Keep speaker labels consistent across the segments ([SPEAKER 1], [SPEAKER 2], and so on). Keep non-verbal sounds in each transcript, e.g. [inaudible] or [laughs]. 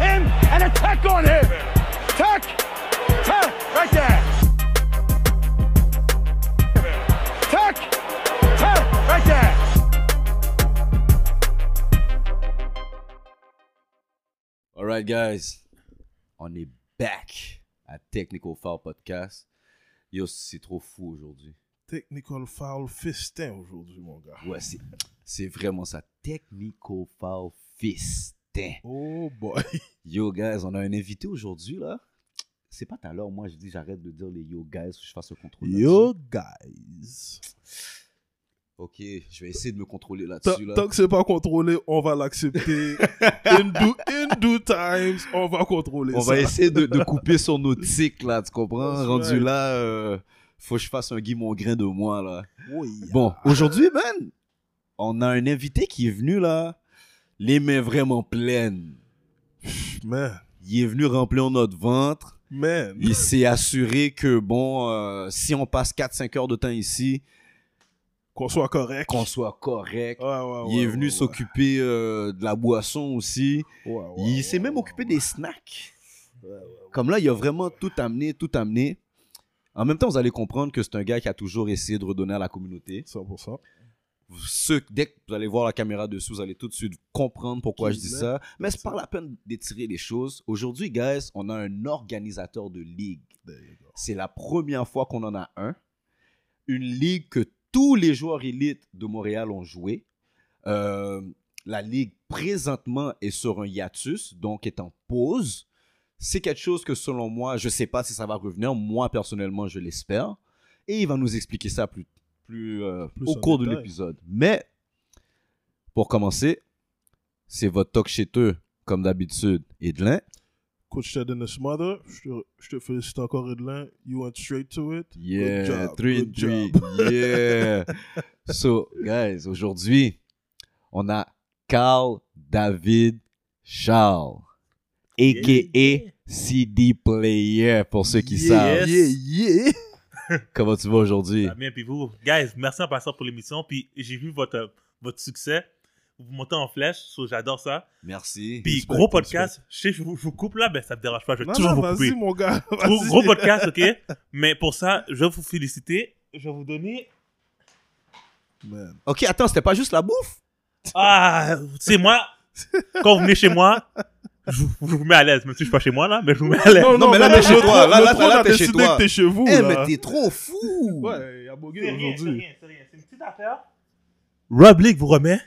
[SPEAKER 1] a tech on him. Tech. Tech. Right there. Tech. Tech. Right there.
[SPEAKER 2] All right, guys. On est back à Technical Foul Podcast. Yo, c'est trop fou aujourd'hui.
[SPEAKER 3] Technical foul fistin aujourd'hui, mon gars.
[SPEAKER 2] Ouais, c'est, c'est vraiment ça. Technical Foul Fistin.
[SPEAKER 3] Oh boy. [laughs]
[SPEAKER 2] Yo, guys, on a un invité aujourd'hui, là. C'est pas tout à l'heure, moi, je dis, j'arrête de dire les yo, guys, que je fasse le contrôle. là-dessus.
[SPEAKER 3] Yo, guys.
[SPEAKER 2] Ok, je vais essayer de me contrôler
[SPEAKER 3] Tant
[SPEAKER 2] là-dessus, là.
[SPEAKER 3] tant que c'est pas contrôlé, on va l'accepter. [laughs] in, do, in due times, on va contrôler
[SPEAKER 2] On
[SPEAKER 3] ça.
[SPEAKER 2] va essayer de,
[SPEAKER 3] [laughs]
[SPEAKER 2] de couper sur nos tics, là, tu comprends?
[SPEAKER 3] That's
[SPEAKER 2] Rendu
[SPEAKER 3] right.
[SPEAKER 2] là, euh, faut que je fasse un Guy Mongrain de moi, là.
[SPEAKER 3] Oh, yeah.
[SPEAKER 2] Bon, aujourd'hui, man, on a un invité qui est venu, là, les mains vraiment pleines.
[SPEAKER 3] Man,
[SPEAKER 2] Il est venu remplir notre ventre.
[SPEAKER 3] man.
[SPEAKER 2] Il s'est assuré que, bon, euh, si on passe 4-5 heures de temps ici,
[SPEAKER 3] Qu'on soit correct.
[SPEAKER 2] qu'on soit correct.
[SPEAKER 3] Ouais,
[SPEAKER 2] il
[SPEAKER 3] ouais, Ah, ouais,
[SPEAKER 2] est venu
[SPEAKER 3] ouais,
[SPEAKER 2] s'occuper euh, de la boisson aussi.
[SPEAKER 3] ouais. Ouais, ouais,
[SPEAKER 2] il
[SPEAKER 3] ouais,
[SPEAKER 2] s'est même
[SPEAKER 3] ouais,
[SPEAKER 2] occupé
[SPEAKER 3] ouais.
[SPEAKER 2] des snacks.
[SPEAKER 3] Ouais, ouais, ouais.
[SPEAKER 2] Comme là, il a vraiment tout amené, tout amené. En même temps, vous allez comprendre que c'est un gars qui a toujours essayé de redonner à la communauté.
[SPEAKER 3] 100%.
[SPEAKER 2] Ceux- dès que vous allez voir la caméra dessus, vous allez tout de suite comprendre pourquoi
[SPEAKER 3] Qui
[SPEAKER 2] je dis
[SPEAKER 3] l'a-
[SPEAKER 2] ça. Mais c'est pas la peine d'étirer les choses. Aujourd'hui, guys, on a un organisateur de ligue.
[SPEAKER 3] There you go.
[SPEAKER 2] C'est la première fois qu'on en a un. Une ligue que tous les joueurs élites de Montréal ont joué. Euh, la ligue présentement est sur un hiatus, donc est en pause. C'est quelque chose que selon moi, je ne sais pas si ça va revenir. Moi, personnellement, je l'espère. Et il va nous expliquer ça plus, plus, euh,
[SPEAKER 3] Plus
[SPEAKER 2] au
[SPEAKER 3] en
[SPEAKER 2] cours de
[SPEAKER 3] détail.
[SPEAKER 2] l'épisode. Mais pour commencer, c'est votre talk chez eux, comme d'habitude, Edlin.
[SPEAKER 3] Coach Ted and his mother, je te, je te félicite encore, Edlin. You went straight to it.
[SPEAKER 2] Yeah,
[SPEAKER 3] Good job,
[SPEAKER 2] 3 and
[SPEAKER 3] good
[SPEAKER 2] 3. [laughs] Yeah. so, guys, aujourd'hui, on a Carl David Charles, a.k.a. CD Player, pour ceux qui
[SPEAKER 4] Yeah.
[SPEAKER 2] savent.
[SPEAKER 4] Yes.
[SPEAKER 3] Yeah, yeah.
[SPEAKER 2] [laughs] Comment tu vas aujourd'hui?
[SPEAKER 4] Ah, bien, puis vous, guys, merci en passant pour l'émission. Puis j'ai vu votre, euh, votre succès. Vous montez en flèche, so j'adore ça.
[SPEAKER 2] Merci.
[SPEAKER 4] Puis
[SPEAKER 3] Respect,
[SPEAKER 4] gros podcast, je sais, je vous, je vous coupe là, mais ça me dérange pas, je vais
[SPEAKER 3] Non,
[SPEAKER 4] toujours
[SPEAKER 3] non,
[SPEAKER 4] vous
[SPEAKER 3] vas-y,
[SPEAKER 4] couper.
[SPEAKER 3] mon gars.
[SPEAKER 4] Gros,
[SPEAKER 3] vas-y.
[SPEAKER 4] gros podcast, ok? Mais pour ça, je vais vous féliciter. Je vais vous donner.
[SPEAKER 3] Man.
[SPEAKER 2] Ok, attends, c'était pas juste la bouffe?
[SPEAKER 4] Ah, tu sais, moi, quand vous venez chez moi, je vous, je vous mets à l'aise, même si je suis pas chez moi là, mais je vous mets à l'aise.
[SPEAKER 2] non, mais là, t'es chez
[SPEAKER 3] le
[SPEAKER 2] toi.
[SPEAKER 3] trône-
[SPEAKER 2] Là,
[SPEAKER 3] le
[SPEAKER 2] là,
[SPEAKER 3] trône
[SPEAKER 2] là,
[SPEAKER 3] a
[SPEAKER 2] t'es chez
[SPEAKER 3] décidé
[SPEAKER 2] toi.
[SPEAKER 3] que t'es chez vous.
[SPEAKER 2] Eh, mais
[SPEAKER 3] là.
[SPEAKER 2] t'es trop fou!
[SPEAKER 3] Ouais, il a
[SPEAKER 4] C'est [laughs]
[SPEAKER 3] bogué
[SPEAKER 4] rien, c'est
[SPEAKER 3] aujourd'hui.
[SPEAKER 4] rien, c'est rien. C'est une petite affaire. Rob League vous remet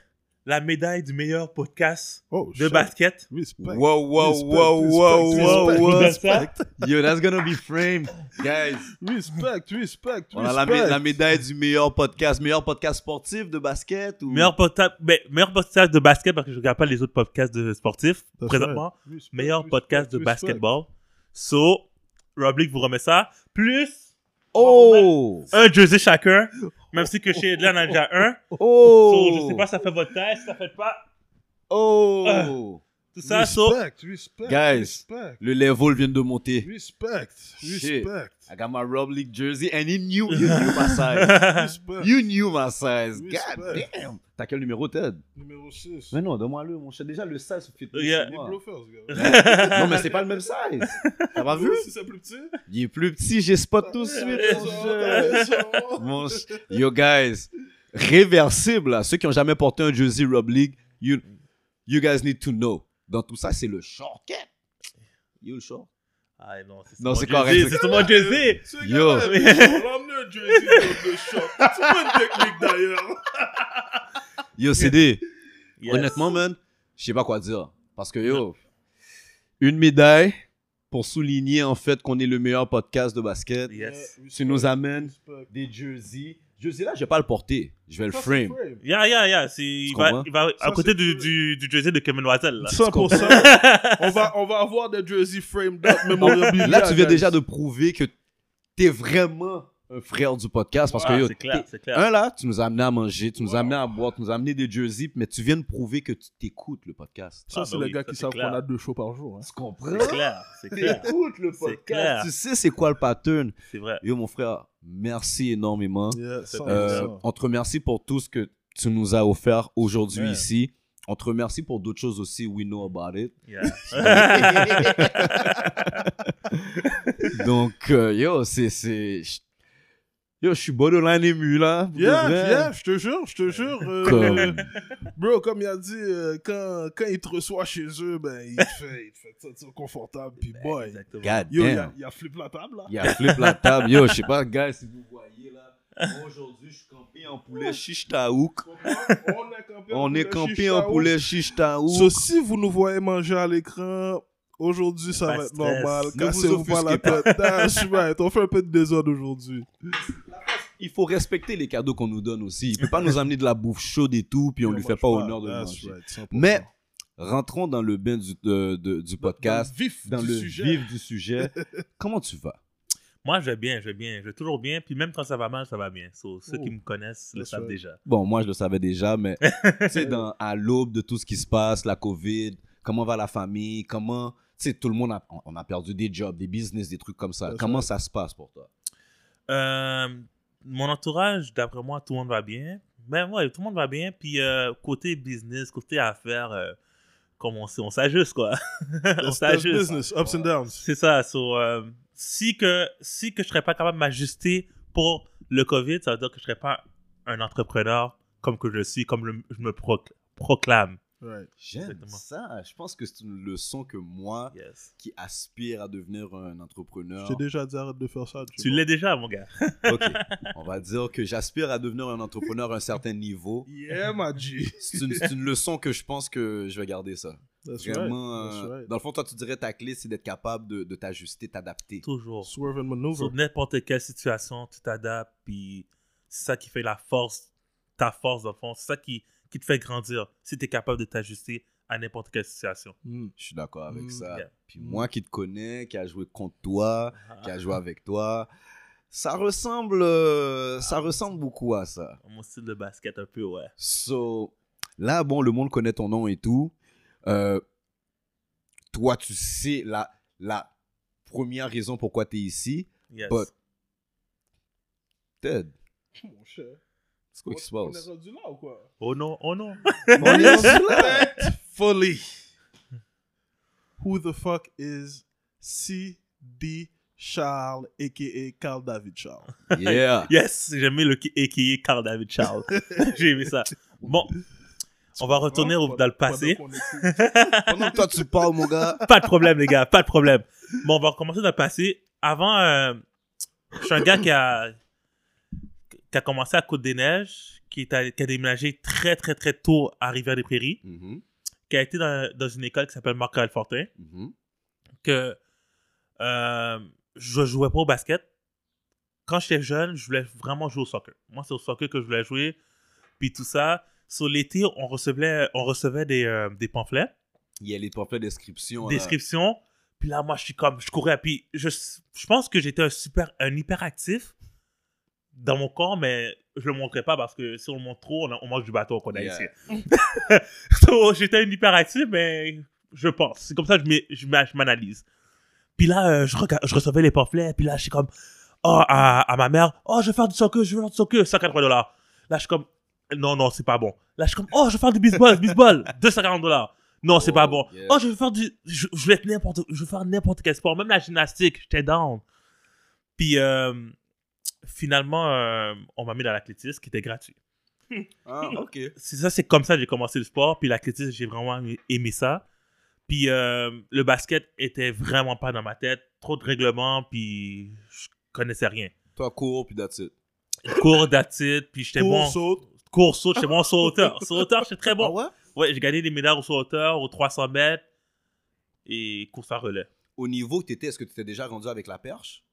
[SPEAKER 4] la médaille du meilleur podcast
[SPEAKER 3] Oh,
[SPEAKER 4] de
[SPEAKER 3] shit.
[SPEAKER 4] basket.
[SPEAKER 3] Respect.
[SPEAKER 2] Wow, wow,
[SPEAKER 3] Respect,
[SPEAKER 2] wow, wow,
[SPEAKER 3] respect,
[SPEAKER 2] wow,
[SPEAKER 3] respect,
[SPEAKER 2] wow.
[SPEAKER 3] respect,
[SPEAKER 2] Yo, that's gonna be framed. Guys,
[SPEAKER 3] Respect, respect,
[SPEAKER 2] on a la, mé-
[SPEAKER 3] respect.
[SPEAKER 2] la médaille du meilleur podcast. Meilleur podcast sportif de basket ou...
[SPEAKER 4] Meilleur podcast, ben, meilleur podcast de basket parce que je regarde pas les autres podcasts de sportifs
[SPEAKER 3] That's
[SPEAKER 4] présentement.
[SPEAKER 3] Respect,
[SPEAKER 4] Meilleur
[SPEAKER 3] respect,
[SPEAKER 4] podcast de
[SPEAKER 3] respect.
[SPEAKER 4] basketball. So, Roblick vous remet ça. Plus
[SPEAKER 2] Oh!
[SPEAKER 4] un jersey chacun. Même si que
[SPEAKER 3] [laughs]
[SPEAKER 4] chez Edlan on en a déjà un.
[SPEAKER 2] Oh!
[SPEAKER 4] So, je sais pas, ça fait votre test, ça fait pas.
[SPEAKER 2] Oh!
[SPEAKER 3] Ah.
[SPEAKER 4] Tout ça, so.
[SPEAKER 3] Respect, respect,
[SPEAKER 2] Guys.
[SPEAKER 3] respect,
[SPEAKER 2] Le level vient de monter.
[SPEAKER 3] respect,
[SPEAKER 2] Shit.
[SPEAKER 3] respect, [laughs]
[SPEAKER 2] I got my Rob League jersey and he knew, you knew my [laughs] size.
[SPEAKER 3] respect.
[SPEAKER 2] You knew my size.
[SPEAKER 3] Respect.
[SPEAKER 2] God damn! T'as quel numéro, Ted?
[SPEAKER 3] Numéro 6.
[SPEAKER 2] Mais non, donne-moi le, mon chat. Déjà, le size fit mieux
[SPEAKER 4] Yeah.
[SPEAKER 2] sur
[SPEAKER 3] Les [laughs]
[SPEAKER 2] moi.
[SPEAKER 3] bluffers, gars.
[SPEAKER 2] non, mais c'est pas le même size. T'as pas [laughs] vu?
[SPEAKER 3] Si c'est plus petit.
[SPEAKER 2] Il est plus petit, j'ai spot tout de suite. mon chat. Mon ch- Yo, guys, réversible, là. Ceux qui ont jamais porté un jersey Rob League, you, you guys need to know. Dans tout ça, c'est le short. Yo, le short.
[SPEAKER 4] Ah, non, c'est
[SPEAKER 2] Non,
[SPEAKER 4] mon
[SPEAKER 2] c'est
[SPEAKER 4] jersey,
[SPEAKER 2] correct, [laughs] c'est-
[SPEAKER 4] C'est tout mon jersey.
[SPEAKER 2] Yo.
[SPEAKER 3] Yo. L'emmener un jersey de de shop. C'est pas une technique d'ailleurs.
[SPEAKER 2] Yo, CD,
[SPEAKER 4] Yes.
[SPEAKER 2] honnêtement, man, je sais pas quoi dire. Parce que, yo, une médaille pour souligner, en fait, qu'on est le meilleur podcast de basket.
[SPEAKER 4] Yes.
[SPEAKER 2] Tu nous amènes
[SPEAKER 3] Respect.
[SPEAKER 2] des jerseys. Jersey, là, je vais pas le porter. Je vais le
[SPEAKER 3] Ça, c'est
[SPEAKER 2] frame.
[SPEAKER 4] Yeah, yeah, yeah. C'est, il
[SPEAKER 2] comprends?
[SPEAKER 4] va, il va
[SPEAKER 3] Ça,
[SPEAKER 4] à côté
[SPEAKER 3] c'est
[SPEAKER 4] du,
[SPEAKER 3] cool.
[SPEAKER 4] du, du jersey de Kevin Loisel, là.
[SPEAKER 3] 100%. [laughs] on, va, on va avoir des jerseys framed up mémorabilia.
[SPEAKER 2] Là, tu viens
[SPEAKER 3] guys.
[SPEAKER 2] déjà de prouver que t'es vraiment un frère du podcast. Parce
[SPEAKER 4] Ah,
[SPEAKER 2] que, yo, Hein?
[SPEAKER 4] c'est clair,
[SPEAKER 2] t'es-
[SPEAKER 4] c'est clair.
[SPEAKER 2] un, là, tu nous as amené à manger, tu nous as amené à boire, tu nous as amené des jerseys, mais tu viens de prouver que tu t'écoutes le podcast.
[SPEAKER 3] Ça,
[SPEAKER 4] Ah,
[SPEAKER 3] c'est
[SPEAKER 4] bah
[SPEAKER 3] les
[SPEAKER 4] oui,
[SPEAKER 3] gars
[SPEAKER 4] ça,
[SPEAKER 3] qui
[SPEAKER 4] c'est
[SPEAKER 3] savent
[SPEAKER 4] clair.
[SPEAKER 3] qu'on a deux shows par jour. hein.
[SPEAKER 2] Tu comprends?
[SPEAKER 4] C'est clair,
[SPEAKER 2] Hein?
[SPEAKER 4] c'est clair.
[SPEAKER 2] T'écoutes le
[SPEAKER 4] C'est clair.
[SPEAKER 2] Tu sais c'est quoi le pattern.
[SPEAKER 4] C'est vrai.
[SPEAKER 2] Yo, mon frère, merci énormément.
[SPEAKER 3] Yeah,
[SPEAKER 4] C'est
[SPEAKER 3] ça,
[SPEAKER 4] vrai.
[SPEAKER 2] Euh,
[SPEAKER 3] ça.
[SPEAKER 2] on te remercie pour tout ce que tu nous as offert aujourd'hui
[SPEAKER 3] Ouais.
[SPEAKER 2] ici. On te remercie pour d'autres choses aussi. We know about
[SPEAKER 3] [laughs]
[SPEAKER 2] it.
[SPEAKER 4] Yeah.
[SPEAKER 2] Donc, euh, yo, c'est. c'est- Yo, je suis borderline ému là. pour
[SPEAKER 3] Yeah,
[SPEAKER 2] de vrai.
[SPEAKER 3] yeah, je te jure, je te jure. euh,
[SPEAKER 2] Comme-
[SPEAKER 3] Bro, comme il a dit, euh, quand, quand il te reçoit chez eux, ben, il te fait, il te fait te sentir confortable,
[SPEAKER 4] Ben,
[SPEAKER 3] puis boy.
[SPEAKER 4] Exactement.
[SPEAKER 2] God
[SPEAKER 3] Yo, il a,
[SPEAKER 2] damn.
[SPEAKER 3] il a flippé la table, là.
[SPEAKER 2] Il a flip la table. Yo, je sais pas, gars, si vous voyez là. moi, Aujourd'hui, je suis campé en poulet chiche taouk.
[SPEAKER 3] On est campé
[SPEAKER 2] On est campé
[SPEAKER 3] chicha,
[SPEAKER 2] en
[SPEAKER 3] oui.
[SPEAKER 2] poulet chiche taouk.
[SPEAKER 3] So, si vous nous voyez manger à l'écran, aujourd'hui, ça
[SPEAKER 4] Pas
[SPEAKER 3] va être
[SPEAKER 4] stress.
[SPEAKER 3] normal.
[SPEAKER 2] Ne vous
[SPEAKER 3] Cassez-vous pas la
[SPEAKER 2] offusquez
[SPEAKER 3] tête. Ah, je vais être- on fait un peu de désordre aujourd'hui.
[SPEAKER 2] Il faut respecter les cadeaux qu'on nous donne aussi. Il peut pas nous amener de la bouffe chaude et tout, puis on lui fait pas honneur de le
[SPEAKER 3] That's
[SPEAKER 2] manger.
[SPEAKER 3] right, 100%.
[SPEAKER 2] Mais rentrons dans le bain du, de- de- du podcast,
[SPEAKER 3] vif
[SPEAKER 2] dans
[SPEAKER 3] du
[SPEAKER 2] le
[SPEAKER 3] sujet.
[SPEAKER 2] vif du
[SPEAKER 3] [laughs]
[SPEAKER 2] sujet. Comment tu vas?
[SPEAKER 4] Moi, je vais bien, je vais bien. Je vais toujours bien. Puis même quand ça va mal, ça va bien. So, ceux
[SPEAKER 3] Oh.
[SPEAKER 4] qui me connaissent le
[SPEAKER 3] That's
[SPEAKER 4] savent
[SPEAKER 3] right.
[SPEAKER 4] déjà.
[SPEAKER 2] Bon, moi, je le savais déjà, mais tu sais, dans- à l'aube de tout ce qui se passe, la COVID, comment va la famille, comment, tu sais, tout le monde, a, on a perdu des jobs, des business, des trucs comme ça.
[SPEAKER 3] Bien
[SPEAKER 2] comment ça se passe pour toi?
[SPEAKER 4] Euh, mon entourage, d'après moi, tout le monde va bien. Ben ouais, tout le monde va bien. Puis euh, côté business, côté affaires, euh, comme on sait, on s'ajuste quoi. [laughs] on
[SPEAKER 3] That's- that's
[SPEAKER 4] s'ajuste.
[SPEAKER 3] business, ups and downs.
[SPEAKER 4] C'est ça. So, euh, si que si que je serais pas capable de m'ajuster pour le COVID, ça veut dire que je serais pas un entrepreneur comme que je suis, comme je- je me proc- proclame.
[SPEAKER 3] Right.
[SPEAKER 2] J'aime
[SPEAKER 4] Exactement.
[SPEAKER 2] ça. Je pense que c'est une leçon que moi,
[SPEAKER 4] Yes.
[SPEAKER 2] qui aspire à devenir un entrepreneur,
[SPEAKER 3] Je t'ai déjà dit arrête de faire ça.
[SPEAKER 4] Tu l'es déjà, mon gars.
[SPEAKER 2] Ok. On va dire que j'aspire à devenir un entrepreneur à un certain niveau.
[SPEAKER 3] Yeah, ma G.
[SPEAKER 2] C'est une, c'est une leçon que je pense que je vais garder ça.
[SPEAKER 3] That's
[SPEAKER 2] Vraiment.
[SPEAKER 3] right. That's
[SPEAKER 2] euh,
[SPEAKER 3] right.
[SPEAKER 2] Dans le fond, toi, tu dirais ta clé, c'est d'être capable de, de t'ajuster, t'adapter.
[SPEAKER 4] Toujours.
[SPEAKER 3] Swerve and
[SPEAKER 4] Sur
[SPEAKER 3] maneuver.
[SPEAKER 4] n'importe quelle situation, tu t'adaptes, puis c'est ça qui fait la force, ta force, dans le fond. C'est ça qui, qui te fait grandir, si tu es capable de t'ajuster à n'importe quelle situation.
[SPEAKER 3] Mm.
[SPEAKER 2] Je suis d'accord avec
[SPEAKER 3] Mm,
[SPEAKER 2] ça.
[SPEAKER 4] yeah.
[SPEAKER 2] Puis moi qui te connais, qui a joué contre toi,
[SPEAKER 4] Ah,
[SPEAKER 2] qui a joué avec toi, ça ressemble, euh,
[SPEAKER 4] Ah,
[SPEAKER 2] ça ressemble beaucoup à ça.
[SPEAKER 4] Mon style de basket, un peu, ouais.
[SPEAKER 2] So, là, bon, le monde connaît ton nom et tout. Euh, toi, tu sais la, la première raison pourquoi tu es ici.
[SPEAKER 4] Yes.
[SPEAKER 2] But- Ted,
[SPEAKER 3] Mon cher.
[SPEAKER 2] c'est quoi qui se [laughs]
[SPEAKER 3] On
[SPEAKER 2] passe?
[SPEAKER 3] est rendu là ou quoi?
[SPEAKER 4] Oh non, oh non. [laughs]
[SPEAKER 3] On est Respectfully. Who the fuck is C.D. Charles, a.k.a. Carl David Charles?
[SPEAKER 2] Yeah.
[SPEAKER 4] Yes, j'ai aimé le qui- aka Carl David Charles. j'ai aimé ça. Bon, on va retourner au- dans le passé.
[SPEAKER 3] Hein?
[SPEAKER 4] [laughs]
[SPEAKER 3] Pendant qu'on
[SPEAKER 2] [laughs]
[SPEAKER 3] écoute.
[SPEAKER 2] Pendant que toi tu parles, mon [laughs] gars.
[SPEAKER 4] Pas de problème, les gars, pas de problème. Bon, on va recommencer dans le passé. Avant, euh, je suis un gars qui a, qui a commencé à Côte-des-Neiges, qui, est allé- qui a déménagé très, très, très tôt à Rivière-des-Prairies,
[SPEAKER 2] Mhm,
[SPEAKER 4] qui a été dans, dans une école qui s'appelle Marc Alfortin,
[SPEAKER 2] mhm.
[SPEAKER 4] que euh, je jouais pas au basket. Quand j'étais jeune, je voulais vraiment jouer au soccer. Moi, c'est au soccer que je voulais jouer, puis tout ça. Sur l'été, on recevait, on recevait des, euh, des pamphlets
[SPEAKER 2] Il y a les pamphlets description. là.
[SPEAKER 4] description. Puis là, moi, je suis comme, je courais. Puis je, je pense que j'étais un super, un hyperactif dans mon corps, mais je le montrais pas parce que si on le montre trop, on, a- on mange du bateau qu'on a
[SPEAKER 2] Yeah.
[SPEAKER 4] ici. [laughs] So, j'étais un hyperactif, mais je pense. C'est comme ça que je m'ai- je m'a- je m'analyse. Puis là, euh, je, rega- je recevais les pamphlets, puis là, je suis comme, oh, à, à ma mère, oh, je vais faire du soccer, je vais faire du soccer, 180 dollars. Là, je suis comme, non, non, c'est pas bon. Là, je suis comme, oh, je vais faire du baseball, baseball, [laughs] 240 dollars. Non, c'est
[SPEAKER 2] Oh,
[SPEAKER 4] pas bon.
[SPEAKER 2] yeah.
[SPEAKER 4] Oh, je vais faire du, je, je vais être n'importe, je vais faire n'importe quel sport, même la gymnastique, j'étais down. Puis, euh, finalement, euh, on m'a mis dans l'athlétisme qui était gratuit
[SPEAKER 2] Ah, ok.
[SPEAKER 4] c'est ça, c'est comme ça que j'ai commencé le sport. Puis l'athlétisme, j'ai vraiment aimé- aimé ça. Puis euh, le basket était vraiment pas dans ma tête. Trop de règlements, puis je connaissais rien.
[SPEAKER 2] Toi, cours, puis that's it.
[SPEAKER 4] Cours d'attitude, puis j'étais
[SPEAKER 3] Cours,
[SPEAKER 4] bon.
[SPEAKER 3] saute.
[SPEAKER 4] Cours, saut, j'étais bon en saut
[SPEAKER 2] [laughs]
[SPEAKER 4] hauteur. Saut hauteur, j'étais très
[SPEAKER 2] Ah
[SPEAKER 4] bon.
[SPEAKER 2] ouais?
[SPEAKER 4] Ouais, j'ai gagné des médailles au saut hauteur, aux 300 mètres et course à relais.
[SPEAKER 2] Au niveau que tu étais, est-ce que tu t'es déjà rendu avec la perche?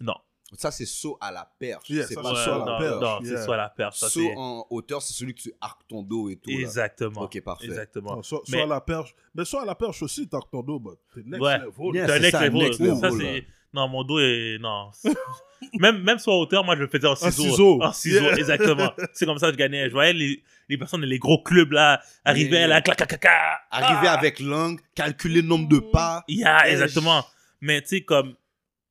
[SPEAKER 4] Non.
[SPEAKER 2] Ça, c'est saut à la perche.
[SPEAKER 3] Yeah,
[SPEAKER 2] Ah, c'est
[SPEAKER 3] ça,
[SPEAKER 2] pas
[SPEAKER 3] c'est
[SPEAKER 2] saut
[SPEAKER 3] saut
[SPEAKER 2] à
[SPEAKER 3] à
[SPEAKER 2] la
[SPEAKER 4] non,
[SPEAKER 2] perche.
[SPEAKER 4] non,
[SPEAKER 3] yeah.
[SPEAKER 4] c'est soit la perche. ça,
[SPEAKER 2] Saut
[SPEAKER 4] c'est-
[SPEAKER 2] en hauteur, c'est celui que tu arques ton dos et tout. là.
[SPEAKER 4] Exactement.
[SPEAKER 2] Ok, parfait. Oh,
[SPEAKER 4] Exactement.
[SPEAKER 3] Non, soit,
[SPEAKER 4] Mais-
[SPEAKER 3] soit à la perche. Mais soit à la perche aussi, t'as que ton dos, but t'es next
[SPEAKER 4] Ouais.
[SPEAKER 3] level.
[SPEAKER 2] Yeah,
[SPEAKER 4] T'as un
[SPEAKER 2] c'est
[SPEAKER 4] next
[SPEAKER 2] ça,
[SPEAKER 4] level.
[SPEAKER 2] next
[SPEAKER 4] Ça,
[SPEAKER 2] level,
[SPEAKER 4] c'est-
[SPEAKER 2] là.
[SPEAKER 4] Non, mon dos est. Non. [laughs] même, même sur la hauteur, moi, je le faisais en ciseaux.
[SPEAKER 3] ciseau.
[SPEAKER 4] En ciseaux,
[SPEAKER 2] [laughs]
[SPEAKER 3] Yeah.
[SPEAKER 4] exactement. C'est comme ça que je gagnais. Je voyais les, les personnes, les gros clubs, là, arrivaient
[SPEAKER 2] Yeah.
[SPEAKER 4] là, clac, clac, clac, clac.
[SPEAKER 2] Arriver
[SPEAKER 4] Ah!
[SPEAKER 2] avec l'angle, calculer le nombre de pas.
[SPEAKER 4] Yeah,
[SPEAKER 2] Eh,
[SPEAKER 4] exactement. Mais tu sais, comme.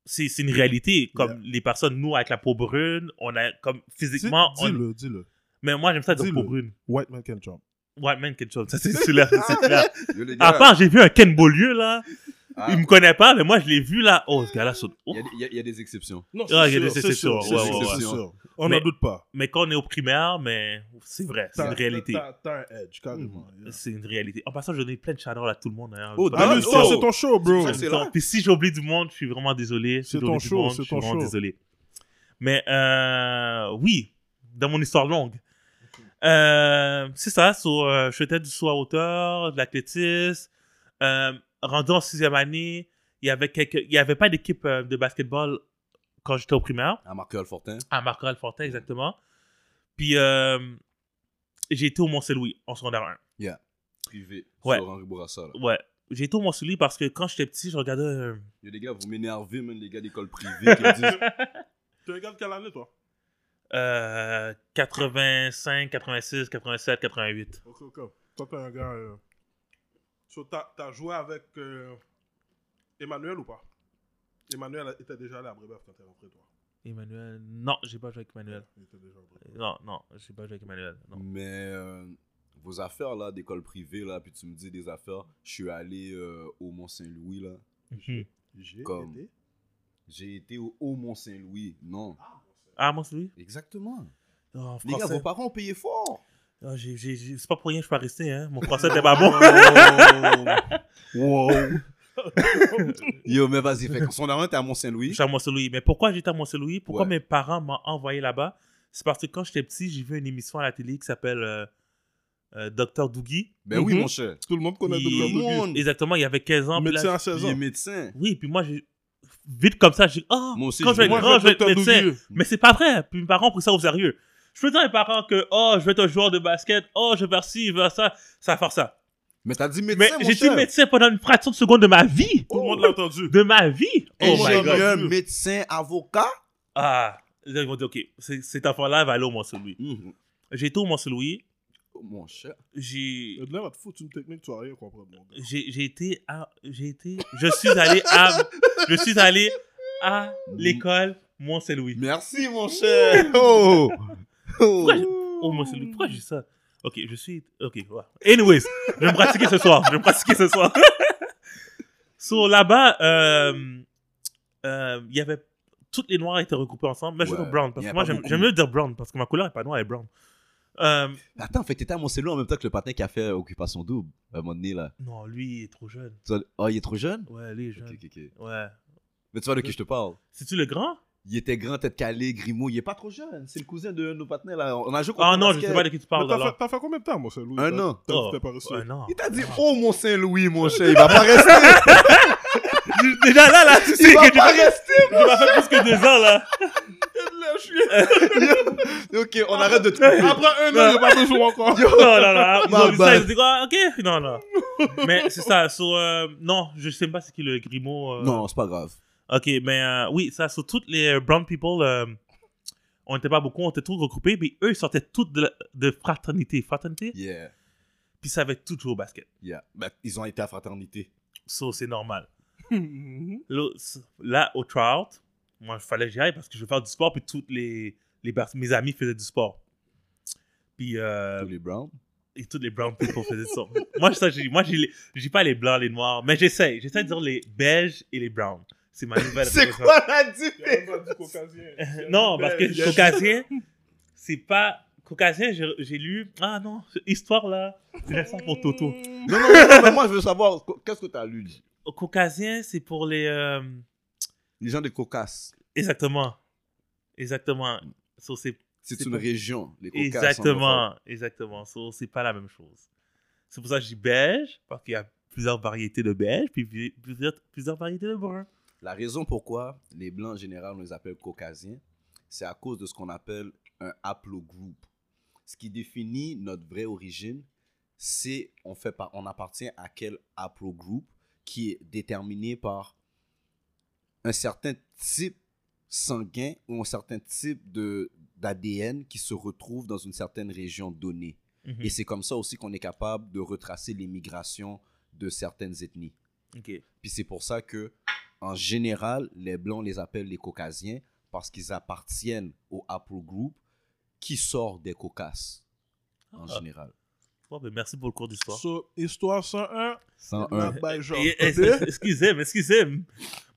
[SPEAKER 4] C'est c'est une réalité. Comme les personnes, nous, avec la peau brune, on a. Comme
[SPEAKER 3] Dis-
[SPEAKER 4] physiquement. on-
[SPEAKER 3] Dis-le, dis-le.
[SPEAKER 4] Mais moi, j'aime ça dire
[SPEAKER 3] Dis-le.
[SPEAKER 4] peau brune.
[SPEAKER 3] White man can jump.
[SPEAKER 4] White Man Ken Chol. Ça, c'est c'est [laughs] clair. c'est clair.
[SPEAKER 2] Yo, le gars,
[SPEAKER 4] À part, j'ai vu un Ken Beaulieu, là.
[SPEAKER 2] ah,
[SPEAKER 4] Il me connaît pas, mais moi, je l'ai vu, là. Oh, ce gars-là saute.
[SPEAKER 2] il
[SPEAKER 4] Oh.
[SPEAKER 2] y a des- il y, a- il y a des exceptions.
[SPEAKER 3] Non,
[SPEAKER 4] Ah, il y a des
[SPEAKER 3] c'est
[SPEAKER 4] exceptions,
[SPEAKER 3] sûr,
[SPEAKER 2] ouais,
[SPEAKER 3] c'est
[SPEAKER 2] ouais,
[SPEAKER 3] sûr,
[SPEAKER 2] ouais.
[SPEAKER 3] c'est sûr. On
[SPEAKER 4] Mais-
[SPEAKER 3] n'en doute pas.
[SPEAKER 4] Mais quand on est au primaire, mais c'est vrai, c'est
[SPEAKER 3] T'as-
[SPEAKER 4] une réalité. Mm.
[SPEAKER 3] t'as- T'as un edge, carrément. yeah.
[SPEAKER 4] C'est une réalité. En passant, je donne plein de shout-outs à tout le monde. hein.
[SPEAKER 2] Oh,
[SPEAKER 4] Dans-
[SPEAKER 3] Ah,
[SPEAKER 2] Ah,
[SPEAKER 3] le
[SPEAKER 2] oh.
[SPEAKER 3] soir, c'est ton show, bro.
[SPEAKER 2] Ça, c'est- là.
[SPEAKER 4] Puis si j'oublie du monde, je suis vraiment désolé. Si
[SPEAKER 3] C'est
[SPEAKER 4] j'oublie
[SPEAKER 3] ton
[SPEAKER 4] du
[SPEAKER 3] show,
[SPEAKER 4] monde,
[SPEAKER 3] c'est
[SPEAKER 4] je suis
[SPEAKER 3] ton
[SPEAKER 4] vraiment
[SPEAKER 3] show.
[SPEAKER 4] désolé. Mais euh, oui, dans mon histoire longue. Euh, c'est ça, so, euh, je faisais du saut à hauteur, de l'athlétisme. Euh, rendu en sixième année, il y avait quelques, il y avait pas d'équipe euh, de basketball quand j'étais au primaire.
[SPEAKER 2] À Marc Fortin.
[SPEAKER 4] À Marco Alfortin, exactement. Puis euh, j'ai été au Mont-Saint-Louis en secondaire 1.
[SPEAKER 2] Privé.
[SPEAKER 4] Ouais.
[SPEAKER 2] Sur Henri Bourassa, là.
[SPEAKER 4] Ouais. J'ai été au Mont-Saint-Louis parce que quand j'étais petit, je regardais. euh,
[SPEAKER 2] Yo, les gars, vous m'énervez, même les gars d'école privée qui me
[SPEAKER 4] [laughs]
[SPEAKER 2] disent
[SPEAKER 3] Tu regardes quelle année, toi
[SPEAKER 4] Euh, 85, 86, 87, 88.
[SPEAKER 3] Ok, ok. Toi, t'es un gars. euh, so, t'as t'as joué avec euh, Emmanuel ou pas Emmanuel était déjà allé à Brébeuf quand t'es rentré, toi.
[SPEAKER 4] Emmanuel. Non, j'ai pas joué avec Emmanuel.
[SPEAKER 3] Il était déjà à Brébeuf.
[SPEAKER 4] Non, non, j'ai pas joué avec Emmanuel. Non.
[SPEAKER 2] Mais euh, vos affaires là d'école privée là, puis tu me dis des affaires. Je suis allé euh, au Mont Saint Louis là.
[SPEAKER 3] Mhm. J'ai
[SPEAKER 2] Comme.
[SPEAKER 3] été.
[SPEAKER 2] J'ai été au, au Mont Saint Louis. Non.
[SPEAKER 4] Ah, moi, c'est lui?
[SPEAKER 2] Exactement.
[SPEAKER 4] Oh, en
[SPEAKER 2] Les gars,
[SPEAKER 4] français.
[SPEAKER 2] vos parents ont payé fort.
[SPEAKER 4] Ah, j'ai- j'ai- j'ai- c'est pas pour rien que je suis pas resté, hein. Mon français
[SPEAKER 3] [laughs]
[SPEAKER 4] était pas bon.
[SPEAKER 2] Wow.
[SPEAKER 3] Eh, Oh.
[SPEAKER 2] Yo, mais vas-y, fait son argent t'es à Mont Saint Louis.
[SPEAKER 4] [laughs] J'étais à Mont-Saint-Louis. Mais pourquoi j'étais à Mont-Saint-Louis? Pourquoi
[SPEAKER 2] Ouais.
[SPEAKER 4] mes parents m'ont envoyé là-bas? C'est parce que quand j'étais petit, j'ai vu une émission à la télé qui s'appelle euh, euh, Dr. Doogie.
[SPEAKER 2] Ben oui,
[SPEAKER 3] Mhm.
[SPEAKER 2] mon cher.
[SPEAKER 3] Tout le monde connaît
[SPEAKER 4] Il-
[SPEAKER 3] Dr.
[SPEAKER 2] Tout le
[SPEAKER 3] Doogie.
[SPEAKER 2] monde.
[SPEAKER 4] Exactement, il y avait 15 ans. puis là-
[SPEAKER 3] Médecin à 16
[SPEAKER 2] Il est
[SPEAKER 3] ans.
[SPEAKER 2] médecin.
[SPEAKER 4] Oui, puis moi, j'ai... vite comme ça, j'ai Ah,
[SPEAKER 2] Moi aussi,
[SPEAKER 4] quand
[SPEAKER 2] je
[SPEAKER 4] je vais être
[SPEAKER 2] voulais-
[SPEAKER 4] grand, je vais être
[SPEAKER 3] Dr.
[SPEAKER 4] médecin.
[SPEAKER 3] Doogie.
[SPEAKER 4] Mais c'est pas vrai. Puis mes parents ont pris ça au sérieux. Je peux dire à mes parents que, oh, je vais être un joueur de basket, oh, je vais faire ci, je vais faire ça. Ça va faire ça.
[SPEAKER 2] Mais t'as dit
[SPEAKER 4] Mais
[SPEAKER 2] médecin, mon
[SPEAKER 4] j'ai été
[SPEAKER 2] cher.
[SPEAKER 4] médecin pendant une fraction de seconde de ma vie.
[SPEAKER 3] Tout le monde l'a entendu.
[SPEAKER 4] De ma vie. Oh
[SPEAKER 3] moi,
[SPEAKER 4] my
[SPEAKER 3] j'en ai-
[SPEAKER 4] god.
[SPEAKER 2] Ingénieur, médecin, avocat.
[SPEAKER 4] Ah. Là, ils vont dire, OK, c'est- cet enfant-là va aller au Mont-Saint-Louis.
[SPEAKER 2] Mhm.
[SPEAKER 4] J'ai été au Mont-Saint-Louis.
[SPEAKER 2] Oh, Mon cher.
[SPEAKER 4] J'ai.
[SPEAKER 3] Et eh, de là, va te foutre une technique, tu vas rien comprendre. mon gars.
[SPEAKER 4] J'ai j'ai été à. J'ai été. Je suis allé à. Je suis allé à l'école Mont-Saint-Louis.
[SPEAKER 2] Merci, mon cher.
[SPEAKER 4] [laughs]
[SPEAKER 2] Oh. Oh.
[SPEAKER 4] Mmh. Pourquoi, je- oh, moi, c'est lui. Pourquoi j'ai ça Ok, je suis. Ok, ouais. Anyways, je vais me pratiquer ce soir. Je vais me pratiquer ce soir. [laughs] so, là-bas, euh, euh, il y avait. Toutes les noirs étaient regroupées ensemble. Mais je
[SPEAKER 2] Ouais,
[SPEAKER 4] veux brown.
[SPEAKER 2] il
[SPEAKER 4] Parce
[SPEAKER 2] y en a
[SPEAKER 4] que moi,
[SPEAKER 2] pas
[SPEAKER 4] j'aime
[SPEAKER 2] beaucoup.
[SPEAKER 4] j'aime mieux dire brown. Parce que ma couleur est pas noire, elle est brown. Euh,
[SPEAKER 2] Attends, fait, t'étais à Mont-Saint-Louis en même temps que le patin qui a fait Occupation Double, à un moment donné, là.
[SPEAKER 4] non, lui, il est trop jeune.
[SPEAKER 2] Tu vois, Oh, il est trop jeune?
[SPEAKER 4] Ouais, lui, il est jeune.
[SPEAKER 2] Ok, ok, ok.
[SPEAKER 4] Ouais.
[SPEAKER 2] Mais tu vois de qui je te parle?
[SPEAKER 4] C'est-tu le grand
[SPEAKER 2] Il était grand, tête calée, Grimaud. Il est pas trop jeune. C'est le cousin de nos partenaires, là. On a joué contre
[SPEAKER 4] Ah
[SPEAKER 2] le
[SPEAKER 4] non, je
[SPEAKER 2] basket.
[SPEAKER 4] sais pas de qui tu parles
[SPEAKER 3] Mais T'as fait,
[SPEAKER 4] alors.
[SPEAKER 3] t'as fait combien de temps, mon Saint-Louis
[SPEAKER 2] Un
[SPEAKER 3] T'as-
[SPEAKER 2] an.
[SPEAKER 3] t'as-
[SPEAKER 4] Oh,
[SPEAKER 3] T'es pas reçu.
[SPEAKER 4] ouais, non.
[SPEAKER 2] Il t'a dit, oh, mon Saint-Louis, mon cher, il va pas rester.
[SPEAKER 4] [laughs] Déjà là, là, tu sais
[SPEAKER 2] Il va
[SPEAKER 4] que
[SPEAKER 2] pas rester.
[SPEAKER 4] tu m'as fait plus que deux ans là.
[SPEAKER 2] Ok, on arrête de tout.
[SPEAKER 3] Après un an, Eh il a pas besoin
[SPEAKER 2] [laughs]
[SPEAKER 3] encore.
[SPEAKER 4] Non, non, non. Ils ont
[SPEAKER 2] My
[SPEAKER 4] dit ça,
[SPEAKER 2] bad.
[SPEAKER 4] ils ont dit, ah, ok, non, non. mais c'est ça, so, euh, non, je sais pas c'est qui le Grimaud. euh.
[SPEAKER 2] Non, c'est pas grave.
[SPEAKER 4] Ok, mais euh, oui, ça, sur toutes les brown people, euh, on n'était pas beaucoup, on était tous regroupés, mais eux, ils sortaient toutes de, la- de fraternité. Fraternité?
[SPEAKER 2] Yeah.
[SPEAKER 4] Puis ça avait tout joué au basket.
[SPEAKER 2] Yeah. Ben, ils ont été à fraternité.
[SPEAKER 4] So,
[SPEAKER 3] [laughs]
[SPEAKER 4] c'est normal.
[SPEAKER 3] Mhm.
[SPEAKER 4] L'autre- Là, au tryout, moi, il fallait que j'y aille parce que je veux faire du sport, puis toutes les, les bas- mes amis faisaient du sport. Puis, euh,
[SPEAKER 2] Tous les [laughs] Browns.
[SPEAKER 4] et tous les brown people faisaient ça. moi, ça, j'ai, moi, j'ai, les- j'ai pas les blancs, les noirs, mais j'essaie. J'essaie de dire les beiges et les browns. C'est ma nouvelle.
[SPEAKER 2] la
[SPEAKER 3] Il y a même pas du caucasien. Il y a
[SPEAKER 4] Non,
[SPEAKER 3] du
[SPEAKER 4] parce
[SPEAKER 3] belge.
[SPEAKER 4] que caucasien, c'est pas. Caucasien, j'ai, j'ai lu. Ah non, histoire là, je laisse ça pour Toto.
[SPEAKER 2] Non, non, non, mais moi, je veux savoir, qu- qu'est-ce que t'as lu? dis?
[SPEAKER 4] Caucasien, c'est pour les. euh,
[SPEAKER 2] Les gens de Caucase.
[SPEAKER 4] Exactement. Exactement. So, c'est
[SPEAKER 2] C'est
[SPEAKER 4] C'est
[SPEAKER 2] une
[SPEAKER 4] pas-
[SPEAKER 2] région, les Caucases.
[SPEAKER 4] Exactement, exactement. So, c'est pas la même chose. C'est pour ça que je dis beige, parce qu'il y a plusieurs variétés de beige, puis vi- plusieurs, plusieurs variétés de brun.
[SPEAKER 2] La raison pourquoi les Blancs en général, on les appelle caucasiens, c'est à cause de ce qu'on appelle un haplogroup. Ce qui définit notre vraie origine, c'est on, fait par- on appartient à quel haplogroup qui est déterminé par un certain type sanguin ou un certain type de- d'ADN qui se retrouve dans une certaine région donnée.
[SPEAKER 4] Hmm.
[SPEAKER 2] Et c'est comme ça aussi qu'on est capable de retracer les migrations de certaines ethnies.
[SPEAKER 4] Ok.
[SPEAKER 2] Puis c'est pour ça que, en général, les Blancs les appellent les Caucasiens parce qu'ils appartiennent au Apple Group qui sort des Caucases, en
[SPEAKER 4] Ah.
[SPEAKER 2] général.
[SPEAKER 4] Bon, ben, merci pour le cours d'histoire.
[SPEAKER 3] So, histoire 101,
[SPEAKER 2] 101.
[SPEAKER 3] la baille genre.
[SPEAKER 4] Et- eh, et- Est-ce est-ce qu'ils aiment? Est-ce qu'ils aiment?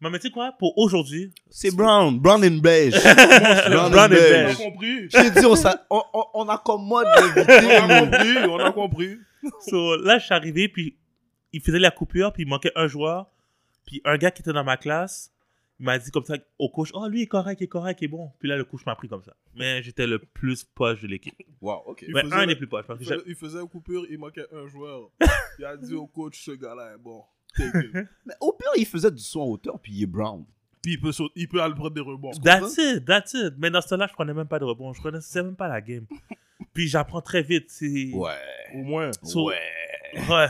[SPEAKER 4] Mais, mais tu sais quoi?
[SPEAKER 3] [laughs]
[SPEAKER 4] Pour aujourd'hui,
[SPEAKER 2] C'est brown, brown and beige. [laughs] brown,
[SPEAKER 4] Brown
[SPEAKER 2] and
[SPEAKER 3] On
[SPEAKER 4] and
[SPEAKER 3] a
[SPEAKER 2] beige.
[SPEAKER 3] compris.
[SPEAKER 2] Je t'ai dit, on, s'a- on, on, on accommode [laughs]
[SPEAKER 3] On a
[SPEAKER 2] l'invité.
[SPEAKER 3] compris, on a compris.
[SPEAKER 4] so, là, je suis arrivé, puis il faisait la coupure, puis il manquait un joueur. Puis un gars qui était dans ma classe, il m'a dit comme ça au coach, « Oh, lui, il est correct, il est correct, il est bon. » Puis là, le coach m'a pris comme ça. Mais j'étais le plus poche de l'équipe.
[SPEAKER 2] wow, ok.
[SPEAKER 3] Il
[SPEAKER 4] Ouais,
[SPEAKER 3] faisait
[SPEAKER 4] un
[SPEAKER 3] le-
[SPEAKER 4] des plus poches. Parce que
[SPEAKER 3] Il
[SPEAKER 4] j'ai-
[SPEAKER 3] faisait, il faisait une coupure, il manquait un
[SPEAKER 4] [laughs]
[SPEAKER 3] joueur. Il a dit au coach, ce gars-là est bon. Take it.
[SPEAKER 2] Mais au pire, il faisait du son en hauteur, puis il est brown.
[SPEAKER 3] Puis il peut, sauter- il peut aller prendre des rebonds.
[SPEAKER 4] That's it, that's it. Mais dans ce temps-là, je prenais même pas de rebond. Je connaissais même pas la game.
[SPEAKER 2] [laughs]
[SPEAKER 4] Puis j'apprends très vite. c'est-
[SPEAKER 2] Ouais.
[SPEAKER 3] Au moins.
[SPEAKER 4] So-
[SPEAKER 2] ouais. [laughs]
[SPEAKER 4] Ouais.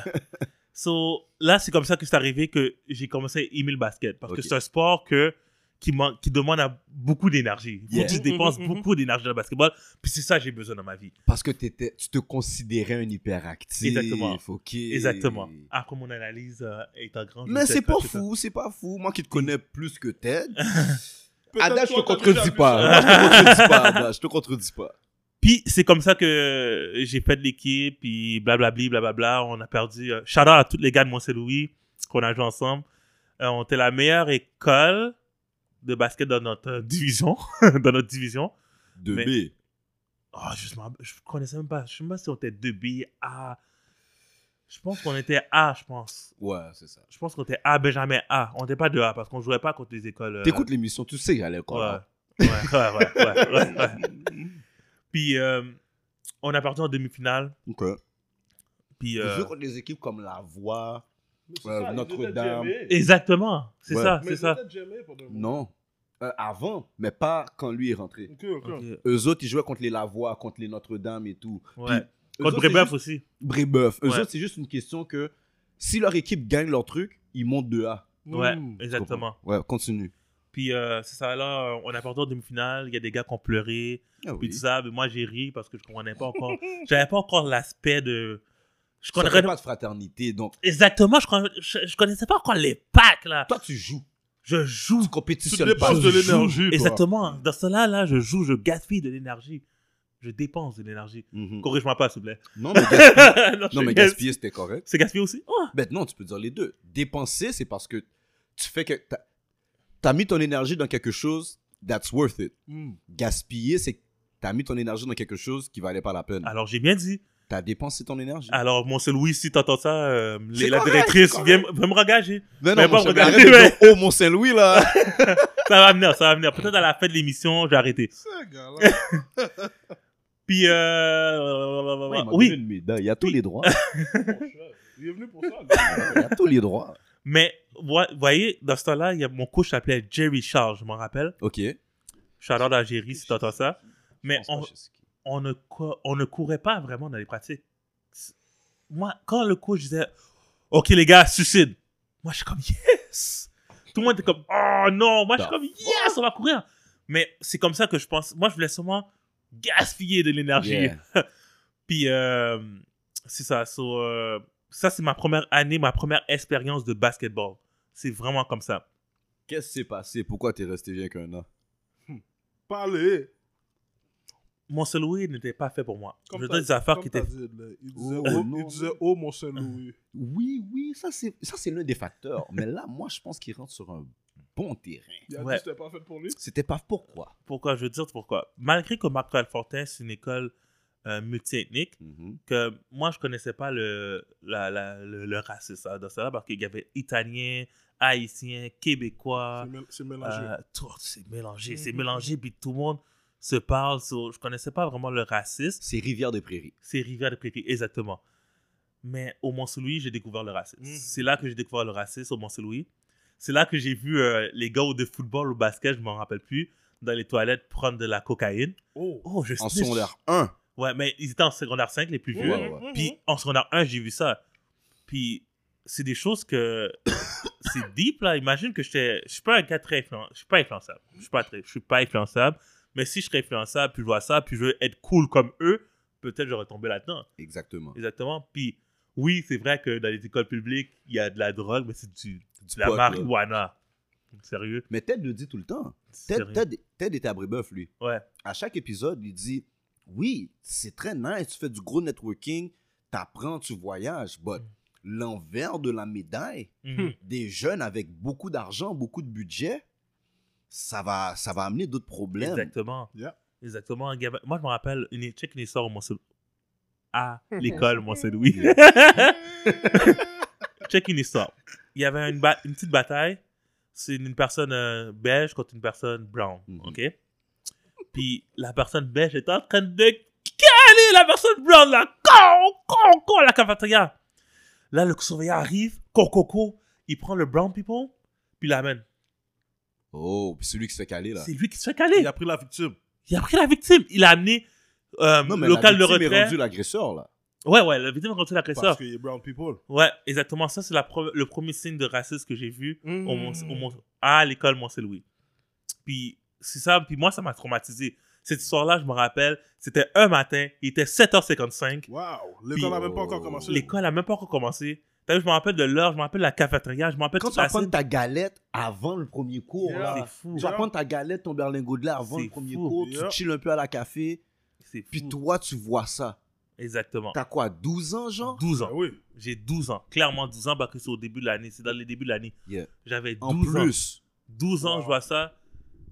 [SPEAKER 4] So, là, c'est comme ça que c'est arrivé que j'ai commencé à aimer le basket. Parce
[SPEAKER 2] Ok.
[SPEAKER 4] que c'est un sport que, qui, man- qui demande à beaucoup d'énergie. Faut
[SPEAKER 2] Yeah.
[SPEAKER 4] que Tu
[SPEAKER 3] Mhm,
[SPEAKER 4] dépenses
[SPEAKER 3] mhm, mhm.
[SPEAKER 4] beaucoup d'énergie dans le basketball. Puis c'est ça que j'ai besoin dans ma vie.
[SPEAKER 2] Parce que t'étais- tu te considérais un hyperactif.
[SPEAKER 4] Exactement.
[SPEAKER 2] ok.
[SPEAKER 4] Exactement. Après mon analyse euh, étant grande. je
[SPEAKER 2] Mais
[SPEAKER 4] sais
[SPEAKER 2] c'est pas
[SPEAKER 4] que
[SPEAKER 2] fou, c'est pas fou. Moi qui te connais plus que
[SPEAKER 4] [laughs]
[SPEAKER 2] Ted.
[SPEAKER 3] Peut-être
[SPEAKER 2] À date, je te
[SPEAKER 3] toi, t'as déjà
[SPEAKER 2] contredis
[SPEAKER 3] vu
[SPEAKER 2] pas.
[SPEAKER 3] ça.
[SPEAKER 2] Moi, je te contredis pas. à date, Je te contredis pas.
[SPEAKER 4] Puis c'est comme ça que j'ai fait de l'équipe, puis blablabli, blablabla. On a perdu. euh, shout out à tous les gars de Mont-Saint-Louis qu'on a joué ensemble. Euh, on était la meilleure école de basket dans notre euh, division. [laughs] dans notre division.
[SPEAKER 2] De
[SPEAKER 4] Mais-
[SPEAKER 2] B.
[SPEAKER 4] Oh, je, me rappelle- je connaissais même pas. Je sais même pas si on était 2B, A. Je pense qu'on était A, je pense.
[SPEAKER 2] Ouais, c'est ça.
[SPEAKER 4] Je pense qu'on était A, Benjamin A. On n'était pas 2A parce qu'on jouait pas contre les écoles. euh,
[SPEAKER 2] T'écoutes l'émission, tu sais à l'école.
[SPEAKER 4] Ouais.
[SPEAKER 2] hein.
[SPEAKER 4] Ouais, ouais, ouais, ouais, ouais, ouais. Puis, euh, on a perdu en demi-finale.
[SPEAKER 2] Ok.
[SPEAKER 4] Puis,
[SPEAKER 2] Tu
[SPEAKER 4] euh,
[SPEAKER 2] joues contre des équipes comme La Voix.
[SPEAKER 3] Mais c'est
[SPEAKER 2] Euh,
[SPEAKER 3] ça, ils
[SPEAKER 2] Notre-Dame.
[SPEAKER 3] étaient jammés.
[SPEAKER 4] exactement, c'est
[SPEAKER 2] Ouais.
[SPEAKER 4] ça,
[SPEAKER 3] Mais
[SPEAKER 4] c'est
[SPEAKER 3] ils
[SPEAKER 4] ça.
[SPEAKER 3] étaient jammés pendant un moment.
[SPEAKER 2] Non. Euh, avant, mais pas quand lui est rentré.
[SPEAKER 3] Ok, ok.
[SPEAKER 4] Mm. Ok,
[SPEAKER 2] Eux autres, ils jouaient contre les Lavoie, contre les Notre-Dame et tout.
[SPEAKER 4] ouais.
[SPEAKER 2] Puis, eux
[SPEAKER 4] Contre
[SPEAKER 2] autres, c'est
[SPEAKER 4] Brébeuf
[SPEAKER 2] juste-
[SPEAKER 4] aussi.
[SPEAKER 2] Brébeuf. Eux
[SPEAKER 4] Ouais.
[SPEAKER 2] autres, c'est juste une question que si leur équipe gagne leur truc, ils montent de A.
[SPEAKER 4] Ouais,
[SPEAKER 3] Mmh.
[SPEAKER 4] exactement.
[SPEAKER 2] Ouais, continue.
[SPEAKER 4] Puis, euh, c'est ça, là, euh, on a perdu en demi-finale. Il y a des gars qui ont pleuré.
[SPEAKER 2] Ah
[SPEAKER 4] Puis
[SPEAKER 2] oui.
[SPEAKER 4] tout ça, mais moi, j'ai ri parce que je comprenais pas encore. J'avais pas encore l'aspect de. Je
[SPEAKER 2] Ça fait
[SPEAKER 4] connaissais
[SPEAKER 2] pas de fraternité, donc
[SPEAKER 4] Exactement, je, con- je, je connaissais pas encore les packs, là.
[SPEAKER 2] toi tu joues,
[SPEAKER 4] Je joue.
[SPEAKER 2] tu
[SPEAKER 3] Tu
[SPEAKER 2] compétitionnes pas.
[SPEAKER 3] dépenses de
[SPEAKER 2] Tu joues.
[SPEAKER 3] l'énergie. toi.
[SPEAKER 4] Exactement. Dans cela, là, je joue, je gaspille de l'énergie. Je dépense de l'énergie.
[SPEAKER 2] Mhm.
[SPEAKER 4] Corrige-moi pas, s'il vous plaît. [laughs]
[SPEAKER 2] Non mais, gas-
[SPEAKER 4] non,
[SPEAKER 2] non,
[SPEAKER 4] je
[SPEAKER 2] mais
[SPEAKER 4] gasp-
[SPEAKER 2] gaspiller c'était correct.
[SPEAKER 4] C'est gaspillé aussi? Oh,
[SPEAKER 2] Ben non, tu peux dire les deux. Dépenser c'est parce que tu fais que t'as as mis ton énergie dans quelque chose that's worth it.
[SPEAKER 4] Hmm.
[SPEAKER 3] Mmh.
[SPEAKER 2] Gaspiller c'est que t'as mis ton énergie dans quelque chose qui valait pas la peine.
[SPEAKER 4] Alors, j'ai bien dit.
[SPEAKER 2] T'as dépensé ton énergie.
[SPEAKER 4] Alors, mon seul Louis, si t'entends ça, euh,
[SPEAKER 2] C'est
[SPEAKER 4] la
[SPEAKER 2] correct,
[SPEAKER 4] directrice
[SPEAKER 2] c'est
[SPEAKER 4] vient, vient me regager. mais
[SPEAKER 2] non, mon
[SPEAKER 4] bon,
[SPEAKER 2] cher,
[SPEAKER 4] regardez, Ah,
[SPEAKER 2] arrête de dire, oh Mont Saint-Louis là.
[SPEAKER 4] Ça va venir, ça va venir. Peut-être à la fin de l'émission, je vais
[SPEAKER 2] [laughs]
[SPEAKER 4] arrêter.
[SPEAKER 3] Ce gars-là.
[SPEAKER 4] [laughs] Puis, euh...
[SPEAKER 2] Ouais, il m'a
[SPEAKER 4] oui,
[SPEAKER 2] donné une médaille, il y a tous
[SPEAKER 4] Oui.
[SPEAKER 2] les droits.
[SPEAKER 3] mon cher, Il est venu pour ça. gars.
[SPEAKER 2] Il y a tous les droits.
[SPEAKER 4] Mais, vous voyez, dans ce temps-là, il y a- mon coach s'appelait Jerry Charles, je m'en rappelle.
[SPEAKER 2] OK.
[SPEAKER 4] Shout-out à Jerry, si t'entends ça. [laughs] Mais
[SPEAKER 2] Je pense
[SPEAKER 4] on,
[SPEAKER 2] pas, je sais qui.
[SPEAKER 4] on, ne, cou- on ne courait pas vraiment dans les pratiques. C'est- Moi, quand le coach disait « OK, les gars, suicide », moi, je suis comme « Yes !» Tout le monde était comme « Oh non !» Moi, je suis
[SPEAKER 2] The
[SPEAKER 4] comme « Yes, on va courir !» Mais c'est comme ça que je pense. Moi, je voulais seulement gaspiller de l'énergie.
[SPEAKER 2] Yeah.
[SPEAKER 4] [laughs] Puis, euh, c'est ça. So, euh, ça, c'est ma première année, ma première expérience de basketball. C'est vraiment comme ça.
[SPEAKER 2] Qu'est-ce qui s'est passé Pourquoi t'es resté vieux qu'un an
[SPEAKER 3] [laughs] Parlez.
[SPEAKER 4] Mon seul Louis n'était pas fait pour moi.
[SPEAKER 3] Comme
[SPEAKER 4] je
[SPEAKER 3] t'as-
[SPEAKER 4] donne des affaires
[SPEAKER 3] comme
[SPEAKER 4] qui étaient.
[SPEAKER 3] t'as dit, là, Il disait,
[SPEAKER 2] Oh,
[SPEAKER 3] oh,
[SPEAKER 2] non.
[SPEAKER 3] il disait, oh, mon Saint-Louis.
[SPEAKER 2] Oui, oui, ça c'est ça c'est l'un des facteurs. Mais là, moi, je pense qu'il rentre sur un bon terrain.
[SPEAKER 3] Il a dit
[SPEAKER 4] Ouais.
[SPEAKER 3] que c'était pas fait pour lui.
[SPEAKER 2] C'était pas pourquoi.
[SPEAKER 4] Pourquoi Je veux dire pourquoi. Malgré que Marc Alfortin, c'est une école euh, multiethnique, que moi, je connaissais pas le, la, la- le, le racisme hein, dans cela, parce qu'il y avait Italiens, Haïtiens, Québécois.
[SPEAKER 3] C'est mél- C'est mélangé.
[SPEAKER 4] Ah. Euh, tout, c'est mélangé, c'est
[SPEAKER 3] Mhm.
[SPEAKER 4] mélangé, puis tout le monde se parle. so, je connaissais pas vraiment le racisme.
[SPEAKER 2] C'est Rivière des Prairies.
[SPEAKER 4] C'est Rivière des Prairies, exactement. Mais au Mont-Saint-Louis, j'ai découvert le racisme.
[SPEAKER 3] Mhm.
[SPEAKER 4] C'est là que j'ai découvert le racisme au Mont-Saint-Louis. C'est là que j'ai vu euh, les gars de football ou basket, je m'en rappelle plus, dans les toilettes prendre de la cocaïne.
[SPEAKER 3] Oh.
[SPEAKER 4] Oh, je
[SPEAKER 2] En
[SPEAKER 4] snitch.
[SPEAKER 2] secondaire 1.
[SPEAKER 4] Ouais, mais ils étaient en secondaire 5, les plus vieux.
[SPEAKER 2] Ouais, ouais.
[SPEAKER 4] Puis en secondaire 1, j'ai vu ça. Puis c'est des choses que. [coughs] c'est deep, là. Imagine que j'étais. Je suis pas un gars très influençable. Je suis pas influençable. Je suis pas, très... je suis pas influençable. Mais si je serais influençable, puis je vois ça, puis je veux être cool comme eux, peut-être j'aurais tombé là-dedans.
[SPEAKER 2] Exactement.
[SPEAKER 4] Exactement. Puis oui, c'est vrai que dans les écoles publiques, il y a de la drogue, mais c'est du,
[SPEAKER 2] Du
[SPEAKER 4] de la
[SPEAKER 2] pot, là.
[SPEAKER 4] marijuana. Sérieux?
[SPEAKER 2] Mais Ted le dit tout le temps. Ted,
[SPEAKER 4] Sérieux?
[SPEAKER 2] Ted, Ted est à Brébeuf, lui.
[SPEAKER 4] [coughs] Ouais.
[SPEAKER 2] À chaque épisode, il dit Oui, c'est très nice, tu fais du gros networking, t'apprends, tu voyages.
[SPEAKER 4] Mm.
[SPEAKER 2] But l'envers de la médaille,
[SPEAKER 4] Mhm.
[SPEAKER 2] des jeunes avec beaucoup d'argent, beaucoup de budget, ça va, ça va amener d'autres problèmes.
[SPEAKER 4] Exactement.
[SPEAKER 3] Yeah.
[SPEAKER 4] Exactement. Gab- Moi, je me rappelle, une, check une histoire au Mont-Saint-
[SPEAKER 2] [laughs]
[SPEAKER 4] à l'école, moi, c'est Louis. check une histoire. Il y avait une, ba- une petite bataille. C'est une, une personne euh, beige contre une personne brown.
[SPEAKER 2] Mhm.
[SPEAKER 4] OK? Puis la personne beige était en train de caler la personne brown, là. Con, con, con, la cafétéria. Là, le surveillant arrive, con, con, con. Il prend le brown people, puis il l'amène.
[SPEAKER 2] Oh, puis celui qui se fait caler, là.
[SPEAKER 4] C'est lui qui se fait caler.
[SPEAKER 3] Il a pris la victime.
[SPEAKER 4] Il a pris la victime. Il a amené euh,
[SPEAKER 2] Non, mais
[SPEAKER 4] local de
[SPEAKER 2] la victime est
[SPEAKER 4] retrait.
[SPEAKER 2] rendu l'agresseur, là.
[SPEAKER 4] Ouais, ouais, la victime est rendue
[SPEAKER 3] Parce
[SPEAKER 4] l'agresseur.
[SPEAKER 3] qu'il est brown people.
[SPEAKER 4] Ouais, exactement. Ça, c'est la pro- le premier signe de racisme que j'ai vu au
[SPEAKER 2] Mmh.
[SPEAKER 4] Mont- au Mont- à l'école Mont-Saint-Louis. Puis, c'est ça. Puis moi, ça m'a traumatisé. Cette histoire-là, je me rappelle, c'était un matin, il était 7h55.
[SPEAKER 3] Wow. L'école n'a
[SPEAKER 2] Puis-
[SPEAKER 3] même pas encore commencé.
[SPEAKER 4] L'école n'a même pas encore commencé. T'as vu, je me rappelle de l'heure, je me rappelle de la cafétéria, je me rappelle
[SPEAKER 2] Quand
[SPEAKER 4] de
[SPEAKER 2] tu vas prendre ta galette avant le premier cours,
[SPEAKER 3] Yeah.
[SPEAKER 2] là.
[SPEAKER 4] C'est fou.
[SPEAKER 2] Tu vas prendre ta galette, ton berlingot de lait avant
[SPEAKER 4] C'est
[SPEAKER 2] le premier
[SPEAKER 4] fou. Mm.
[SPEAKER 2] cours,
[SPEAKER 3] Yeah.
[SPEAKER 2] tu chilles un peu à la café,
[SPEAKER 4] C'est fou.
[SPEAKER 2] puis toi, tu vois ça.
[SPEAKER 4] Exactement.
[SPEAKER 2] T'as quoi, 12 ans, genre
[SPEAKER 4] 12
[SPEAKER 3] Ah
[SPEAKER 4] ans.
[SPEAKER 3] oui.
[SPEAKER 4] J'ai 12 ans. Clairement 12 ans parce que c'est au début de l'année. C'est dans les débuts de l'année.
[SPEAKER 2] Yeah.
[SPEAKER 4] J'avais 12
[SPEAKER 2] En
[SPEAKER 4] ans.
[SPEAKER 2] plus.
[SPEAKER 4] 12 ans,
[SPEAKER 3] Wow.
[SPEAKER 4] je vois ça,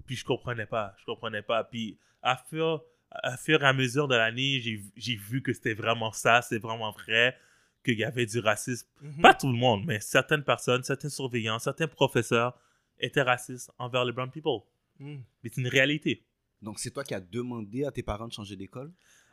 [SPEAKER 4] puis je comprenais pas, je comprenais pas. Puis à fur, à fur et à mesure de l'année, j'ai j'ai vu que c'était vraiment ça, c'est vraiment vrai, qu'il y avait du racisme. Pas tout le monde, mais certaines personnes, certains surveillants, certains professeurs étaient racistes envers les brown people.
[SPEAKER 3] Mhm.
[SPEAKER 4] Mais c'est une réalité.
[SPEAKER 2] Donc, c'est toi qui as demandé à tes parents de changer d'école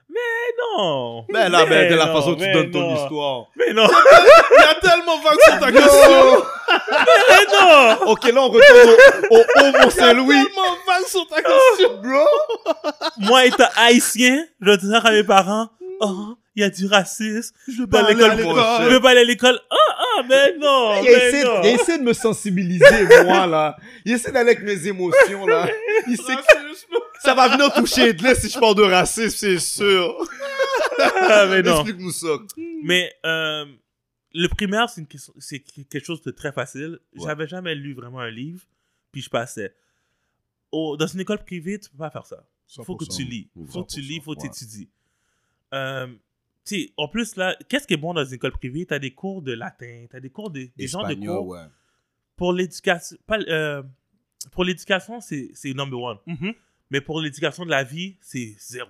[SPEAKER 4] Mais non!
[SPEAKER 2] [laughs] Mais là, mais de la façon dont tu donnes ton [laughs] histoire.
[SPEAKER 4] Mais non!
[SPEAKER 3] Il y a tellement vague sur ta question.
[SPEAKER 4] Mais non!
[SPEAKER 2] ok, là, on retourne au, [laughs] au, au Mont-Saint-Louis.
[SPEAKER 3] Tellement vague sur ta question, bro.
[SPEAKER 4] Moi, étant haïtien, je disais à mes parents, oh, il y a du racisme.
[SPEAKER 3] Je veux
[SPEAKER 4] Pas à l'école,
[SPEAKER 2] l'école.
[SPEAKER 4] je veux pas aller à l'école. Ah, ah, mais non!
[SPEAKER 2] Il
[SPEAKER 4] mais
[SPEAKER 2] essaie,
[SPEAKER 4] non.
[SPEAKER 2] il essaie de me sensibiliser, [laughs] moi, là. Il essaie d'aller avec mes émotions, là. Il sait que ça va venir toucher de si je parle de racisme, c'est sûr.
[SPEAKER 4] Ah, mais non.
[SPEAKER 2] Explique-nous ça.
[SPEAKER 4] Mais euh, le primaire, c'est une question- c'est quelque chose de très facile.
[SPEAKER 2] Ouais.
[SPEAKER 4] J'avais jamais lu vraiment un livre, puis je passais. Au- dans une école privée, tu peux pas faire ça. Faut que tu lis.
[SPEAKER 2] Oui,
[SPEAKER 4] Faut que tu lis,
[SPEAKER 2] 100%,
[SPEAKER 4] faut que tu
[SPEAKER 2] ouais.
[SPEAKER 4] étudies. Euh, tu sais, en plus, là, qu'est-ce qui est bon dans une école privée? T'as des cours de latin, t'as des cours de, des genres de
[SPEAKER 2] Espagnol,
[SPEAKER 4] cours.
[SPEAKER 2] ouais.
[SPEAKER 4] Pour l'éducation, pas l- euh, pour l'éducation, c'est c'est number one. Mais pour l'éducation de la vie, c'est zéro.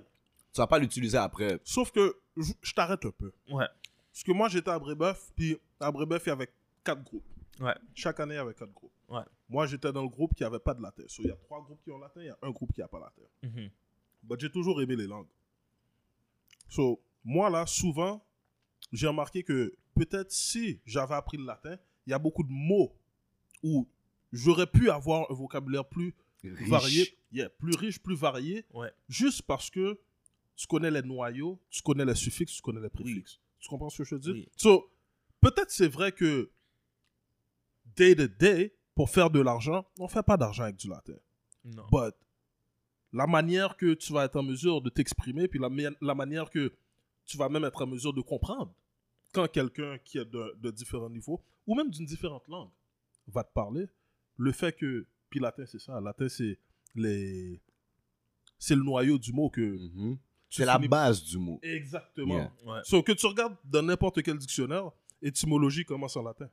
[SPEAKER 2] Tu vas pas l'utiliser après.
[SPEAKER 3] Sauf que je je t'arrête un peu.
[SPEAKER 4] Ouais.
[SPEAKER 3] Parce que moi, j'étais à Brébeuf, puis à Brébeuf, il y avait quatre groupes.
[SPEAKER 4] Ouais.
[SPEAKER 3] Chaque année, il y avait quatre groupes.
[SPEAKER 4] Ouais.
[SPEAKER 3] Moi, j'étais dans le groupe qui n'avait pas de latin. So, il y a trois groupes qui ont latin, il y a un groupe qui n'a pas latin. But j'ai toujours aimé les langues. So, moi, là, souvent, j'ai remarqué que peut-être si j'avais appris le latin, il y a beaucoup de mots où j'aurais pu avoir un vocabulaire plus
[SPEAKER 2] Riche.
[SPEAKER 3] varié, yeah, plus riche, plus varié,
[SPEAKER 4] Ouais.
[SPEAKER 3] juste parce que tu connais les noyaux, tu connais les suffixes, tu connais les préfixes. Tu comprends ce que je veux dire?
[SPEAKER 4] Oui.
[SPEAKER 3] So, peut-être c'est vrai que day to day, pour faire de l'argent, on fait pas d'argent avec du latin.
[SPEAKER 4] Non.
[SPEAKER 3] But la manière que tu vas être en mesure de t'exprimer, puis la, mia- la manière que tu vas même être en mesure de comprendre quand quelqu'un qui est de, de différents niveaux, ou même d'une différente langue, va te parler, le fait que. Puis latin, c'est ça. Latin, c'est les. C'est le noyau du mot que.
[SPEAKER 2] Mhm.
[SPEAKER 3] tu
[SPEAKER 2] C'est la
[SPEAKER 3] finis-
[SPEAKER 2] base du mot.
[SPEAKER 3] Exactement.
[SPEAKER 2] Yeah.
[SPEAKER 4] Ouais.
[SPEAKER 3] Sauf que tu regardes dans n'importe quel dictionnaire, étymologie commence en latin.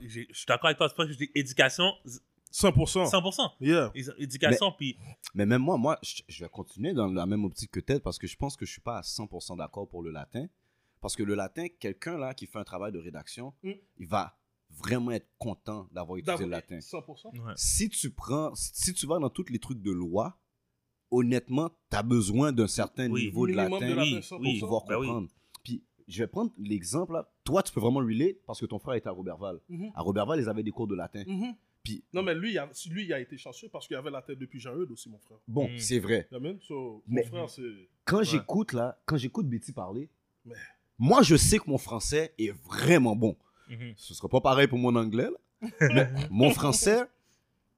[SPEAKER 4] J'ai- Je suis d'accord avec toi, c'est pas que je dis éducation, z-
[SPEAKER 3] 100%.
[SPEAKER 4] 100%.
[SPEAKER 3] Yeah.
[SPEAKER 4] Ils- Éducation, puis
[SPEAKER 2] Mais même moi, moi, je, je vais continuer dans la même optique que Ted parce que je pense que je suis pas à 100% d'accord pour le latin. Parce que le latin, quelqu'un là qui fait un travail de rédaction,
[SPEAKER 3] Mm.
[SPEAKER 2] il va vraiment être content d'avoir utilisé le latin.
[SPEAKER 3] 100%.
[SPEAKER 2] Si tu prends, si si tu vas dans tous les trucs de loi, honnêtement, tu as besoin d'un certain
[SPEAKER 4] Oui.
[SPEAKER 2] niveau de
[SPEAKER 3] Minimum de
[SPEAKER 2] latin,
[SPEAKER 3] latin,
[SPEAKER 4] oui, oui,
[SPEAKER 2] pour pouvoir
[SPEAKER 4] ben oui.
[SPEAKER 2] comprendre. Puis, je vais prendre l'exemple là. Toi, tu peux vraiment relate parce que ton frère était à Roberval.
[SPEAKER 3] Mhm.
[SPEAKER 2] À Roberval, ils avaient des cours de latin.
[SPEAKER 4] Mm.
[SPEAKER 3] Mhm.
[SPEAKER 2] Puis,
[SPEAKER 3] Non, mais lui, il a, lui, il a été chanceux parce qu'il avait la tête depuis Jean-Eudes aussi, mon frère.
[SPEAKER 2] bon,
[SPEAKER 4] Mm.
[SPEAKER 2] c'est vrai.
[SPEAKER 3] You know what I mean? So, mon
[SPEAKER 2] Mais-
[SPEAKER 3] frère, c'est.
[SPEAKER 2] quand j'écoute là, quand j'écoute Betty parler,
[SPEAKER 3] Ouais.
[SPEAKER 2] moi je sais que mon français est vraiment bon.
[SPEAKER 4] Mhm.
[SPEAKER 2] Ce sera pas pareil pour mon anglais,
[SPEAKER 4] [laughs]
[SPEAKER 2] là. mais mon français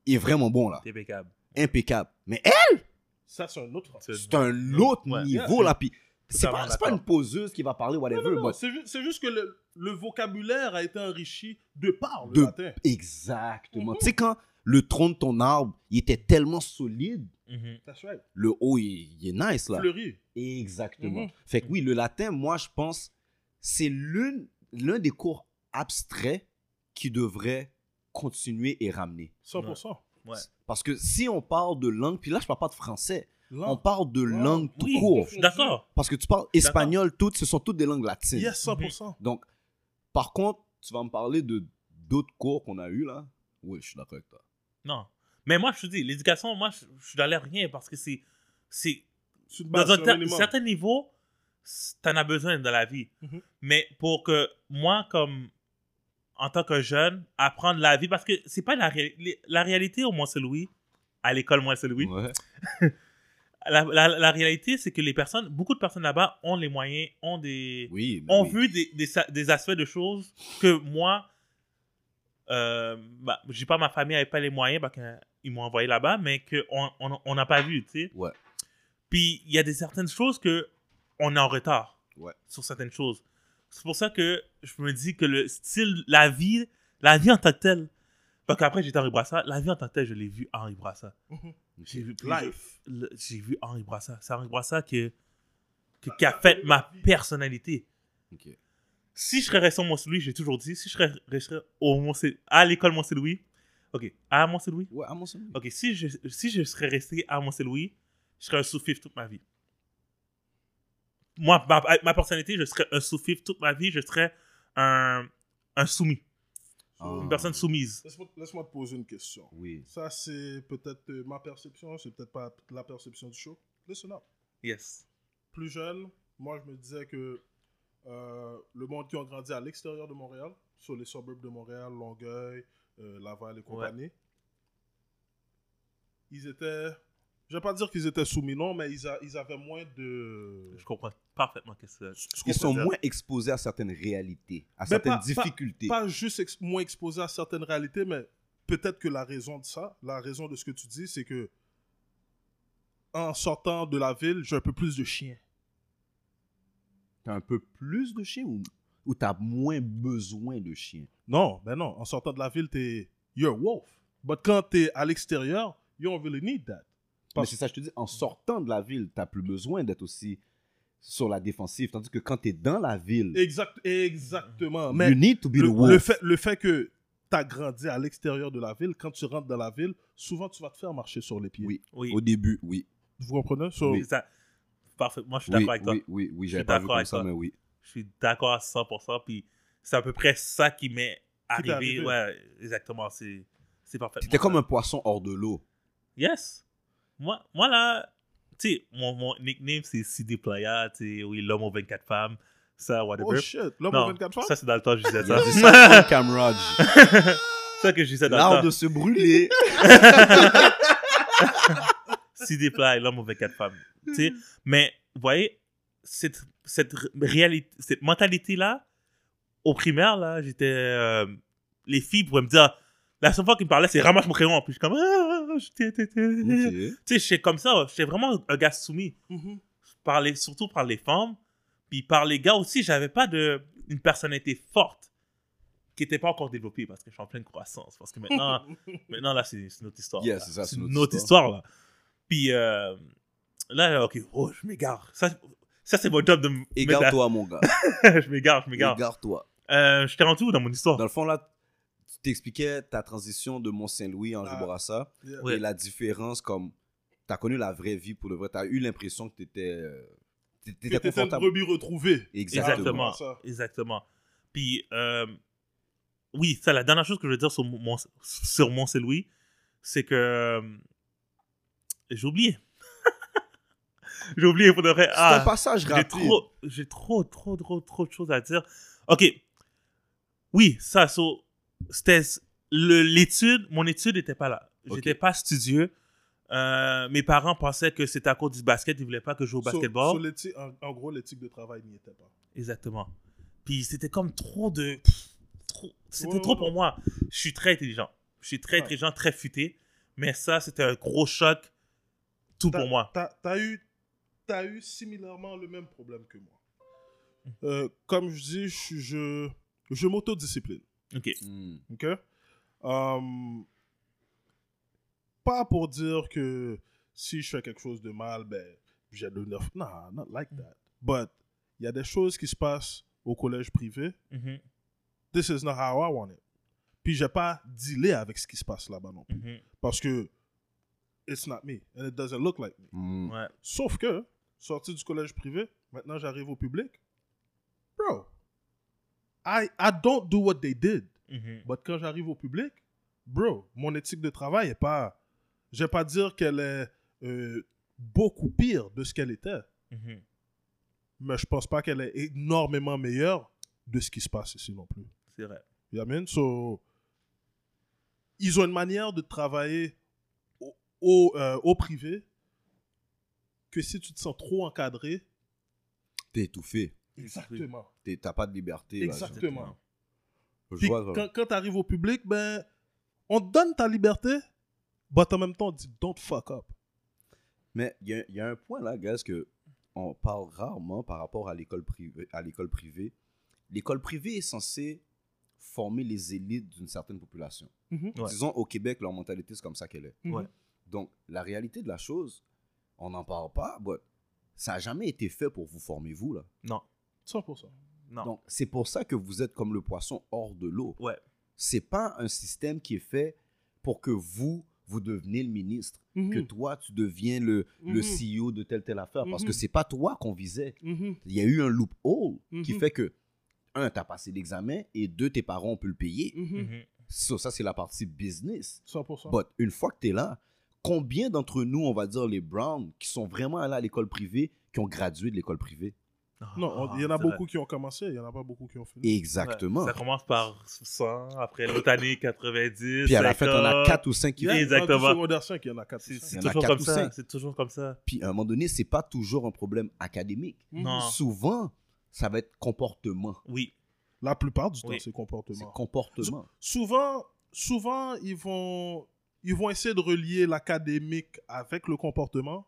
[SPEAKER 2] est vraiment bon là,
[SPEAKER 4] t'es impeccable.
[SPEAKER 2] impeccable. Mais elle,
[SPEAKER 3] Ça, c'est un autre français.
[SPEAKER 2] c'est un autre
[SPEAKER 4] Ouais.
[SPEAKER 2] niveau là, puis c'est
[SPEAKER 4] Totalement
[SPEAKER 2] pas, c'est pas
[SPEAKER 4] d'accord.
[SPEAKER 2] une poseuse qui va parler whatever,
[SPEAKER 3] Non, non,
[SPEAKER 2] but-
[SPEAKER 3] C'est ju- c'est juste que le, le vocabulaire a été enrichi de par le
[SPEAKER 2] De-
[SPEAKER 3] latin.
[SPEAKER 2] exactement. Tu sais quand le tronc de ton arbre, il était tellement solide,
[SPEAKER 4] Mhm.
[SPEAKER 3] That's right.
[SPEAKER 2] le haut il, il est nice là.
[SPEAKER 3] Fleuri.
[SPEAKER 2] Exactement.
[SPEAKER 3] Mhm.
[SPEAKER 2] Fait que oui, le latin, moi je pense c'est l'une- l'un des cours abstraits qui devrait continuer et ramener.
[SPEAKER 3] 100%.
[SPEAKER 4] Ouais.
[SPEAKER 2] Parce que si on parle de langue, puis là, je parle pas de français,
[SPEAKER 3] Là,
[SPEAKER 2] on parle de
[SPEAKER 3] Ouais.
[SPEAKER 2] langue tout
[SPEAKER 4] Oui,
[SPEAKER 2] court.
[SPEAKER 4] je suis d'accord.
[SPEAKER 2] Parce que tu parles espagnol, toutes, ce sont toutes des langues latines.
[SPEAKER 3] yes, 100%.
[SPEAKER 2] Donc, par contre, tu vas me parler de d'autres cours qu'on a eu là. Oui, je suis d'accord avec toi.
[SPEAKER 4] Non. Mais moi, je te dis, l'éducation, moi, je, je suis dans l'air rien parce que c'est. c'est
[SPEAKER 3] Tu te bases
[SPEAKER 4] dans un
[SPEAKER 3] sur
[SPEAKER 4] ter-
[SPEAKER 3] minimum.
[SPEAKER 4] certain niveau, c- t'en as besoin dans la vie.
[SPEAKER 3] Mhm.
[SPEAKER 4] Mais pour que moi, comme. En tant que jeune, apprendre la vie, parce que c'est pas la, ré- les- la réalité au Mont-Saint-Louis, à l'école Mont-Saint-Louis.
[SPEAKER 2] Ouais.
[SPEAKER 4] La, la- la réalité, c'est que les personnes, beaucoup de personnes là-bas ont les moyens, ont des.
[SPEAKER 2] Oui, mais
[SPEAKER 4] ont
[SPEAKER 2] oui.
[SPEAKER 4] vu des, des, sa- des aspects de choses que moi, euh, bah, j'ai pas ma famille n'avait pas les moyens parce qu'ils m'ont envoyé là-bas, mais qu'on on, on n'a pas vu, tu sais.
[SPEAKER 2] Ouais.
[SPEAKER 4] Puis il y a des certaines choses que on est en retard
[SPEAKER 2] Ouais.
[SPEAKER 4] sur certaines choses. C'est pour ça que je me dis que le style, la vie, la vie en tant que telle, parce qu'après j'étais à Henri Brassa, la vie en tant que telle, je l'ai vu Henri Brassa.
[SPEAKER 3] Mhm.
[SPEAKER 4] J'ai vu
[SPEAKER 3] Life.
[SPEAKER 4] le- j'ai vu Henri Brassa. C'est Henri Brassa que- que- qui a fait ma personnalité.
[SPEAKER 2] Ok.
[SPEAKER 4] Si je serais resté au Mont-Saint-Louis, j'ai toujours dit, si je serais resté au mont à l'école Mont-Saint-Louis, ok, à Mont-Saint-Louis,
[SPEAKER 2] Ouais, à mon sens, oui.
[SPEAKER 4] ok, si je, si je serais resté à Mont-Saint-Louis, je serais un sous-fif toute ma vie. Moi, ma, ma personnalité, je serais un sous-fif toute ma vie, je serais un, un soumis,
[SPEAKER 2] Ah.
[SPEAKER 4] une personne soumise.
[SPEAKER 3] Laisse-moi laisse-moi te poser une question.
[SPEAKER 2] Oui.
[SPEAKER 3] Ça, c'est peut-être euh, ma perception, c'est peut-être pas la perception du show. Listen up.
[SPEAKER 4] Yes.
[SPEAKER 3] Plus jeune, moi, je me disais que euh, le monde qui ont grandi à l'extérieur de Montréal, sur les suburbs de Montréal, Longueuil, euh, Laval et compagnie, ils étaient. Je vais pas dire qu'ils étaient soumis, non, mais ils, a- ils avaient moins de.
[SPEAKER 4] Je comprends parfaitement que c'est.
[SPEAKER 2] Ils sont
[SPEAKER 3] moins
[SPEAKER 2] moins exposés à certaines réalités, à
[SPEAKER 4] Ben,
[SPEAKER 3] Mais
[SPEAKER 2] certaines
[SPEAKER 3] pas- pas-
[SPEAKER 2] difficultés.
[SPEAKER 3] pas juste ex- moins exposé à certaines réalités, mais peut-être que la raison de ça, la raison de ce que tu dis, c'est que en sortant de la ville, j'ai un peu plus de chiens.
[SPEAKER 2] T'as un peu plus de chiens ou, ou t'as moins besoin de chiens?
[SPEAKER 3] Non, ben non, en sortant de la ville, t'es you're a wolf. But quand t'es à l'extérieur, you don't really need that.
[SPEAKER 2] Mais
[SPEAKER 3] Parce-
[SPEAKER 2] c'est ça, je te dis, en sortant de la ville, t'as plus besoin d'être aussi sur la défensive. Tandis que quand t'es dans la ville,
[SPEAKER 3] Exact, exactement. Mais
[SPEAKER 2] you need to be the
[SPEAKER 3] le,
[SPEAKER 2] wolf.
[SPEAKER 3] le fait, le fait que t'as grandi à l'extérieur de la ville, quand tu rentres dans la ville, souvent tu vas te faire marcher sur les pieds.
[SPEAKER 2] Oui.
[SPEAKER 4] Oui,
[SPEAKER 2] Au début, oui.
[SPEAKER 3] Vous comprenez? So,
[SPEAKER 4] c'est ça. Parfait, moi je suis
[SPEAKER 2] Oui,
[SPEAKER 4] d'accord avec toi.
[SPEAKER 2] oui, oui, oui, j'avais
[SPEAKER 4] suis
[SPEAKER 2] pas vu
[SPEAKER 4] d'accord
[SPEAKER 2] comme
[SPEAKER 4] avec
[SPEAKER 2] ça,
[SPEAKER 4] toi.
[SPEAKER 2] mais oui.
[SPEAKER 4] Je suis d'accord à 100%. Puis c'est à peu près ça qui m'est
[SPEAKER 3] t'est
[SPEAKER 4] arrivé.
[SPEAKER 3] arrivé.
[SPEAKER 4] Ouais, exactement. C'est, c'est parfait.
[SPEAKER 2] T'étais comme un poisson hors de l'eau.
[SPEAKER 4] Yes. Moi, moi là, tu sais, mon, mon nickname, c'est CD Playa. Tu sais, oui, l'homme aux 24 femmes. Ça,
[SPEAKER 3] oh
[SPEAKER 4] whatever.
[SPEAKER 3] shit, l'homme
[SPEAKER 4] Non,
[SPEAKER 3] aux 24 fois?
[SPEAKER 4] ça, c'est dans le temps, je disais
[SPEAKER 2] Il a
[SPEAKER 4] ça.
[SPEAKER 2] dit ça sur Camrod.
[SPEAKER 4] [laughs] ça que je [laughs] disais dans
[SPEAKER 2] L'art de
[SPEAKER 4] le temps.
[SPEAKER 2] se
[SPEAKER 4] [laughs]
[SPEAKER 2] brûler.
[SPEAKER 4] CD Playa, l'homme aux 24 femmes. Tu sais, mais, vous voyez, cette, cette r- réalité, cette mentalité-là, au primaire, là, j'étais. euh, les filles pouvaient me dire. La seule fois qu'ils me parlaient, c'est ramasse mon crayon. Puis je suis comme. Ah, je t'ai- t'ai- t'ai-
[SPEAKER 2] Ok.
[SPEAKER 4] Tu sais, j'étais comme ça. J'étais vraiment un gars soumis.
[SPEAKER 3] Mhm.
[SPEAKER 4] Par les- surtout par les femmes. Puis par les gars aussi, j'avais pas de, une personnalité forte qui n'était pas encore développée parce que je suis en pleine croissance. Parce que maintenant, maintenant là, c'est c'est une autre histoire.
[SPEAKER 2] Yeah,
[SPEAKER 4] là.
[SPEAKER 2] c'est ça,
[SPEAKER 4] c'est une autre histoire. là. Puis euh, là, ok, oh, je m'égare. Ça, ça c'est mon job de me. mettre la-
[SPEAKER 2] Égare-toi, mon [laughs] gars.
[SPEAKER 4] [laughs] je m'égare, je m'égare.
[SPEAKER 2] Égare-toi.
[SPEAKER 4] Euh, je t'ai rendu où dans mon histoire
[SPEAKER 2] Dans le fond, là, tu t'expliquais ta transition de Mont-Saint-Louis en
[SPEAKER 3] Ah.
[SPEAKER 2] Borassa
[SPEAKER 3] Yeah.
[SPEAKER 4] Ouais.
[SPEAKER 2] et la différence, comme t'as connu la vraie vie pour le vrai, t'as eu l'impression que t'étais euh, t'étais
[SPEAKER 3] Que t'étais une
[SPEAKER 2] confortable.
[SPEAKER 3] brebis retrouvée.
[SPEAKER 2] Exactement.
[SPEAKER 4] Exactement.
[SPEAKER 3] Ça.
[SPEAKER 4] Exactement. Puis, euh, oui, ça, la dernière chose que je veux dire sur mon, sur mon c'est Louis, c'est que. euh, J'ai oublié. [laughs] J'ai oublié pour de vrai.
[SPEAKER 2] C'est
[SPEAKER 4] Ah,
[SPEAKER 2] un passage
[SPEAKER 4] j'ai
[SPEAKER 2] rapide.
[SPEAKER 4] trop, j'ai trop, trop, trop, trop de choses à dire. Ok. Oui, ça, so, c'était le- l'étude. Mon étude n'était pas là.
[SPEAKER 2] Ok.
[SPEAKER 4] J'étais pas studieux. Euh, mes parents pensaient que c'était à cause du basket. Ils voulaient pas que je joue au
[SPEAKER 3] So-
[SPEAKER 4] basketball.
[SPEAKER 3] so l'éthi- en, en gros, l'éthique de travail n'y était pas.
[SPEAKER 4] Exactement. Puis c'était comme trop de. pff, trop- C'était
[SPEAKER 3] Ouais,
[SPEAKER 4] trop
[SPEAKER 3] ouais,
[SPEAKER 4] pour
[SPEAKER 3] ouais.
[SPEAKER 4] moi. Je suis très intelligent. Je suis très
[SPEAKER 3] Ouais.
[SPEAKER 4] intelligent, très futé. Mais ça, c'était un gros choc. Tout
[SPEAKER 3] T'as-
[SPEAKER 4] pour moi.
[SPEAKER 3] T'as t'as eu, t'as eu similairement le même problème que moi. Euh, comme je dis, je, suis- je, je m'autodiscipline.
[SPEAKER 4] Ok.
[SPEAKER 2] Hmm.
[SPEAKER 3] ok? Hum, pas pour dire que si je fais quelque chose de mal, ben, j'ai le neuf. Non, not like that. But il y a des choses qui se passent au collège privé. This is not how I want it. Puis j'ai pas dealé avec ce qui se passe là-bas non plus. Parce que it's not me and it doesn't look like me.
[SPEAKER 2] Mm.
[SPEAKER 4] Ouais.
[SPEAKER 3] Sauf que, sorti du collège privé, maintenant j'arrive au public. Bro, I, I don't do what they did. But quand j'arrive au public, bro, mon éthique de travail est pas. Je vais pas dire qu'elle est euh, beaucoup pire de ce qu'elle était, mais je pense pas qu'elle est énormément meilleure de ce qui se passe ici non plus.
[SPEAKER 4] C'est vrai.
[SPEAKER 3] You know what I mean? So, ils ont une manière de travailler au, au, euh, au privé que si tu te sens trop encadré.
[SPEAKER 2] T'es étouffé.
[SPEAKER 3] Exactement.
[SPEAKER 2] T'es- T'as pas de liberté. là,
[SPEAKER 3] Exactement.
[SPEAKER 2] je- je
[SPEAKER 3] Puis
[SPEAKER 2] vois, euh, je vois.
[SPEAKER 3] quand, tu arrives au public, ben, on te donne ta liberté, but en même temps, on te dit don't fuck up.
[SPEAKER 2] Mais il y, a- il y a un point là, guys, que on parle rarement par rapport à l'école privée. À l'école privée, l'école privée est censée former les élites d'une certaine population.
[SPEAKER 3] Mhm.
[SPEAKER 4] Ouais.
[SPEAKER 2] Disons au Québec, leur mentalité c'est comme ça qu'elle est.
[SPEAKER 3] Mhm.
[SPEAKER 4] Ouais.
[SPEAKER 2] Donc la réalité de la chose, on n'en parle pas. but ça n'a jamais été fait pour vous former vous là.
[SPEAKER 3] 100%.
[SPEAKER 4] Non.
[SPEAKER 2] Donc c'est pour ça que vous êtes comme le poisson hors de l'eau.
[SPEAKER 4] Ouais.
[SPEAKER 2] C'est pas un système qui est fait pour que vous vous deveniez le ministre, que
[SPEAKER 3] Mhm,
[SPEAKER 2] toi tu deviens le,
[SPEAKER 3] Mm-hmm.
[SPEAKER 2] le CEO de telle telle affaire parce que
[SPEAKER 3] Mhm.
[SPEAKER 2] c'est pas toi qu'on visait.
[SPEAKER 3] Mhm.
[SPEAKER 2] Il y a eu un loophole qui
[SPEAKER 3] Mhm.
[SPEAKER 2] fait que un t'as passé l'examen et deux tes parents ont pu le payer.
[SPEAKER 3] Mhm.
[SPEAKER 2] So, ça c'est la partie business.
[SPEAKER 3] 100%.
[SPEAKER 2] But une fois que t'es là, combien d'entre nous on va dire les Browns qui sont vraiment allés à l'école privée qui ont gradué de l'école privée
[SPEAKER 4] Ah,
[SPEAKER 3] Non, on- il y en a beaucoup qui ont commencé, il y en a pas beaucoup qui ont fini.
[SPEAKER 2] Exactement.
[SPEAKER 4] Ça commence par 100, après l'autre année 90.
[SPEAKER 2] Puis à la fin on a
[SPEAKER 4] 50.
[SPEAKER 2] quatre ou cinq qui
[SPEAKER 4] Yeah. exactement.
[SPEAKER 3] Dans le secondaire 5, il y en a 4.
[SPEAKER 4] C'est
[SPEAKER 2] Il y
[SPEAKER 4] c'est
[SPEAKER 2] en a
[SPEAKER 4] toujours
[SPEAKER 2] quatre
[SPEAKER 4] comme
[SPEAKER 2] ou
[SPEAKER 4] ça.
[SPEAKER 2] cinq.
[SPEAKER 4] C'est toujours comme ça.
[SPEAKER 2] Puis à un moment donné, c'est pas toujours un problème académique.
[SPEAKER 3] Mm-hmm.
[SPEAKER 4] Non.
[SPEAKER 2] Souvent, ça va être comportement.
[SPEAKER 4] Oui.
[SPEAKER 3] La plupart du temps,
[SPEAKER 4] Oui.
[SPEAKER 3] c'est
[SPEAKER 2] C'est
[SPEAKER 3] comportement.
[SPEAKER 2] comportement.
[SPEAKER 3] Souvent, souvent ils, vont, ils vont essayer de relier l'académique avec le comportement,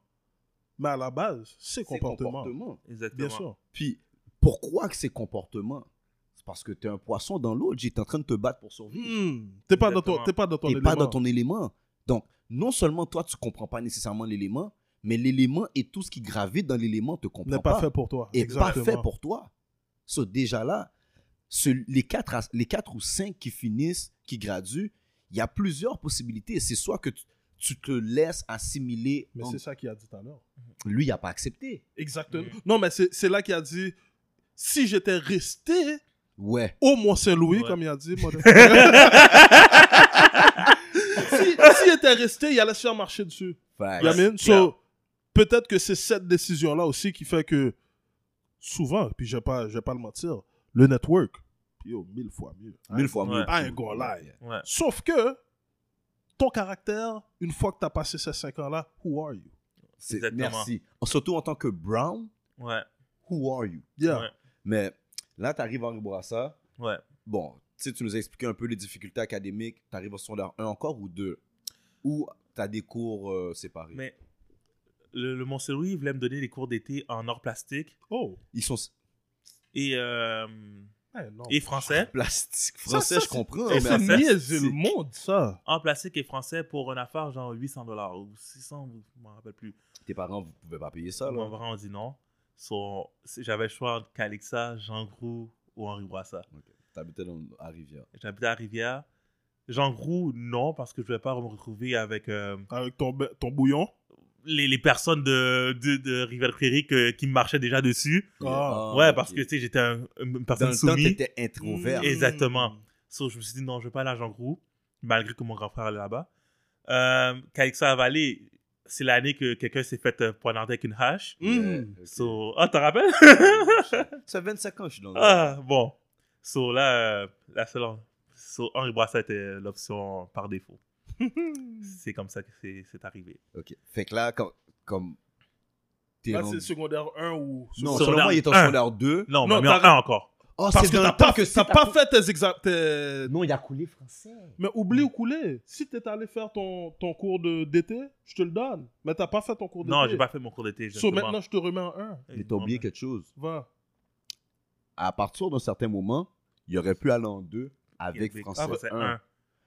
[SPEAKER 3] mais à la base, c'est
[SPEAKER 2] C'est
[SPEAKER 3] comportement.
[SPEAKER 2] comportement.
[SPEAKER 4] Exactement.
[SPEAKER 3] Bien sûr.
[SPEAKER 2] Puis pourquoi que ces comportements C'est parce que t'es un poisson dans l'eau, Jay, t'es en train de te battre pour survivre.
[SPEAKER 3] Hmm, T'es pas, dans ton-
[SPEAKER 4] Exactement.
[SPEAKER 3] t'es pas dans ton
[SPEAKER 2] T'es
[SPEAKER 3] élément.
[SPEAKER 2] pas dans ton élément. Donc, non seulement toi, tu comprends pas nécessairement l'élément, mais l'élément et tout ce qui gravite dans l'élément te comprend
[SPEAKER 3] N'est
[SPEAKER 2] pas.
[SPEAKER 3] pas, fait pour toi.
[SPEAKER 2] et pas
[SPEAKER 3] Exactement.
[SPEAKER 2] fait pour toi. So, déjà là, ce- les, quatre, à- les quatre ou cinq qui finissent, qui graduent, il y a plusieurs possibilités. C'est soit que tu, tu te laisses assimiler.
[SPEAKER 3] Mais
[SPEAKER 2] en-
[SPEAKER 3] c'est ça qu'il a dit tout à l'heure.
[SPEAKER 2] Lui, il n'a pas accepté.
[SPEAKER 3] Exactement.
[SPEAKER 4] Mhm.
[SPEAKER 3] Non, mais c'est c'est là qu'il a dit si j'étais resté
[SPEAKER 2] Ouais.
[SPEAKER 3] au Mont-Saint-Louis,
[SPEAKER 4] Ouais.
[SPEAKER 3] comme il a dit.
[SPEAKER 4] [laughs]
[SPEAKER 3] moi, de- si, s'il était resté, il allait se faire marcher dessus.
[SPEAKER 2] Facts.
[SPEAKER 3] Yamin,
[SPEAKER 4] c'est clair.
[SPEAKER 3] so, peut-être que c'est cette décision-là aussi qui fait que souvent, puis je vais pas, je vais pas le mentir, le network, yo, mille fois mieux.
[SPEAKER 2] Mille fois mieux.
[SPEAKER 4] Ouais.
[SPEAKER 3] I ain't gonna lie.
[SPEAKER 4] Ouais.
[SPEAKER 3] Sauf que ton caractère, une fois que tu as passé ces cinq ans-là, who are you?
[SPEAKER 2] C'est-
[SPEAKER 4] Exactement.
[SPEAKER 2] Merci. Surtout en tant que Brown,
[SPEAKER 4] Ouais.
[SPEAKER 2] who are you?
[SPEAKER 3] Yeah.
[SPEAKER 4] Ouais.
[SPEAKER 2] Mais là, tu arrives en Ribourassa.
[SPEAKER 4] Ouais.
[SPEAKER 2] Bon, tu sais, tu nous as expliqué un peu les difficultés académiques. Tu arrives au secondaire 1 encore ou 2 Ou tu as des cours euh, séparés
[SPEAKER 4] Mais le, le Mont-Saint-Louis voulait me donner des cours d'été en or plastique
[SPEAKER 3] Oh,
[SPEAKER 2] Ils sont
[SPEAKER 4] et, euh,
[SPEAKER 3] eh,
[SPEAKER 2] Oh,
[SPEAKER 3] non.
[SPEAKER 4] et français.
[SPEAKER 2] plastiques.
[SPEAKER 3] Ça,
[SPEAKER 2] Français,
[SPEAKER 3] ça,
[SPEAKER 2] je
[SPEAKER 3] c'est-
[SPEAKER 2] comprends.
[SPEAKER 4] ça,
[SPEAKER 2] Mais
[SPEAKER 3] C'est
[SPEAKER 4] ça,
[SPEAKER 2] [laughs]
[SPEAKER 3] niaiser
[SPEAKER 2] c'est-
[SPEAKER 3] le monde, ça.
[SPEAKER 4] En plastique et français pour une affaire genre 800 dollars ou 600, je m'en rappelle plus.
[SPEAKER 2] tes parents, vous pouvez pas payer ça,
[SPEAKER 4] Mon
[SPEAKER 2] là.
[SPEAKER 4] parent a dit non. So, c'est- J'avais le choix entre Calixa, Jean Groux ou Henri Bourassa.
[SPEAKER 2] T'habitais dans- à Rivière.
[SPEAKER 4] J'habitais à Rivière. Jean Groux, non, parce que je ne voulais pas me retrouver avec euh,
[SPEAKER 3] Avec ton, be- ton bouillon.
[SPEAKER 4] les, les personnes de, de, de Rivière-Prairie que- qui me marchaient déjà dessus.
[SPEAKER 3] Ah,
[SPEAKER 4] ouais,
[SPEAKER 2] ok.
[SPEAKER 4] parce que tu sais, j'étais un- une
[SPEAKER 2] dans
[SPEAKER 4] personne
[SPEAKER 2] le temps,
[SPEAKER 4] soumise.
[SPEAKER 2] t'étais introvert.
[SPEAKER 4] Mm. Exactement. So, je me suis dit, non, je vais pas aller à Jean Groux, malgré que mon grand frère allait là-bas. Euh, Calixa Valley, c'est l'année que quelqu'un s'est fait euh, poignarder avec une hache.
[SPEAKER 2] Yeah,
[SPEAKER 3] Mm.
[SPEAKER 2] ok.
[SPEAKER 4] So, ah, t'en rappelles?
[SPEAKER 3] [laughs]
[SPEAKER 2] Ça fait 25 ans que je suis dans le.
[SPEAKER 4] ah, bon. So, là, euh, la seule. So, Henri Bourassa était l'option
[SPEAKER 3] [laughs]
[SPEAKER 4] par défaut. c'est comme ça que c'est c'est arrivé.
[SPEAKER 2] Ok. Fait que là, comme. comme t'es
[SPEAKER 3] Là,
[SPEAKER 2] rendu-
[SPEAKER 3] Ah, c'est secondaire 1 ou.
[SPEAKER 2] Non,
[SPEAKER 4] Secondaire-
[SPEAKER 2] seulement il est en
[SPEAKER 4] un.
[SPEAKER 2] secondaire 2.
[SPEAKER 4] Non,
[SPEAKER 3] Non,
[SPEAKER 4] mais en
[SPEAKER 3] t'as-
[SPEAKER 4] un encore.
[SPEAKER 2] Oh,
[SPEAKER 3] Parce que
[SPEAKER 2] dans
[SPEAKER 3] t'as
[SPEAKER 2] le temps
[SPEAKER 3] pas,
[SPEAKER 2] que si
[SPEAKER 3] t'as
[SPEAKER 2] t'as
[SPEAKER 3] pas fait tes examens. tes-
[SPEAKER 2] Non, il a coulé français.
[SPEAKER 3] Mais oublie ou couler. Si t'es allé faire ton, ton cours de- d'été, je te le donne. Mais t'as pas fait ton cours d'été.
[SPEAKER 4] Non, j'ai pas fait mon cours d'été.
[SPEAKER 3] So,
[SPEAKER 4] justement.
[SPEAKER 3] maintenant, je te remets en 1.
[SPEAKER 2] Mais t'as oublié quelque chose.
[SPEAKER 3] Va.
[SPEAKER 2] À partir d'un certain moment, il aurait pu aller en deux avec
[SPEAKER 4] Avec
[SPEAKER 2] français
[SPEAKER 3] Ah,
[SPEAKER 4] français
[SPEAKER 2] 1.
[SPEAKER 4] Ah, un.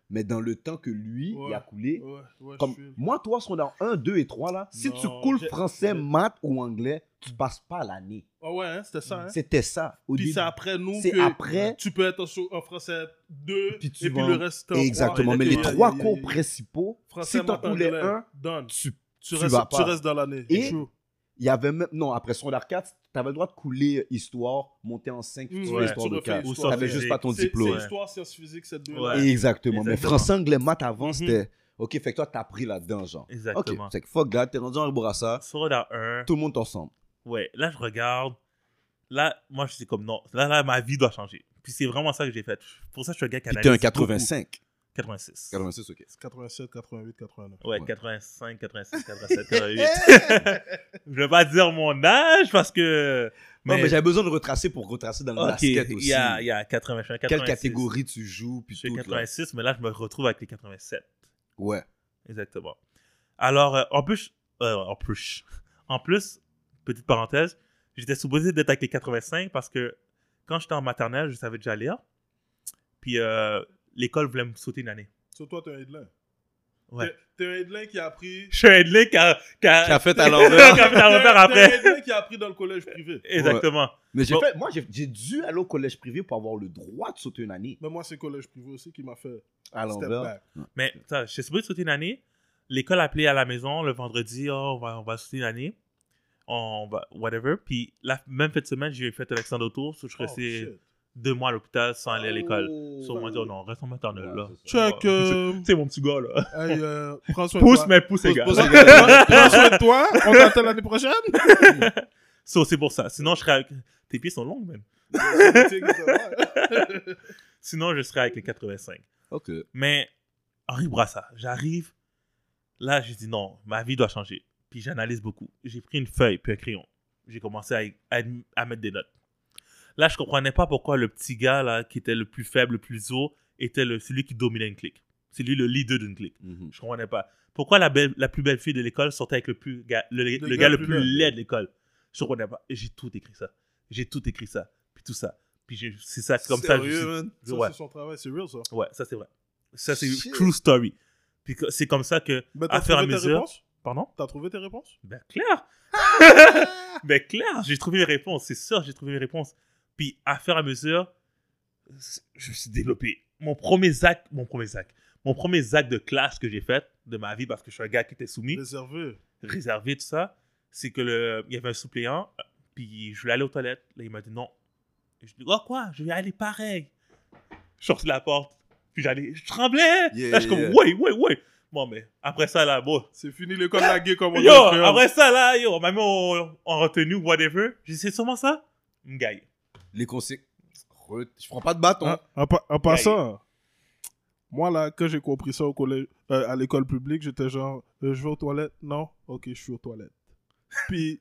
[SPEAKER 2] mais dans le temps que lui il a
[SPEAKER 3] Ouais.
[SPEAKER 2] coulé.
[SPEAKER 3] Ouais, ouais,
[SPEAKER 2] Comme
[SPEAKER 3] je suis-
[SPEAKER 2] moi, toi, sont dans 1, 2 et 3 là. Si tu
[SPEAKER 3] Non,
[SPEAKER 2] coules
[SPEAKER 3] j'ai-
[SPEAKER 2] français,
[SPEAKER 3] j'ai-
[SPEAKER 2] maths ou anglais, tu passes pas l'année.
[SPEAKER 3] Ah ouais, hein, c'était ça. Hein?
[SPEAKER 2] C'était ça. Au
[SPEAKER 3] Puis
[SPEAKER 2] début.
[SPEAKER 3] c'est après nous
[SPEAKER 2] c'est
[SPEAKER 3] que
[SPEAKER 2] après-
[SPEAKER 3] tu peux être en, so- en français 2
[SPEAKER 2] Puis
[SPEAKER 3] et
[SPEAKER 2] tu
[SPEAKER 3] puis
[SPEAKER 2] vas-
[SPEAKER 3] le reste en
[SPEAKER 2] Exactement.
[SPEAKER 3] trois.
[SPEAKER 2] Mais
[SPEAKER 3] Et
[SPEAKER 2] les
[SPEAKER 3] puis,
[SPEAKER 2] trois
[SPEAKER 3] y a- y a- y a-
[SPEAKER 2] cours principaux,
[SPEAKER 3] Français,
[SPEAKER 2] si t'en
[SPEAKER 3] maths,
[SPEAKER 2] coulais
[SPEAKER 3] anglais,
[SPEAKER 2] un,
[SPEAKER 3] done. tu,
[SPEAKER 2] tu tu
[SPEAKER 3] restes,
[SPEAKER 2] vas
[SPEAKER 3] tu
[SPEAKER 2] pas.
[SPEAKER 3] restes dans l'année.
[SPEAKER 2] Et-
[SPEAKER 3] True.
[SPEAKER 2] Il y avait même. Non, après secondaire 4, t'avais le droit de couler euh, histoire, monter en 5,
[SPEAKER 3] Mm,
[SPEAKER 2] tu
[SPEAKER 4] ouais,
[SPEAKER 2] fais histoire
[SPEAKER 3] tu
[SPEAKER 2] de
[SPEAKER 3] refais
[SPEAKER 2] 4.
[SPEAKER 4] Ou
[SPEAKER 3] histoire.
[SPEAKER 4] ça
[SPEAKER 2] T'avais juste pas ton
[SPEAKER 3] C'est-
[SPEAKER 2] diplôme.
[SPEAKER 3] C'est histoire, sciences physiques, cette deux
[SPEAKER 4] Ouais.
[SPEAKER 2] Exactement. Mais
[SPEAKER 4] Exactement.
[SPEAKER 2] français, anglais, maths avant,
[SPEAKER 3] Mm-hmm.
[SPEAKER 4] Mhm.
[SPEAKER 2] c'était. Ok, fait que toi, t'as pris là-dedans, genre. Ok,
[SPEAKER 4] Exactement.
[SPEAKER 2] c'est que fuck that, t'es rendu en Bourassa,
[SPEAKER 4] Secondaire 1.
[SPEAKER 2] tout le monde ensemble.
[SPEAKER 4] Ouais, là, je regarde. Là, moi, je suis comme non. Là, là, ma vie doit changer. Puis c'est vraiment ça que j'ai fait. Pour ça, je suis un gars qui
[SPEAKER 2] Puis
[SPEAKER 4] analyse
[SPEAKER 2] t'es un
[SPEAKER 4] beaucoup.
[SPEAKER 2] 85.
[SPEAKER 4] 86.
[SPEAKER 2] 86, ok.
[SPEAKER 3] C'est 87, 88, 89.
[SPEAKER 4] Ouais,
[SPEAKER 2] Ouais.
[SPEAKER 4] 85, 86,
[SPEAKER 2] [laughs]
[SPEAKER 4] 87, 88. je vais pas dire mon âge parce que.
[SPEAKER 2] Non, mais j'avais besoin de retracer pour retracer dans le
[SPEAKER 4] Ok,
[SPEAKER 2] basket aussi.
[SPEAKER 4] il y a, il y a 85, 86.
[SPEAKER 2] Quelle catégorie tu joues, puis
[SPEAKER 4] Je suis
[SPEAKER 2] tout. là.
[SPEAKER 4] 86, mais là, je me retrouve avec les 87.
[SPEAKER 2] Ouais.
[SPEAKER 4] Exactement. Alors, euh, en plus, euh, en plus, [laughs] en plus, petite parenthèse, j'étais supposé d'être avec les 85 parce que quand j'étais en maternelle, je savais déjà lire. Puis euh, l'école voulait me sauter une année. [laughs]
[SPEAKER 3] Sur toi, t'es un Edlin.
[SPEAKER 4] Ouais.
[SPEAKER 3] T'es- T'es un Edlin qui a appris.
[SPEAKER 4] Je suis un aidé qui a, qui a-
[SPEAKER 2] Qui a [laughs]
[SPEAKER 4] [laughs]
[SPEAKER 2] fait à l'envers.
[SPEAKER 4] qui a fait à l'envers
[SPEAKER 3] T'es- T'es
[SPEAKER 4] après.
[SPEAKER 3] un Edlin qui a appris dans le collège privé.
[SPEAKER 4] Exactement.
[SPEAKER 2] Mais j'ai
[SPEAKER 4] Bon.
[SPEAKER 2] fait, moi, j'ai j'ai dû aller au collège privé pour avoir le droit de sauter une année.
[SPEAKER 3] Mais moi, c'est le collège privé aussi qui m'a fait
[SPEAKER 2] À
[SPEAKER 3] step
[SPEAKER 2] l'envers.
[SPEAKER 3] back. Oh,
[SPEAKER 4] Mais ça, j'étais supposé sauter une année. L'école appelait à la maison le vendredi, oh, on va, on va sauter une année. On va, whatever. Puis la même cette semaine, j'ai fait Alexandre autour, so je suis
[SPEAKER 3] Oh,
[SPEAKER 4] resté
[SPEAKER 3] shit.
[SPEAKER 4] deux mois à l'hôpital sans aller à l'école. Sur moi, dire,
[SPEAKER 2] Oh, Ouais,
[SPEAKER 4] non, on reste en maternelle, là.
[SPEAKER 2] c'est ça.
[SPEAKER 3] Check. euh,
[SPEAKER 4] [laughs] C'est mon petit gars, là.
[SPEAKER 3] hey, euh, prends soin de
[SPEAKER 4] Pousse,
[SPEAKER 3] toi.
[SPEAKER 4] mais pousse, les
[SPEAKER 3] Pose-
[SPEAKER 4] gars.
[SPEAKER 3] pose- Prends soin de
[SPEAKER 4] [laughs]
[SPEAKER 3] toi. On t'attend l'année prochaine.
[SPEAKER 4] So, c'est pour ça. Sinon, je serais avec... Tes pieds sont longs, même. Sinon, je serais avec les 85.
[SPEAKER 2] Ok.
[SPEAKER 4] Mais, Henri Brassa, j'arrive. Là, j'ai dit non, ma vie doit changer. Puis j'analyse beaucoup. J'ai pris une feuille, puis un crayon. J'ai commencé à, à- à mettre des notes. Là, je comprenais pas pourquoi le petit gars, là, qui était le plus faible, le plus haut, était le, celui qui dominait une clique. C'est lui le leader d'une clique.
[SPEAKER 2] Mhm.
[SPEAKER 4] Je comprenais pas. Pourquoi la, belle, la plus belle fille de l'école sortait avec le, plus ga- le, le gars, le plus
[SPEAKER 3] laid.
[SPEAKER 4] laid de l'école Je comprenais pas. Et J'ai tout écrit ça. J'ai tout écrit ça. Puis tout ça. Puis j'ai- c'est ça, c'est comme ça. que je suis-
[SPEAKER 3] Ça,
[SPEAKER 4] ouais,
[SPEAKER 3] c'est son travail. C'est real, ça.
[SPEAKER 4] ouais, ça c'est vrai. Ça c'est
[SPEAKER 2] Shit.
[SPEAKER 4] true story. Puis que- c'est comme ça que.
[SPEAKER 3] Mais
[SPEAKER 4] À
[SPEAKER 3] t'as
[SPEAKER 4] faire à
[SPEAKER 3] trouvé tes
[SPEAKER 4] mesure.
[SPEAKER 3] réponses
[SPEAKER 4] Pardon
[SPEAKER 3] T'as trouvé tes réponses
[SPEAKER 4] Ben [laughs] clair Ben clair J'ai trouvé les réponses, c'est sûr, j'ai trouvé les réponses. Puis à faire à mesure, je me suis développé. Mon premier acte, mon premier acte, mon premier acte de classe que j'ai fait de ma vie parce que je suis un gars qui était soumis.
[SPEAKER 3] Réservé.
[SPEAKER 4] réservé, tout ça, c'est que le, il y avait un suppléant, euh, puis je voulais aller aux toilettes. Là, il m'a dit non. Et je dis, oh quoi, je vais aller pareil. Je sortis de la porte, puis j'allais, je tremblais.
[SPEAKER 2] Yeah,
[SPEAKER 4] là, je suis comme,
[SPEAKER 2] yeah.
[SPEAKER 4] ouais, ouais, ouais. Bon, mais après ça, là, bon.
[SPEAKER 3] C'est fini l'école laguée comme on dit.
[SPEAKER 4] Yo,
[SPEAKER 3] en créole.
[SPEAKER 4] après ça, là, yo, on m'a mis en, en retenue, whatever. J'ai dit, c'est sûrement ça? M'gaille.
[SPEAKER 2] Les conseils. Je prends pas de bâton.
[SPEAKER 3] En, Ah, en pa- en passant, moi là, quand j'ai compris ça au collège, euh, à l'école publique, j'étais genre, euh, je vais aux toilettes. Non, ok, je suis aux
[SPEAKER 4] [laughs]
[SPEAKER 3] toilettes. Puis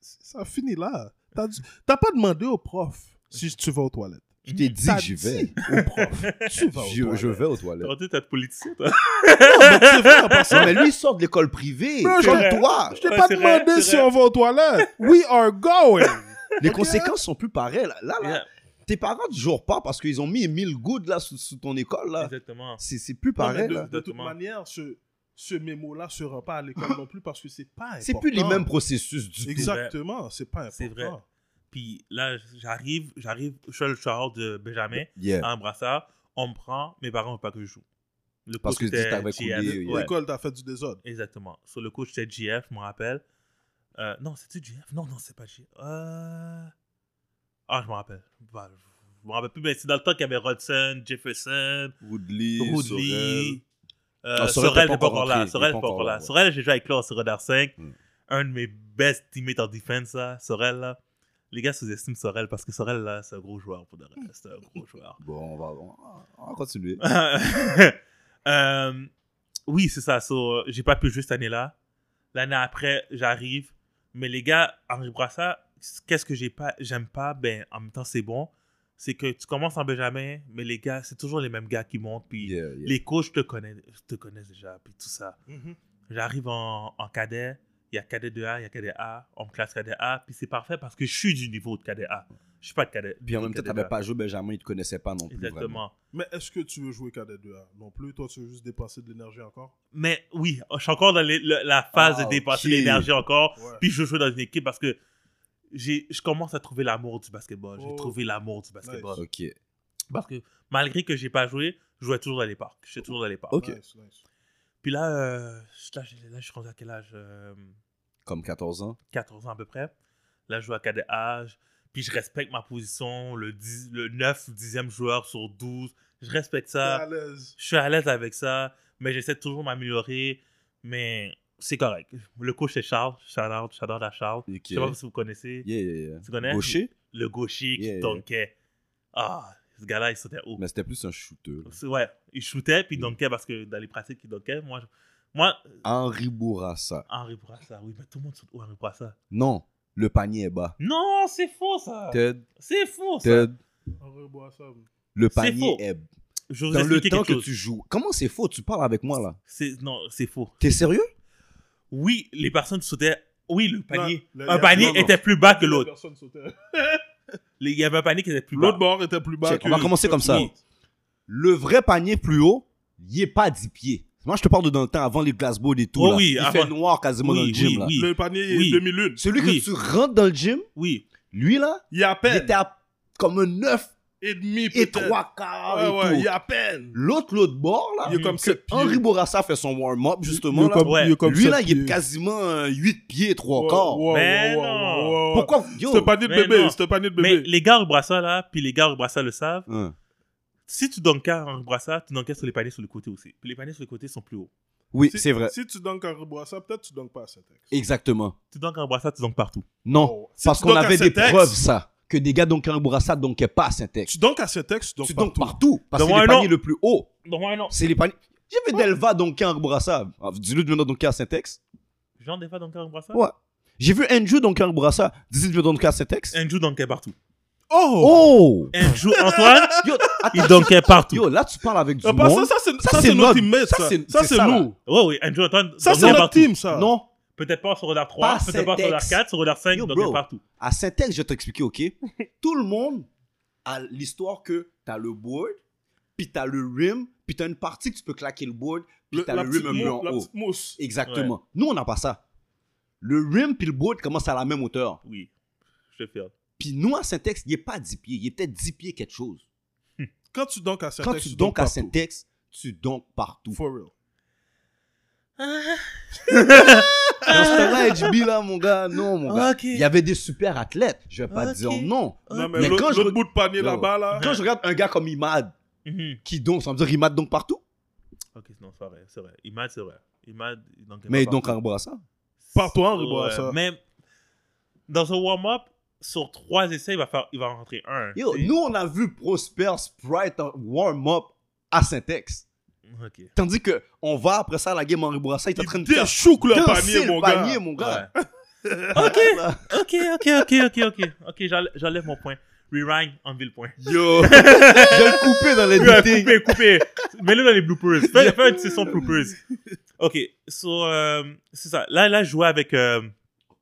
[SPEAKER 3] ça finit là. T'as dû- t'as pas demandé au prof si tu vas aux toilettes.
[SPEAKER 2] Je t'ai dit
[SPEAKER 3] T'as
[SPEAKER 2] que j'y vais.
[SPEAKER 3] dit au prof, tu vas aux
[SPEAKER 2] Je,
[SPEAKER 3] toilettes.
[SPEAKER 2] je vais aux toilettes. [laughs]
[SPEAKER 4] T'as dit, t'es politicien, toi?
[SPEAKER 3] Non, mais c'est vrai, en passant.
[SPEAKER 2] Non, mais lui, il sort de l'école privée.
[SPEAKER 3] Non,
[SPEAKER 2] comme
[SPEAKER 4] je-
[SPEAKER 2] toi.
[SPEAKER 3] Je t'ai
[SPEAKER 4] Ouais,
[SPEAKER 3] pas
[SPEAKER 4] c'est vrai,
[SPEAKER 3] demandé
[SPEAKER 4] c'est
[SPEAKER 3] si
[SPEAKER 4] vrai.
[SPEAKER 3] on va aux toilettes. We are
[SPEAKER 4] [laughs]
[SPEAKER 3] going.
[SPEAKER 2] Les
[SPEAKER 3] Ok.
[SPEAKER 2] conséquences sont plus pareilles. Là, là, là,
[SPEAKER 4] hein. Yeah.
[SPEAKER 2] tes parents ne jouent pas parce qu'ils ont mis 1000 gouttes là sous, sous ton école. là.
[SPEAKER 4] Exactement.
[SPEAKER 2] C'est c'est plus
[SPEAKER 3] Non, mais
[SPEAKER 2] pareil.
[SPEAKER 3] de,
[SPEAKER 2] là.
[SPEAKER 3] de toute
[SPEAKER 4] Exactement.
[SPEAKER 3] manière, ce, ce mémo-là se rend pas à l'école non plus parce que c'est pas important.
[SPEAKER 2] C'est plus les mêmes processus du tout.
[SPEAKER 3] Exactement, c'est pas important.
[SPEAKER 4] C'est vrai. Puis là, j'arrive, j'arrive, je suis le char de Benjamin.
[SPEAKER 2] Yeah.
[SPEAKER 4] un brassard, on me prend, mes parents veulent pas que je joue. Le
[SPEAKER 2] Parce
[SPEAKER 4] coach
[SPEAKER 2] que tu
[SPEAKER 4] était
[SPEAKER 2] t'avais
[SPEAKER 4] JF,
[SPEAKER 2] coulé,
[SPEAKER 4] ouais,
[SPEAKER 3] L'école t'a fait du désordre.
[SPEAKER 4] Exactement. Sur le coach, c'était JF, je me rappelle. Euh, non, c'est-tu JF Non, non, c'est pas JF. Euh... Ah, je me rappelle. Bah, je me rappelle plus, mais c'est dans le temps qu'il y avait Rodson, Jefferson,
[SPEAKER 2] Woodley, Sorel.
[SPEAKER 4] Woodley. Euh,
[SPEAKER 2] Ah, Sorel
[SPEAKER 4] Sorel
[SPEAKER 2] était
[SPEAKER 4] n'est
[SPEAKER 2] pas encore
[SPEAKER 4] pas encore
[SPEAKER 2] rentré,
[SPEAKER 4] là.
[SPEAKER 2] il
[SPEAKER 4] Sorel
[SPEAKER 2] est pas
[SPEAKER 4] n'est pas
[SPEAKER 2] encore
[SPEAKER 4] encore
[SPEAKER 2] là,
[SPEAKER 4] là.
[SPEAKER 2] ouais.
[SPEAKER 4] Sorel, j'ai joué avec lui en secondaire 5.
[SPEAKER 2] Hmm.
[SPEAKER 4] Un de mes best teammates en defense, là. Sorel, là. Les gars sous-estiment Sorel parce que Sorel, là, c'est un gros joueur pour de vrai. C'est un
[SPEAKER 2] [laughs]
[SPEAKER 4] gros joueur.
[SPEAKER 2] Bon, on va, on- on va continuer.
[SPEAKER 4] [laughs] Euh, oui, c'est ça. So, euh, j'ai pas pu jouer cette année-là. L'année après, j'arrive. Mais les gars, Henri Brassard, qu'est-ce que j'ai pas, j'aime pas Ben, en même temps, c'est bon. C'est que tu commences en Benjamin, mais les gars, c'est toujours les mêmes gars qui montent. Puis
[SPEAKER 2] Yeah, yeah.
[SPEAKER 4] les coachs te connaissent, te connaissent déjà. Puis tout ça. J'arrive en, en cadet. Il y a cadet 2A, il y a cadet A. On me classe cadet A. Puis c'est parfait parce que je suis du niveau de cadet A. Je suis pas de cadet.
[SPEAKER 2] Puis en même temps,
[SPEAKER 4] cadet
[SPEAKER 2] tu n'avais
[SPEAKER 4] deux.
[SPEAKER 2] pas joué Benjamin, il ne te connaissait pas non plus. vraiment.
[SPEAKER 4] Exactement.
[SPEAKER 3] Mais est-ce que tu veux jouer Cadet 2A Non plus, toi, tu veux juste dépenser de l'énergie encore
[SPEAKER 4] Mais oui, je suis encore dans les- le- la phase
[SPEAKER 2] Ah,
[SPEAKER 4] de dépasser
[SPEAKER 2] ok.
[SPEAKER 4] l'énergie encore.
[SPEAKER 3] Ouais.
[SPEAKER 4] Puis je joue dans une équipe parce que j'ai- je commence à trouver l'amour du basketball. J'ai
[SPEAKER 3] Oh.
[SPEAKER 4] trouvé l'amour du basketball.
[SPEAKER 2] Ok.
[SPEAKER 4] Parce que malgré que j'ai pas joué, je jouais toujours dans les parcs. J'étais toujours dans les parcs.
[SPEAKER 2] Ok.
[SPEAKER 3] Nice, nice.
[SPEAKER 4] Puis là, euh, là, j'ai- là, je suis rendu à quel âge Euh,
[SPEAKER 2] Comme 14 ans.
[SPEAKER 4] 14 ans à peu près. Là, je joue à cadet âge. Puis je respecte ma position, le, 10 le 9 10e joueur sur 12. Je respecte
[SPEAKER 3] T'es
[SPEAKER 4] ça.
[SPEAKER 3] à l'aise.
[SPEAKER 4] Je suis à l'aise avec ça, mais j'essaie de toujours m'améliorer. Mais c'est correct. Le coach, c'est Charles. Shout-out, shout-out à Charles.
[SPEAKER 2] Ok.
[SPEAKER 4] Je sais pas si vous connaissez.
[SPEAKER 2] Yeah, yeah, yeah.
[SPEAKER 4] Tu connais?
[SPEAKER 2] Gaucher,
[SPEAKER 4] Le gaucher qui
[SPEAKER 2] Yeah.
[SPEAKER 4] dunkait. Ah, ce gars-là, il sautait haut.
[SPEAKER 2] mais c'était plus un shooter. là.
[SPEAKER 4] C'est- Ouais, il shootait, puis il
[SPEAKER 2] Yeah.
[SPEAKER 4] dunkait parce que dans les pratiques, il dunkait. Moi, je- moi
[SPEAKER 2] Henri Bourassa.
[SPEAKER 4] Henri Bourassa, oui, mais tout le monde saute haut Henri Bourassa.
[SPEAKER 2] Non, le panier est bas.
[SPEAKER 4] Non, c'est faux, ça.
[SPEAKER 2] Ted,
[SPEAKER 4] C'est faux, ça.
[SPEAKER 2] Ted,
[SPEAKER 3] On reboit ça. mais-
[SPEAKER 2] le
[SPEAKER 4] C'est
[SPEAKER 2] panier
[SPEAKER 4] faux.
[SPEAKER 2] est
[SPEAKER 4] Je vais vous
[SPEAKER 2] Dans le
[SPEAKER 4] expliquer
[SPEAKER 2] temps
[SPEAKER 4] quelque
[SPEAKER 2] que
[SPEAKER 4] chose.
[SPEAKER 2] tu joues. Comment c'est faux? Tu parles avec moi là.
[SPEAKER 4] C'est- Non, c'est faux.
[SPEAKER 2] T'es sérieux?
[SPEAKER 4] Oui, les personnes sautaient. Oui, le panier.
[SPEAKER 3] le-
[SPEAKER 4] un
[SPEAKER 3] y a-
[SPEAKER 4] panier
[SPEAKER 3] non, non.
[SPEAKER 4] était plus bas que l'autre.
[SPEAKER 3] Personne sautait.
[SPEAKER 4] Les- Il y avait un panier qui était plus bas.
[SPEAKER 3] L'autre bord était plus bas
[SPEAKER 2] Check,
[SPEAKER 3] que
[SPEAKER 2] on va commencer comme ça. Le vrai panier plus haut, il est pas à 10 pieds. Moi, je te parle de dans le temps, avant les Glasgow et tout.
[SPEAKER 4] Oh
[SPEAKER 2] là.
[SPEAKER 4] oui,
[SPEAKER 2] il
[SPEAKER 4] avant-
[SPEAKER 2] fait noir quasiment
[SPEAKER 4] Oui,
[SPEAKER 2] dans le gym.
[SPEAKER 4] oui,
[SPEAKER 2] là.
[SPEAKER 4] oui.
[SPEAKER 3] Le panier
[SPEAKER 4] Oui.
[SPEAKER 3] est demi-lune.
[SPEAKER 2] Celui
[SPEAKER 4] Oui.
[SPEAKER 2] que tu rentres dans le gym,
[SPEAKER 4] Oui.
[SPEAKER 2] lui là,
[SPEAKER 3] Il y a à
[SPEAKER 2] il
[SPEAKER 3] peine.
[SPEAKER 2] était à comme un 9
[SPEAKER 3] Et demi,
[SPEAKER 2] et
[SPEAKER 3] peut-être.
[SPEAKER 2] 3 quarts.
[SPEAKER 3] Ouais,
[SPEAKER 2] et
[SPEAKER 3] ouais,
[SPEAKER 2] tout.
[SPEAKER 3] il y a à peine.
[SPEAKER 2] L'autre, l'autre bord là,
[SPEAKER 3] Il est comme
[SPEAKER 2] que
[SPEAKER 3] 7 pieds.
[SPEAKER 2] Henri Bourassa fait son warm-up justement. là.
[SPEAKER 4] comme- ouais.
[SPEAKER 2] lui là, il est quasiment 8 pieds, 3 quarts.
[SPEAKER 4] Mais non.
[SPEAKER 3] Pourquoi
[SPEAKER 2] Pourquoi? Yo.
[SPEAKER 3] C'est un panier de
[SPEAKER 4] Mais non.
[SPEAKER 3] bébé. C'est un panier de
[SPEAKER 4] Mais
[SPEAKER 3] bébé.
[SPEAKER 4] les gars au brassard, là, puis les gars au brassard le savent,
[SPEAKER 2] Hein.
[SPEAKER 4] si tu dunkais en brassard, tu dunkais sur les paniers sur le côté aussi. Puis les paniers sur le côté sont plus hauts.
[SPEAKER 2] Oui,
[SPEAKER 3] Si-
[SPEAKER 2] c'est vrai.
[SPEAKER 3] Si tu donnes Henri Bourassa, peut-être tu donnes pas à Saint-Ex.
[SPEAKER 2] Exactement.
[SPEAKER 4] Tu dunkes en brassard, tu dunkes partout.
[SPEAKER 2] Non.
[SPEAKER 3] Oh. Si
[SPEAKER 2] Parce
[SPEAKER 3] tu
[SPEAKER 2] qu'on
[SPEAKER 3] donnes à
[SPEAKER 2] avait des
[SPEAKER 3] Saint-Ex,
[SPEAKER 2] preuves, ça. Que des gars donc un bourassa donc pas à Saint-Ex.
[SPEAKER 3] Tu donnes à Saint-Ex,
[SPEAKER 2] Tu
[SPEAKER 3] tu donnes
[SPEAKER 2] donc
[SPEAKER 3] partout.
[SPEAKER 2] partout. Parce que c'est
[SPEAKER 4] Donne-moi
[SPEAKER 2] les
[SPEAKER 4] un
[SPEAKER 2] paniers
[SPEAKER 4] nom.
[SPEAKER 2] le plus haut.
[SPEAKER 4] Non, ouais, non.
[SPEAKER 2] C'est les paniers. J'ai vu Delva donc un bourassa. Ah, Dis-le de venir donc à Saint-Ex.
[SPEAKER 4] Jean Deva dunkait en brassard
[SPEAKER 2] Ouais. J'ai vu Andrew donc un bourassa. Dis-le de venir donc à Saint-Ex.
[SPEAKER 4] Andrew dunkait partout.
[SPEAKER 3] Oh! [laughs]
[SPEAKER 2] Oh!
[SPEAKER 4] Andrew Antoine,
[SPEAKER 2] Yo,
[SPEAKER 4] il
[SPEAKER 2] attends,
[SPEAKER 4] dunkait partout.
[SPEAKER 2] yo, là tu parles avec du
[SPEAKER 3] Ah, bah, ça,
[SPEAKER 2] monde.
[SPEAKER 3] ça, c'est,
[SPEAKER 2] Ça,
[SPEAKER 3] ça,
[SPEAKER 2] c'est
[SPEAKER 3] c'est notre
[SPEAKER 2] notre-
[SPEAKER 3] teammate,
[SPEAKER 2] ça,
[SPEAKER 3] ça.
[SPEAKER 2] c'est-
[SPEAKER 3] Ça,
[SPEAKER 2] c'est
[SPEAKER 3] c'est
[SPEAKER 2] ça, là.
[SPEAKER 3] nous. Ah.
[SPEAKER 4] Ouais, oui, Andrew Antoine.
[SPEAKER 3] Ça, c'est
[SPEAKER 4] dunkait
[SPEAKER 3] notre
[SPEAKER 4] partout.
[SPEAKER 3] team, ça.
[SPEAKER 2] Non.
[SPEAKER 4] Peut-être pas sur radar 3,
[SPEAKER 2] Pas
[SPEAKER 4] peut-être pas sur radar
[SPEAKER 2] Saint-Ex.
[SPEAKER 4] 4, sur radar 5,
[SPEAKER 2] Yo,
[SPEAKER 4] dunkait
[SPEAKER 2] bro.
[SPEAKER 4] partout.
[SPEAKER 2] À Saint-Ex, je vais t'expliquer,
[SPEAKER 3] [laughs]
[SPEAKER 2] ok? Tout le monde a l'histoire que t'as le board, puis t'as le rim, puis t'as une partie que tu peux claquer le board, puis
[SPEAKER 3] Le-
[SPEAKER 2] t'as le
[SPEAKER 3] petite
[SPEAKER 2] rim un peu
[SPEAKER 3] mou-
[SPEAKER 2] en
[SPEAKER 3] la
[SPEAKER 2] haut.
[SPEAKER 3] petite mousse.
[SPEAKER 2] Exactement. Nous, on n'a pas ça. Le rim puis le board commencent à la même hauteur.
[SPEAKER 4] Oui, je te fais.
[SPEAKER 2] Puis nous, à Saint-Ex, il n'est pas 10 pieds. Il est peut-être 10 pieds quelque chose.
[SPEAKER 3] Quand tu donnes à Saint-Ex,
[SPEAKER 2] Quand tu donc à
[SPEAKER 3] partout.
[SPEAKER 2] Saint-Ex, tu donc partout.
[SPEAKER 3] For real.
[SPEAKER 2] [laughs] Dans ce temps-là, HB, là, mon gars, non, mon gars.
[SPEAKER 4] Ok.
[SPEAKER 2] Ah, Il y avait des super athlètes. Je vais pas
[SPEAKER 4] Ok.
[SPEAKER 2] dire non.
[SPEAKER 3] Non, mais,
[SPEAKER 2] Mais
[SPEAKER 3] l'autre,
[SPEAKER 2] quand je
[SPEAKER 3] l'autre
[SPEAKER 2] re-
[SPEAKER 3] bout de panier
[SPEAKER 2] Yo.
[SPEAKER 3] là-bas, là.
[SPEAKER 2] Quand je regarde un gars comme Imad,
[SPEAKER 4] Mhm.
[SPEAKER 2] qui donc, ça veut dire Imad donc partout.
[SPEAKER 4] Ok, non, c'est pas vrai, c'est vrai. Imad, c'est vrai. Imad, il dunkait
[SPEAKER 2] Mais
[SPEAKER 4] pas
[SPEAKER 2] donc,
[SPEAKER 4] partout.
[SPEAKER 2] en brassant.
[SPEAKER 3] Partout, Henri
[SPEAKER 4] Ouais,
[SPEAKER 3] Bourassa.
[SPEAKER 4] Mais dans un warm-up, sur trois essais, il va, faire, il va en rentrer un.
[SPEAKER 2] Yo,
[SPEAKER 4] tu sais.
[SPEAKER 2] nous, on a vu Prosper Sprite en warm-up à Saint-Ex.
[SPEAKER 4] Ok.
[SPEAKER 2] Tandis que on va après ça à la game Henri Bourassa, il est en train
[SPEAKER 3] Il
[SPEAKER 2] de faire
[SPEAKER 3] déchouque le
[SPEAKER 2] danser
[SPEAKER 3] panier,
[SPEAKER 2] le
[SPEAKER 3] mon
[SPEAKER 2] panier,
[SPEAKER 3] gars.
[SPEAKER 2] mon gars. [laughs] Ah,
[SPEAKER 4] ok, ok, ok, ok, ok, ok. Ok, j'enlè- j'enlève mon point. Rewind, enlevez le point.
[SPEAKER 2] [laughs] Yo, je vais le couper dans les meetings.
[SPEAKER 4] Coupez, coupez. Mets-le dans les bloopers. Fais, fais une session bloopers. Ok, so, euh, c'est ça. Là, là, je jouais avec euh,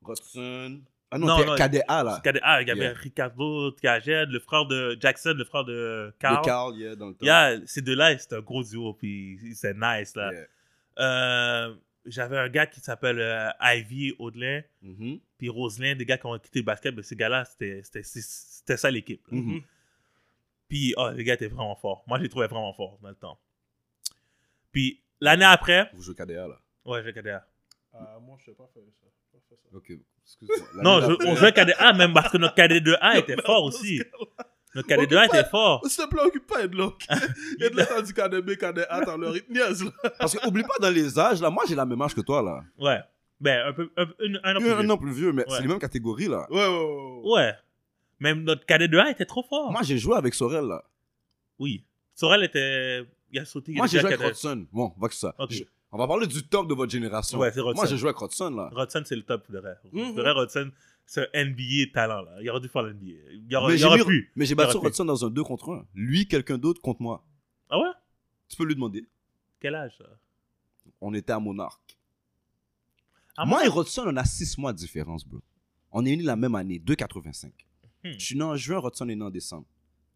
[SPEAKER 2] Rodson. Ah non,
[SPEAKER 4] Non,
[SPEAKER 2] t'es
[SPEAKER 4] non,
[SPEAKER 2] KDA là.
[SPEAKER 4] KDA, il y avait
[SPEAKER 2] Yeah.
[SPEAKER 4] Ricardo Caged, le frère de Jackson, le frère de Carl.
[SPEAKER 2] Le Carl, yeah, dans le temps.
[SPEAKER 4] Yeah, ces deux-là, c'est un gros duo, puis c'est nice, là.
[SPEAKER 2] Yeah.
[SPEAKER 4] Euh, j'avais un gars qui s'appelle euh, Ivy Audelin,
[SPEAKER 2] Mhm,
[SPEAKER 4] puis Roselin, des gars qui ont quitté le basket, mais ces gars-là, c'était- c'était c'est- c'était ça l'équipe. là.
[SPEAKER 2] mhm.
[SPEAKER 4] Puis, oh, les gars étaient vraiment forts. Moi, je les trouvais vraiment forts dans le temps. Puis, l'année après,
[SPEAKER 2] Vous jouez KDA là.
[SPEAKER 4] ouais, j'ai KDA.
[SPEAKER 3] Ah, moi, je sais pas faire ça. Je sais pas faire ça.
[SPEAKER 2] Ok, excuse-moi. L'année
[SPEAKER 4] Non, je-
[SPEAKER 2] d'après-
[SPEAKER 4] on jouait KDA même parce que
[SPEAKER 2] [laughs]
[SPEAKER 4] notre KD2A était
[SPEAKER 3] Merde,
[SPEAKER 4] fort
[SPEAKER 3] dans ce
[SPEAKER 4] aussi.
[SPEAKER 3] cas-là.
[SPEAKER 4] Notre KD2A était fort.
[SPEAKER 3] S'il te plaît, occupe pas de
[SPEAKER 4] [laughs]
[SPEAKER 3] l'autre.
[SPEAKER 2] [laughs]
[SPEAKER 3] Et de l'autre, du KDB, KDA, t'as leur niaise, là.
[SPEAKER 2] Parce que oublie pas dans les âges là, moi j'ai la même âge que toi là.
[SPEAKER 4] Ouais. Ben, un peu, un, une- un an plus
[SPEAKER 2] Un
[SPEAKER 4] vieux.
[SPEAKER 2] an plus vieux, mais
[SPEAKER 4] Ouais.
[SPEAKER 2] c'est les mêmes catégories là.
[SPEAKER 3] Ouais, ouais, ouais, ouais.
[SPEAKER 4] Ouais. Même notre KD2A était trop fort.
[SPEAKER 2] Moi j'ai joué avec Sorel là.
[SPEAKER 4] Oui. Sorel était. Il a sauté. il
[SPEAKER 2] Moi
[SPEAKER 4] était
[SPEAKER 2] j'ai joué
[SPEAKER 4] à
[SPEAKER 2] avec
[SPEAKER 4] KD.
[SPEAKER 2] Rodson. Bon, va que ça.
[SPEAKER 4] Ok.
[SPEAKER 2] Je- On va parler du top de votre génération.
[SPEAKER 4] Ouais, c'est Rodson.
[SPEAKER 2] Moi j'ai joué avec Rodson là.
[SPEAKER 4] Rodson, c'est le top de vrai.
[SPEAKER 3] Mhm.
[SPEAKER 4] De vrai, Rodson, c'est un NBA talent. Là. Il aurait dû faire le NBA. Il aurait,
[SPEAKER 2] Mais
[SPEAKER 4] il
[SPEAKER 2] j'ai
[SPEAKER 4] aurait
[SPEAKER 2] mis-
[SPEAKER 4] pu.
[SPEAKER 2] Mais j'ai
[SPEAKER 4] Il
[SPEAKER 2] battu
[SPEAKER 4] aurait pu.
[SPEAKER 2] Rodson dans un 2 contre 1. Lui, quelqu'un d'autre contre moi.
[SPEAKER 4] Ah ouais
[SPEAKER 2] Tu peux lui demander.
[SPEAKER 4] Quel âge ça
[SPEAKER 2] On était à Monarch.
[SPEAKER 4] À Ah,
[SPEAKER 2] moi et Rodson, on a 6 mois de différence, bro. On est nés la même année, 2,85.
[SPEAKER 4] Hmm.
[SPEAKER 2] Je suis né en juin, Rodson est né en décembre,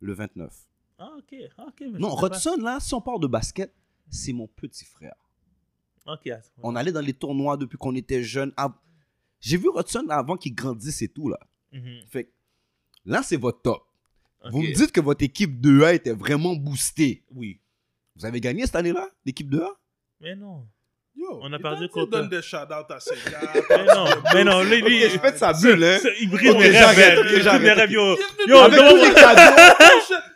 [SPEAKER 2] le 29.
[SPEAKER 4] Ah, ok, ah, ok. mais je
[SPEAKER 2] Non,
[SPEAKER 4] sais
[SPEAKER 2] Rodson, là, si on parle de basket, c'est mon petit frère.
[SPEAKER 4] pas. Ok, attends.
[SPEAKER 2] On allait dans les tournois depuis qu'on était jeune. J'ai vu Rodson avant qu'il grandisse et tout, là.
[SPEAKER 4] Mhm,
[SPEAKER 2] Fait que là, c'est votre top.
[SPEAKER 4] ok.
[SPEAKER 2] Vous me dites que votre équipe 2A était vraiment boostée.
[SPEAKER 4] Oui.
[SPEAKER 2] Vous avez gagné cette année-là, l'équipe 2A?
[SPEAKER 4] Mais non.
[SPEAKER 3] Yo,
[SPEAKER 4] On a
[SPEAKER 3] et toi,
[SPEAKER 4] perdu
[SPEAKER 3] tu
[SPEAKER 4] contre-
[SPEAKER 3] donnes des shout-outs à ces gars.
[SPEAKER 4] Mais non, mais non, lui,
[SPEAKER 2] Ok,
[SPEAKER 4] lui,
[SPEAKER 2] je fais de sa bulle, hein.
[SPEAKER 4] c'est- il brise
[SPEAKER 2] Ok,
[SPEAKER 4] mes rêves.
[SPEAKER 2] j'arrête,
[SPEAKER 4] hein.
[SPEAKER 2] ok,
[SPEAKER 4] Il brise mes
[SPEAKER 2] j'arrête.
[SPEAKER 4] rêves, yo.
[SPEAKER 3] Bienvenue
[SPEAKER 4] Yo,
[SPEAKER 3] dans
[SPEAKER 2] Avec
[SPEAKER 4] non,
[SPEAKER 2] tous les cadeaux,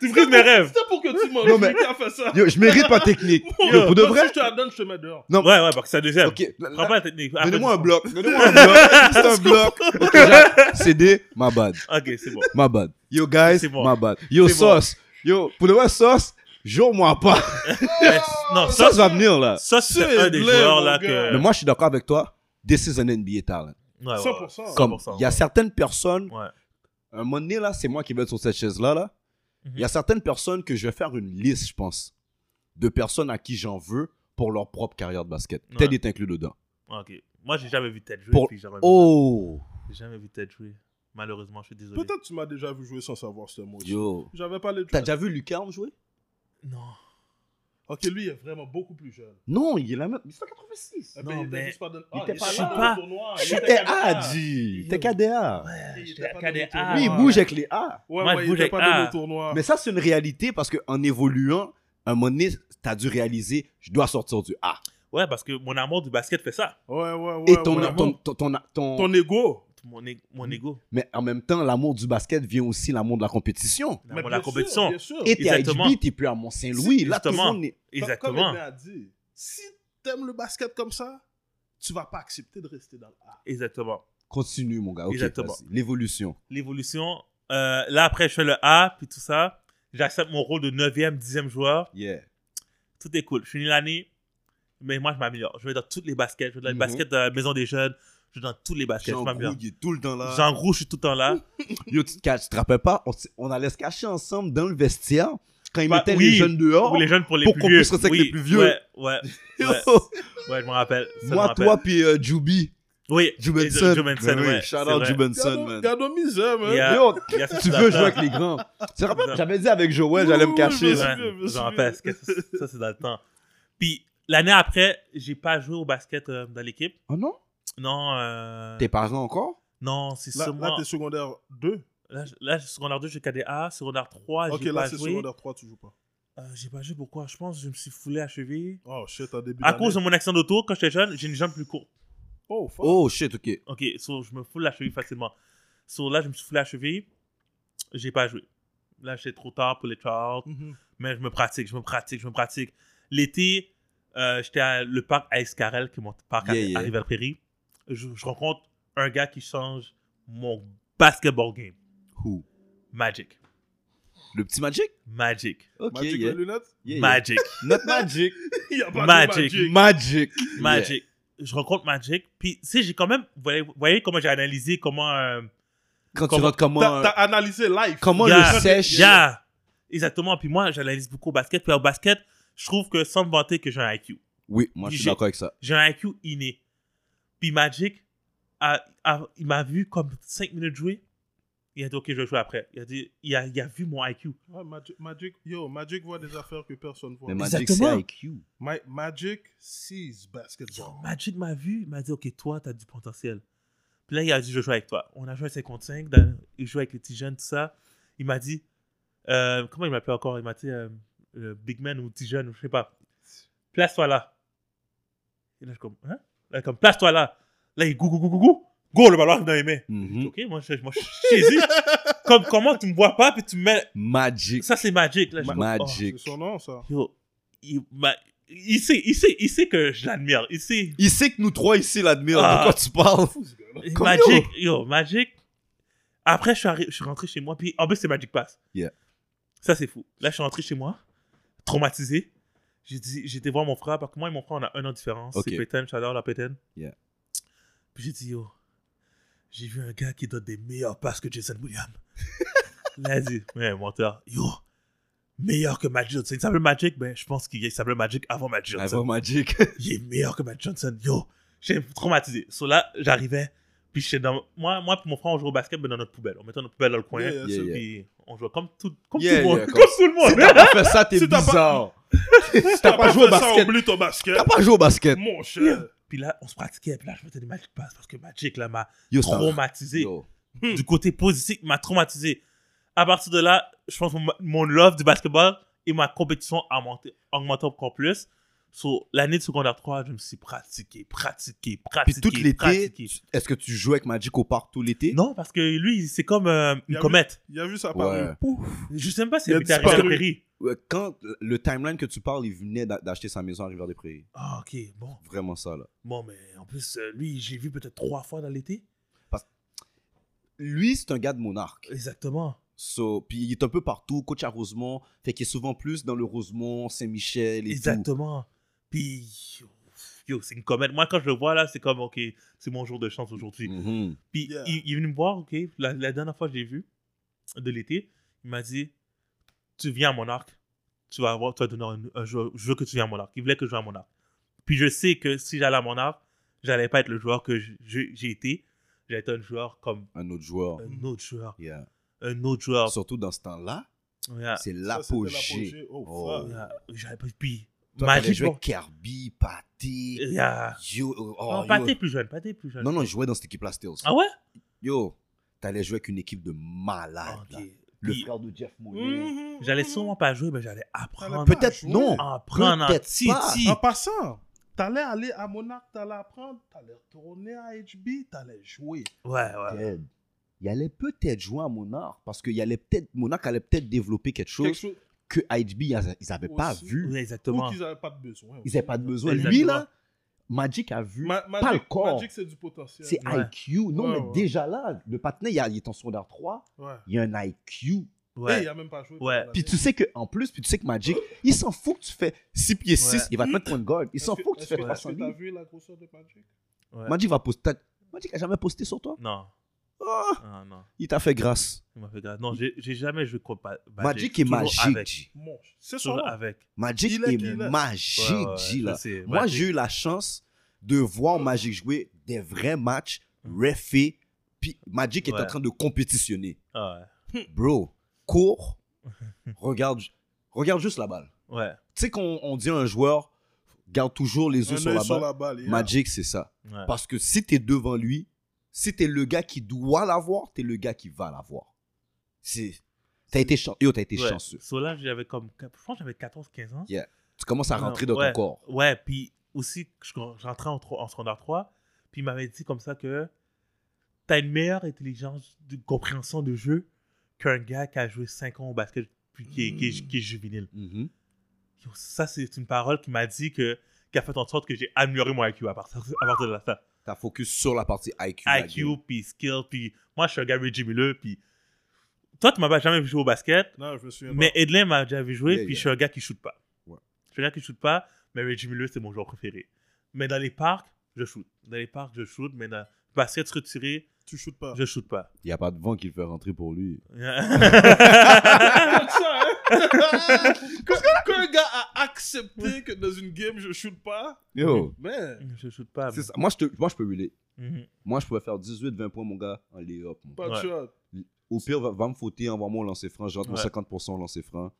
[SPEAKER 4] Tu brises mes rêves.
[SPEAKER 3] C'était pour que tu manges.
[SPEAKER 2] Non, mais-
[SPEAKER 3] qui a fait ça
[SPEAKER 2] yo, je mérite ma
[SPEAKER 4] [laughs]
[SPEAKER 2] technique.
[SPEAKER 4] Yo,
[SPEAKER 2] pour de
[SPEAKER 3] Moi,
[SPEAKER 2] vrai?
[SPEAKER 3] Si je te la donne, je te mets dehors.
[SPEAKER 2] Non,
[SPEAKER 4] Ouais, ouais, parce que c'est la deuxième.
[SPEAKER 2] ok. là-
[SPEAKER 4] Prends
[SPEAKER 2] là,
[SPEAKER 4] pas la technique. Après,
[SPEAKER 2] Donnez-moi un
[SPEAKER 4] tu-
[SPEAKER 2] bloc. Donnez-moi un bloc. [laughs] C'est un
[SPEAKER 4] [laughs]
[SPEAKER 2] bloc. Ok, [laughs] Jacques, CD, my bad.
[SPEAKER 4] Ok, c'est
[SPEAKER 2] [laughs]
[SPEAKER 4] bon.
[SPEAKER 2] My bad. Yo, guys,
[SPEAKER 4] C'est bon.
[SPEAKER 2] my bad. Yo,
[SPEAKER 4] C'est bon.
[SPEAKER 2] sauce. Yo, pour de vrai, sauce, jure-moi pas.
[SPEAKER 4] [laughs] Mais- Non, ça,
[SPEAKER 2] Sauce va venir, là.
[SPEAKER 4] ça c'est
[SPEAKER 3] c'est
[SPEAKER 4] un des
[SPEAKER 3] blé,
[SPEAKER 4] joueurs
[SPEAKER 3] mon
[SPEAKER 4] là
[SPEAKER 3] gars.
[SPEAKER 4] que.
[SPEAKER 2] Mais moi, je suis d'accord avec toi. This is an NBA talent.
[SPEAKER 4] Ouais, ouais, ouais.
[SPEAKER 3] 100%.
[SPEAKER 2] Comme,
[SPEAKER 4] 100%,
[SPEAKER 2] il y a
[SPEAKER 4] ouais.
[SPEAKER 2] certaines personnes,
[SPEAKER 4] Ouais.
[SPEAKER 2] un moment donné, là, c'est moi qui vais être sur cette chaise-là, là.
[SPEAKER 4] Mhm.
[SPEAKER 2] Il y a certaines personnes que je vais faire une liste, je pense, de personnes à qui j'en veux pour leur propre carrière de basket.
[SPEAKER 4] Ouais.
[SPEAKER 2] Ted est inclus dedans.
[SPEAKER 4] Ok. Moi, j'ai jamais vu Ted jouer.
[SPEAKER 2] Pour-
[SPEAKER 4] puis j'ai jamais vu-
[SPEAKER 2] Oh!
[SPEAKER 4] J'ai jamais vu Ted jouer. Malheureusement, je suis désolé.
[SPEAKER 3] Peut-être tu m'as déjà vu jouer sans savoir ce mot.
[SPEAKER 2] Yo.
[SPEAKER 3] J'avais pas les.
[SPEAKER 2] T'as déjà vu Lucas en jouer?
[SPEAKER 4] Non.
[SPEAKER 3] Ok, lui il est vraiment beaucoup plus jeune.
[SPEAKER 2] Non, il est la
[SPEAKER 4] Ah,
[SPEAKER 2] même. Il est en 86.
[SPEAKER 3] Eh
[SPEAKER 4] Non,
[SPEAKER 3] ben, il était
[SPEAKER 4] mais
[SPEAKER 3] juste pas dans-
[SPEAKER 2] il
[SPEAKER 3] Ah,
[SPEAKER 2] était pas
[SPEAKER 3] était
[SPEAKER 2] là.
[SPEAKER 3] dans le tournoi, il était
[SPEAKER 2] J'étais
[SPEAKER 3] cadre.
[SPEAKER 2] A, G.
[SPEAKER 4] Yo.
[SPEAKER 2] T'es KDA.
[SPEAKER 3] Il
[SPEAKER 4] J'étais
[SPEAKER 3] était
[SPEAKER 4] à
[SPEAKER 3] pas dans le
[SPEAKER 4] KDA.
[SPEAKER 3] tournoi.
[SPEAKER 2] Lui, il
[SPEAKER 4] Ah. ouais.
[SPEAKER 2] bouge avec les A.
[SPEAKER 3] Ouais,
[SPEAKER 4] Moi,
[SPEAKER 3] ouais,
[SPEAKER 4] je
[SPEAKER 3] il
[SPEAKER 4] bouge
[SPEAKER 3] était
[SPEAKER 4] avec
[SPEAKER 3] pas dans
[SPEAKER 4] A.
[SPEAKER 3] le tournoi.
[SPEAKER 2] Mais ça, c'est une réalité parce qu'en évoluant, un moment donné, t'as dû réaliser, je dois sortir du A.
[SPEAKER 4] Ouais, parce que mon amour du basket fait ça.
[SPEAKER 3] Ouais, ouais, ouais.
[SPEAKER 2] Et ton,
[SPEAKER 3] ouais.
[SPEAKER 2] ton, ton, ton- ton-
[SPEAKER 3] Ton ego.
[SPEAKER 4] Mon, é- mon
[SPEAKER 2] Mm.
[SPEAKER 4] ego.
[SPEAKER 2] Mais en même temps, l'amour du basket vient aussi l'amour de la compétition.
[SPEAKER 4] L'amour de
[SPEAKER 3] bien
[SPEAKER 4] la
[SPEAKER 3] sûr,
[SPEAKER 4] compétition.
[SPEAKER 3] bien sûr.
[SPEAKER 2] Et t'es à
[SPEAKER 4] Exactement.
[SPEAKER 2] HB, t'es plus à Mont-Saint-Louis. Là, tout le
[SPEAKER 4] Justement.
[SPEAKER 2] monde est...
[SPEAKER 3] Comme-
[SPEAKER 4] Exactement.
[SPEAKER 3] Comme Edna a dit, si t'aimes le basket comme ça, tu vas pas accepter de rester dans le A.
[SPEAKER 4] Exactement.
[SPEAKER 2] Continue, mon gars. Ok,
[SPEAKER 4] Exactement.
[SPEAKER 2] vas-y. L'évolution.
[SPEAKER 4] L'évolution. euh, là, après, je fais le A, puis tout ça. J'accepte mon rôle de 9e, 10e joueur.
[SPEAKER 2] Yeah.
[SPEAKER 4] Tout est cool. Je finis l'année, mais moi, je m'améliore. Je vais dans toutes les baskets. Je vais dans les
[SPEAKER 2] Mhm.
[SPEAKER 4] baskets de la maison des jeunes. Je vais dans toutes les baskets.
[SPEAKER 2] Jean
[SPEAKER 4] Je m'améliore.
[SPEAKER 2] Grou, il est tout le temps là.
[SPEAKER 4] Jean Roux, je suis tout le temps là.
[SPEAKER 2] Yo, tu te, caches, tu te rappelles pas, on, s- on allait se cacher ensemble dans le vestiaire quand ils
[SPEAKER 4] Bah,
[SPEAKER 2] mettaient
[SPEAKER 4] oui.
[SPEAKER 2] les jeunes dehors. [laughs]
[SPEAKER 4] Ou les jeunes pour les
[SPEAKER 2] Oh, pour
[SPEAKER 4] plus
[SPEAKER 2] qu'on
[SPEAKER 4] vieux.
[SPEAKER 2] puisse rester avec
[SPEAKER 4] Oui,
[SPEAKER 2] les plus vieux.
[SPEAKER 4] Ouais, ouais,
[SPEAKER 2] Yo,
[SPEAKER 4] ouais, ouais, je me rappelle. ça, je me
[SPEAKER 2] Moi,
[SPEAKER 4] rappelle.
[SPEAKER 2] toi, puis euh, Jubi.
[SPEAKER 4] Oui,
[SPEAKER 2] Jubenson.
[SPEAKER 4] Joe Benson,
[SPEAKER 2] Ben oui,
[SPEAKER 4] ouais,
[SPEAKER 2] Shout
[SPEAKER 4] c'est
[SPEAKER 2] out
[SPEAKER 4] vrai.
[SPEAKER 2] Jubenson, man.
[SPEAKER 3] Garde misère, man.
[SPEAKER 4] Il y a-
[SPEAKER 2] Yo,
[SPEAKER 4] il y a cette
[SPEAKER 2] [laughs] tu veux
[SPEAKER 4] date-là.
[SPEAKER 2] jouer avec les grands. Tu te rappelles,
[SPEAKER 4] Non.
[SPEAKER 2] j'avais dit avec Joël, j'allais me
[SPEAKER 3] Oui, oui,
[SPEAKER 2] cacher.
[SPEAKER 3] oui,
[SPEAKER 2] là.
[SPEAKER 3] Je
[SPEAKER 4] Ouais,
[SPEAKER 3] me souviens, je me
[SPEAKER 4] je me rappelle,
[SPEAKER 3] souviens.
[SPEAKER 4] parce que ça, c'est dans le temps. Puis, l'année après, j'ai pas joué au basket euh, dans l'équipe.
[SPEAKER 2] Oh non?
[SPEAKER 4] Non, euh,
[SPEAKER 2] Tes parents encore?
[SPEAKER 4] non, c'est
[SPEAKER 3] Là, là
[SPEAKER 4] seulement...
[SPEAKER 3] t'es secondaire 2.
[SPEAKER 4] Là, je- là, je suis secondaire 2, j'ai KDA. Secondaire 3,
[SPEAKER 3] Ok,
[SPEAKER 4] Ah, j'ai
[SPEAKER 3] là,
[SPEAKER 4] pas
[SPEAKER 3] c'est
[SPEAKER 4] joué.
[SPEAKER 3] secondaire 3, tu joues pas.
[SPEAKER 4] Euh, j'ai pas joué, pourquoi? Je pense que je me suis foulé à cheville.
[SPEAKER 3] Oh shit, t'as début.
[SPEAKER 4] À
[SPEAKER 3] d'année.
[SPEAKER 4] cause de mon accident d'auto, quand j'étais jeune, j'ai une jambe plus courte.
[SPEAKER 3] Oh, fuck.
[SPEAKER 2] Oh shit, ok.
[SPEAKER 4] Ok, so, je me foule la cheville facilement. So, là, je me suis foulé la cheville. J'ai pas joué. Là, j'étais trop tard pour les tryouts.
[SPEAKER 3] Mhm.
[SPEAKER 4] Mais je me pratique, je me pratique, je me pratique. L'été, euh, j'étais à le parc à Escarel, qui est mon parc à-
[SPEAKER 2] Yeah, yeah.
[SPEAKER 4] à, Rivière-Pérry. Je, je rencontre un gars qui change mon basketball game.
[SPEAKER 2] Who?
[SPEAKER 4] Magic.
[SPEAKER 2] Le petit Magic?
[SPEAKER 4] Magic.
[SPEAKER 2] Ok,
[SPEAKER 3] Magic
[SPEAKER 2] yeah.
[SPEAKER 3] les lunettes
[SPEAKER 2] Yeah, yeah. [laughs]
[SPEAKER 4] Magic.
[SPEAKER 2] Notre Magic.
[SPEAKER 3] [laughs] Il y a pas
[SPEAKER 4] Magic.
[SPEAKER 3] de Magic.
[SPEAKER 2] Magic.
[SPEAKER 4] Magic. Je rencontre Magic. Puis, tu sais, j'ai quand même. Vous voyez, vous voyez comment j'ai analysé comment. euh,
[SPEAKER 2] Quand tu
[SPEAKER 4] Comment-
[SPEAKER 2] rentres comment,
[SPEAKER 3] T'as
[SPEAKER 2] euh,
[SPEAKER 3] t'as analysé live.
[SPEAKER 2] comment
[SPEAKER 4] Yeah.
[SPEAKER 2] le sèche.
[SPEAKER 4] Yeah. Exactement. Puis moi, j'analyse beaucoup au basket. Puis au basket, je trouve que sans me vanter que j'ai un IQ.
[SPEAKER 2] Oui, moi je suis
[SPEAKER 4] J'ai-
[SPEAKER 2] d'accord avec ça.
[SPEAKER 4] J'ai un IQ inné. Puis Magic, a- a- il m'a vu comme 5 minutes jouer. Il a dit, OK, je vais jouer après. Il a, dit, il a, il a vu mon IQ.
[SPEAKER 3] Ouais, Magic, Magic, yo, Magic voit des affaires que personne voit.
[SPEAKER 2] Mais Magic, c'est
[SPEAKER 4] Exactement.
[SPEAKER 2] IQ.
[SPEAKER 3] Ma- Magic sees basketball.
[SPEAKER 4] Yo, Magic m'a vu. Il m'a dit, OK, toi, t'as du potentiel. Puis là, il a dit, je joue avec toi. On a joué à 55. dans- il joue avec les petits jeunes, tout ça. Il m'a dit, euh, comment il m'appelait encore Il m'a dit, euh, euh, Big Man ou petit jeune, je sais pas. Place-toi là. Et là, je suis comme, hein Là, comme, place-toi là. Là, il go, go, go, go, go. Go, le ballon arrive dans les mains.
[SPEAKER 2] Mhm.
[SPEAKER 4] Ok, moi je, moi, je suis chez lui. Comme, comment tu me vois pas, puis tu me mets.
[SPEAKER 2] Magic.
[SPEAKER 4] Ça, c'est Magic. Là, je-
[SPEAKER 2] Magic.
[SPEAKER 3] oh, C'est son nom, ça.
[SPEAKER 4] oh, yo, il, m'a- il sait, il, sait, il sait que je l'admire. Il sait.
[SPEAKER 2] Il sait que nous trois ici l'admirons. De
[SPEAKER 4] Ah.
[SPEAKER 2] quoi tu parles? Comme
[SPEAKER 4] Magic, yo, Magic. Après, je suis, arri- je suis rentré chez moi, puis en plus, c'est Magic Pass.
[SPEAKER 2] Yeah.
[SPEAKER 4] Ça, c'est fou. Là, je suis rentré chez moi, traumatisé. J'ai dit- J'ai été voir mon frère, parce que moi et mon frère, on a un an de différence.
[SPEAKER 2] Ok.
[SPEAKER 4] C'est Pétain, j'adore la Pétain.
[SPEAKER 2] Yeah.
[SPEAKER 4] Puis j'ai dit, yo, j'ai vu un gars qui donne des meilleurs passes que Jason
[SPEAKER 2] [laughs]
[SPEAKER 4] Williams. Là, il a dit, ouais, menteur, yo, meilleur que Magic Johnson. Il s'appelle Magic, ben, je pense qu'il s'appelait Magic avant Magic Johnson
[SPEAKER 2] Avant Ah, Magic.
[SPEAKER 4] il est meilleur que Matt Johnson. Yo, j'ai traumatisé. So là, j'arrivais, Puis j'étais dans- moi, moi puis mon frère, on jouait au basket, mais dans notre poubelle. On mettait notre poubelle dans le coin.
[SPEAKER 3] Yeah, yeah,
[SPEAKER 2] Yeah,
[SPEAKER 3] c'est-
[SPEAKER 2] yeah.
[SPEAKER 4] Puis on jouait comme tout, comme
[SPEAKER 2] Yeah,
[SPEAKER 4] tout le monde. [laughs]
[SPEAKER 2] yeah, comme-
[SPEAKER 4] comme... tout le
[SPEAKER 2] Si t'as
[SPEAKER 4] monde.
[SPEAKER 2] pas fait ça, t'es
[SPEAKER 3] Si t'as pas-
[SPEAKER 2] bizarre. Si t'as pas joué au
[SPEAKER 3] fait ça,
[SPEAKER 2] basket,
[SPEAKER 3] oublie ton basket.
[SPEAKER 2] t'as pas joué au basket.
[SPEAKER 3] [laughs] Mon cher.
[SPEAKER 4] puis là, on se pratiquait. Puis là, je mettais des Magic Pass parce que Magic, là, m'a
[SPEAKER 2] Yo, ça-
[SPEAKER 4] traumatisé.
[SPEAKER 2] yo.
[SPEAKER 3] Hmm.
[SPEAKER 4] Du côté positif, il m'a traumatisé. À partir de là, je pense que mon- mon love du basketball et ma compétition a augmenté, augmenté encore plus. Sur l'année de secondaire 3, je me suis pratiqué, pratiqué,
[SPEAKER 2] Puis
[SPEAKER 4] pratiqué.
[SPEAKER 2] tout l'été,
[SPEAKER 4] pratiqué.
[SPEAKER 2] tu- est-ce que tu jouais avec Magic au parc tout l'été?
[SPEAKER 4] Non, parce que lui, c'est comme euh,
[SPEAKER 3] Il y
[SPEAKER 4] une
[SPEAKER 3] a eu-
[SPEAKER 4] comète.
[SPEAKER 3] Il a vu ça par
[SPEAKER 2] Ouais.
[SPEAKER 4] Je sais même pas si
[SPEAKER 3] Il a
[SPEAKER 4] elle était arrivée à
[SPEAKER 3] disparu.
[SPEAKER 4] Prairie.
[SPEAKER 2] Ouais, Quand le timeline que tu parles, il venait d'a- d'acheter sa maison à Rivière-des-Prairies.
[SPEAKER 4] Ah, ok, bon.
[SPEAKER 2] Vraiment ça, là.
[SPEAKER 4] Bon, mais en plus, euh, lui, j'ai vu peut-être trois fois dans l'été.
[SPEAKER 2] Lui, c'est un gars de monarque.
[SPEAKER 4] Exactement.
[SPEAKER 2] So, puis il est un peu partout, coach à Rosemont. Fait qu'il est souvent plus dans le Rosemont, Saint-Michel et tout.
[SPEAKER 4] Exactement. Puis, yo, c'est une comète. Moi, quand je le vois là, c'est comme, ok, c'est mon jour de chance aujourd'hui.
[SPEAKER 2] Mhm.
[SPEAKER 4] Puis
[SPEAKER 3] Yeah.
[SPEAKER 4] il, il est venu me voir, ok, la, la dernière fois que j'ai vu de l'été, il m'a dit Tu viens à Monarch, tu vas avoir, tu vas donner un, un jeu, je veux que tu viennes à Monarch. Il voulait que je joue à Monarch. Puis je sais que si j'allais à Monarch, j'allais pas être le joueur que je- je- j'ai été. J'allais être un joueur comme
[SPEAKER 2] Un autre joueur.
[SPEAKER 4] un autre joueur,
[SPEAKER 2] Yeah.
[SPEAKER 4] un autre joueur.
[SPEAKER 2] Surtout dans ce temps-là,
[SPEAKER 4] Yeah,
[SPEAKER 2] c'est
[SPEAKER 3] Ça, c'était
[SPEAKER 2] l'apogée.
[SPEAKER 3] Oh, fuck.
[SPEAKER 4] yeah. J'allais pas- Puis,
[SPEAKER 2] Toi, t'allais
[SPEAKER 4] Magic,
[SPEAKER 2] jouer
[SPEAKER 4] bon,
[SPEAKER 2] avec Kirby, Patty.
[SPEAKER 4] yeah.
[SPEAKER 2] Yo, oh,
[SPEAKER 4] Non,
[SPEAKER 2] yo.
[SPEAKER 4] Pathé plus jeune, Pathé plus jeune.
[SPEAKER 2] Non, non, il jouait dans cette équipe-là, Stills.
[SPEAKER 4] Ah ouais Ah,
[SPEAKER 2] Yo, t'allais jouer avec une équipe de malades.
[SPEAKER 4] Ok.
[SPEAKER 2] là. Le
[SPEAKER 4] Puis, Mm.
[SPEAKER 2] frère de Jeff Moulin.
[SPEAKER 3] Mhm.
[SPEAKER 4] J'allais sûrement pas jouer, mais j'allais apprendre.
[SPEAKER 3] J'allais
[SPEAKER 2] Peut-être
[SPEAKER 3] Ah,
[SPEAKER 2] non.
[SPEAKER 3] jouer.
[SPEAKER 4] Apprendre en
[SPEAKER 2] Peut-être
[SPEAKER 4] petit,
[SPEAKER 2] pas.
[SPEAKER 4] petit.
[SPEAKER 3] En passant, t'allais aller à Monaco, t'allais apprendre, t'allais retourner à HB, t'allais jouer.
[SPEAKER 4] Ouais,
[SPEAKER 3] Ah.
[SPEAKER 4] ouais.
[SPEAKER 2] Ted, Il allait peut-être jouer à Monarch parce que il allait peut-être Monarch allait peut-être développer quelque
[SPEAKER 3] Quelque
[SPEAKER 2] chose
[SPEAKER 3] chose
[SPEAKER 2] que HB ils n'avaient pas
[SPEAKER 3] Aussi.
[SPEAKER 2] vu.
[SPEAKER 4] Oui,
[SPEAKER 3] ou
[SPEAKER 4] exactement.
[SPEAKER 3] qu'ils n'avaient pas de besoin.
[SPEAKER 2] Ils n'avaient pas de besoin. Lui
[SPEAKER 4] Exactement.
[SPEAKER 2] là, Magic a vu
[SPEAKER 3] Ma-
[SPEAKER 2] pas le
[SPEAKER 3] Magic,
[SPEAKER 2] corps.
[SPEAKER 3] Magic, c'est du potentiel.
[SPEAKER 2] c'est
[SPEAKER 4] Ouais.
[SPEAKER 2] IQ. Non
[SPEAKER 3] Ouais,
[SPEAKER 2] mais
[SPEAKER 3] ouais.
[SPEAKER 2] déjà là, le patinet il, a- il est en secondaire 3,
[SPEAKER 3] Ouais.
[SPEAKER 2] il y a un IQ.
[SPEAKER 3] Et il
[SPEAKER 4] Ouais.
[SPEAKER 3] a même pas joué.
[SPEAKER 4] Ouais.
[SPEAKER 3] pendant
[SPEAKER 2] Puis
[SPEAKER 3] l'année.
[SPEAKER 2] tu sais que en plus, puis tu sais que Magic, il s'en fout que tu fais 6 pieds 6,
[SPEAKER 4] Ouais.
[SPEAKER 2] il va te mettre point de guard. Il s'en
[SPEAKER 3] Est-ce
[SPEAKER 2] fout que tu
[SPEAKER 3] est-ce
[SPEAKER 2] fais
[SPEAKER 3] est-ce
[SPEAKER 2] 300
[SPEAKER 3] que t'as
[SPEAKER 2] 000.
[SPEAKER 3] vu la grosseur de Magic
[SPEAKER 4] Ouais.
[SPEAKER 2] Magic va poster. Magic a jamais posté sur toi.
[SPEAKER 4] Non.
[SPEAKER 2] Ah,
[SPEAKER 4] Ah, non.
[SPEAKER 2] il t'a fait grâce.
[SPEAKER 4] Il m'a fait grave. Non, j'ai j'ai jamais joué contre Ba-
[SPEAKER 2] Magic est
[SPEAKER 4] Toujours
[SPEAKER 2] magique.
[SPEAKER 4] Avec.
[SPEAKER 2] G.
[SPEAKER 3] Mon, c'est son nom.
[SPEAKER 4] Toujours avec.
[SPEAKER 2] Magic
[SPEAKER 3] Il est
[SPEAKER 2] est
[SPEAKER 3] qu'il est.
[SPEAKER 2] magique,
[SPEAKER 4] Ouais, ouais,
[SPEAKER 2] G,
[SPEAKER 4] je
[SPEAKER 2] là.
[SPEAKER 4] sais.
[SPEAKER 2] Moi,
[SPEAKER 4] Magic.
[SPEAKER 2] j'ai eu la chance de voir Magic jouer des vrais matchs, refé, puis Magic est en
[SPEAKER 4] Ouais.
[SPEAKER 2] train de compétitionner.
[SPEAKER 4] Ah,
[SPEAKER 2] Bro, cours, regarde, regarde juste la balle.
[SPEAKER 4] ouais. Ouais.
[SPEAKER 2] Tu sais qu'on on dit à un joueur, garde toujours les yeux
[SPEAKER 3] Un
[SPEAKER 2] sur
[SPEAKER 3] œil
[SPEAKER 2] la
[SPEAKER 3] sur
[SPEAKER 2] balle.
[SPEAKER 3] la balle. yeah.
[SPEAKER 2] Magic, c'est ça.
[SPEAKER 4] ouais.
[SPEAKER 2] Parce que si t'es devant lui, si t'es le gars qui doit l'avoir, t'es le gars qui va l'avoir. C'est... T'as été, chan- Yo, t'as été
[SPEAKER 4] Ouais.
[SPEAKER 2] chanceux.
[SPEAKER 4] So là, j'avais comme. Je pense que j'avais 14-15 ans.
[SPEAKER 2] Tu commences à
[SPEAKER 4] Non,
[SPEAKER 2] rentrer dans
[SPEAKER 4] ouais.
[SPEAKER 2] ton corps.
[SPEAKER 4] Ouais, puis aussi, je- j'entrais en, tro- en secondaire 3, puis il m'avait dit comme ça que t'as une meilleure intelligence de compréhension de jeu qu'un gars qui a joué 5 ans au basket puis qui est, qui est- qui est juvénile.
[SPEAKER 2] Mhm.
[SPEAKER 4] Yo, Ça, c'est une parole qui m'a dit que qui a fait en sorte que j'ai amélioré mon IQ à partir, [laughs] à partir de là. Ça.
[SPEAKER 2] T'as focus sur la partie IQ. la game.
[SPEAKER 4] IQ, puis skill, puis moi, je suis un gars rigimuleux, puis toi, tu m'as pas jamais vu jouer au basket,
[SPEAKER 3] Non, je me souviens
[SPEAKER 4] mais Edlin m'a déjà vu jouer,
[SPEAKER 2] bah. Yeah,
[SPEAKER 4] puis
[SPEAKER 2] yeah.
[SPEAKER 4] je suis un gars qui shoot pas.
[SPEAKER 2] Ouais.
[SPEAKER 4] Je suis un gars qui shoot pas, mais Reggie c'est mon joueur préféré. Mais dans les parcs, je shoot. Dans les parcs, je shoot, mais dans le basket retiré,
[SPEAKER 3] pas. Tu shootes
[SPEAKER 2] Ah.
[SPEAKER 3] pas.
[SPEAKER 4] je shoot
[SPEAKER 2] [laughs]
[SPEAKER 4] pas.
[SPEAKER 2] Il n'y a pas de vent qui le fait rentrer pour lui.
[SPEAKER 3] Comme ça, hein? Quand- Quand un gars a accepté que dans une game, je shoote pas,
[SPEAKER 2] Yo.
[SPEAKER 3] man,
[SPEAKER 4] je shoot pas.
[SPEAKER 2] c'est ça. Ah, Moi, je te- moi, je peux relayer.
[SPEAKER 4] mais- Mhm.
[SPEAKER 2] Moi, je pouvais faire 18-20 points, mon gars, en lay-up. mon gars.
[SPEAKER 3] pas de
[SPEAKER 4] Ouais.
[SPEAKER 3] shot.
[SPEAKER 2] Au pire, va, va me fauter, envoie-moi au lancer franc, j'entre mon
[SPEAKER 4] Ouais.
[SPEAKER 2] 50% au lancer franc.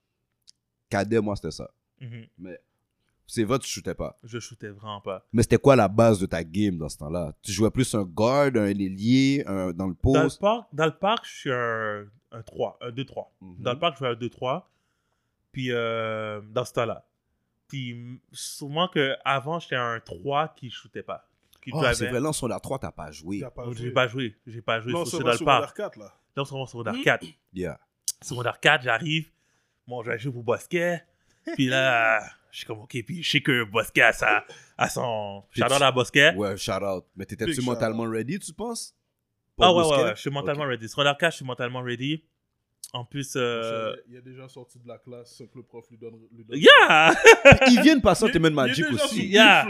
[SPEAKER 2] Cadet, moi, c'était ça.
[SPEAKER 4] Mhm.
[SPEAKER 2] C'est vrai, tu shootais pas.
[SPEAKER 4] Je shootais vraiment pas.
[SPEAKER 2] Mais c'était quoi la base de ta game dans ce temps-là Tu jouais plus un guard, un ailier, un- dans le
[SPEAKER 4] Dans le
[SPEAKER 2] post
[SPEAKER 4] parc, dans le parc je suis un, un 3, un 2-3.
[SPEAKER 2] Mhm.
[SPEAKER 4] Dans le parc, je jouais à 2-3. Puis euh, dans ce temps-là. Puis m- souvent que avant j'étais un 3 qui shootait pas. Qui
[SPEAKER 2] Oh,
[SPEAKER 4] drivait.
[SPEAKER 2] c'est vrai, là, sur la 3, t'as pas joué.
[SPEAKER 3] Il a pas
[SPEAKER 4] Donc, J'ai
[SPEAKER 3] joué.
[SPEAKER 4] pas joué. J'ai pas joué.
[SPEAKER 3] Non,
[SPEAKER 4] So,
[SPEAKER 3] c'est
[SPEAKER 4] c'est dans le parc.
[SPEAKER 3] 4, là.
[SPEAKER 4] Là, on se rend au secondaire 4.
[SPEAKER 2] Yeah.
[SPEAKER 4] Secondaire 4, j'arrive. Bon, je vais jouer pour Bosquet. Puis là, je suis comme, OK. Puis je sais que Bosquet a, sa- a son.
[SPEAKER 2] Puis
[SPEAKER 4] J'adore
[SPEAKER 2] tu-
[SPEAKER 4] la Bosquet.
[SPEAKER 2] Ouais, shout out. Mais t'étais-tu
[SPEAKER 3] Big shout
[SPEAKER 2] mentalement ready, tu penses
[SPEAKER 4] ah ouais,
[SPEAKER 2] Pour
[SPEAKER 4] ouais,
[SPEAKER 2] Busquets?
[SPEAKER 4] ouais, Je suis mentalement ready. Secondaire 4, je suis mentalement ready. En plus. euh,
[SPEAKER 3] Il est déjà sorti de la classe, sauf que le prof lui donne. Lui donne
[SPEAKER 4] Yeah!
[SPEAKER 2] Ok. Ils viennent passer au
[SPEAKER 3] Il-
[SPEAKER 2] Temen
[SPEAKER 3] il est
[SPEAKER 2] Magic
[SPEAKER 3] déjà
[SPEAKER 2] aussi.
[SPEAKER 3] sous-
[SPEAKER 4] Yeah!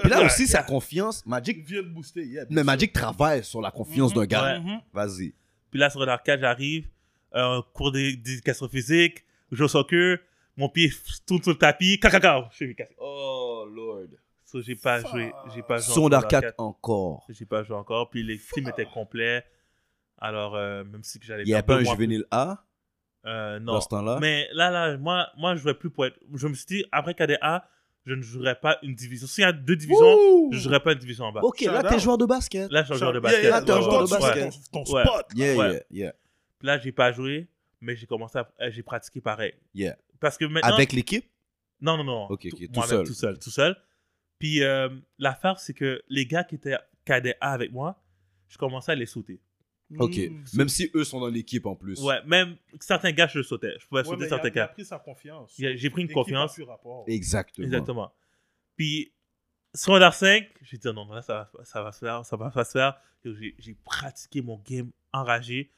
[SPEAKER 2] Puis là aussi, sa confiance, Magic
[SPEAKER 3] Il vient de booster, yeah. bien
[SPEAKER 2] Mais
[SPEAKER 3] sûr.
[SPEAKER 2] Magic travaille sur la confiance d'un gars.
[SPEAKER 4] Mhm. Ouais.
[SPEAKER 2] Vas-y.
[SPEAKER 4] Puis là, sur l'arcade, j'arrive, euh, cours d'é- d'éducation physique, je joue au soccer, mon pied f- tourne sur le tapis, cacacao, je suis cassé.
[SPEAKER 2] Oh, Lord.
[SPEAKER 4] So, j'ai pas joué. J'ai pas joué.
[SPEAKER 2] Son
[SPEAKER 4] encore
[SPEAKER 2] d'arcade encore.
[SPEAKER 4] J'ai pas joué encore. Puis les films étaient complets. Alors, euh, même si que j'allais
[SPEAKER 2] Il n'y a
[SPEAKER 4] perdre
[SPEAKER 2] pas
[SPEAKER 4] deux
[SPEAKER 2] un
[SPEAKER 4] mois-
[SPEAKER 2] juvénile A
[SPEAKER 4] Euh, non.
[SPEAKER 2] dans ce temps-là.
[SPEAKER 4] Mais là, là, moi, moi, je jouais plus pour être. Je me suis dit, après KDA, je ne jouerais pas une division. S'il y a deux divisions,
[SPEAKER 3] Ouh!
[SPEAKER 4] je ne jouerais pas une division en bas.
[SPEAKER 2] Ok, là,
[SPEAKER 3] Shout
[SPEAKER 2] t'es
[SPEAKER 3] out.
[SPEAKER 2] joueur de basket.
[SPEAKER 4] Là, je suis un joueur de
[SPEAKER 3] Yeah, yeah,
[SPEAKER 4] basket.
[SPEAKER 3] yeah,
[SPEAKER 2] t'es un
[SPEAKER 4] Ouais,
[SPEAKER 2] joueur de
[SPEAKER 4] ouais.
[SPEAKER 2] basket.
[SPEAKER 3] Ton, ton
[SPEAKER 4] Ouais.
[SPEAKER 3] spot.
[SPEAKER 2] Yeah,
[SPEAKER 4] Ouais.
[SPEAKER 2] yeah, yeah.
[SPEAKER 4] Puis Là, j'ai pas joué, mais j'ai commencé à. euh, J'ai pratiqué pareil.
[SPEAKER 2] Yeah.
[SPEAKER 4] Parce que maintenant.
[SPEAKER 2] Avec l'équipe
[SPEAKER 4] Non, non, non.
[SPEAKER 2] Ok, ok, tout
[SPEAKER 4] moi-même,
[SPEAKER 2] seul.
[SPEAKER 4] Tout seul, tout seul. Puis euh, l'affaire, c'est que les gars qui étaient cadets A avec moi, je commençais à les sauter.
[SPEAKER 2] Ok.
[SPEAKER 3] Mm.
[SPEAKER 2] Même si eux sont dans l'équipe en plus.
[SPEAKER 4] Ouais, même certains gars, je le sautais. Je pouvais
[SPEAKER 3] Ouais, mais
[SPEAKER 4] sauter
[SPEAKER 3] il a-
[SPEAKER 4] certains
[SPEAKER 3] il a
[SPEAKER 4] gars.
[SPEAKER 3] pris sa confiance.
[SPEAKER 4] Il y a- J'ai pris une
[SPEAKER 3] L'équipe a
[SPEAKER 4] confiance.
[SPEAKER 3] plus rapport.
[SPEAKER 2] Exactement.
[SPEAKER 4] Exactement. Puis, secondaire 5, j'ai dit non, là, ça va, ça va se faire, ça va pas se faire. Et J'ai j'ai pratiqué mon game enragé.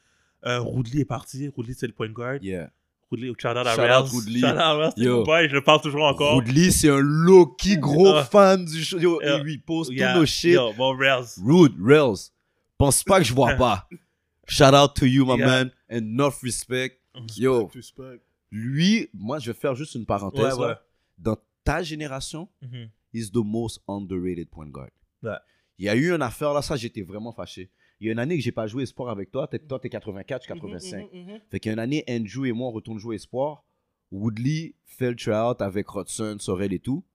[SPEAKER 4] Euh, Roudly est parti. Roudly, c'est le point guard.
[SPEAKER 2] Yeah.
[SPEAKER 4] Roudly, au shout-out à
[SPEAKER 2] Shout-out
[SPEAKER 4] Rails.
[SPEAKER 2] Roudly.
[SPEAKER 4] Shout-out à Rails, c'est
[SPEAKER 2] Yo.
[SPEAKER 4] mon boy, je le parle toujours encore.
[SPEAKER 2] Woodley, c'est un low-key gros
[SPEAKER 4] Ah.
[SPEAKER 2] fan du show. Yo,
[SPEAKER 4] Yeah.
[SPEAKER 2] Il lui pose
[SPEAKER 4] Yeah,
[SPEAKER 2] tous nos shit.
[SPEAKER 4] Yo, bon, Rails.
[SPEAKER 2] Rude, Rails, pense pas que je
[SPEAKER 4] [laughs]
[SPEAKER 2] vois pas. Shout out to you, my
[SPEAKER 4] Yeah. Mm-hmm.
[SPEAKER 2] man. Enough respect. Yo,
[SPEAKER 3] Respect.
[SPEAKER 2] lui, moi, je vais faire juste une parenthèse.
[SPEAKER 4] Ouais,
[SPEAKER 2] là. Dans ta génération,
[SPEAKER 4] Mhm.
[SPEAKER 2] is the most underrated point guard.
[SPEAKER 4] Ouais.
[SPEAKER 2] Il y a eu une affaire là, ça, j'étais vraiment fâché. Il y a une année que j'ai pas joué espoir avec toi. T'es- Toi, t'es 84, je suis 85.
[SPEAKER 3] Mhm, mhm, mhm.
[SPEAKER 2] Fait qu'il y a une année, Andrew et moi, on retourne jouer espoir. Woodley fait le tryout avec Rodson, Sorel et tout.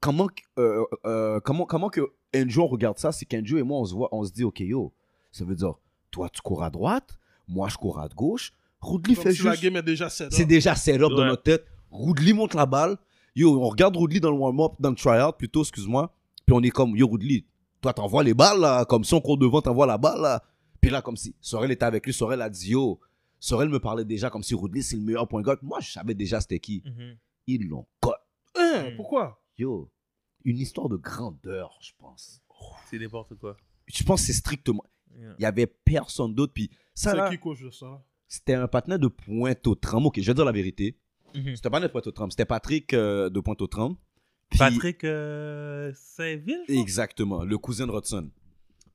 [SPEAKER 2] Comment, que- euh, euh, comment, comment que Andrew on regarde ça, c'est qu'Andrew et moi, on se voit, on se dit, OK, yo, ça veut dire, toi, tu cours à droite, moi, je cours à gauche. Woodley
[SPEAKER 3] Comme
[SPEAKER 2] fait
[SPEAKER 3] si la
[SPEAKER 2] juste...
[SPEAKER 3] game est déjà set up.
[SPEAKER 2] C'est déjà set up dans
[SPEAKER 4] Ouais.
[SPEAKER 2] notre tête. Woodley monte la balle. Yo, on regarde Woodley dans le warm-up, dans le tryout plutôt, excuse-moi. Puis on est comme, yo, Woodley, toi, t'envoies les balles là. Comme si on court devant, t'envoies la balle là. Puis là, comme si Sorel était avec lui, Sorel a dit, yo, Sorel me parlait déjà comme si Woodley c'est le meilleur point guard. Moi, je savais déjà c'était qui.
[SPEAKER 4] Mhm.
[SPEAKER 2] Ils l'ont cut.
[SPEAKER 3] Hein,
[SPEAKER 4] Mm.
[SPEAKER 3] Pourquoi
[SPEAKER 2] Yo, une histoire de grandeur, je pense.
[SPEAKER 4] C'est n'importe quoi.
[SPEAKER 2] Je pense que c'est strictement.
[SPEAKER 4] Yeah.
[SPEAKER 2] Il y avait personne d'autre. Puis ça,
[SPEAKER 3] C'est
[SPEAKER 2] là,
[SPEAKER 3] qui coach de ça
[SPEAKER 2] c'était un partenaire de pointe au tram. Ok, je vais dire la vérité.
[SPEAKER 4] Mhm.
[SPEAKER 2] C'était pas de pointe aux trembles, c'était Patrick euh, de pointe aux trembles. Puis-
[SPEAKER 4] Patrick euh, Saint-Ville, je pense.
[SPEAKER 2] Exactement, le cousin de Rodson.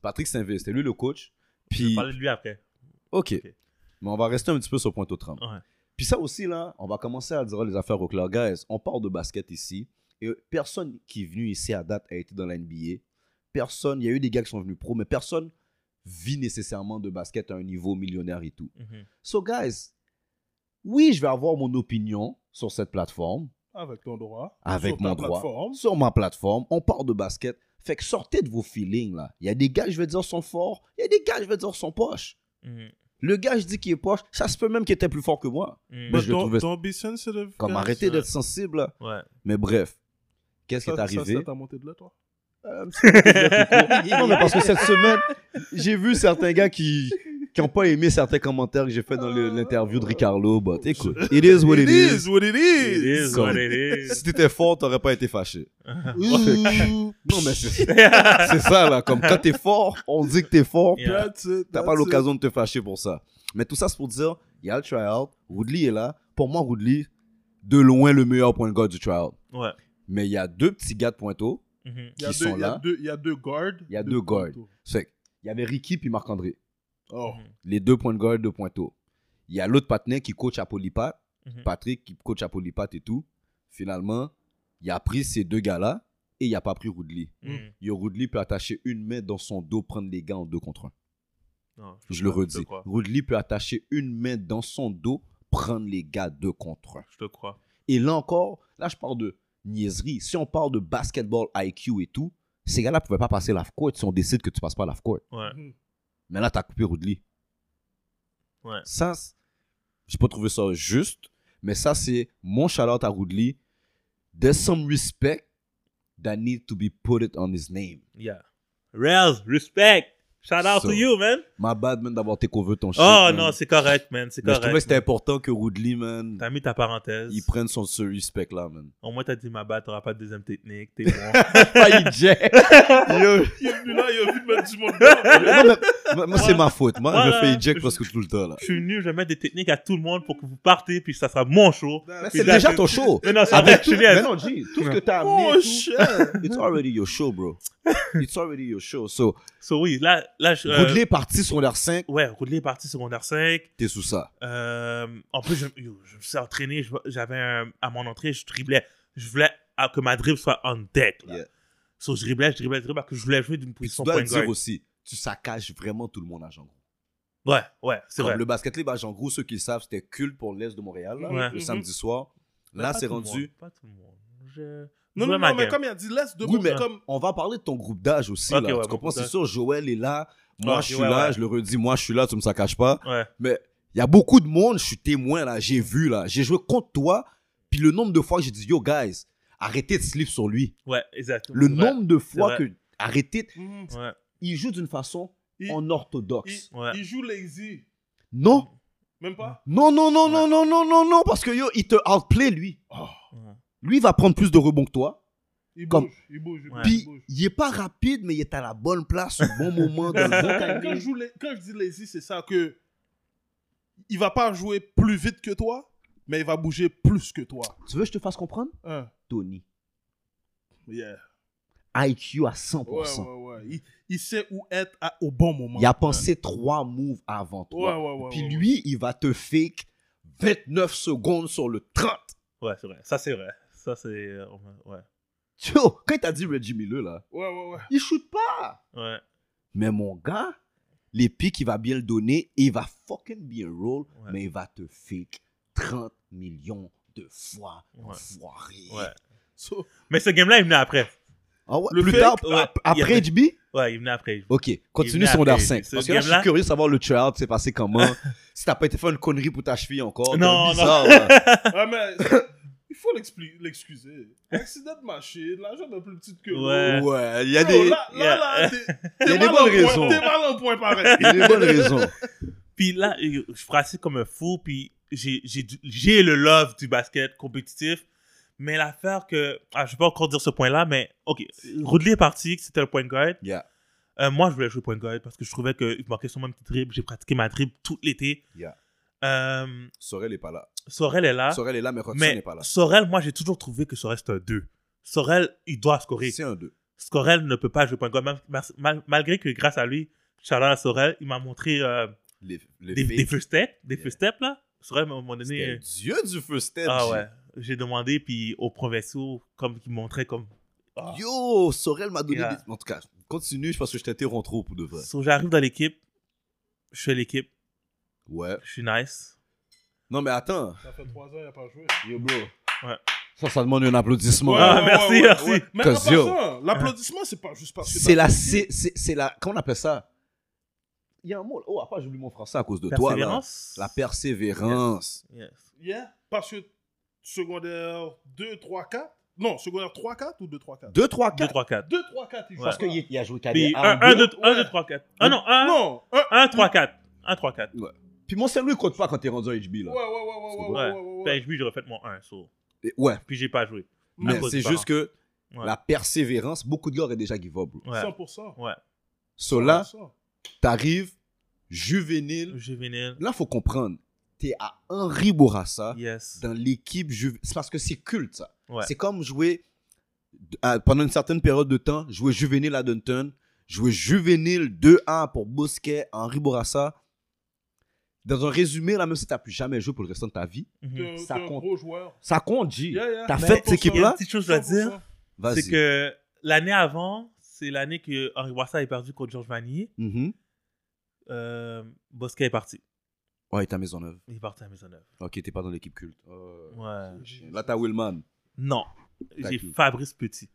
[SPEAKER 2] Patrick Saint-Ville, c'était lui le coach.
[SPEAKER 4] Je vais
[SPEAKER 2] Puis,
[SPEAKER 4] parler de lui après.
[SPEAKER 2] ok.
[SPEAKER 4] Ok.
[SPEAKER 2] Mais on va rester un petit peu sur pointe aux trembles.
[SPEAKER 4] Ouais.
[SPEAKER 2] Puis ça aussi, là, on va commencer à dire les affaires au clair. Guys, on parle de basket ici. Et personne qui est venu ici à date a été dans la NBA. Personne, il y a eu des gars qui sont venus pro, mais personne vit nécessairement de basket à un niveau millionnaire et tout.
[SPEAKER 4] Mhm.
[SPEAKER 2] So, guys, oui, je vais avoir mon opinion sur cette plateforme.
[SPEAKER 3] Avec ton droit.
[SPEAKER 2] avec
[SPEAKER 3] sur ta
[SPEAKER 2] mon droit,
[SPEAKER 3] plateforme.
[SPEAKER 2] sur ma plateforme. On part de basket. Fait que sortez de vos feelings, là. Il y a des gars, je vais dire, sont forts. Il y a des gars, je vais dire, sont poches.
[SPEAKER 4] Mhm.
[SPEAKER 2] Le gars, je dis qu'il est poche. Ça se peut même qu'il était plus fort que moi.
[SPEAKER 4] Mhm.
[SPEAKER 2] Mais
[SPEAKER 3] Mais
[SPEAKER 2] je le trouvais-
[SPEAKER 3] ton, ton ambition, c'est de.
[SPEAKER 2] Comme
[SPEAKER 3] faire-
[SPEAKER 2] arrêtez
[SPEAKER 4] ouais.
[SPEAKER 2] d'être sensible, là.
[SPEAKER 4] Ouais.
[SPEAKER 2] Mais bref, qu'est-ce qui
[SPEAKER 3] Ça-
[SPEAKER 2] est
[SPEAKER 3] ça,
[SPEAKER 2] arrivé
[SPEAKER 3] C'est ta montée de lait, toi [laughs]
[SPEAKER 2] Euh, petit peu plus de coco. [laughs] Non, mais parce que cette semaine, j'ai vu certains gars qui qui n'ont pas aimé certains commentaires que j'ai fait dans le- l'interview de Ricardo. But écoute, it is what it is.
[SPEAKER 3] what it
[SPEAKER 4] It
[SPEAKER 3] is.
[SPEAKER 4] is
[SPEAKER 2] Comme-
[SPEAKER 4] what it is.
[SPEAKER 2] Si t'étais fort, t'aurais pas été
[SPEAKER 4] [laughs]
[SPEAKER 2] fâché.
[SPEAKER 3] Ouh,
[SPEAKER 2] Non, mais c'est [laughs] c'est ça, là. Comme quand t'es fort, on dit que t'es fort.
[SPEAKER 4] Yeah.
[SPEAKER 3] that's it,
[SPEAKER 2] T'as
[SPEAKER 3] that's
[SPEAKER 2] pas
[SPEAKER 3] it.
[SPEAKER 2] l'occasion de te fâcher pour ça. Mais tout ça, c'est pour dire, il y a le tryout. Woodley est là. Pour moi, Woodley, de loin, le meilleur point de guard du tryout.
[SPEAKER 4] [laughs] Ouais.
[SPEAKER 2] Mais il y a deux petits gars de pointeau.
[SPEAKER 4] Mhm.
[SPEAKER 3] Il y a
[SPEAKER 2] qui
[SPEAKER 3] deux-
[SPEAKER 2] sont
[SPEAKER 3] il y a
[SPEAKER 2] là.
[SPEAKER 3] deux- Il y a deux guards.
[SPEAKER 2] Il y a deux guards. C'est il y avait Ricky puis Marc-André.
[SPEAKER 3] Oh.
[SPEAKER 2] Les deux points de guard de pointeau. Il y a l'autre partenaire qui coach à Polypat.
[SPEAKER 4] Mhm.
[SPEAKER 2] Patrick qui coach à Polypat et tout. Finalement, il a pris ces deux gars-là et il a pas pris Woodley.
[SPEAKER 4] Mhm.
[SPEAKER 2] Yo, Woodley peut attacher une main dans son dos, prendre les gars en deux contre un.
[SPEAKER 4] Non,
[SPEAKER 2] Je le
[SPEAKER 4] te
[SPEAKER 2] redis.
[SPEAKER 4] crois.
[SPEAKER 2] Woodley peut attacher une main dans son dos, prendre les gars deux contre un.
[SPEAKER 4] Je te crois.
[SPEAKER 2] Et là encore, là je parle de niaiserie. Si on parle de basketball IQ et tout, ces gars-là pouvaient pas passer l'off court si on décide que tu passes pas l'off court.
[SPEAKER 4] Ouais.
[SPEAKER 3] Mhm.
[SPEAKER 2] Mais là, t'as coupé Woodley.
[SPEAKER 4] Ouais.
[SPEAKER 2] Ça, c'est- j'ai pas trouvé ça juste, mais ça, c'est mon shout-out à Woodley. There's some respect that need to be put it on his name.
[SPEAKER 4] Yeah. Rails, respect. Shout out
[SPEAKER 2] So-
[SPEAKER 4] to you, man.
[SPEAKER 2] My bad, man, d'avoir over ton shit.
[SPEAKER 4] Oh
[SPEAKER 2] man.
[SPEAKER 4] non, c'est correct, man. C'est
[SPEAKER 2] Mais je
[SPEAKER 4] correct.
[SPEAKER 2] trouvais que c'était important que Woodley, man,
[SPEAKER 4] T'as mis ta parenthèse.
[SPEAKER 2] il prenne son ce respect-là, [laughs] man.
[SPEAKER 4] Au moins, t'as dit ma batte, t'auras pas de deuxième technique.
[SPEAKER 2] [laughs]
[SPEAKER 4] T'es bon.
[SPEAKER 2] Pas Ah, Jack. Yo.
[SPEAKER 3] Il est venu là, il a vu de mettre du [laughs] monde dedans.
[SPEAKER 2] Non, mais- moi, moi, c'est ma faute. Moi,
[SPEAKER 4] Voilà.
[SPEAKER 2] je fais Jack presque tout le temps, là.
[SPEAKER 4] je suis venu, je vais mettre des techniques à tout le monde pour que vous partez, puis ça sera mon show.
[SPEAKER 3] That's
[SPEAKER 2] C'est
[SPEAKER 3] it.
[SPEAKER 4] Exact.
[SPEAKER 2] déjà ton show.
[SPEAKER 4] Mais non, c'est
[SPEAKER 2] Avec
[SPEAKER 4] avec
[SPEAKER 2] tout, Euh, mais non, G, tout ce que
[SPEAKER 4] Ah,
[SPEAKER 2] t'as amené,
[SPEAKER 3] Oh,
[SPEAKER 2] tout,
[SPEAKER 3] shit.
[SPEAKER 4] [laughs]
[SPEAKER 2] it's already your show, bro. It's already your show. So,
[SPEAKER 4] So oui, là, là je, euh,
[SPEAKER 2] Woodley est parti sur l'air 5,
[SPEAKER 4] Ouais, Roudlé est parti secondaire 5.
[SPEAKER 2] t'es sous ça.
[SPEAKER 4] Euh, en plus, je, yo, je me suis entraîné. je- J'avais un- à mon entrée, je driblais. Je voulais à- que ma dribble soit on deck. Là.
[SPEAKER 2] Yeah.
[SPEAKER 4] So, je dribblais, je dribblais, je dribblais, parce que je voulais jouer d'une
[SPEAKER 2] Puis tu
[SPEAKER 4] position
[SPEAKER 2] dois
[SPEAKER 4] point
[SPEAKER 2] le dire
[SPEAKER 4] guard.
[SPEAKER 2] aussi, tu saccages vraiment tout le monde à Jean Gros.
[SPEAKER 4] Ouais, ouais, c'est
[SPEAKER 2] Comme
[SPEAKER 4] vrai.
[SPEAKER 2] Le basket libre à Jean Gros, ceux qui le savent, c'était culte pour l'Est de Montréal, là,
[SPEAKER 4] Ouais.
[SPEAKER 2] le
[SPEAKER 3] Mhm.
[SPEAKER 2] samedi soir.
[SPEAKER 4] Mais
[SPEAKER 2] Là,
[SPEAKER 4] pas
[SPEAKER 2] c'est
[SPEAKER 4] tout le
[SPEAKER 2] rendu.
[SPEAKER 4] monde, Pas tout le monde. Je...
[SPEAKER 3] Non,
[SPEAKER 4] Jouer
[SPEAKER 3] non,
[SPEAKER 4] ma
[SPEAKER 3] non, mais
[SPEAKER 4] game.
[SPEAKER 3] comme il a dit, laisse de
[SPEAKER 2] Oui, mais-
[SPEAKER 3] comme.
[SPEAKER 2] On va parler de ton groupe d'âge aussi.
[SPEAKER 4] Ok,
[SPEAKER 2] là.
[SPEAKER 4] ouais,
[SPEAKER 2] tu
[SPEAKER 4] mon
[SPEAKER 2] comprends,
[SPEAKER 4] groupe
[SPEAKER 2] c'est
[SPEAKER 4] d'âge.
[SPEAKER 2] sûr, Joël est là, moi
[SPEAKER 4] Ouais,
[SPEAKER 2] je suis
[SPEAKER 4] ouais,
[SPEAKER 2] là,
[SPEAKER 4] ouais.
[SPEAKER 2] je le redis, moi je suis là, tu me saccages pas.
[SPEAKER 4] Ouais.
[SPEAKER 2] Mais il y a beaucoup de monde, je suis témoin là, j'ai vu là, j'ai joué contre toi, puis le nombre de fois que j'ai dit yo guys, arrêtez de slip sur lui.
[SPEAKER 4] Ouais, exactement.
[SPEAKER 2] Le
[SPEAKER 4] C'est vrai.
[SPEAKER 2] nombre de fois
[SPEAKER 4] vrai.
[SPEAKER 2] que arrêtez,
[SPEAKER 3] Mhm.
[SPEAKER 4] Ouais,
[SPEAKER 2] il joue d'une façon
[SPEAKER 3] Il-
[SPEAKER 2] en
[SPEAKER 3] Il,
[SPEAKER 2] orthodoxe.
[SPEAKER 4] Ouais.
[SPEAKER 3] il joue lazy.
[SPEAKER 2] Non,
[SPEAKER 3] Même pas
[SPEAKER 2] non, non, non, non, non, non, non, non, parce que yo, il te outplay lui.
[SPEAKER 3] Oh,
[SPEAKER 4] ouais.
[SPEAKER 2] Lui il va prendre plus de rebonds que toi.
[SPEAKER 3] Il
[SPEAKER 2] Comme-
[SPEAKER 3] bouge, il bouge, il bouge.
[SPEAKER 4] Ouais.
[SPEAKER 3] il
[SPEAKER 2] Puis
[SPEAKER 3] bouge.
[SPEAKER 2] il est pas rapide, mais il est à la bonne place, au bon moment, dans le
[SPEAKER 3] [laughs] Quand,
[SPEAKER 2] bon
[SPEAKER 3] quand je
[SPEAKER 2] timing.
[SPEAKER 3] joue la- quand je dis lazy, c'est ça que. Il va pas jouer plus vite que toi, mais il va bouger plus que toi.
[SPEAKER 2] Tu veux que je te fasse comprendre,
[SPEAKER 3] Hein.
[SPEAKER 2] Tony?
[SPEAKER 3] Yeah.
[SPEAKER 2] IQ à
[SPEAKER 3] Ouais,
[SPEAKER 2] 100%.
[SPEAKER 3] ouais, ouais. Il, il sait où être à- au bon moment.
[SPEAKER 2] Il a pensé trois moves avant
[SPEAKER 3] Ouais,
[SPEAKER 2] toi.
[SPEAKER 3] ouais, ouais.
[SPEAKER 2] Puis
[SPEAKER 3] ouais,
[SPEAKER 2] lui, il va te fake 29 secondes sur le 30.
[SPEAKER 4] Ouais, c'est vrai. Ça, c'est vrai. Ça, c'est. euh, Ouais.
[SPEAKER 2] Yo, quand il t'a dit Reggie Miller, là,
[SPEAKER 3] Ouais, ouais, ouais.
[SPEAKER 2] il shoot pas.
[SPEAKER 4] Ouais.
[SPEAKER 2] Mais mon gars, les pics, il va bien le donner et il va fucking bien roll,
[SPEAKER 4] Ouais.
[SPEAKER 2] mais il va te fake 30 millions de fois.
[SPEAKER 4] Ouais.
[SPEAKER 2] enfoiré.
[SPEAKER 4] Ouais.
[SPEAKER 3] So,
[SPEAKER 4] Mais ce game-là, il venait après.
[SPEAKER 2] Ah ouais,
[SPEAKER 3] Le
[SPEAKER 2] plus
[SPEAKER 3] fake,
[SPEAKER 2] tard,
[SPEAKER 4] ouais,
[SPEAKER 2] ap-
[SPEAKER 4] il y
[SPEAKER 2] après
[SPEAKER 4] avait-
[SPEAKER 2] HB,
[SPEAKER 4] Ouais, il venait après.
[SPEAKER 2] ok, continue
[SPEAKER 4] venait
[SPEAKER 2] secondaire
[SPEAKER 4] après.
[SPEAKER 2] 5.
[SPEAKER 4] Ce
[SPEAKER 2] Parce que là, je suis
[SPEAKER 4] game-là-
[SPEAKER 2] curieux de savoir le tryout s'est passé
[SPEAKER 4] [laughs]
[SPEAKER 2] comment. si t'as pas été faire une connerie pour ta cheville encore.
[SPEAKER 4] Non,
[SPEAKER 2] Non,
[SPEAKER 4] non.
[SPEAKER 2] bizarre, là.
[SPEAKER 4] [laughs]
[SPEAKER 3] ah, mais [coughs] il faut l'expli- l'excuser. Accident de machine, la jambe est plus petite que l'autre.
[SPEAKER 4] Ouais.
[SPEAKER 2] Ouais, il y a
[SPEAKER 3] Bro,
[SPEAKER 2] des.
[SPEAKER 3] Là, là,
[SPEAKER 2] [laughs]
[SPEAKER 4] yeah.
[SPEAKER 3] là, t'es-
[SPEAKER 2] Il y a
[SPEAKER 3] t'es
[SPEAKER 2] des
[SPEAKER 3] mal
[SPEAKER 2] bonnes
[SPEAKER 3] en point-
[SPEAKER 2] raisons.
[SPEAKER 3] T'es mal en point pareil.
[SPEAKER 2] Il y a des bonnes raisons.
[SPEAKER 4] Puis là, euh, je pratique comme un fou, puis j'ai- j'ai du- j'ai le love du basket compétitif. Mais l'affaire que. Ah, je vais pas encore dire ce point-là, mais OK. Rudley est parti, c'était le point guard.
[SPEAKER 2] Yeah.
[SPEAKER 4] Euh, moi, je voulais jouer point guard parce que je trouvais qu'il manquait sûrement une petite dribble. J'ai pratiqué ma dribble tout l'été.
[SPEAKER 2] Yeah.
[SPEAKER 4] Euh,
[SPEAKER 2] Sorel est pas là.
[SPEAKER 4] Sorel est là.
[SPEAKER 2] Sorel est là, mais Rodson n'est
[SPEAKER 4] Ah. mais
[SPEAKER 2] pas là.
[SPEAKER 4] Sorel, moi, j'ai toujours trouvé que Sorel, c'est un 2. Sorel, il doit scorer.
[SPEAKER 2] C'est un 2.
[SPEAKER 4] Sorel ne peut pas jouer point guard. mal- mal- mal- malgré que grâce à lui, Charles à Sorel, il m'a montré euh,
[SPEAKER 2] Les, les
[SPEAKER 4] des,
[SPEAKER 2] fakes,
[SPEAKER 4] des first steps. Des
[SPEAKER 2] Yeah.
[SPEAKER 4] first steps, là. Sorel, m'a- à un moment
[SPEAKER 2] c'était
[SPEAKER 4] donné...
[SPEAKER 2] le Dieu du first step.
[SPEAKER 4] Ah
[SPEAKER 2] G.
[SPEAKER 4] ouais. J'ai demandé, puis au provinciaux, comme qui montrait comme... Ah.
[SPEAKER 2] Yo, Sorel m'a donné.
[SPEAKER 4] Yeah.
[SPEAKER 2] des- En tout cas, continue, je pense que je t'interromps trop pour de vrai.
[SPEAKER 4] So, j'arrive dans l'équipe. Je fais l'équipe.
[SPEAKER 2] Ouais.
[SPEAKER 4] Je suis nice.
[SPEAKER 2] Non, mais attends.
[SPEAKER 3] Ça fait 3 ans, il a pas joué.
[SPEAKER 2] Yo, bro.
[SPEAKER 4] Ouais.
[SPEAKER 2] Ça, ça demande un applaudissement.
[SPEAKER 4] Ah, merci, merci.
[SPEAKER 3] Mais en
[SPEAKER 2] Cause yo.
[SPEAKER 3] passant, l'applaudissement, c'est pas juste parce que.
[SPEAKER 2] C'est
[SPEAKER 3] t'as-
[SPEAKER 2] la. C'est c'est- c'est la. Comment on appelle ça Il y a un mot. là. Oh, après, j'oublie mon français à cause de toi, là.
[SPEAKER 4] Persévérance.
[SPEAKER 2] La persévérance.
[SPEAKER 4] Yes.
[SPEAKER 3] Yeah. Parce que secondaire 2, 3, 4. Non, secondaire 3, 4 ou 2, 3, 4
[SPEAKER 2] 2, 3,
[SPEAKER 4] 2,
[SPEAKER 2] 4.
[SPEAKER 4] 3, 4.
[SPEAKER 3] 2, 3, 4, il joue.
[SPEAKER 2] Parce
[SPEAKER 3] pas.
[SPEAKER 2] qu'il il a joué cadet.
[SPEAKER 4] Puis 1, 2, 3, 4. Ah non, 1,
[SPEAKER 3] Non, un-
[SPEAKER 4] 1, 3, 4. 1, 3, 4.
[SPEAKER 2] Puis mon cerveau, il compte pas quand t'es rendu à HB, là.
[SPEAKER 3] Ouais, ouais, ouais, ouais, ouais, ouais, ouais, ouais,
[SPEAKER 4] Ben,
[SPEAKER 3] ouais.
[SPEAKER 4] je lui, j'aurais fait mon 1, so.
[SPEAKER 2] Et- ouais.
[SPEAKER 4] Puis j'ai pas joué.
[SPEAKER 2] Mais
[SPEAKER 4] À cause
[SPEAKER 2] c'est
[SPEAKER 4] du
[SPEAKER 2] juste que
[SPEAKER 4] Ouais.
[SPEAKER 2] la persévérance, beaucoup de gars auraient déjà give up. bro.
[SPEAKER 4] Ouais.
[SPEAKER 3] 100%.
[SPEAKER 4] Ouais.
[SPEAKER 2] So là,
[SPEAKER 3] 100%.
[SPEAKER 2] t'arrives, juvénile.
[SPEAKER 4] Juvénile.
[SPEAKER 2] Là, faut comprendre. T'es à Henri Bourassa
[SPEAKER 4] Yes.
[SPEAKER 2] dans l'équipe juvénile. C'est parce que c'est culte, ça.
[SPEAKER 4] Ouais.
[SPEAKER 2] C'est comme jouer à- pendant une certaine période de temps, jouer juvénile à Dunton, jouer juvénile 2A pour Bosquet, Henri Bourassa. Dans un résumé, là, même si t'as plus jamais joué pour le restant de ta vie,
[SPEAKER 4] Mhm.
[SPEAKER 3] T'es un-
[SPEAKER 2] Ça
[SPEAKER 3] t'es un
[SPEAKER 2] compte.
[SPEAKER 3] gros joueur.
[SPEAKER 2] ça compte, G.
[SPEAKER 3] Yeah, yeah.
[SPEAKER 2] T'as
[SPEAKER 3] Mais
[SPEAKER 2] fait cette
[SPEAKER 4] Il y a
[SPEAKER 2] équipe-là
[SPEAKER 4] une petite chose à dire.
[SPEAKER 3] 100%.
[SPEAKER 2] Vas-y.
[SPEAKER 4] C'est que l'année avant, c'est l'année que Henri Boissa est perdu contre Georges Vanier.
[SPEAKER 2] Mhm.
[SPEAKER 4] Euh, Bosquet est parti.
[SPEAKER 2] Ouais, t'as Maisonneuve.
[SPEAKER 4] Il est parti à Maisonneuve.
[SPEAKER 2] Ok, t'es pas dans l'équipe culte. Euh,
[SPEAKER 4] Ouais.
[SPEAKER 2] chien. Là, t'as Willman.
[SPEAKER 4] Non.
[SPEAKER 2] T'as
[SPEAKER 4] J'ai
[SPEAKER 2] qui?
[SPEAKER 4] Fabrice Petit.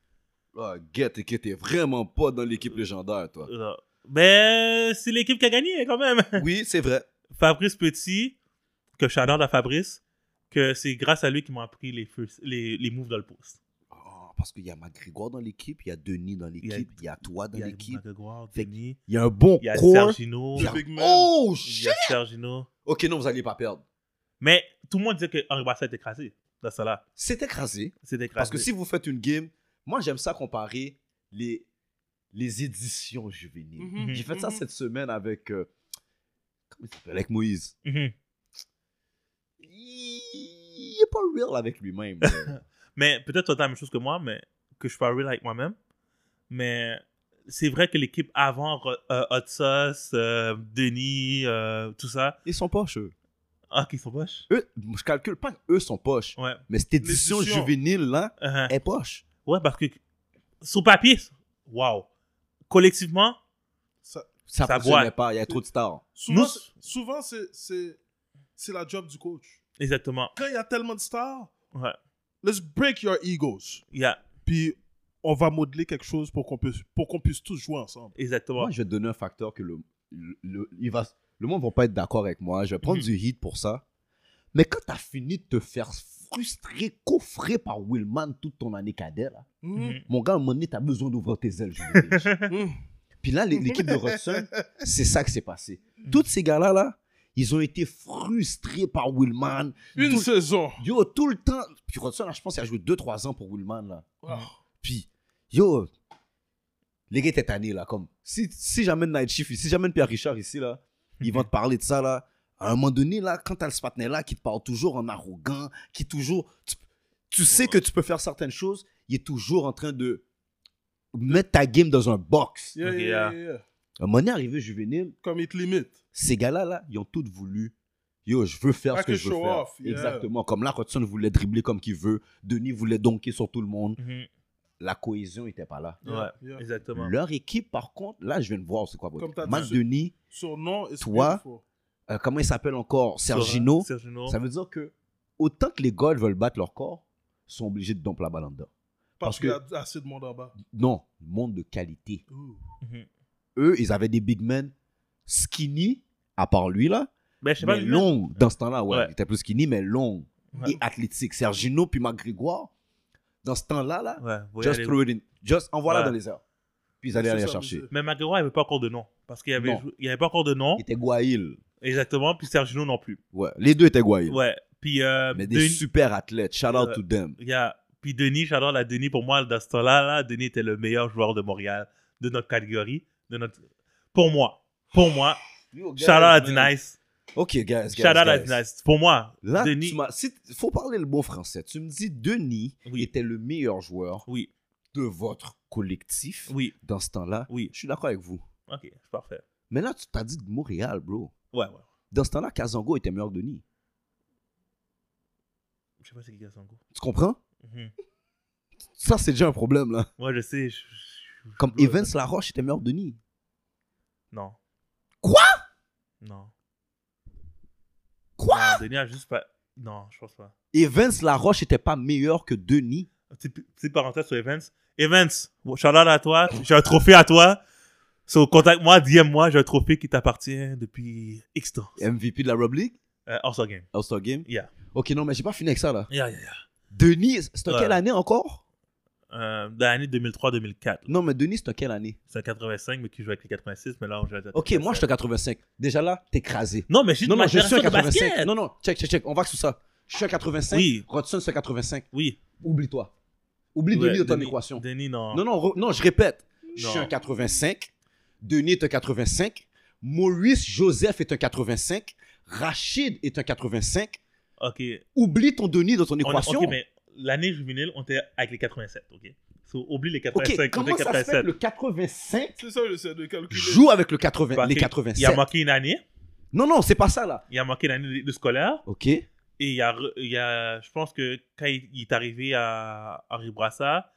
[SPEAKER 2] Ah, get, t'es- t'es vraiment pas dans l'équipe légendaire,
[SPEAKER 4] [laughs]
[SPEAKER 2] toi.
[SPEAKER 4] Euh, Mais c'est l'équipe qui a gagné quand même. [laughs]
[SPEAKER 2] Oui, c'est vrai.
[SPEAKER 4] Fabrice Petit, que Shadow à Fabrice, que c'est grâce à lui qu'ils m'ont appris les, first- les, les moves dans le poste.
[SPEAKER 2] Ah, parce qu'il y a McGregor dans l'équipe, il y a Denis dans l'équipe, il y a toi dans
[SPEAKER 4] Il y a
[SPEAKER 2] l'équipe.
[SPEAKER 4] Magagouard,
[SPEAKER 2] Fait-
[SPEAKER 4] Denis,
[SPEAKER 2] Il y a un bon
[SPEAKER 4] il y a
[SPEAKER 2] corps.
[SPEAKER 4] Sergino,
[SPEAKER 2] Il y a-
[SPEAKER 3] Big man.
[SPEAKER 2] Oh,
[SPEAKER 4] il
[SPEAKER 2] shit!
[SPEAKER 4] y a Sergino.
[SPEAKER 2] Ok, non, vous allez pas perdre.
[SPEAKER 4] Mais tout le monde disait que Henri Boissa est écrasé dans ça là.
[SPEAKER 2] C'est écrasé.
[SPEAKER 4] C'est écrasé.
[SPEAKER 2] Parce que si vous faites une game, moi, j'aime ça comparer les, les éditions juvéniles.
[SPEAKER 3] Mhm,
[SPEAKER 2] J'ai fait ça
[SPEAKER 3] mhm.
[SPEAKER 2] cette semaine avec. euh, comment il s'appelle? Avec Moïse.
[SPEAKER 4] Mhm.
[SPEAKER 2] Il, il est pas real avec lui-même. là.
[SPEAKER 4] Mais peut-être toi, t'as la même chose que moi, mais que je suis pas real avec moi-même. Mais c'est vrai que l'équipe avant euh, Hot Sauce, euh, Denis, euh, tout ça,
[SPEAKER 2] Ils sont pas cheux.
[SPEAKER 4] Ah, qui sont moches.
[SPEAKER 2] Eux, je calcule pas qu'eux sont poches,
[SPEAKER 4] Ouais.
[SPEAKER 2] mais cette édition
[SPEAKER 3] L'édition.
[SPEAKER 2] juvénile là
[SPEAKER 4] Uh-huh.
[SPEAKER 2] est poche.
[SPEAKER 4] Ouais, parce que sur papier, waouh. Collectivement,
[SPEAKER 2] Ça,
[SPEAKER 4] Ça
[SPEAKER 2] fonctionnait
[SPEAKER 4] boite.
[SPEAKER 2] pas, il y a trop de stars.
[SPEAKER 3] Souvent,
[SPEAKER 4] Nous-
[SPEAKER 3] c'est- souvent c'est- c'est c'est la job du coach.
[SPEAKER 4] exactement.
[SPEAKER 3] Quand il y a tellement de stars,
[SPEAKER 4] Ouais.
[SPEAKER 3] let's break your egos.
[SPEAKER 4] Yeah,
[SPEAKER 3] Puis on va modeler quelque chose pour qu'on puisse, pour qu'on puisse tous jouer ensemble.
[SPEAKER 4] exactement.
[SPEAKER 2] Moi, je vais te donner un facteur que le, le, le- il va, le monde va pas être d'accord avec moi. Je vais prendre
[SPEAKER 4] Mhm.
[SPEAKER 2] du hit pour ça. Mais quand tu as fini de te faire frustrer, coffrer par Willman toute ton année cadet, là,
[SPEAKER 3] Hmm.
[SPEAKER 4] Mhm.
[SPEAKER 2] mon gars, à un moment donné, tu as besoin d'ouvrir tes ailes. je vous le dis.
[SPEAKER 3] Mhm.
[SPEAKER 2] Puis là, l'é- l'équipe de Rodson, c'est ça qui s'est passé. Tous ces gars-là, là, ils ont été frustrés par Willman.
[SPEAKER 3] Une
[SPEAKER 2] Tout-
[SPEAKER 3] saison.
[SPEAKER 2] Yo, tout le temps. Puis Rodson, là, je pense qu'il a joué 2-3 ans pour Willman. Là.
[SPEAKER 3] Ah.
[SPEAKER 2] Puis, yo, les gars étaient tannés, là, comme, si, si j'amène Night Shift, si j'amène Pierre Richard ici, là, ils vont te parler de ça, là. À un moment donné, là, quand t'as le Spatner, là, qui te parle toujours en arrogant, qui toujours... Tu, tu sais que tu peux faire certaines choses, il est toujours en train de mettre ta game dans un box.
[SPEAKER 3] Yeah,
[SPEAKER 4] Ok,
[SPEAKER 3] yeah,
[SPEAKER 4] yeah.
[SPEAKER 3] yeah, yeah.
[SPEAKER 2] À un moment donné, arrivé juvénile,
[SPEAKER 3] Comme il te limite.
[SPEAKER 2] ces gars-là, là, ils ont tous voulu... Yo, je veux faire
[SPEAKER 3] Ah,
[SPEAKER 2] ce que
[SPEAKER 3] que
[SPEAKER 2] je veux
[SPEAKER 3] show
[SPEAKER 2] faire.
[SPEAKER 3] off, yeah.
[SPEAKER 2] Exactement. Comme là, Rodson voulait dribbler comme qu'il veut. Denis voulait donker sur tout le monde.
[SPEAKER 4] Mhm.
[SPEAKER 2] La cohésion n'était pas là.
[SPEAKER 4] Ouais,
[SPEAKER 3] Yeah, yeah.
[SPEAKER 4] exactement.
[SPEAKER 2] Leur équipe, par contre, là, je viens de voir c'est quoi.
[SPEAKER 3] Comme
[SPEAKER 2] votre
[SPEAKER 3] t'as dit,
[SPEAKER 2] Matt
[SPEAKER 3] ce-
[SPEAKER 2] Denis,
[SPEAKER 3] Son nom est
[SPEAKER 2] Toi,
[SPEAKER 3] beautiful.
[SPEAKER 2] euh, comment il s'appelle encore Sergino.
[SPEAKER 4] Sergino.
[SPEAKER 2] Ça veut dire que autant que les gars veulent battre leur corps, ils sont obligés de domper la balle en dedans. parce
[SPEAKER 3] Parce qu'il y a assez de monde en bas.
[SPEAKER 2] Non, monde de qualité.
[SPEAKER 3] Ouh.
[SPEAKER 4] Mhm.
[SPEAKER 2] Eux, ils avaient des big men skinny, à part lui là,
[SPEAKER 4] Mais Ben, je sais pas.
[SPEAKER 2] mais
[SPEAKER 4] lui-
[SPEAKER 2] longs dans ce temps-là. Ouais,
[SPEAKER 4] Ouais.
[SPEAKER 2] il était plus skinny, mais long
[SPEAKER 4] Ouais.
[SPEAKER 2] et athlétique. Sergino puis McGrégoire, dans ce temps-là, là,
[SPEAKER 4] Ouais, vous
[SPEAKER 2] just
[SPEAKER 4] allez-
[SPEAKER 2] throw it in. Just envoie-la
[SPEAKER 4] Ouais.
[SPEAKER 2] dans les airs. Puis ils allaient
[SPEAKER 3] C'est
[SPEAKER 2] aller la
[SPEAKER 3] ça,
[SPEAKER 2] chercher.
[SPEAKER 3] monsieur.
[SPEAKER 4] Mais McGregor, il avait pas encore de nom. Parce qu'il y avait,
[SPEAKER 2] Non.
[SPEAKER 4] il y avait pas encore de nom.
[SPEAKER 2] Il était Guail.
[SPEAKER 4] Exactement. Puis Sergino non plus.
[SPEAKER 2] Ouais, les deux étaient Guail.
[SPEAKER 4] Ouais. Puis, euh,
[SPEAKER 2] Mais des
[SPEAKER 4] Denis-
[SPEAKER 2] super athlètes. Shout out
[SPEAKER 4] Ouais.
[SPEAKER 2] to them.
[SPEAKER 4] il y a- Puis Denis, j'adore la Denis. Pour moi, dans ce temps-là, là, Denis était le meilleur joueur de Montréal, de notre catégorie. De notre... Pour moi. Pour moi. Shout out à Denice.
[SPEAKER 2] Ok, guys. guys,
[SPEAKER 4] Shout out à
[SPEAKER 2] guys.
[SPEAKER 4] Denice. Pour moi,
[SPEAKER 2] Là,
[SPEAKER 4] Denis.
[SPEAKER 2] tu m'as. Si t- faut parler le bon français. Tu me dis Denis
[SPEAKER 4] Oui.
[SPEAKER 2] était le meilleur joueur
[SPEAKER 4] Oui,
[SPEAKER 2] de votre collectif
[SPEAKER 4] oui,
[SPEAKER 2] dans ce temps-là.
[SPEAKER 4] oui.
[SPEAKER 2] Je suis d'accord avec vous.
[SPEAKER 4] Ok, c'est parfait.
[SPEAKER 2] Mais là, tu t'as dit de Montréal, bro.
[SPEAKER 4] Ouais, ouais.
[SPEAKER 2] Dans ce temps-là, Kazango était meilleur que Denis.
[SPEAKER 4] Je sais pas c'est qui Gassango.
[SPEAKER 2] Tu comprends?
[SPEAKER 4] Mhm.
[SPEAKER 2] Ça, c'est déjà un problème, là.
[SPEAKER 4] Ouais, je sais. je- je- je-
[SPEAKER 2] Comme
[SPEAKER 4] je-
[SPEAKER 2] Evans Laroche était meilleur que Denis.
[SPEAKER 4] Non.
[SPEAKER 2] Quoi?
[SPEAKER 4] Non.
[SPEAKER 2] Quoi?
[SPEAKER 4] Non, Denis a juste pas. Non, je pense pas.
[SPEAKER 2] Evans Laroche était pas meilleur que Denis.
[SPEAKER 4] Petite, petite parenthèse sur Evans. Evans, shout out à toi. J'ai un trophée à toi. So, contacte-moi, DM-moi. J'ai un trophée qui t'appartient depuis X temps.
[SPEAKER 2] MVP de la Rob League.
[SPEAKER 4] Euh, All-Star Game.
[SPEAKER 2] All-Star Game.
[SPEAKER 4] Yeah.
[SPEAKER 2] Ok, non, mais j'ai pas fini avec ça, là.
[SPEAKER 4] Yeah, yeah, yeah.
[SPEAKER 2] Denis, c'était
[SPEAKER 4] Ouais.
[SPEAKER 2] quelle année encore?
[SPEAKER 4] Euh, dans l'année 2003-2004.
[SPEAKER 2] Non, mais Denis, c'était quelle année?
[SPEAKER 4] C'est un 85, mais qui joue avec les 86, mais là, on joue avec les
[SPEAKER 2] Ok, moi, je suis 85. Déjà là, t'es écrasé.
[SPEAKER 4] Non, mais je suis
[SPEAKER 2] Non,
[SPEAKER 4] de
[SPEAKER 2] non,
[SPEAKER 4] ma
[SPEAKER 2] je suis à
[SPEAKER 4] génération de
[SPEAKER 2] 85.
[SPEAKER 4] basket.
[SPEAKER 2] Non, non, check, check, check. On va sur ça. Je suis à 85.
[SPEAKER 4] Oui.
[SPEAKER 2] Rodson, c'est à 85.
[SPEAKER 4] Oui.
[SPEAKER 2] Oublie-toi. Oublie
[SPEAKER 4] Ouais,
[SPEAKER 2] Denis de ton équation.
[SPEAKER 4] Denis, non.
[SPEAKER 2] Non, non, re- non, je répète. Je
[SPEAKER 4] Non.
[SPEAKER 2] suis un 85. Denis est un 85. Maurice Joseph est un 85. Rachid est un 85.
[SPEAKER 4] Ok.
[SPEAKER 2] Oublie ton Denis dans ton
[SPEAKER 4] On-
[SPEAKER 2] équation.
[SPEAKER 4] ok, mais l'année juvénile, on était avec les 87, ok? So, oublie les
[SPEAKER 2] Ok,
[SPEAKER 4] 85, on
[SPEAKER 2] comment
[SPEAKER 4] était
[SPEAKER 2] ça se fait
[SPEAKER 4] 87.
[SPEAKER 2] que le 85
[SPEAKER 3] C'est ça, j'essaie de calculer.
[SPEAKER 2] joue avec le 80,
[SPEAKER 4] Parce
[SPEAKER 2] les
[SPEAKER 4] que Bah, Il a
[SPEAKER 2] 87
[SPEAKER 4] manqué une année,
[SPEAKER 2] Non, non, c'est pas ça là.
[SPEAKER 4] il a manqué une année de- de scolaire,
[SPEAKER 2] Ok.
[SPEAKER 4] et il y a, re- il y a- je pense que quand il, il est arrivé à, à Ribrassa,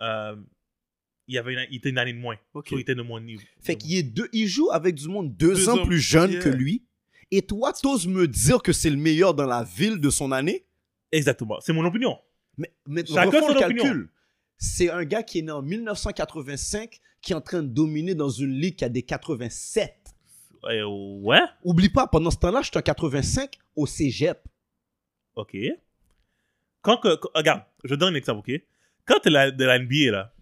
[SPEAKER 4] euh, il, y avait une- il était une année de moins.
[SPEAKER 2] Ok.
[SPEAKER 4] So, il était de moins de niveau.
[SPEAKER 2] Fait qu'il est deux, il joue avec du monde deux,
[SPEAKER 3] Deux
[SPEAKER 2] ans,
[SPEAKER 3] ans,
[SPEAKER 2] plus jeune
[SPEAKER 3] yeah.
[SPEAKER 2] que lui. Et toi, t'oses me dire que c'est le meilleur dans la ville de son année
[SPEAKER 4] Exactement, c'est mon opinion.
[SPEAKER 2] Mais, mais
[SPEAKER 4] Chacun
[SPEAKER 2] refaisons
[SPEAKER 4] son
[SPEAKER 2] le
[SPEAKER 4] opinion.
[SPEAKER 2] calcul. C'est un gars qui est né en 1985, qui est en train de dominer dans une ligue qui a des 87.
[SPEAKER 4] Euh, ouais,
[SPEAKER 2] Oublie pas, pendant ce temps-là, je suis en 85 au cégep.
[SPEAKER 4] ok. Quand, que- quand- regarde, je donne un exemple, ok? Quand t'es la- de la NBA, là,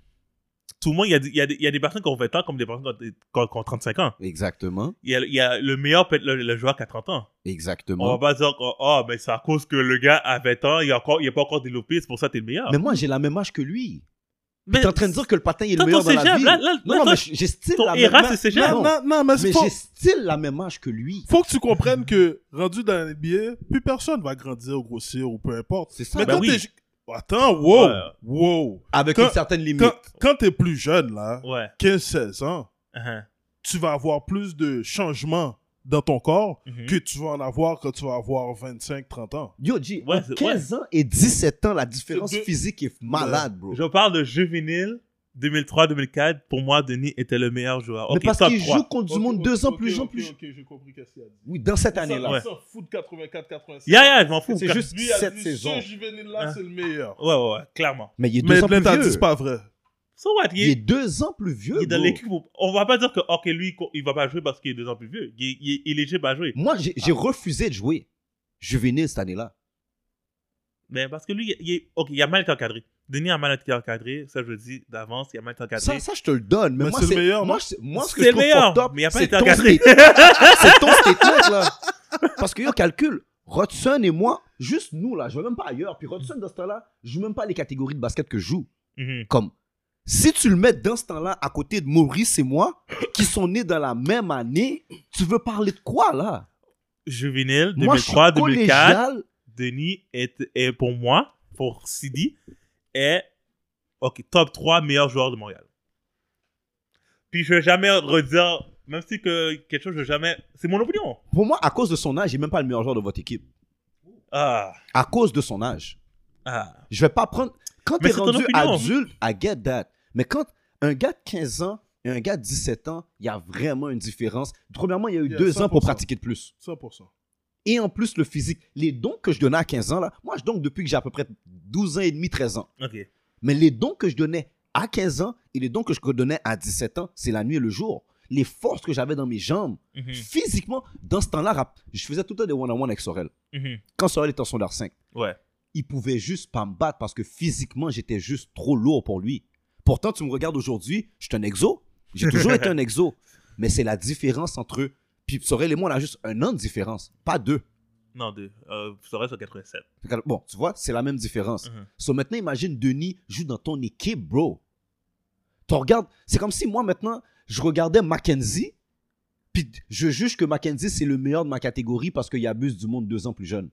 [SPEAKER 4] tout le monde, il y a, des- il y a des- il y a des personnes qui ont 20 ans comme des personnes qui ont- qui ont, qui ont 35 ans.
[SPEAKER 2] Exactement,
[SPEAKER 4] Il y a, il y a- le meilleur peut être le, le joueur qui a 30 ans. On va
[SPEAKER 2] exactement.
[SPEAKER 4] pas dire que oh, mais c'est à cause que le gars a 20 ans, il n'est encore, il est pas encore développé, c'est pour ça que t'es le meilleur.
[SPEAKER 2] Mais moi, j'ai la même âge que lui.
[SPEAKER 4] Mais
[SPEAKER 2] T'es en train de dire que le patin il est
[SPEAKER 4] toi,
[SPEAKER 2] le meilleur
[SPEAKER 4] ton
[SPEAKER 2] dans la
[SPEAKER 4] cégep,
[SPEAKER 2] ville.
[SPEAKER 4] là, là,
[SPEAKER 2] non,
[SPEAKER 4] là,
[SPEAKER 2] non,
[SPEAKER 4] toi,
[SPEAKER 2] mais j'ai style
[SPEAKER 4] ton
[SPEAKER 2] la même
[SPEAKER 4] ERA,
[SPEAKER 2] âge.
[SPEAKER 4] c'est cégep.
[SPEAKER 2] Non, non,
[SPEAKER 3] Non, non, non, mais,
[SPEAKER 2] mais
[SPEAKER 3] c'est faut,
[SPEAKER 2] j'ai style la même âge que lui.
[SPEAKER 3] faut que tu comprennes que rendu dans l'NBA, plus personne va grandir ou grossir ou peu importe.
[SPEAKER 2] C'est ça.
[SPEAKER 3] Mais
[SPEAKER 4] Ben
[SPEAKER 3] quand
[SPEAKER 4] oui.
[SPEAKER 3] t'es. Attends, wow,
[SPEAKER 4] Ouais.
[SPEAKER 3] wow.
[SPEAKER 2] Avec
[SPEAKER 3] Quand-
[SPEAKER 2] une certaine limite.
[SPEAKER 3] Quand, quand t'es plus jeune, là,
[SPEAKER 4] Ouais.
[SPEAKER 3] 15-16 ans,
[SPEAKER 4] uh-huh.
[SPEAKER 3] tu vas avoir plus de changements dans ton corps
[SPEAKER 4] Mhm.
[SPEAKER 3] que tu vas en avoir quand tu vas avoir 25, 30 ans.
[SPEAKER 2] Yo, G,
[SPEAKER 4] Ouais,
[SPEAKER 2] entre
[SPEAKER 4] c'est-
[SPEAKER 2] 15 ans et 17 ans, la différence
[SPEAKER 3] C'est deux-
[SPEAKER 2] physique est malade, bro.
[SPEAKER 4] Je parle de juvénile 2003-2004. Pour moi, Denis était le meilleur joueur.
[SPEAKER 2] Mais
[SPEAKER 4] Ok,
[SPEAKER 2] parce
[SPEAKER 4] top
[SPEAKER 2] qu'il
[SPEAKER 4] 3.
[SPEAKER 2] joue contre du monde deux ans plus jeune, plus jeune.
[SPEAKER 3] Ok, j'ai compris qu'est-ce qu'il a dit.
[SPEAKER 2] Oui, dans cette année-là.
[SPEAKER 4] Ouais.
[SPEAKER 3] Ça fout de 84, 85.
[SPEAKER 4] Yeah, yeah, je m'en fous.
[SPEAKER 2] C'est
[SPEAKER 4] Car-
[SPEAKER 2] juste
[SPEAKER 3] Lui a
[SPEAKER 2] cette
[SPEAKER 3] dit,
[SPEAKER 2] saison.
[SPEAKER 3] ce juvénile-là,
[SPEAKER 4] Hein.
[SPEAKER 3] c'est le meilleur.
[SPEAKER 4] Ouais, ouais, ouais, clairement.
[SPEAKER 2] Mais il est
[SPEAKER 3] Mais
[SPEAKER 2] deux ans plus
[SPEAKER 3] Blin t'a dit,
[SPEAKER 2] vieux.
[SPEAKER 3] c'est pas vrai.
[SPEAKER 4] So what? Il
[SPEAKER 2] Il est
[SPEAKER 4] est,
[SPEAKER 2] deux ans plus vieux.
[SPEAKER 4] il est dans
[SPEAKER 2] bro.
[SPEAKER 4] l'équipe. où- On va pas dire que, ok, lui, co- il va pas jouer parce qu'il est deux ans plus vieux. Il est, il est éligible à jouer.
[SPEAKER 2] Moi, j'ai
[SPEAKER 4] Ah.
[SPEAKER 2] j'ai refusé de jouer juvénile cette année-là.
[SPEAKER 4] Mais parce que lui, il est, ok, il a mal été encadré. Denis a mal été encadré. Ça, je le dis d'avance, il a mal été encadré.
[SPEAKER 2] Ça, ça, je te le donne. Mais,
[SPEAKER 3] Mais
[SPEAKER 2] moi,
[SPEAKER 3] c'est le meilleur,
[SPEAKER 2] Moi,
[SPEAKER 3] non?
[SPEAKER 2] c'est- moi, ce que je
[SPEAKER 4] C'est le
[SPEAKER 2] trouve
[SPEAKER 4] meilleur,
[SPEAKER 2] fucked up,
[SPEAKER 4] mais il a pas
[SPEAKER 2] c'est
[SPEAKER 4] été
[SPEAKER 2] ton
[SPEAKER 4] encadré. [laughs]
[SPEAKER 2] statement. c'est ton statement, là. Parce que, yo, calcul, Rodson et moi, juste nous, là, je vais même pas ailleurs. Puis Rodson, dans ce temps-là, je joue même pas les catégories de basket que je joue.
[SPEAKER 4] Mhm.
[SPEAKER 2] Comme, si tu le mets dans ce temps-là à côté de Maurice et moi, qui sont nés dans la même année, tu veux parler de quoi, là?
[SPEAKER 4] Juvénile
[SPEAKER 2] Moi, je suis
[SPEAKER 4] 2003-2004.
[SPEAKER 2] collégial.
[SPEAKER 4] Denis est, est pour moi, pour Sidi, est ok, top 3 meilleur joueur de Montréal. Puis je vais jamais redire, même si que quelque chose, je vais jamais. C'est mon opinion.
[SPEAKER 2] Pour moi, à cause de son âge, il n'est même pas le meilleur joueur de votre équipe.
[SPEAKER 4] Ah,
[SPEAKER 2] À cause de son âge.
[SPEAKER 4] ah.
[SPEAKER 2] Je vais pas prendre. Quand
[SPEAKER 4] Mais
[SPEAKER 2] t'es
[SPEAKER 4] c'est ton
[SPEAKER 2] rendu
[SPEAKER 4] opinion.
[SPEAKER 2] adulte, I get that. Mais quand un gars de 15 ans et un gars de 17 ans, il y a vraiment une différence. Premièrement, il y a eu
[SPEAKER 3] Il y a
[SPEAKER 2] deux ans pour
[SPEAKER 3] 100%.
[SPEAKER 2] pratiquer de plus.
[SPEAKER 3] 100%.
[SPEAKER 2] Et en plus, le physique. Les dons que je donnais à 15 ans, là, moi, je donne depuis que j'ai à peu près 12 ans et demi, 13 ans.
[SPEAKER 4] Ok.
[SPEAKER 2] Mais les dons que je donnais à 15 ans et les dons que je donnais à 17 ans, c'est la nuit et le jour. Les forces que j'avais dans mes jambes,
[SPEAKER 4] Mhm,
[SPEAKER 2] physiquement, dans ce temps-là, rap- je faisais tout le temps des one-on-one avec Sorel.
[SPEAKER 4] mhm.
[SPEAKER 2] Quand Sorel était en sondage 5
[SPEAKER 4] Ouais.
[SPEAKER 2] il pouvait juste pas me battre parce que physiquement, j'étais juste trop lourd pour lui. Pourtant, tu me regardes aujourd'hui, je suis un exo. J'ai toujours été un
[SPEAKER 4] [laughs]
[SPEAKER 2] exo. Mais c'est la différence entre eux. Puis Sorel et moi, on a juste un an de différence, pas deux.
[SPEAKER 4] Non, deux. Euh, ça reste sur 87.
[SPEAKER 2] Fait que, Bon, tu vois, c'est la même différence.
[SPEAKER 4] Mhm.
[SPEAKER 2] So maintenant, imagine Denis joue dans ton équipe, bro. Tu regardes, c'est comme si moi maintenant, je regardais Mackenzie, puis je juge que Mackenzie, c'est le meilleur de ma catégorie parce qu'il abuse du monde deux ans plus jeune.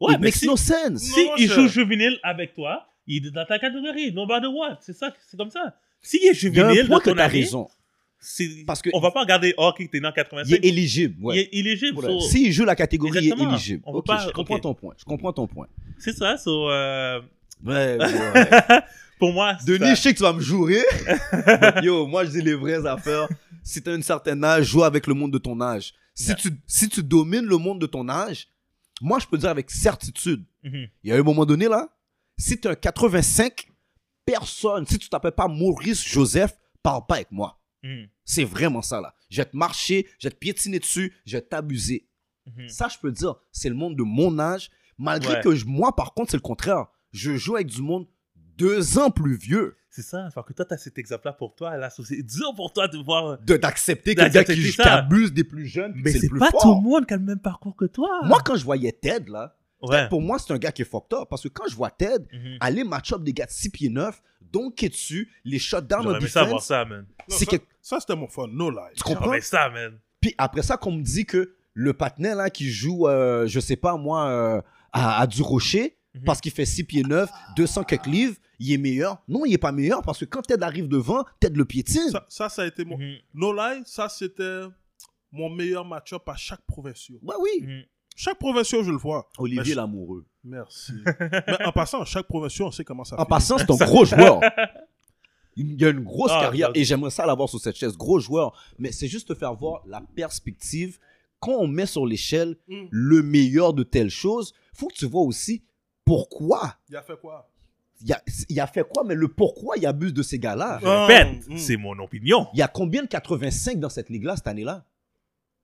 [SPEAKER 4] Ouais,
[SPEAKER 2] It
[SPEAKER 4] mais
[SPEAKER 2] makes
[SPEAKER 4] si,
[SPEAKER 2] no sense.
[SPEAKER 4] si
[SPEAKER 3] Non,
[SPEAKER 4] il
[SPEAKER 3] je-
[SPEAKER 4] joue juvénile avec toi, il est dans ta catégorie, no matter what. C'est ça, c'est comme ça. S'il
[SPEAKER 2] Il
[SPEAKER 4] est
[SPEAKER 2] y a un
[SPEAKER 4] juvénile,
[SPEAKER 2] point
[SPEAKER 4] dans
[SPEAKER 2] que
[SPEAKER 4] ton
[SPEAKER 2] t'as
[SPEAKER 4] année,
[SPEAKER 2] raison.
[SPEAKER 4] c'est-
[SPEAKER 2] Parce que-
[SPEAKER 4] on va pas regarder, oh, ok, t'es né en
[SPEAKER 2] Il
[SPEAKER 4] 85.
[SPEAKER 2] est éligible. ouais.
[SPEAKER 4] il est éligible.
[SPEAKER 2] Voilà.
[SPEAKER 4] so-
[SPEAKER 2] S'il joue la catégorie, il est
[SPEAKER 4] Exactement.
[SPEAKER 2] éligible.
[SPEAKER 4] On peut
[SPEAKER 2] Ok,
[SPEAKER 4] pas-
[SPEAKER 2] je comprends
[SPEAKER 4] ok.
[SPEAKER 2] ton point. Je comprends ton point.
[SPEAKER 4] C'est ça, so, euh,
[SPEAKER 2] [laughs] Ouais, ouais.
[SPEAKER 4] pour moi, c'est
[SPEAKER 2] Denis,
[SPEAKER 4] ça.
[SPEAKER 2] je sais que tu vas me [laughs] jouer. But Yo, moi, je dis les vraies affaires. Si tu as un certain âge, joue avec le monde de ton âge. Si,
[SPEAKER 4] Yeah.
[SPEAKER 2] tu, si tu domines le monde de ton âge, moi, je peux dire avec certitude,
[SPEAKER 4] Mhm.
[SPEAKER 2] il y a un moment donné, là, si tu es un 85, personne, si tu t'appelles pas Maurice Joseph, parle pas avec moi.
[SPEAKER 4] Mhm.
[SPEAKER 2] C'est vraiment ça, là. Je vais te marcher, je vais te piétiner dessus, je vais t'abuser.
[SPEAKER 4] Mhm.
[SPEAKER 2] Ça, je peux dire, c'est le monde de mon âge. Malgré
[SPEAKER 4] Ouais.
[SPEAKER 2] que je- moi, par contre, c'est le contraire. Je joue avec du monde deux ans plus vieux
[SPEAKER 4] C'est ça. Fait que toi, t'as cet exemple-là pour toi. Là, so, c'est dur pour toi de voir.
[SPEAKER 2] de- d'accepter que le gars
[SPEAKER 4] D'accepter
[SPEAKER 2] qui,
[SPEAKER 4] ça.
[SPEAKER 2] qui abuse des plus jeunes,
[SPEAKER 4] Mais
[SPEAKER 2] c'est
[SPEAKER 4] c'est
[SPEAKER 2] le plus
[SPEAKER 4] pas
[SPEAKER 2] fort.
[SPEAKER 4] tout le monde qui a le même parcours que toi.
[SPEAKER 2] Moi, quand je voyais Ted, là,
[SPEAKER 4] ouais. Mhm.
[SPEAKER 2] pour moi, c'est un gars qui est fucked up. Parce que quand je vois Ted, aller match-up des gars de 6 pieds 9, donc et dessus, les shutdowns en
[SPEAKER 4] J'aurais aimé ça voir
[SPEAKER 2] defense,
[SPEAKER 4] ça, man.
[SPEAKER 3] Non,
[SPEAKER 2] c'est
[SPEAKER 3] ça-
[SPEAKER 2] quelque-
[SPEAKER 3] Ça, c'était mon fun, no lie.
[SPEAKER 2] Tu
[SPEAKER 4] J'aurais
[SPEAKER 2] comprends?
[SPEAKER 4] aimé ça, man.
[SPEAKER 2] Puis après ça, qu'on me dit que le patinet, là, qui joue, euh, je sais pas moi, euh, à, à du rocher,
[SPEAKER 4] Mhm.
[SPEAKER 2] parce qu'il fait 6 pieds 9, 200 quelques livres, il est meilleur. Non, il est pas meilleur parce que quand Ted arrive devant, Ted le piétine.
[SPEAKER 3] Ça, ça, ça a été mon.
[SPEAKER 4] Mhm.
[SPEAKER 3] No lie, ça, c'était mon meilleur match-up à chaque provincial.
[SPEAKER 2] Ouais, oui.
[SPEAKER 4] Mhm.
[SPEAKER 3] Chaque provincial, je le vois. Mais
[SPEAKER 2] Olivier
[SPEAKER 3] je-
[SPEAKER 2] Lamoureux. [laughs]
[SPEAKER 3] Merci. Mais en passant, chaque provincial, on sait comment ça
[SPEAKER 2] En
[SPEAKER 3] fait.
[SPEAKER 2] passant, c'est un gros joueur. Il y a une grosse
[SPEAKER 4] Ah,
[SPEAKER 2] carrière
[SPEAKER 4] God.
[SPEAKER 2] et j'aimerais ça l'avoir sur cette chaise. Gros joueur. Mais c'est juste te faire voir la perspective. Quand on met sur l'échelle
[SPEAKER 3] Mhm.
[SPEAKER 2] le meilleur de telle chose, faut que tu vois aussi pourquoi
[SPEAKER 3] Il a fait quoi
[SPEAKER 2] il a, il a fait quoi, mais le pourquoi il abuse de ces gars-là.
[SPEAKER 4] Je
[SPEAKER 3] Ah,
[SPEAKER 4] répète,
[SPEAKER 3] mm.
[SPEAKER 4] c'est mon opinion.
[SPEAKER 2] Il y a combien de 85 dans cette ligue-là cette année-là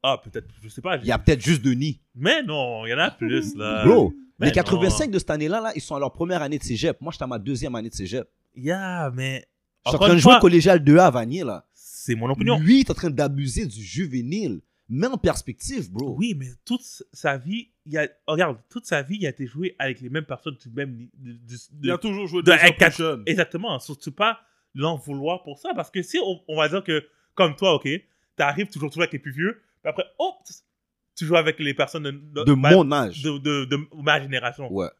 [SPEAKER 4] Ah, peut-être, je sais pas. j'ai-
[SPEAKER 2] Il y a peut-être juste Denis.
[SPEAKER 4] Mais non, il y en a plus, là.
[SPEAKER 2] Bro,
[SPEAKER 4] ben
[SPEAKER 2] les 85 de cette année-là, là, ils sont à leur première année de cégep. Moi, j'étais à ma deuxième année de cégep.
[SPEAKER 4] Yeah, mais.
[SPEAKER 2] Je suis en
[SPEAKER 4] Encore
[SPEAKER 2] train de
[SPEAKER 4] une
[SPEAKER 2] jouer
[SPEAKER 4] fois,
[SPEAKER 2] collégial 2A à Vanier, là.
[SPEAKER 4] c'est mon opinion.
[SPEAKER 2] Lui, est en train d'abuser du juvénile. Mets en perspective, bro.
[SPEAKER 4] Oui, mais toute sa vie, il y a... regarde, toute sa vie, il a été joué avec les mêmes personnes du même. ni- du- du-
[SPEAKER 3] Il a
[SPEAKER 4] de-
[SPEAKER 3] toujours joué
[SPEAKER 4] de
[SPEAKER 3] des gens plus
[SPEAKER 4] quatre-
[SPEAKER 3] jeunes.
[SPEAKER 4] Exactement. hein. Surtout pas l'en vouloir pour ça. Parce que si on, on va dire que, comme toi, ok, t'arrives toujours toujours avec les plus vieux, puis après, oh, tu- tu joues avec les personnes de, de-
[SPEAKER 2] de
[SPEAKER 4] ma,
[SPEAKER 2] mon âge.
[SPEAKER 4] de, de- de ma génération.
[SPEAKER 2] Ouais.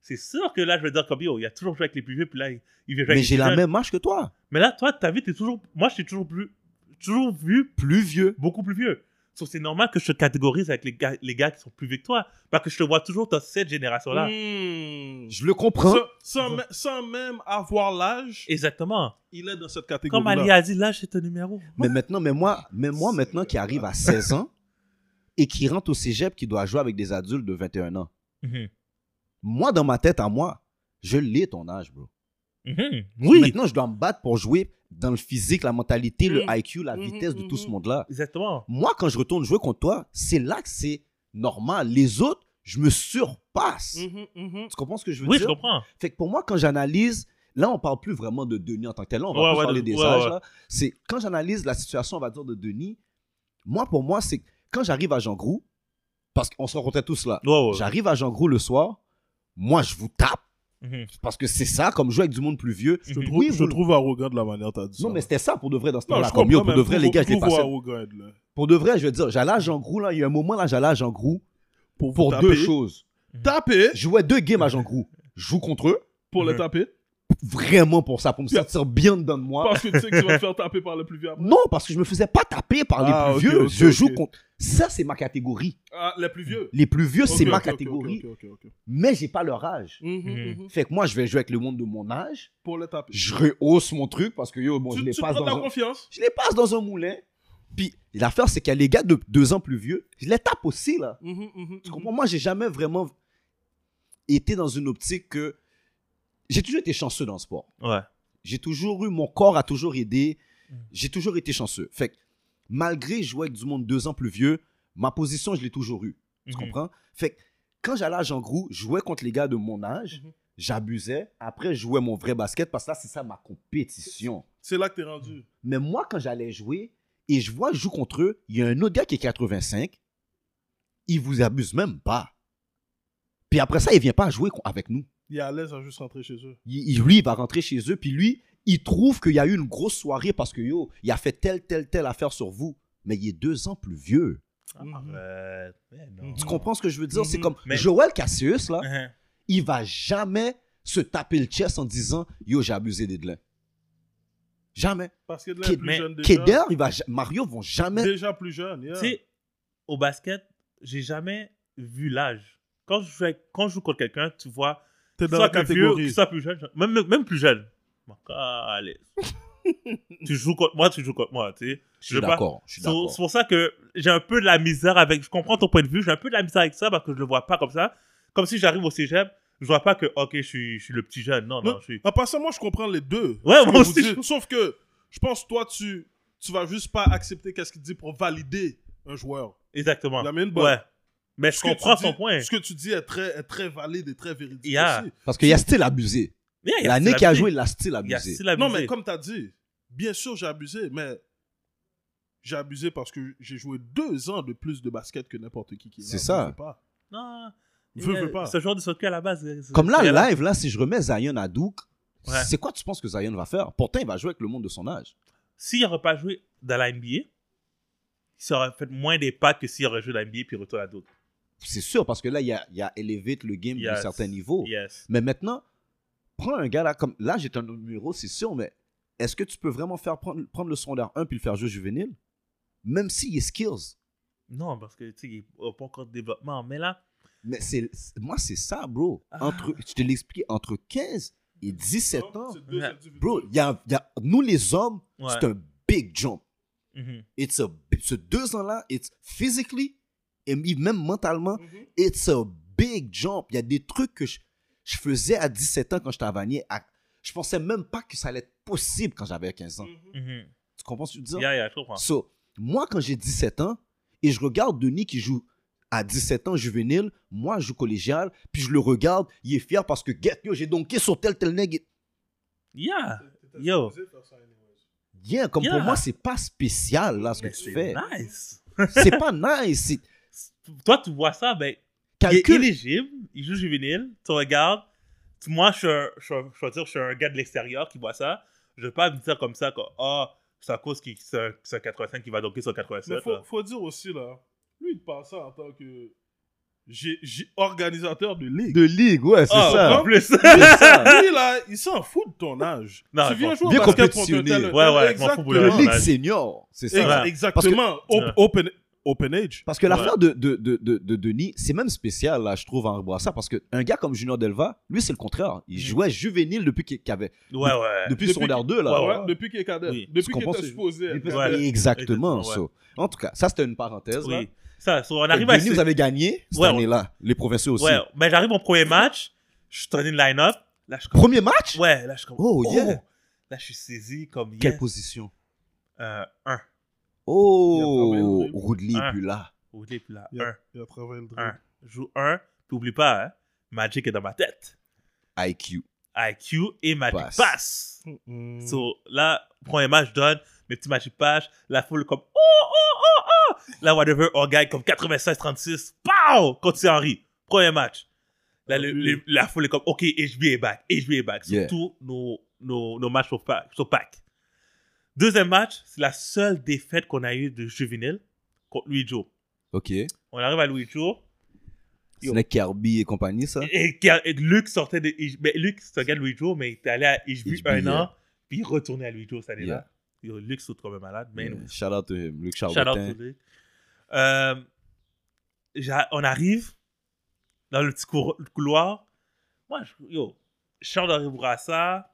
[SPEAKER 4] C'est sûr que là, je vais dire, comme yo, il a toujours joué avec les plus vieux, puis là, il, il vient jouer
[SPEAKER 2] Mais
[SPEAKER 4] avec les
[SPEAKER 2] j'ai
[SPEAKER 4] plus
[SPEAKER 2] la
[SPEAKER 4] jeunes.
[SPEAKER 2] même âge que toi.
[SPEAKER 4] Mais là, toi, ta vie, t'es toujours. Moi, je t'ai toujours plus. Toujours vu
[SPEAKER 2] Plus vieux.
[SPEAKER 4] beaucoup plus vieux. So, c'est normal que je te catégorise avec les gars, les gars qui sont plus vieux que toi. Parce que je te vois toujours dans cette génération-là.
[SPEAKER 3] Hmm.
[SPEAKER 2] Je le comprends.
[SPEAKER 3] Sans, sans me- sans même avoir l'âge,
[SPEAKER 4] Exactement.
[SPEAKER 3] il est dans cette
[SPEAKER 4] Comme
[SPEAKER 3] catégorie-là.
[SPEAKER 4] Ali a dit, là, j'ai ton numéro.
[SPEAKER 2] Mais maintenant, mais moi, mais moi maintenant qui arrive à 16 ans et qui rentre au cégep, qui doit jouer avec des adultes de 21 ans.
[SPEAKER 4] Mhm.
[SPEAKER 2] Moi, dans ma tête, à moi, je l'ai ton âge, bro.
[SPEAKER 4] Mhm. Oui.
[SPEAKER 2] Maintenant, je dois me battre pour jouer dans le physique, la mentalité, le
[SPEAKER 3] Mhm.
[SPEAKER 2] IQ, la
[SPEAKER 3] Mhm,
[SPEAKER 2] vitesse de tout ce
[SPEAKER 3] mhm.
[SPEAKER 2] monde-là.
[SPEAKER 4] Exactement.
[SPEAKER 2] Moi, quand je retourne jouer contre toi, c'est là que c'est normal. Les autres, je me surpasse.
[SPEAKER 4] Mm.
[SPEAKER 3] Mhm, mhm.
[SPEAKER 2] Tu comprends ce que je veux
[SPEAKER 4] Oui,
[SPEAKER 2] dire?
[SPEAKER 4] je comprends.
[SPEAKER 2] Fait que pour moi, quand j'analyse, là, on parle plus vraiment de Denis en tant que tel. Là, on va
[SPEAKER 4] Ouais,
[SPEAKER 2] plus
[SPEAKER 4] ouais,
[SPEAKER 2] parler
[SPEAKER 4] de-
[SPEAKER 2] des
[SPEAKER 4] ouais,
[SPEAKER 2] âges.
[SPEAKER 4] ouais.
[SPEAKER 2] là. C'est quand j'analyse la situation, on va dire, de Denis, moi, pour moi, c'est quand j'arrive à Jean Groux, parce qu'on se rencontrait tous là.
[SPEAKER 4] Ouais, ouais.
[SPEAKER 2] J'arrive à Jean Groux le soir, moi, je vous tape,
[SPEAKER 4] Mhm.
[SPEAKER 2] parce que c'est ça, comme jouer avec du monde plus vieux.
[SPEAKER 3] Je,
[SPEAKER 4] Mhm.
[SPEAKER 3] trouve,
[SPEAKER 2] Oui,
[SPEAKER 3] je
[SPEAKER 2] vous-
[SPEAKER 3] trouve arrogant de la manière dont t'as dit
[SPEAKER 2] Non,
[SPEAKER 3] ça.
[SPEAKER 2] mais
[SPEAKER 3] là.
[SPEAKER 2] c'était ça pour de vrai dans ce
[SPEAKER 3] Non,
[SPEAKER 2] temps-là.
[SPEAKER 3] je
[SPEAKER 2] comme yo,
[SPEAKER 3] comprends,
[SPEAKER 2] pour
[SPEAKER 3] mais
[SPEAKER 2] de vrai,
[SPEAKER 3] vous-
[SPEAKER 2] les gars, je les
[SPEAKER 3] vous- vous
[SPEAKER 2] passais.
[SPEAKER 3] arrogant, là.
[SPEAKER 2] Pour de vrai, je veux dire, j'allais à Jean Groux, là, il y a un moment, là, j'allais à Jean Groux
[SPEAKER 3] Pour, vous
[SPEAKER 2] pour
[SPEAKER 3] taper,
[SPEAKER 2] deux choses.
[SPEAKER 3] Taper
[SPEAKER 2] Je jouais deux games à Jean Groux. Je joue contre eux,
[SPEAKER 3] pour le
[SPEAKER 4] Mhm.
[SPEAKER 3] taper.
[SPEAKER 2] vraiment pour ça, pour me
[SPEAKER 3] Puis-
[SPEAKER 2] sentir bien dedans de moi.
[SPEAKER 3] Parce que tu sais que tu vas te faire taper par le plus vieux après.
[SPEAKER 2] Non, parce que je me faisais pas taper par les
[SPEAKER 3] Ah,
[SPEAKER 2] plus
[SPEAKER 3] ok,
[SPEAKER 2] vieux.
[SPEAKER 3] ok,
[SPEAKER 2] je
[SPEAKER 3] ok.
[SPEAKER 2] joue contre. Ça, c'est ma catégorie.
[SPEAKER 3] Ah, les plus vieux.
[SPEAKER 2] Les plus vieux,
[SPEAKER 3] Ok,
[SPEAKER 2] c'est ma
[SPEAKER 3] ok, ok,
[SPEAKER 2] catégorie.
[SPEAKER 3] ok, ok, ok, ok.
[SPEAKER 2] Mais j'ai pas leur âge.
[SPEAKER 3] Mhm,
[SPEAKER 4] Mhm.
[SPEAKER 3] mhm.
[SPEAKER 2] Fait que moi, je vais jouer avec le monde de mon âge.
[SPEAKER 3] Pour le taper.
[SPEAKER 2] Je rehausse mon truc parce que yo, bon, je
[SPEAKER 3] Tu,
[SPEAKER 2] les
[SPEAKER 3] tu
[SPEAKER 2] passe
[SPEAKER 3] prends
[SPEAKER 2] dans
[SPEAKER 3] ta
[SPEAKER 2] un...
[SPEAKER 3] confiance.
[SPEAKER 2] Je les passe dans un moulin. Puis l'affaire, c'est qu'il y a les gars de deux ans plus vieux. Je les tape aussi, là.
[SPEAKER 3] Mhm, mhm,
[SPEAKER 2] Tu
[SPEAKER 3] mhm.
[SPEAKER 2] comprends? Moi, j'ai jamais vraiment été dans une optique que. J'ai toujours été chanceux dans le sport.
[SPEAKER 4] Ouais.
[SPEAKER 2] J'ai toujours eu, mon corps a toujours aidé.
[SPEAKER 4] Mm.
[SPEAKER 3] Mhm.
[SPEAKER 2] J'ai toujours été chanceux. Fait que, malgré jouer avec du monde deux ans plus vieux, ma position, je l'ai toujours eu. Tu
[SPEAKER 4] Mhm.
[SPEAKER 2] comprends? Fait que, quand j'allais à Jean Groux, je jouais contre les gars de mon âge,
[SPEAKER 3] Mhm.
[SPEAKER 2] j'abusais. Après, je jouais mon vrai basket parce que là, c'est ça ma compétition.
[SPEAKER 3] C'est là que t'es rendu.
[SPEAKER 2] Mais moi, quand j'allais jouer et je vois que je joue contre eux, il y a un autre gars qui est 85, il vous abuse même pas. Puis après ça, il vient pas jouer co- avec nous.
[SPEAKER 3] Il est à l'aise à juste rentrer chez eux.
[SPEAKER 2] Il- il- lui, il va rentrer chez eux, puis lui, il trouve qu'il y a eu une grosse soirée parce que yo, il a fait telle, telle, telle affaire sur vous. Mais il est deux ans plus vieux.
[SPEAKER 3] Mhm.
[SPEAKER 4] Ah, Arrête. Mais non.
[SPEAKER 2] Tu comprends ce que je veux dire? C'est
[SPEAKER 3] Mhm.
[SPEAKER 2] comme
[SPEAKER 4] Mm. Mm-hmm. Mais-
[SPEAKER 2] Joël Cassius, là,
[SPEAKER 4] Mhm.
[SPEAKER 2] il va jamais se taper le chest en disant Yo, j'ai abusé d'Edlin. Jamais.
[SPEAKER 3] Parce que là,
[SPEAKER 2] Kid-
[SPEAKER 3] plus
[SPEAKER 4] mais-
[SPEAKER 3] jeune déjà.
[SPEAKER 2] Keder, il va, ja- Mario vont jamais.
[SPEAKER 3] Déjà plus jeune. yeah.
[SPEAKER 4] Tu sais, au basket, j'ai jamais vu l'âge. Quand je joue, avec- quand je joue contre quelqu'un, tu vois,
[SPEAKER 3] T'es dans
[SPEAKER 4] soit
[SPEAKER 3] la
[SPEAKER 4] plus vieux,
[SPEAKER 3] catégorie.
[SPEAKER 4] soit plus jeune, même, même plus jeune. Bon, Allez.
[SPEAKER 3] [laughs]
[SPEAKER 4] tu joues contre moi, tu joues contre moi, tu sais.
[SPEAKER 2] Je
[SPEAKER 4] je
[SPEAKER 2] suis
[SPEAKER 4] veux pas-
[SPEAKER 2] d'accord. Je suis
[SPEAKER 4] So,
[SPEAKER 2] d'accord.
[SPEAKER 4] C'est pour ça que j'ai un peu de la misère avec. Je comprends ton point de vue, j'ai un peu de la misère avec ça parce que je le vois pas comme ça. Comme si j'arrive au cégep, je vois pas que, ok, je suis, je suis le petit jeune. Non, non,
[SPEAKER 3] Non.
[SPEAKER 4] je suis.
[SPEAKER 3] En passant, moi, je comprends les deux.
[SPEAKER 4] Ouais,
[SPEAKER 3] Ce que
[SPEAKER 4] moi
[SPEAKER 3] vous
[SPEAKER 4] aussi,
[SPEAKER 3] dites. Sauf que je pense toi, tu, tu vas juste pas accepter qu'est-ce qu'il dit pour valider un joueur.
[SPEAKER 4] Exactement.
[SPEAKER 3] Il y en a une bonne.
[SPEAKER 4] Ouais. Mais je
[SPEAKER 3] Ce que tu
[SPEAKER 4] comprends
[SPEAKER 3] dis-
[SPEAKER 4] son point.
[SPEAKER 3] Ce que tu dis est très, est très valide et très véridique
[SPEAKER 4] Yeah.
[SPEAKER 3] aussi.
[SPEAKER 2] Parce qu'il y a style abusé.
[SPEAKER 4] Yeah, il y
[SPEAKER 2] L'année
[SPEAKER 4] c'est
[SPEAKER 2] qu'il a
[SPEAKER 4] la
[SPEAKER 2] joué,
[SPEAKER 4] musique.
[SPEAKER 2] il a style
[SPEAKER 4] Il y a
[SPEAKER 2] abusé.
[SPEAKER 4] c'est la
[SPEAKER 3] Non, mais
[SPEAKER 4] musique.
[SPEAKER 3] comme tu as dit, bien sûr, j'ai abusé, mais j'ai abusé parce que j'ai joué deux ans de plus de basket que n'importe qui qui est là.
[SPEAKER 2] C'est ça.
[SPEAKER 3] Veux, veux pas.
[SPEAKER 4] Non.
[SPEAKER 3] Veux,
[SPEAKER 4] il y a-
[SPEAKER 3] veux pas.
[SPEAKER 4] Ce genre de soccer à la base. c'est-
[SPEAKER 2] Comme là,
[SPEAKER 4] c'est-
[SPEAKER 2] live, là, si je remets Zion à Duke,
[SPEAKER 4] Ouais.
[SPEAKER 2] c'est quoi tu penses que Zion va faire? Pourtant, il va jouer avec le monde de son âge.
[SPEAKER 4] S'il n'aurait pas joué dans la NBA, il aurait fait moins des pas que s'il aurait joué dans la NBA puis retourné à d'autres.
[SPEAKER 2] C'est sûr, parce que là, il y a, il y a élevé le game d'un
[SPEAKER 4] Yes.
[SPEAKER 2] certain niveau.
[SPEAKER 4] Yes.
[SPEAKER 2] Mais maintenant, prends un gars là, comme là, j'ai ton numéro, c'est sûr, mais est-ce que tu peux vraiment faire prendre, prendre le secondaire 1 puis le faire jouer juvénile? Même s'il est skills.
[SPEAKER 4] Non, parce que tu sais, il est pas encore de développement. Mais là,
[SPEAKER 2] Mais c'est, c'est- moi, c'est ça, bro.
[SPEAKER 4] Ah. Oh,
[SPEAKER 2] Entre, je te l'expliquais, entre 15 et 17
[SPEAKER 3] Non,
[SPEAKER 2] ans,
[SPEAKER 3] c'est deux
[SPEAKER 4] Ouais.
[SPEAKER 3] individus.
[SPEAKER 2] bro, il y a, il y a- nous les hommes,
[SPEAKER 4] Ouais.
[SPEAKER 2] c'est un big jump.
[SPEAKER 4] mhm.
[SPEAKER 2] It's a, ce deux ans-là, it's physically et même mentalement,
[SPEAKER 4] Mm-hmm.
[SPEAKER 3] Mhm.
[SPEAKER 2] it's a big jump. Il y a des trucs que je, je faisais à 17 ans quand j'étais à Vanier. à- je pensais même pas que ça allait être possible quand j'avais 15 ans.
[SPEAKER 3] Mhm.
[SPEAKER 4] Mhm.
[SPEAKER 2] Tu comprends ce que je veux dire?
[SPEAKER 4] Yeah, yeah, je comprends.
[SPEAKER 2] So, moi, quand j'ai 17 ans et je regarde Denis qui joue à 17 ans juvénile, moi, je joue collégial, puis je le regarde, il est fier parce que, get, yo, j'ai donké sur tel, tel nègre.
[SPEAKER 4] Yeah.
[SPEAKER 3] T'étais
[SPEAKER 4] Yo.
[SPEAKER 3] supposé faire ça anyways.
[SPEAKER 2] Yeah, comme
[SPEAKER 4] Yeah.
[SPEAKER 2] pour moi, c'est pas spécial, là, ce que
[SPEAKER 4] Mais
[SPEAKER 2] tu
[SPEAKER 4] c'est
[SPEAKER 2] fais.
[SPEAKER 4] Nice.
[SPEAKER 2] C'est pas nice. c'est-
[SPEAKER 4] Toi, tu vois ça, ben,
[SPEAKER 2] Calcule.
[SPEAKER 4] il est éligible, il joue juvénile, tu regardes. Tu- Moi, je suis, un, je, suis un- je vais dire, je suis un gars de l'extérieur qui voit ça. Je ne vais pas me dire comme ça que ah, c'est à cause qu'il c'est un, que c'est un 85 qui va donker sur
[SPEAKER 3] Mais
[SPEAKER 4] 87.
[SPEAKER 3] faut,
[SPEAKER 4] là.
[SPEAKER 3] faut dire aussi, là, lui, il parle ça en tant que gé- gé- organisateur de ligue.
[SPEAKER 2] de ligue, ouais, c'est
[SPEAKER 4] Ah,
[SPEAKER 2] ça.
[SPEAKER 4] En plus.
[SPEAKER 3] [laughs]
[SPEAKER 4] [laughs]
[SPEAKER 2] C'est ça.
[SPEAKER 3] Lui, là, il s'en fout de ton âge.
[SPEAKER 4] Non,
[SPEAKER 3] tu viens
[SPEAKER 4] bon,
[SPEAKER 3] jouer au
[SPEAKER 2] bien
[SPEAKER 3] basket contre un
[SPEAKER 2] compétitionné.
[SPEAKER 3] tel-
[SPEAKER 4] Ouais, ouais, je m'en fous
[SPEAKER 3] Exactement.
[SPEAKER 4] pour le
[SPEAKER 2] Le
[SPEAKER 4] Ouais.
[SPEAKER 2] Ligue senior, c'est ça.
[SPEAKER 4] Exact.
[SPEAKER 3] Exactement. Op- Open, Open Age.
[SPEAKER 2] Parce que l'affaire de, de, de, de, de Denis, c'est même spécial, là, je trouve, en revoit ça. Parce qu'un gars comme Junior Delva, lui, c'est le contraire.
[SPEAKER 4] Mm.
[SPEAKER 2] Il jouait juvénile depuis qu'il qu'il avait.
[SPEAKER 4] Ouais, ouais.
[SPEAKER 2] Depuis,
[SPEAKER 3] Depuis
[SPEAKER 2] son secondaire 2, là.
[SPEAKER 3] Ouais, ouais,
[SPEAKER 4] ouais.
[SPEAKER 3] depuis qu'il est cadet.
[SPEAKER 4] Oui.
[SPEAKER 2] Ce
[SPEAKER 3] Depuis
[SPEAKER 2] qu'on
[SPEAKER 3] qu'il
[SPEAKER 2] pense,
[SPEAKER 3] était
[SPEAKER 2] c'est-
[SPEAKER 3] supposé. être
[SPEAKER 2] Il peut-
[SPEAKER 3] cadet.
[SPEAKER 4] Ouais.
[SPEAKER 2] Exactement,
[SPEAKER 4] Exactement,
[SPEAKER 2] ça. En tout cas, ça, c'était une parenthèse. là.
[SPEAKER 4] Oui. Ça, so, on
[SPEAKER 2] Fait que
[SPEAKER 4] arrive à.
[SPEAKER 2] Denis, vous avez gagné cette
[SPEAKER 4] Ouais, on-
[SPEAKER 2] année-là. Les professeurs aussi.
[SPEAKER 4] Ouais, ben j'arrive au premier match, je suis traîné le line-up. Là, je suis comme.
[SPEAKER 2] Premier match
[SPEAKER 4] Ouais, là, je suis comme.
[SPEAKER 2] Oh, yeah.
[SPEAKER 4] Là, je suis saisi comme. Yeah.
[SPEAKER 2] Quelle position
[SPEAKER 4] Euh, un.
[SPEAKER 3] Il a travaillé au
[SPEAKER 2] Oh
[SPEAKER 3] dribble.
[SPEAKER 2] Woodley,
[SPEAKER 4] Un.
[SPEAKER 2] puis là.
[SPEAKER 4] Oublie, puis là,
[SPEAKER 3] Il
[SPEAKER 4] un.
[SPEAKER 3] a, il a travaillé le
[SPEAKER 4] Un.
[SPEAKER 3] dribble.
[SPEAKER 4] Je joue un, puis oublie pas, hein, Magic est dans ma tête.
[SPEAKER 2] IQ.
[SPEAKER 4] IQ et Magic
[SPEAKER 2] Passe.
[SPEAKER 4] passe.
[SPEAKER 3] Mm.
[SPEAKER 4] So, là, premier match, je donne mes petits Magic pass. La foule comme. Oh, oh, oh, oh. Là, whatever, on gagne comme 96-36. Pow! Contre Henry. Premier match. Là, le- le- la foule est comme, OK, HB est back. HB est back.
[SPEAKER 2] Yeah.
[SPEAKER 4] Surtout nos, nos, nos matchs au pack, sur pack. Deuxième match, c'est la seule défaite qu'on a eue de juvénile contre Louis Joe.
[SPEAKER 2] OK.
[SPEAKER 4] On arrive à Louis Joe. Yo.
[SPEAKER 2] Snake Kirby et compagnie, ça
[SPEAKER 4] Et, et- et Luc sortait de. Hij- Mais Luc, c'est un gars de Louis Joe, mais il était allé à HB
[SPEAKER 2] HB,
[SPEAKER 4] un
[SPEAKER 2] yeah.
[SPEAKER 4] an, puis il retournait à Louis Joe cette année-là.
[SPEAKER 2] Yeah.
[SPEAKER 4] Yo, Luc, c'est quand même malade. Mais
[SPEAKER 2] Yeah. Shout out to him, Luc
[SPEAKER 4] ben Shout out
[SPEAKER 2] Charbotin.
[SPEAKER 4] to Luc. Euh, j'a- on arrive dans le petit cour- le couloir. Moi, je, yo, je sors de Ribourassa.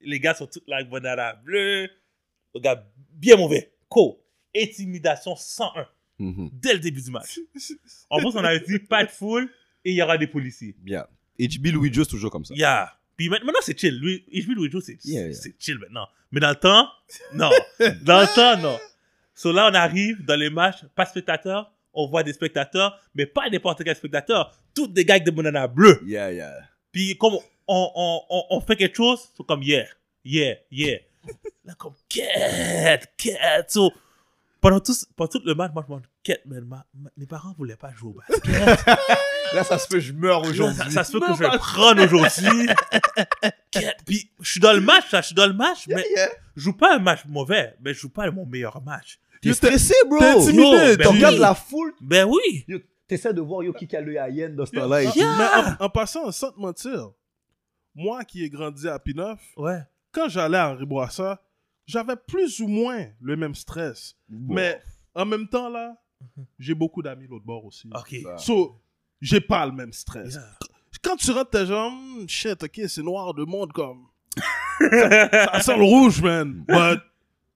[SPEAKER 4] Les gars sont tous là avec Bonala bleu. Le gars bien mauvais. Co. Intimidation 101
[SPEAKER 2] Mhm.
[SPEAKER 4] dès le début du match. En plus, on avait dit pas de foule et il y aura des policiers.
[SPEAKER 2] Bien. HB Louis Joe, c'est toujours comme ça.
[SPEAKER 4] Yeah. Puis ma- maintenant, c'est chill. Lui, HB Louis Joe, c'est c'est-
[SPEAKER 2] Yeah, yeah.
[SPEAKER 4] c'est chill maintenant. Mais dans le temps,
[SPEAKER 2] [laughs]
[SPEAKER 4] non. dans le temps, non. So là, on arrive dans les matchs, pas spectateurs, on voit des spectateurs, mais pas n'importe quel spectateur. Tous des gars avec des bananas bleues.
[SPEAKER 2] Yeah, yeah.
[SPEAKER 4] Puis comme on, on, on, on fait quelque chose, c'est comme hier. Yeah, yeah.
[SPEAKER 2] [laughs]
[SPEAKER 4] Là, comme quête, quête. So, pendant, tout, pendant tout le match, moi, je me demande, quête, man, ma- ma- mes parents voulaient pas jouer au basket.
[SPEAKER 2] Là, ça se peut, je meurs
[SPEAKER 4] Ça, ça se peut que je le prenne aujourd'hui. Quête. Puis je suis dans le match, là, je suis dans le match, mais je joue pas un match mauvais, mais je joue pas mon meilleur match.
[SPEAKER 2] T'es stressé, bro.
[SPEAKER 3] T'es intimidé,
[SPEAKER 2] Yo,
[SPEAKER 4] ben
[SPEAKER 2] Tu
[SPEAKER 4] oui.
[SPEAKER 2] regardes la foule.
[SPEAKER 4] Ben oui!
[SPEAKER 2] Yo, T'essaies de voir yo qui a le Hayen dans ce
[SPEAKER 3] Yeah.
[SPEAKER 2] temps-là. et
[SPEAKER 4] Yeah.
[SPEAKER 3] Mais en, en passant, sans te mentir, moi qui ai grandi à P9,
[SPEAKER 4] Ouais.
[SPEAKER 3] quand j'allais à Riboissa, j'avais plus ou moins le même stress.
[SPEAKER 2] tout.
[SPEAKER 3] Mais en même temps, là,
[SPEAKER 4] Mm-hmm.
[SPEAKER 3] j'ai beaucoup d'amis de l'autre bord aussi.
[SPEAKER 4] Ok.
[SPEAKER 2] Ça.
[SPEAKER 3] So, j'ai pas le même stress.
[SPEAKER 4] Ah. Yeah.
[SPEAKER 3] Quand tu rentres, t'es genre, Hmm, shit, ok, c'est noir de monde, comme. ça, ça sent le rouge, man. But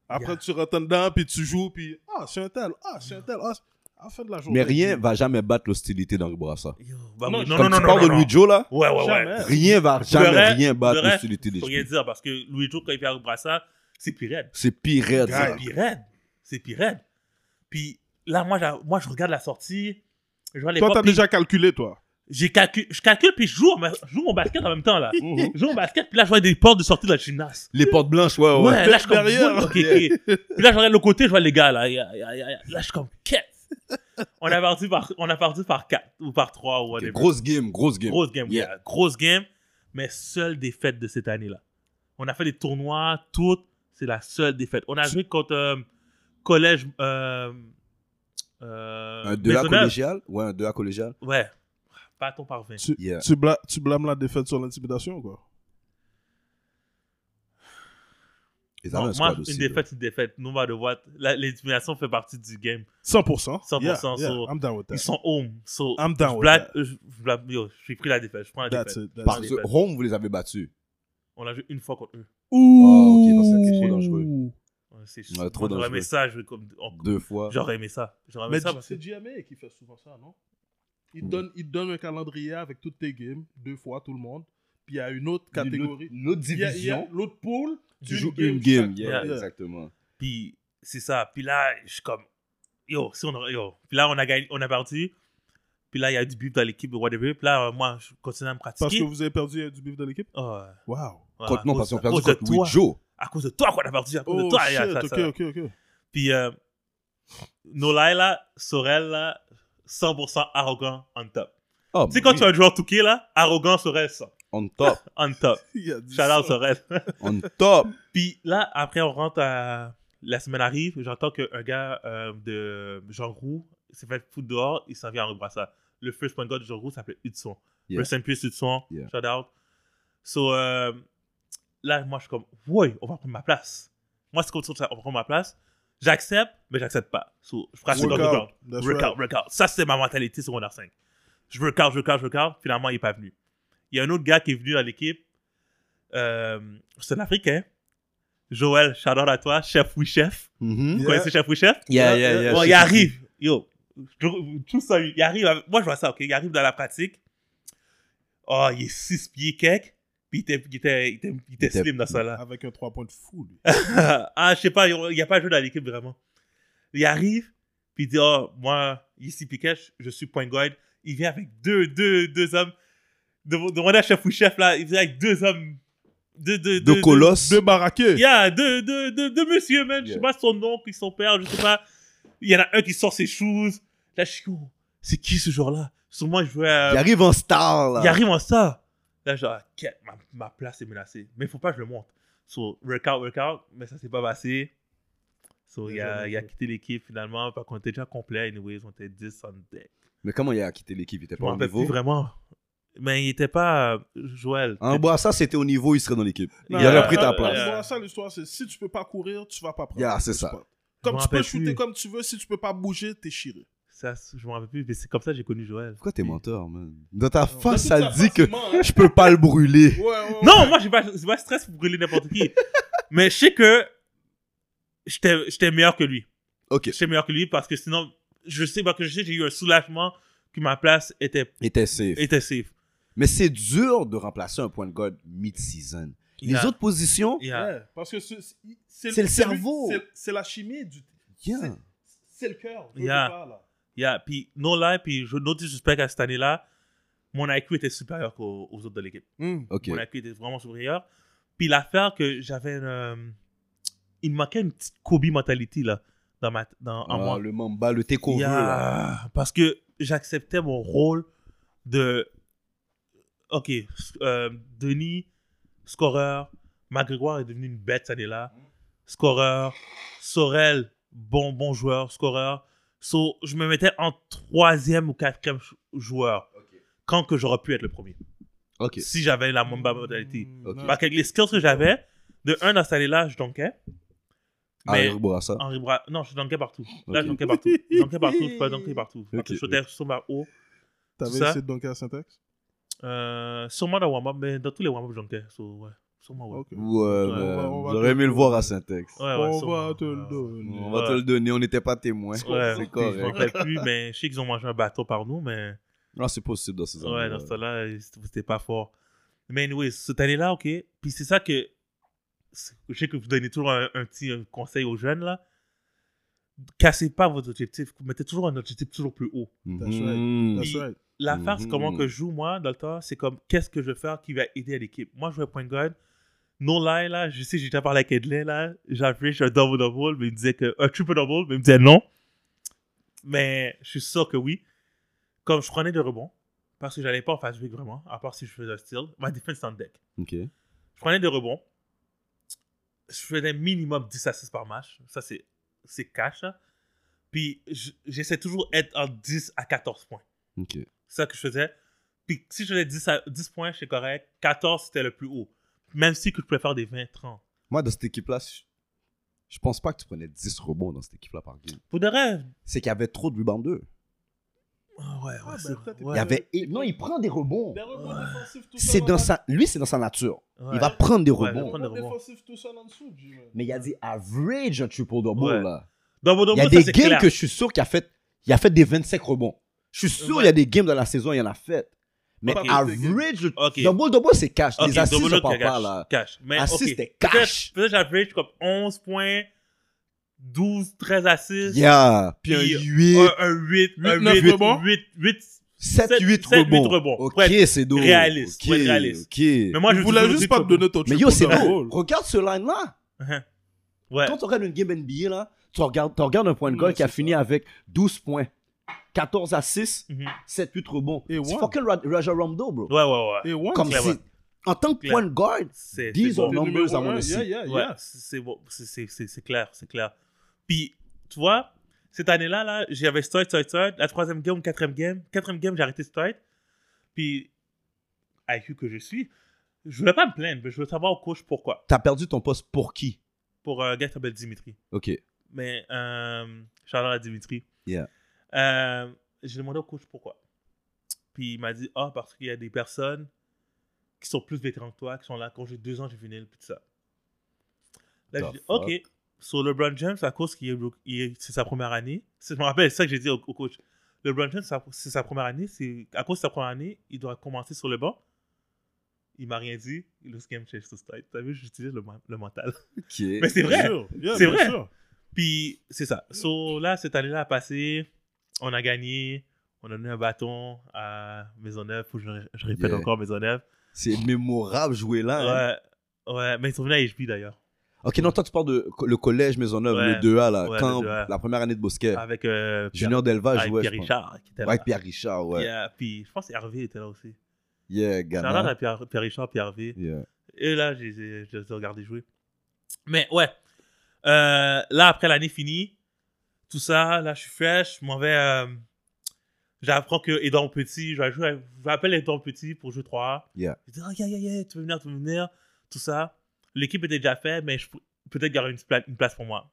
[SPEAKER 3] après,
[SPEAKER 4] Yeah.
[SPEAKER 3] tu rentres dedans, puis tu joues, puis ah, c'est un tel, ah, c'est un tel, ah, c'est- à la fin de la journée.
[SPEAKER 2] Mais rien va jamais battre l'hostilité dans le bras, ça.
[SPEAKER 4] Yo, bah
[SPEAKER 3] Non,
[SPEAKER 4] oui,
[SPEAKER 3] je-
[SPEAKER 4] non,
[SPEAKER 2] Comme
[SPEAKER 4] non,
[SPEAKER 2] tu
[SPEAKER 4] non,
[SPEAKER 2] parles
[SPEAKER 4] non,
[SPEAKER 2] de
[SPEAKER 4] non.
[SPEAKER 2] Louis Joe, là,
[SPEAKER 4] Ouais, ouais, ouais.
[SPEAKER 3] Jamais.
[SPEAKER 2] rien va
[SPEAKER 4] vrai,
[SPEAKER 2] jamais rien
[SPEAKER 4] de
[SPEAKER 2] battre
[SPEAKER 4] vrai,
[SPEAKER 2] l'hostilité des
[SPEAKER 4] Faut rien
[SPEAKER 2] gens.
[SPEAKER 4] dire parce que Louis Joe, quand il fait un brassard, c'est pirate.
[SPEAKER 2] C'est pire, raide, ça.
[SPEAKER 4] C'est pirate. C'est pirate. Puis là, moi, j'a- moi, je regarde la sortie. Je regarde les
[SPEAKER 3] Toi,
[SPEAKER 4] portes,
[SPEAKER 3] t'as
[SPEAKER 4] puis
[SPEAKER 3] déjà calculé, toi.
[SPEAKER 4] j'ai calcul- Je calcule, puis je joue, ma- je joue mon basket en même temps, là.
[SPEAKER 2] Mhm.
[SPEAKER 4] Je joue mon basket, puis là, je vois des portes de sortie de la gymnase.
[SPEAKER 2] Les portes blanches, ouais,
[SPEAKER 4] Ouais,
[SPEAKER 2] ouais.
[SPEAKER 4] là, je suis comme.
[SPEAKER 3] derrière.
[SPEAKER 4] boule, ok, ok. Puis là, je regarde le côté, je vois les gars, là. y a- y a- y a- Là, je suis comme, qu'est-ce On a perdu par, on a perdu par 4 ou par 3 ou
[SPEAKER 2] Ok,
[SPEAKER 4] whatever.
[SPEAKER 2] Grosse game, grosse game.
[SPEAKER 4] Grosse game,
[SPEAKER 2] Yeah.
[SPEAKER 4] yeah. Grosse game, mais seule défaite de cette année-là. On a fait des tournois, toutes, c'est la seule défaite. On a joué contre euh, Collège. Euh, euh,
[SPEAKER 2] Un 2 à
[SPEAKER 4] Maisonneuve.
[SPEAKER 2] collégial Ouais, un 2 à collégial.
[SPEAKER 4] Ouais. Bâton par 20.
[SPEAKER 3] Tu,
[SPEAKER 2] Yeah.
[SPEAKER 3] tu bla- tu blâmes la défaite sur l'intimidation, quoi.
[SPEAKER 2] Ils avaient
[SPEAKER 4] Non,
[SPEAKER 2] un
[SPEAKER 4] moi,
[SPEAKER 2] squad
[SPEAKER 4] une
[SPEAKER 2] aussi. là.
[SPEAKER 4] défaite, une défaite. No matter what. La- L'intimidation fait partie du game.
[SPEAKER 3] 100%.
[SPEAKER 4] 100%,
[SPEAKER 3] Yeah,
[SPEAKER 4] so-
[SPEAKER 3] yeah, I'm down with that.
[SPEAKER 4] Ils sont home. So,
[SPEAKER 3] I'm down
[SPEAKER 4] je
[SPEAKER 3] with
[SPEAKER 4] blague,
[SPEAKER 3] that.
[SPEAKER 4] euh, je, je blague- yo, j'ai pris la défaite. Je prends la
[SPEAKER 3] Ah That's
[SPEAKER 4] défaite.
[SPEAKER 3] it. that's
[SPEAKER 2] Parce
[SPEAKER 3] it.
[SPEAKER 2] que Home, vous les avez battus.
[SPEAKER 4] On a joué une fois contre eux.
[SPEAKER 2] Oh, ok, non, ça, c'est trop dangereux.
[SPEAKER 4] Ouais, C'est
[SPEAKER 2] Ouais, trop
[SPEAKER 4] J'aurais
[SPEAKER 2] dangereux. Bah.
[SPEAKER 4] aimé ça. je- comme- on-
[SPEAKER 2] Deux fois.
[SPEAKER 4] J'aurais aimé ça. J'aurais aimé
[SPEAKER 3] Mais
[SPEAKER 4] ça
[SPEAKER 3] G-
[SPEAKER 4] parce que.
[SPEAKER 3] c'est GMA qui fait souvent ça, non Il
[SPEAKER 2] Mm.
[SPEAKER 3] donne, il donne un calendrier avec toutes tes games, deux fois tout le monde. Puis il y a une autre
[SPEAKER 2] Une autre-
[SPEAKER 3] catégorie.
[SPEAKER 2] Une autre
[SPEAKER 3] Il y a- il y a
[SPEAKER 2] division.
[SPEAKER 3] l'autre pool.
[SPEAKER 2] Tu joues une game. Yeah,
[SPEAKER 3] Yeah.
[SPEAKER 2] exactement.
[SPEAKER 4] Puis, c'est ça. Puis là, je suis comme. Yo, si on aurait- yo. Puis là, on a, gagné, on a perdu. Puis là, il y a du bif dans l'équipe de whatever. Puis là, euh, moi, je continue à me pratiquer.
[SPEAKER 3] Parce que vous avez perdu euh, du bif de l'équipe
[SPEAKER 4] Oh, ouais.
[SPEAKER 3] Wow.
[SPEAKER 2] Contre- non,
[SPEAKER 4] À
[SPEAKER 2] parce qu'on a
[SPEAKER 4] cause-
[SPEAKER 2] perdu
[SPEAKER 4] à cause de
[SPEAKER 2] contre Louis
[SPEAKER 4] toi.
[SPEAKER 2] Joe.
[SPEAKER 4] À cause de toi qu'on a perdu. À cause
[SPEAKER 3] Oh,
[SPEAKER 4] de toi. il y a
[SPEAKER 3] shit,
[SPEAKER 4] ça,
[SPEAKER 3] ok,
[SPEAKER 4] ça.
[SPEAKER 3] ok, ok. [laughs]
[SPEAKER 4] Puis, euh, Nolai, là, Sorel, là, 100% arrogant on top.
[SPEAKER 2] Oh,
[SPEAKER 4] Tu sais, quand
[SPEAKER 2] oui.
[SPEAKER 4] tu as un joueur touqué, là, arrogant Sorel, ça.
[SPEAKER 2] On top.
[SPEAKER 4] On top.
[SPEAKER 3] Il a dit
[SPEAKER 4] Shout
[SPEAKER 3] ça.
[SPEAKER 4] out Sorel. [laughs]
[SPEAKER 2] On top.
[SPEAKER 4] Puis là, après, on rentre à. La semaine arrive, j'entends qu'un gars euh, de Jean Roux s'est fait foutre dehors, il s'en vient à Rebrassa. Le first point guard de Jean Roux s'appelait Hudson.
[SPEAKER 2] Yeah.
[SPEAKER 4] Rest in peace, Hudson.
[SPEAKER 2] Yeah.
[SPEAKER 4] Shout out. So, euh, là, moi, je suis comme, ouais, on va prendre ma place. Moi, c'est comme ça, on va prendre ma place. J'accepte, mais j'accepte pas. So, je pratique
[SPEAKER 3] Work
[SPEAKER 4] underground.
[SPEAKER 3] out. That's
[SPEAKER 4] Workout,
[SPEAKER 3] right.
[SPEAKER 4] workout. Ça, c'est ma mentalité secondaire 5. Je workout, je workout, je workout. Finalement, il n'est pas venu. Il y a un autre gars qui est venu dans l'équipe. Euh, c'est un Africain. Joël, shout out à toi. Chef oui chef.
[SPEAKER 2] Mhm.
[SPEAKER 4] Vous
[SPEAKER 3] Yeah.
[SPEAKER 4] connaissez Chef oui chef?
[SPEAKER 2] Yeah, yeah, yeah,
[SPEAKER 4] Bon,
[SPEAKER 2] je
[SPEAKER 4] il
[SPEAKER 2] sais
[SPEAKER 4] arrive. Yo. Je- Tout ça, il arrive. avec- Moi, je vois ça, OK? Il arrive dans la pratique. Oh, il est 6 pieds kek. Puis il était, il était, il était, il était
[SPEAKER 2] Il était-
[SPEAKER 4] slim dans ça, là.
[SPEAKER 3] Avec un 3 points de fou,
[SPEAKER 4] [laughs]
[SPEAKER 3] lui.
[SPEAKER 4] ah, je sais pas, il n'y a pas joué dans l'équipe vraiment. Il arrive, puis il dit Oh, moi, ici Piquet, je- je suis point guard. Il vient avec deux, deux, deux hommes. Dem- Demandez à chef ou chef, là, il vient avec deux hommes. Deux, deux,
[SPEAKER 2] Deux colosses.
[SPEAKER 3] Deux baraqués.
[SPEAKER 4] Il y a deux, deux, deux, deux monsieur, man. Je sais
[SPEAKER 2] Yeah.
[SPEAKER 4] pas son nom, puis son père, je sais pas. Il y en a un qui sort ses choses. Là, je suis Oh, c'est qui ce joueur-là Sûrement, il jouait à-
[SPEAKER 2] Il arrive en star, là.
[SPEAKER 4] il arrive en ça. Là, genre, quête, ma, ma place est menacée. Mais faut pas que je le montre. So, workout, workout. Mais ça s'est pas passé. So, il a, il a quitté l'équipe finalement. Par contre, on était déjà complet. Anyways, on était 10 on deck.
[SPEAKER 2] Mais comment il a quitté l'équipe Il était
[SPEAKER 4] Je
[SPEAKER 2] pas
[SPEAKER 4] m'en
[SPEAKER 2] au
[SPEAKER 4] rappelle plus
[SPEAKER 2] niveau.
[SPEAKER 4] vraiment. Mais il était pas. euh, Joël.
[SPEAKER 2] En bois, Hein, ça, c'était au niveau, il serait dans l'équipe.
[SPEAKER 4] Non,
[SPEAKER 2] il
[SPEAKER 4] euh,
[SPEAKER 2] aurait pris ta
[SPEAKER 4] euh,
[SPEAKER 2] place.
[SPEAKER 4] euh,
[SPEAKER 3] Moi, ça, l'histoire, c'est si tu peux pas courir, tu vas pas prendre.
[SPEAKER 2] Yeah, c'est
[SPEAKER 3] le
[SPEAKER 2] ça.
[SPEAKER 3] spot.
[SPEAKER 4] Je
[SPEAKER 3] Comme
[SPEAKER 4] m'en
[SPEAKER 3] tu peux
[SPEAKER 4] rappelle
[SPEAKER 3] shooter
[SPEAKER 4] plus.
[SPEAKER 3] comme tu veux, si tu peux pas bouger, t'es chiré.
[SPEAKER 4] Ça, je m'en rappelle plus. Mais c'est comme ça que j'ai connu Joël.
[SPEAKER 2] Pourquoi t'es menteur, man Dans ta
[SPEAKER 3] Dans
[SPEAKER 2] face,
[SPEAKER 3] toute
[SPEAKER 2] ça
[SPEAKER 3] sa
[SPEAKER 2] dit
[SPEAKER 3] face,
[SPEAKER 2] que
[SPEAKER 3] il ment, hein.
[SPEAKER 2] je peux pas le brûler. [laughs]
[SPEAKER 3] Ouais, ouais, ouais.
[SPEAKER 4] Non, moi, j'ai pas, j'ai pas stress pour brûler n'importe qui. mais je sais que. J'étais j'étais meilleur que lui.
[SPEAKER 2] Ok.
[SPEAKER 4] J'étais meilleur que lui parce que sinon, je sais, parce que je sais, j'ai eu un soulagement que ma place était,
[SPEAKER 2] Il était safe.
[SPEAKER 4] était safe.
[SPEAKER 2] Mais c'est dur de remplacer un point de guard mid-season. Les
[SPEAKER 4] Yeah.
[SPEAKER 2] autres positions,
[SPEAKER 4] Yeah.
[SPEAKER 3] Ouais, Parce que c'est
[SPEAKER 2] C'est le cerveau.
[SPEAKER 3] c'est- C'est la chimie du.
[SPEAKER 2] yeah.
[SPEAKER 3] c'est- C'est le cœur. je veux
[SPEAKER 4] Yeah.
[SPEAKER 3] pas, là.
[SPEAKER 4] Yeah, puis non là, puis je note suspect à cette année-là, mon IQ était supérieur qu'aux aux autres de l'équipe.
[SPEAKER 2] Ok.
[SPEAKER 4] Mon IQ était vraiment supérieur. Puis l'affaire que j'avais, euh, il me manquait une petite Kobe mentalité là dans ma, dans en
[SPEAKER 2] Ah,
[SPEAKER 4] moi.
[SPEAKER 2] le mamba, le takeover.
[SPEAKER 4] Yeah,
[SPEAKER 2] là.
[SPEAKER 4] Parce que j'acceptais mon rôle de, ok, euh, Denis, scoreur, McGregor est devenu une bête cette année-là, scoreur, Sorel, bon bon joueur, scoreur. So, je me mettais en troisième ou quatrième ch- joueur. Quand que j'aurais pu être le premier.
[SPEAKER 2] Ok.
[SPEAKER 4] Si j'avais la Mamba modalité.
[SPEAKER 3] Mm,
[SPEAKER 2] Ok.
[SPEAKER 3] non.
[SPEAKER 4] Parce que les skills que j'avais, de un, dans cette année-là, je donkais. Mais
[SPEAKER 2] Henri Bourassa.
[SPEAKER 4] Henri Bra... Non, je donkais partout. Là,
[SPEAKER 2] Ok.
[SPEAKER 4] je donkais partout. Je donkais partout. Je peux
[SPEAKER 3] [laughs]
[SPEAKER 4] dunker partout. Parce que
[SPEAKER 2] Ok.
[SPEAKER 4] Je sautais sur ma haut.
[SPEAKER 3] T'avais
[SPEAKER 4] ça.
[SPEAKER 3] essayé de dunker à Syntax
[SPEAKER 4] Euh, sûrement dans warm-up, mais dans tous les warm-up, je donkais. So, ouais. Sûrement, ouais.
[SPEAKER 3] Ok.
[SPEAKER 2] Ou, euh,
[SPEAKER 4] Ouais,
[SPEAKER 2] euh,
[SPEAKER 3] on va- on va
[SPEAKER 2] j'aurais
[SPEAKER 3] te-
[SPEAKER 2] aimé le voir à Syntex.
[SPEAKER 4] Ouais, ouais,
[SPEAKER 3] On
[SPEAKER 4] sûrement,
[SPEAKER 3] va te le
[SPEAKER 4] ouais.
[SPEAKER 3] donner.
[SPEAKER 2] On va
[SPEAKER 4] Ouais.
[SPEAKER 2] te le donner, on n'était pas témoins.
[SPEAKER 4] Ouais,
[SPEAKER 2] c'est
[SPEAKER 4] je me
[SPEAKER 2] correct.
[SPEAKER 4] rappelle plus, mais je sais qu'ils ont mangé un bateau par nous, mais.
[SPEAKER 2] Non, Ah, c'est possible dans ces
[SPEAKER 4] Ouais,
[SPEAKER 2] endroits-là.
[SPEAKER 4] dans ce temps-là, euh, c'était c'était pas fort. Mais anyway, cette année-là, ok. Puis c'est ça que. c'est- Je sais que vous donnez toujours un, un petit euh, conseil aux jeunes, là. Cassez pas votre objectif. Mettez toujours un objectif toujours plus haut.
[SPEAKER 3] That's
[SPEAKER 2] Mhm.
[SPEAKER 3] That's right.
[SPEAKER 4] L'affaire, c'est
[SPEAKER 2] Mhm.
[SPEAKER 4] comment que je joue, moi, dans le temps, c'est comme qu'est-ce que je vais faire qui va aider à l'équipe. Moi, je jouais point guard. No lie, là, je sais, j'ai déjà parlé avec Edlin, là. J'avais un double double, mais il me disait que. Un triple double, mais il me disait non. Mais je suis sûr que oui. Comme je prenais des rebonds, parce que j'allais pas en face big vraiment, à part si je faisais un steal, ma défense en deck.
[SPEAKER 2] Ok.
[SPEAKER 4] Je prenais des rebonds. Je faisais minimum 10 assists par match. Ça, c'est c'est cash, là. Puis je- j'essaie toujours d'être en 10 à 14 points.
[SPEAKER 2] Ok.
[SPEAKER 4] C'est ça que je faisais. Puis si je faisais 10, à- 10 points, c'est correct. 14, c'était le plus haut. Même si que je pouvais faire des 20, 30.
[SPEAKER 2] Moi, dans cette équipe-là, je... je pense pas que tu prenais 10 rebonds dans cette équipe-là par game.
[SPEAKER 4] Pour de rêve.
[SPEAKER 2] C'est qu'il y avait trop de rebounders.
[SPEAKER 4] Ah ouais, ouais,
[SPEAKER 3] Ah, ben,
[SPEAKER 4] c'est
[SPEAKER 3] peut-être
[SPEAKER 4] ouais.
[SPEAKER 2] Il y avait... Non, il prend des rebonds.
[SPEAKER 3] Des rebonds défensifs tout
[SPEAKER 2] C'est
[SPEAKER 3] seul
[SPEAKER 2] dans
[SPEAKER 3] en
[SPEAKER 2] sa... Lui, c'est dans sa nature.
[SPEAKER 4] Ouais.
[SPEAKER 2] Il va prendre des
[SPEAKER 4] Ouais,
[SPEAKER 2] rebonds.
[SPEAKER 4] prendre des
[SPEAKER 3] Rebond
[SPEAKER 4] rebonds.
[SPEAKER 3] défensif tout seul en dessous, Jimmy.
[SPEAKER 2] Mais il a dit average un triple double
[SPEAKER 4] Ouais.
[SPEAKER 2] là.
[SPEAKER 4] Dans mon
[SPEAKER 2] Il y a
[SPEAKER 4] ça,
[SPEAKER 2] des
[SPEAKER 4] c'est
[SPEAKER 2] games
[SPEAKER 4] clair.
[SPEAKER 2] que je suis sûr qu'il a fait. Il a fait des 25 rebonds. Je suis sûr
[SPEAKER 4] Ouais.
[SPEAKER 2] il y a des games dans la saison, il y en a fait. Mais
[SPEAKER 4] Ok.
[SPEAKER 2] average, le
[SPEAKER 4] Ok.
[SPEAKER 2] double double c'est cash.
[SPEAKER 4] Ok,
[SPEAKER 2] les assists,
[SPEAKER 4] double
[SPEAKER 2] on
[SPEAKER 4] look,
[SPEAKER 2] parle
[SPEAKER 4] cash,
[SPEAKER 2] pas là.
[SPEAKER 4] Cash. Mais,
[SPEAKER 2] Assists,
[SPEAKER 4] ok.
[SPEAKER 2] c'était
[SPEAKER 4] Peut-être-
[SPEAKER 2] cash.
[SPEAKER 4] Peut-être j'avais comme 11 points, 12, 13 assists.
[SPEAKER 2] Yeah. Puis un
[SPEAKER 4] Puis,
[SPEAKER 2] 8,
[SPEAKER 4] Un, un 8, un
[SPEAKER 3] 8,
[SPEAKER 4] 8,
[SPEAKER 3] 9 rebonds.
[SPEAKER 4] 8, 8.
[SPEAKER 2] 7,
[SPEAKER 4] sept-
[SPEAKER 2] 8
[SPEAKER 4] sept, huit
[SPEAKER 2] rebonds.
[SPEAKER 4] rebonds.
[SPEAKER 2] Ok,
[SPEAKER 4] Pour être
[SPEAKER 2] c'est dope.
[SPEAKER 4] réaliste,
[SPEAKER 2] Ok,
[SPEAKER 4] pour être réaliste.
[SPEAKER 2] ok.
[SPEAKER 4] Mais
[SPEAKER 2] Mais,
[SPEAKER 4] moi, je
[SPEAKER 3] Il voulait
[SPEAKER 4] toujours
[SPEAKER 3] juste
[SPEAKER 4] dit
[SPEAKER 3] pas
[SPEAKER 4] que-
[SPEAKER 3] te donner ton triple
[SPEAKER 2] yo, c'est
[SPEAKER 3] double.
[SPEAKER 2] bon. Regarde ce line là.
[SPEAKER 4] Ouais.
[SPEAKER 2] Quand tu regardes une game NBA là, tu regardes, tu regardes un point
[SPEAKER 4] Mm,
[SPEAKER 2] de goal
[SPEAKER 3] Ouais,
[SPEAKER 2] qui a
[SPEAKER 3] c'est
[SPEAKER 2] fini avec 12 points, 14 à 6,
[SPEAKER 4] Mhm.
[SPEAKER 2] 7, 8 rebonds.
[SPEAKER 3] Et
[SPEAKER 2] C'est
[SPEAKER 3] one.
[SPEAKER 2] fucking Ra- Raja Rondo, bro.
[SPEAKER 4] Ouais, ouais, ouais.
[SPEAKER 3] Et one,
[SPEAKER 2] Comme
[SPEAKER 4] Claire,
[SPEAKER 2] si,
[SPEAKER 4] ouais.
[SPEAKER 2] en tant que
[SPEAKER 4] Claire.
[SPEAKER 2] point guard,
[SPEAKER 4] C'est c'est
[SPEAKER 2] these
[SPEAKER 4] bon.
[SPEAKER 2] are
[SPEAKER 3] c'est
[SPEAKER 2] numbers
[SPEAKER 3] numéro
[SPEAKER 2] I wanna
[SPEAKER 3] un.
[SPEAKER 2] see.
[SPEAKER 3] Yeah, yeah,
[SPEAKER 4] Ouais,
[SPEAKER 3] yeah.
[SPEAKER 4] Ah, c'est c'est bon, c'est- c'est c'est- c'est clair, c'est clair. Puis, tu vois, cette année-là, là, j'avais start, start, start. La troisième game ou quatrième game. Quatrième game, j'ai arrêté start. Puis, IQ que je suis, je voulais pas me plaindre, mais je voulais savoir au coach pourquoi.
[SPEAKER 2] T'as perdu ton poste pour qui
[SPEAKER 4] Pour euh, Gaëtan Bel Dimitri.
[SPEAKER 2] Ok.
[SPEAKER 4] mais euh, Charles à Dimitri.
[SPEAKER 2] Yeah.
[SPEAKER 4] Euh, J'ai demandé au coach pourquoi. Puis il m'a dit Ah, parce qu'il y a des personnes qui sont plus vétérans que toi, qui sont là quand j'ai deux ans, j'ai fini le tout ça. Là,
[SPEAKER 2] The
[SPEAKER 4] j'ai dit
[SPEAKER 2] fuck?
[SPEAKER 4] Ok. Sur LeBron James, à cause qu'il est rookie- il est- c'est sa première année, c'est- je me rappelle, c'est ça que j'ai dit au, au coach. LeBron James, c'est sa- c'est sa première année, c'est à cause de sa première année, il doit commencer sur le banc. Il m'a rien dit, le game change to start. T'as vu, j'utilise le, men- le mental.
[SPEAKER 2] Ok.
[SPEAKER 4] Mais c'est vrai!
[SPEAKER 3] Bien sûr, yeah,
[SPEAKER 4] C'est
[SPEAKER 3] bien
[SPEAKER 4] vrai.
[SPEAKER 3] sûr.
[SPEAKER 4] Puis c'est ça. So là, cette année-là a passé. On a gagné. On a donné un bâton à Maisonneuve. Faut que je, ré- je répète
[SPEAKER 2] Yeah.
[SPEAKER 4] encore Maisonneuve.
[SPEAKER 2] C'est mémorable jouer là. hein.
[SPEAKER 4] Ouais. Ouais, mais ils sont venus à HB d'ailleurs.
[SPEAKER 2] Ok, non, toi, tu parles de co- le collège Maisonneuve,
[SPEAKER 4] Ouais.
[SPEAKER 2] le 2A, là,
[SPEAKER 4] Ouais,
[SPEAKER 2] quand
[SPEAKER 4] le 2A.
[SPEAKER 2] la première année de Bosquet.
[SPEAKER 4] Avec euh, Pierre-
[SPEAKER 2] Junior Delva
[SPEAKER 4] avec
[SPEAKER 2] jouait,
[SPEAKER 4] Pierre
[SPEAKER 2] je pense.
[SPEAKER 4] Richard qui était là.
[SPEAKER 2] Ouais, Pierre Richard, ouais.
[SPEAKER 4] Yeah, puis je pense que Hervé était là aussi.
[SPEAKER 2] Yeah,
[SPEAKER 4] Shout out à
[SPEAKER 2] Ghana.
[SPEAKER 4] Pierre, Pierre Richard, Pierre Hervé.
[SPEAKER 2] Yeah.
[SPEAKER 4] Et là, je les ai- je les ai regardés jouer. Mais ouais. Euh, là, après l'année finie, tout ça, là, je suis fresh. Je m'en vais. euh, J'apprends que Edouard Petit, je vais jouer. avec- Je m'appelle Edouard Petit pour jouer 3A.
[SPEAKER 2] Yeah.
[SPEAKER 4] Je dis, oh, yeah, yeah, yeah, tu veux venir, tu veux venir. Tout ça. L'équipe était déjà faite, mais je pour- peut-être qu'il y aurait une, pla- une place pour moi.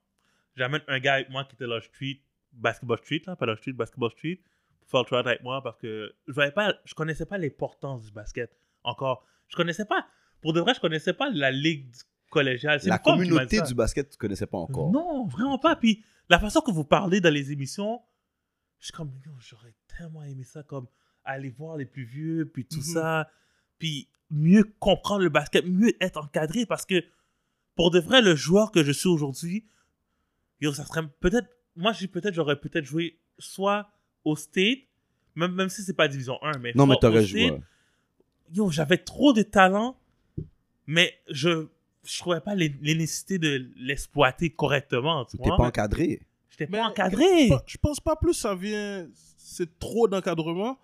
[SPEAKER 4] J'amène un gars avec moi qui était Lodge Street, Basketball Street, là, pas Lodge Street, Basketball Street, pour faire le tryout avec moi parce que je voyais pas, je connaissais pas l'importance du basket encore. Je connaissais pas, pour de vrai, je connaissais pas la ligue collégiale. C'est
[SPEAKER 2] La
[SPEAKER 4] une femme qui m'a dit
[SPEAKER 2] communauté
[SPEAKER 4] ça.
[SPEAKER 2] du basket, tu connaissais pas encore.
[SPEAKER 4] Non, vraiment pas. Puis la façon que vous parlez dans les émissions, je suis comme, Yo, j'aurais tellement aimé ça, comme aller voir les plus vieux, puis tout
[SPEAKER 3] Mhm.
[SPEAKER 4] ça, puis mieux comprendre le basket, mieux être encadré, parce que pour de vrai, le joueur que je suis aujourd'hui, yo, ça serait peut-être, moi, j'ai peut-être, j'aurais peut-être joué soit au State, même, même si c'est pas Division 1, mais.
[SPEAKER 2] Non, mais
[SPEAKER 4] soit
[SPEAKER 2] t'aurais
[SPEAKER 4] au State,
[SPEAKER 2] joué. ouais.
[SPEAKER 4] yo, j'avais trop de talent, mais je je trouvais pas l'é- les nécessités de l'exploiter correctement, tu
[SPEAKER 2] T'es
[SPEAKER 4] vois.
[SPEAKER 2] pas encadré.
[SPEAKER 4] J'étais pas
[SPEAKER 3] Mais-
[SPEAKER 4] encadré.
[SPEAKER 3] Pas- Je pense pas plus ça vient. C'est trop d'encadrement.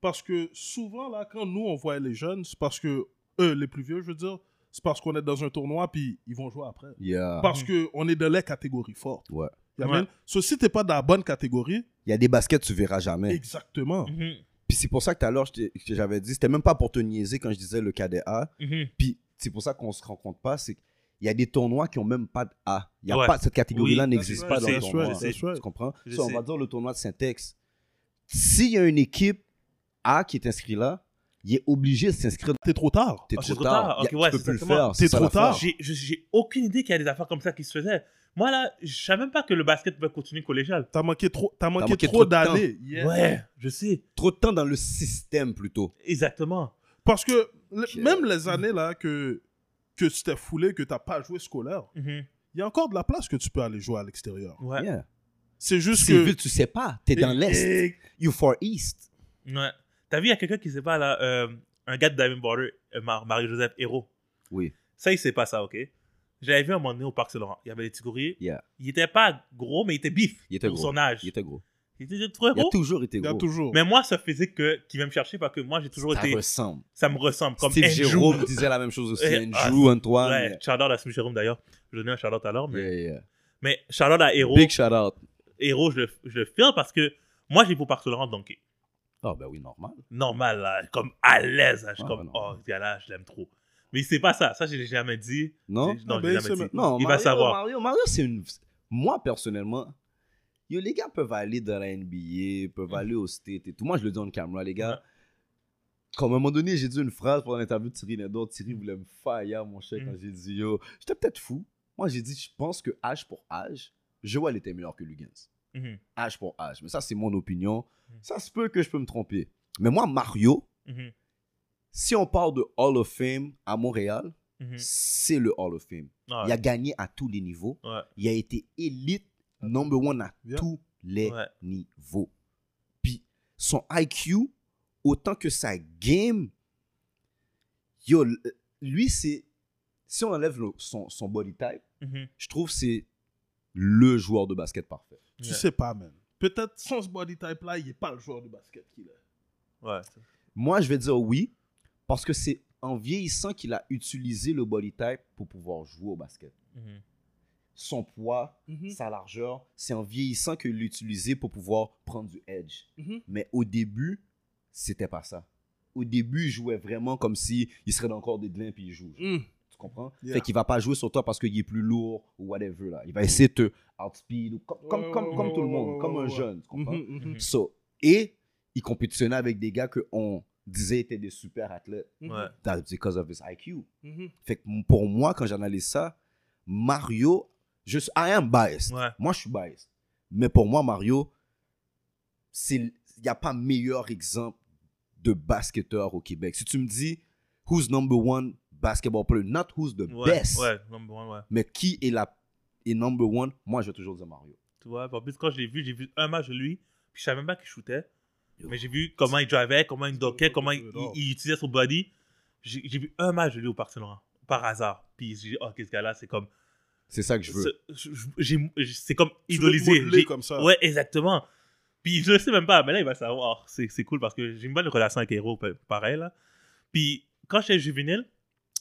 [SPEAKER 3] Parce que souvent, là, quand nous, on voit les jeunes, c'est parce que. Eux, les plus vieux, je veux dire, c'est parce qu'on est dans un tournoi, puis ils vont jouer après.
[SPEAKER 2] Yeah.
[SPEAKER 3] Parce qu'on est dans les catégories fortes.
[SPEAKER 2] Ah Ouais.
[SPEAKER 3] You know what I mean? So, si t'es pas dans la bonne catégorie,
[SPEAKER 2] Il y a des baskets, tu verras jamais.
[SPEAKER 3] exactement.
[SPEAKER 4] Mhm,
[SPEAKER 2] Puis c'est pour ça que tout à l'heure, je t'ai- que j'avais dit, c'était même pas pour te niaiser quand je disais le cadet A.
[SPEAKER 4] mhm.
[SPEAKER 2] Puis c'est pour ça qu'on se rencontre pas, c'est qu'il y a des tournois qui ont même pas de A. Il y a
[SPEAKER 4] Ouais.
[SPEAKER 2] pas, cette catégorie-là
[SPEAKER 4] Oui.
[SPEAKER 2] n'existe
[SPEAKER 3] Je
[SPEAKER 2] pas dans
[SPEAKER 4] sais,
[SPEAKER 2] le
[SPEAKER 4] je
[SPEAKER 2] tournoi.
[SPEAKER 4] sais, je
[SPEAKER 3] sais.
[SPEAKER 2] Tu comprends?
[SPEAKER 4] Je
[SPEAKER 2] Ça, on
[SPEAKER 4] sais.
[SPEAKER 2] va dire le tournoi de Syntex. S'il y a une équipe A qui est inscrite là, il est obligé de s'inscrire.
[SPEAKER 3] T'es trop tard.
[SPEAKER 2] T'es
[SPEAKER 4] Ah,
[SPEAKER 2] trop, tard.
[SPEAKER 4] Ok,
[SPEAKER 2] Il y a-
[SPEAKER 4] ouais,
[SPEAKER 2] tu peux
[SPEAKER 4] c'est
[SPEAKER 2] plus le
[SPEAKER 4] exactement.
[SPEAKER 2] faire. c'est
[SPEAKER 3] T'es
[SPEAKER 2] ça
[SPEAKER 3] trop
[SPEAKER 2] l'affaire.
[SPEAKER 3] tard.
[SPEAKER 4] J'ai je- j'ai aucune idée qu'il y a des affaires comme ça qui se faisaient. Moi, là, je savais même pas que le basket pouvait continuer collégial.
[SPEAKER 3] T'as manqué trop, t'as manqué
[SPEAKER 2] manqué trop
[SPEAKER 3] trop
[SPEAKER 2] de temps.
[SPEAKER 3] d'années. Yeah.
[SPEAKER 4] Ouais, je sais.
[SPEAKER 2] Trop de temps dans le système plutôt.
[SPEAKER 4] Exactement.
[SPEAKER 3] Parce que le-
[SPEAKER 2] Ok.
[SPEAKER 3] même les années là que, que tu t'es foulé, que t'as pas joué scolaire,
[SPEAKER 4] Mhm,
[SPEAKER 3] il y a encore de la place que tu peux aller jouer à l'extérieur.
[SPEAKER 4] Ouais.
[SPEAKER 2] Yeah.
[SPEAKER 3] C'est juste
[SPEAKER 2] C'est
[SPEAKER 3] que.
[SPEAKER 2] vite, tu sais pas. T'es dans l'Est.
[SPEAKER 3] Et-
[SPEAKER 2] You far East.
[SPEAKER 4] ouais. T'as vu, il y a quelqu'un qui sait pas, là, euh, un gars de Diamond Border, euh, Mar- Marie-Joseph Hérault.
[SPEAKER 2] Oui.
[SPEAKER 4] Ça, il sait pas ça, ok? J'avais vu un moment donné au Parc Saint-Laurent. Il y avait des petits courriers.
[SPEAKER 2] Yeah.
[SPEAKER 4] Il était pas gros, mais il était bif.
[SPEAKER 2] Il était
[SPEAKER 4] pour
[SPEAKER 2] gros.
[SPEAKER 4] son âge.
[SPEAKER 2] Il était gros.
[SPEAKER 4] Il était trop
[SPEAKER 2] Il a
[SPEAKER 4] gros.
[SPEAKER 2] toujours été
[SPEAKER 3] Il y a
[SPEAKER 2] gros.
[SPEAKER 3] toujours.
[SPEAKER 4] Mais moi, ça faisait que qui vient me chercher parce que moi, j'ai toujours
[SPEAKER 2] Ça
[SPEAKER 4] été.
[SPEAKER 2] ressemble.
[SPEAKER 4] Ça me ressemble. Comme
[SPEAKER 2] Steve
[SPEAKER 4] Andrew.
[SPEAKER 2] Jérôme disait la même chose aussi.
[SPEAKER 4] Eh, ah,
[SPEAKER 2] Andrew, Antoine.
[SPEAKER 4] Ouais, shout-out à Steve Jérôme d'ailleurs. Je donnais un shout-out à l'heure. Mais,
[SPEAKER 2] Yeah, yeah.
[SPEAKER 4] mais shout-out à Héros.
[SPEAKER 2] Big shout out.
[SPEAKER 4] Héros, je, le- je le filme parce que moi, j'ai pour Parc Laurent dunker.
[SPEAKER 2] Ah, ben oui, normal.
[SPEAKER 4] Normal, là, comme à l'aise. là, Je suis
[SPEAKER 2] Ah,
[SPEAKER 4] comme,
[SPEAKER 2] bah non.
[SPEAKER 4] oh, ce gars-là, je l'aime trop. Mais c'est pas ça. Ça, je l'ai jamais dit.
[SPEAKER 2] Non?
[SPEAKER 4] Je- Non,
[SPEAKER 3] Ah,
[SPEAKER 4] je
[SPEAKER 3] ben,
[SPEAKER 4] l'ai
[SPEAKER 3] c'est
[SPEAKER 4] jamais dit.
[SPEAKER 2] Non,
[SPEAKER 4] Il
[SPEAKER 2] Mario,
[SPEAKER 4] va savoir.
[SPEAKER 2] Mario, Mario, c'est une. Moi, personnellement, yo, les gars peuvent aller dans la NBA, peuvent
[SPEAKER 4] Mhm.
[SPEAKER 2] aller au State et tout. Moi, je le dis en caméra, les
[SPEAKER 4] Ouais.
[SPEAKER 2] gars. Comme à un moment donné, j'ai dit une phrase pendant l'interview de Thierry Nador.
[SPEAKER 4] Mm.
[SPEAKER 2] Thierry voulait me fire, mon chef,
[SPEAKER 4] Mhm.
[SPEAKER 2] quand j'ai dit yo. J'étais peut-être fou. Moi, j'ai dit, je pense que âge pour âge, Joel était meilleur que Lugans.
[SPEAKER 4] Mhm,
[SPEAKER 2] Âge pour âge. Mais ça, c'est mon opinion.
[SPEAKER 4] Mhm.
[SPEAKER 2] Ça se peut que je peux me tromper. Mais moi, Mario,
[SPEAKER 4] mhm,
[SPEAKER 2] si on parle de Hall of Fame à Montréal,
[SPEAKER 4] mhm.
[SPEAKER 2] c'est le Hall of Fame.
[SPEAKER 4] Ah,
[SPEAKER 2] Il a gagné à tous les niveaux.
[SPEAKER 4] Ouais.
[SPEAKER 2] Il a été élite, number one à
[SPEAKER 3] Yeah.
[SPEAKER 2] tous les
[SPEAKER 4] Ouais.
[SPEAKER 2] niveaux. Puis son IQ, autant que sa game, yo, l- lui, c'est. Si on enlève le- son, son body type,
[SPEAKER 4] mhm.
[SPEAKER 2] je trouve que c'est le joueur de basket parfait.
[SPEAKER 3] Tu
[SPEAKER 4] Yeah.
[SPEAKER 3] sais pas, man. Peut-être sans ce body type là, il est pas le joueur de basket qu'il
[SPEAKER 4] Mhm,
[SPEAKER 3] est.
[SPEAKER 4] Ouais.
[SPEAKER 2] Moi, je vais dire oui, parce que c'est en vieillissant qu'il a utilisé le body type pour pouvoir jouer au basket.
[SPEAKER 4] Mhm.
[SPEAKER 2] Son poids,
[SPEAKER 3] Mhm.
[SPEAKER 2] sa largeur, c'est en vieillissant qu'il l'utilisait pour pouvoir prendre du edge.
[SPEAKER 3] Mhm.
[SPEAKER 2] Mais au début, c'était pas ça. Au début, il jouait vraiment comme si il serait encore des glins puis il joue.
[SPEAKER 3] Mm.
[SPEAKER 2] Tu comprends?
[SPEAKER 3] Yeah.
[SPEAKER 2] Fait qu'il va pas jouer sur toi parce qu'il est plus lourd ou whatever, là. Il va essayer de te outspeed, ou com- comme,
[SPEAKER 3] Ouais,
[SPEAKER 2] comme,
[SPEAKER 3] ouais,
[SPEAKER 2] comme
[SPEAKER 3] ouais,
[SPEAKER 2] tout le
[SPEAKER 3] ouais,
[SPEAKER 2] monde,
[SPEAKER 3] ouais,
[SPEAKER 2] comme
[SPEAKER 3] ouais,
[SPEAKER 2] un
[SPEAKER 3] ouais.
[SPEAKER 2] jeune, tu comprends?
[SPEAKER 3] Mhm, mhm.
[SPEAKER 2] So, et il compétitionnait avec des gars qu'on disait étaient des super athlètes.
[SPEAKER 4] mhm, Ouais.
[SPEAKER 2] That's because of his IQ.
[SPEAKER 3] Mhm.
[SPEAKER 2] Fait que m- pour moi, quand j'analyse ça, Mario, je, suis- I am biased.
[SPEAKER 4] Ouais.
[SPEAKER 2] Moi, je suis biased. Mais pour moi, Mario, il n'y a pas meilleur exemple de basketteur au Québec. Si tu me dis, who's number one basketball player, not who's the
[SPEAKER 4] Ouais,
[SPEAKER 2] best,
[SPEAKER 4] ouais, number one, ouais.
[SPEAKER 2] mais qui est la est number one, moi, je vais toujours dire Mario.
[SPEAKER 4] Tu vois, puis en plus, quand je l'ai vu, j'ai vu un match de lui, puis je savais même pas qu'il shootait. Mais j'ai vu comment il drivait, comment il dockait, comment il, il- il utilisait son body. J'ai j'ai vu un match de lui au Barcelone, par hasard. Puis j'ai dit, oh, ok, ce gars-là, c'est comme.
[SPEAKER 2] C'est ça que je veux.
[SPEAKER 4] ce- je- je- j'ai- j'ai- C'est comme
[SPEAKER 3] Tu veux te
[SPEAKER 4] idolisé.
[SPEAKER 3] modeler
[SPEAKER 4] J'ai-
[SPEAKER 3] comme ça.
[SPEAKER 4] Ouais, exactement. Puis je le sais même pas, mais là, il va savoir. C'est c'est cool parce que j'ai une bonne relation avec Hero, pa- pareil, là. Puis quand j'étais juvénile,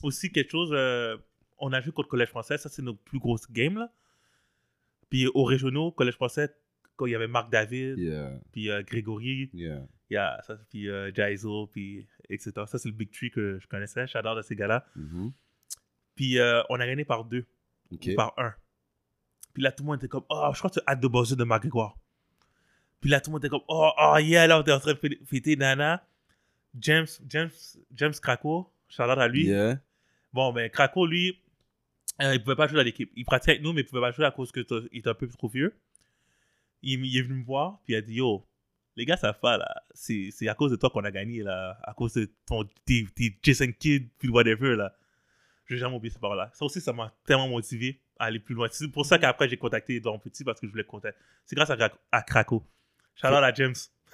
[SPEAKER 4] aussi quelque chose, euh, on a joué contre le Collège français, ça c'est notre plus grosse game, là. Puis aux régionaux, Collège français, quand il y avait Marc David,
[SPEAKER 2] Yeah,
[SPEAKER 4] puis euh, Grégory,
[SPEAKER 2] yeah.
[SPEAKER 4] il y a ça, puis euh, Jaizo, puis etc. Ça c'est le Big Tree que je connaissais, j'adore de ces gars-là.
[SPEAKER 2] Mhm.
[SPEAKER 4] Puis euh, on a gagné par deux
[SPEAKER 2] Ok.
[SPEAKER 4] par un. Puis là, tout le monde était comme, oh, je crois que tu as hâte de bosser de Marc Grégoire. Puis là, tout le monde était comme, oh, oh, yeah, là, on était en train de fê- fêter Nana. James, James, James Krakow, shout-out à lui.
[SPEAKER 2] Yeah.
[SPEAKER 4] Bon, mais Krakow, lui, euh, il pouvait pas jouer dans l'équipe. Il pratiquait avec nous, mais il pouvait pas jouer à cause qu'il était un peu trop vieux. Il, il est venu me voir, puis il a dit, yo, les gars, ça va, là. C'est c'est à cause de toi qu'on a gagné, là. À cause de ton tes, tes Jason Kidd, puis whatever, là. Je vais jamais oublier ces paroles-là. Ça aussi, ça m'a tellement motivé à aller plus loin. C'est pour ça qu'après, j'ai contacté Don Petit, parce que je voulais contacter. C'est grâce à, Krak- à Krakow. Shout-out à James.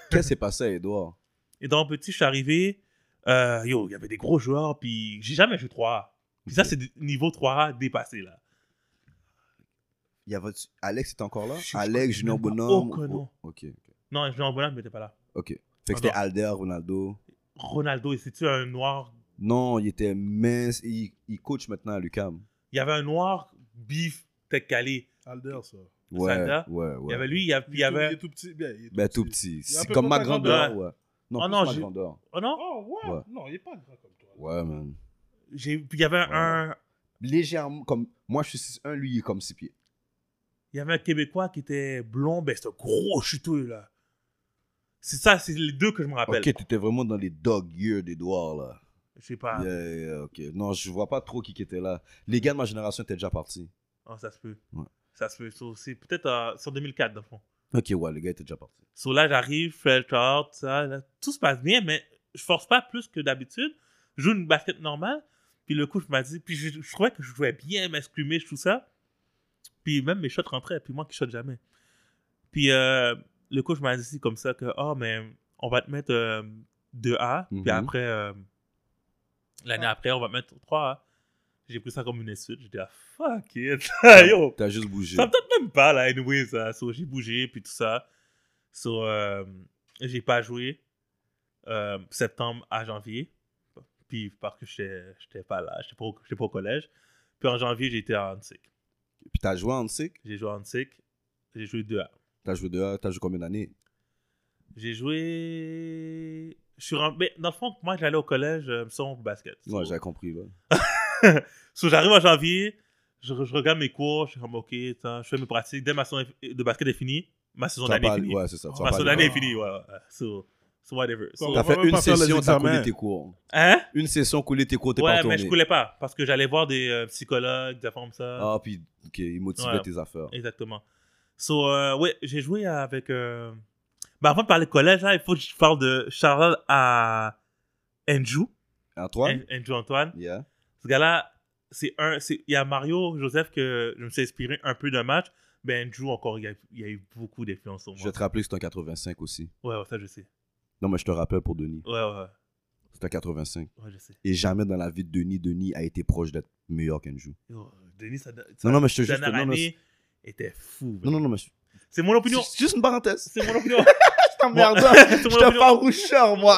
[SPEAKER 2] Qu'est-ce qui s'est passé à Edouard?
[SPEAKER 4] Et dans le petit, je suis arrivé. euh, yo, il y avait des gros joueurs, puis j'ai jamais joué 3A. Puis ça, c'est du niveau 3A dépassé, là.
[SPEAKER 2] Il y avait- Alex était encore là?
[SPEAKER 4] Je- je connais
[SPEAKER 2] Ah, Alex, Junior
[SPEAKER 4] même pas
[SPEAKER 2] Bonhomme.
[SPEAKER 4] aucun nom.
[SPEAKER 2] Oh, ok.
[SPEAKER 4] Non, Jean Bonhomme n'était pas là.
[SPEAKER 2] Ok. Fait que
[SPEAKER 4] Ah
[SPEAKER 2] c'était
[SPEAKER 4] non.
[SPEAKER 2] Alder, Ronaldo.
[SPEAKER 4] Ronaldo, et c'est-tu un noir
[SPEAKER 2] Non, il était mince. Il, il coach maintenant à l'UCAM.
[SPEAKER 4] Il y avait un noir bif, tête calée.
[SPEAKER 3] Alder, ça.
[SPEAKER 2] Ouais,
[SPEAKER 4] Alder?
[SPEAKER 2] ouais, ouais.
[SPEAKER 4] Il y avait lui, il y avait.
[SPEAKER 3] Il
[SPEAKER 4] il y
[SPEAKER 3] est tout- il
[SPEAKER 4] avait...
[SPEAKER 3] est tout petit. bien, il est
[SPEAKER 2] Ben, tout petit.
[SPEAKER 3] Il est un
[SPEAKER 2] C'est
[SPEAKER 3] peu
[SPEAKER 2] comme
[SPEAKER 3] comme
[SPEAKER 2] ma
[SPEAKER 3] ta
[SPEAKER 2] grandeur,
[SPEAKER 4] grandeur.
[SPEAKER 2] ouais. Non,
[SPEAKER 4] Oh
[SPEAKER 2] plus
[SPEAKER 4] non,
[SPEAKER 2] ma
[SPEAKER 4] j'ai-
[SPEAKER 2] grandeur.
[SPEAKER 4] Oh non
[SPEAKER 3] Oh, ouais.
[SPEAKER 2] Ouais.
[SPEAKER 3] Non, il est pas grand comme toi.
[SPEAKER 2] Ouais, man.
[SPEAKER 4] J'ai- Puis il y avait un,
[SPEAKER 2] Ouais.
[SPEAKER 4] un-
[SPEAKER 2] Légèrement, comme... Moi, je suis 6'1", lui, il est comme 6 pieds.
[SPEAKER 4] Il y avait un Québécois qui était blond, ben c'est un gros chuteux, là. C'est ça, c'est les deux que je me rappelle.
[SPEAKER 2] Ok, tu étais vraiment dans les dog years d'Edouard, là.
[SPEAKER 4] Je sais pas.
[SPEAKER 2] Yeah, yeah, ok. Non, je vois pas trop qui qui était là. Les gars de ma génération étaient déjà partis.
[SPEAKER 4] Oh, ça se peut.
[SPEAKER 2] Ouais.
[SPEAKER 4] Ça se peut. So, c'est peut-être euh, c'est en 2004, dans le fond.
[SPEAKER 2] Ok, ouais, les gars étaient déjà partis.
[SPEAKER 4] So là, j'arrive, je fais le short, ça, là, tout se passe bien, mais je force pas plus que d'habitude. Je joue une basket normale, puis le coach m'a dit, puis je, je trouvais que je jouais bien, m'escrimage, tout ça. Puis même mes shots rentraient, puis moi qui shot jamais. Puis euh, le coach m'a dit comme ça que, oh, mais on va te mettre 2A,
[SPEAKER 2] Mhm.
[SPEAKER 4] puis après, euh, l'année après, on va te mettre 3A. J'ai pris ça comme une étude, j'ai dit, ah, fuck it, [laughs] yo,
[SPEAKER 2] T'as juste bougé.
[SPEAKER 4] ça me tente même pas, là, anyway, ça. So, j'ai bougé, puis tout ça. So, euh, j'ai pas joué euh, septembre à janvier. Puis, parce que j'étais j'étais pas là, j'étais pas, au- j'étais pas au collège. Puis, en janvier, j'étais à Antic.
[SPEAKER 2] Puis t'as joué en sick.
[SPEAKER 4] J'ai joué à Antic. J'ai joué 2A.
[SPEAKER 2] T'as joué dehors. T'as joué combien d'années?
[SPEAKER 4] J'ai joué. Je suis rentré. Mais dans le fond, moi, j'allais au collège, euh, me semble, au basket.
[SPEAKER 2] Ouais,
[SPEAKER 4] So,
[SPEAKER 2] j'avais compris, là.
[SPEAKER 4] So, j'arrive en janvier, je, je regarde mes cours, je suis comme, ok, tiens, je fais mes pratiques. Dès ma saison de basket est finie, ma saison
[SPEAKER 2] Tu vas
[SPEAKER 4] d'année est
[SPEAKER 2] pas-
[SPEAKER 4] finie.
[SPEAKER 2] Ouais, c'est ça. tu vas
[SPEAKER 4] Parce
[SPEAKER 2] pas aller
[SPEAKER 4] que l'année est
[SPEAKER 2] voir.
[SPEAKER 4] finie, ouais. ouais. So, so whatever. So-
[SPEAKER 3] Ouais.
[SPEAKER 2] T'as
[SPEAKER 3] On va
[SPEAKER 2] fait
[SPEAKER 3] même
[SPEAKER 2] une
[SPEAKER 3] pas faire les
[SPEAKER 2] session, t'as
[SPEAKER 3] examens.
[SPEAKER 2] coulé tes cours.
[SPEAKER 4] hein?
[SPEAKER 2] Une session, couler tes cours, t'es pas
[SPEAKER 4] Ouais, mais
[SPEAKER 2] retourné.
[SPEAKER 4] je coulais pas. Parce que j'allais voir des euh, psychologues, des affaires comme ça.
[SPEAKER 2] Ah, puis, ok, il motivait
[SPEAKER 4] Ouais.
[SPEAKER 2] tes affaires.
[SPEAKER 4] Exactement. So, euh, ouais, j'ai joué avec. euh, Bah, avant de parler de collège, là, il faut que je parle de Charlotte à Andrew.
[SPEAKER 2] Antoine?
[SPEAKER 4] An- Andrew Antoine.
[SPEAKER 2] Yeah.
[SPEAKER 4] Ce gars-là, c'est un. c'est- Il y a Mario Joseph que je me suis inspiré un peu d'un match. Ben, Andrew, encore, il y a, il y a eu beaucoup d'influence sur
[SPEAKER 2] Je
[SPEAKER 4] moi.
[SPEAKER 2] vais te rappeler que c'est un 85 aussi.
[SPEAKER 4] Ouais, ouais, ça, je sais.
[SPEAKER 2] Non, mais je te rappelle pour Denis.
[SPEAKER 4] Ouais, ouais,
[SPEAKER 2] C'est un 85.
[SPEAKER 4] ouais, je sais.
[SPEAKER 2] Et jamais dans la vie de Denis, Denis a été proche d'être meilleur qu'Anjou.
[SPEAKER 4] Yo, Denis, ça,
[SPEAKER 2] Non, non, mais je te jure.
[SPEAKER 4] dernière
[SPEAKER 2] Non, non, c'est-
[SPEAKER 4] année était fou.
[SPEAKER 2] non,
[SPEAKER 4] man.
[SPEAKER 2] non, non, mais je-
[SPEAKER 4] C'est mon opinion.
[SPEAKER 2] C'est juste une
[SPEAKER 4] [laughs]
[SPEAKER 2] parenthèse.
[SPEAKER 4] C'est mon opinion.
[SPEAKER 2] [laughs] Je t'emmerde.
[SPEAKER 4] [laughs] C'est
[SPEAKER 2] Je
[SPEAKER 4] mon
[SPEAKER 2] te
[SPEAKER 4] opinion.
[SPEAKER 2] faroucheur, moi.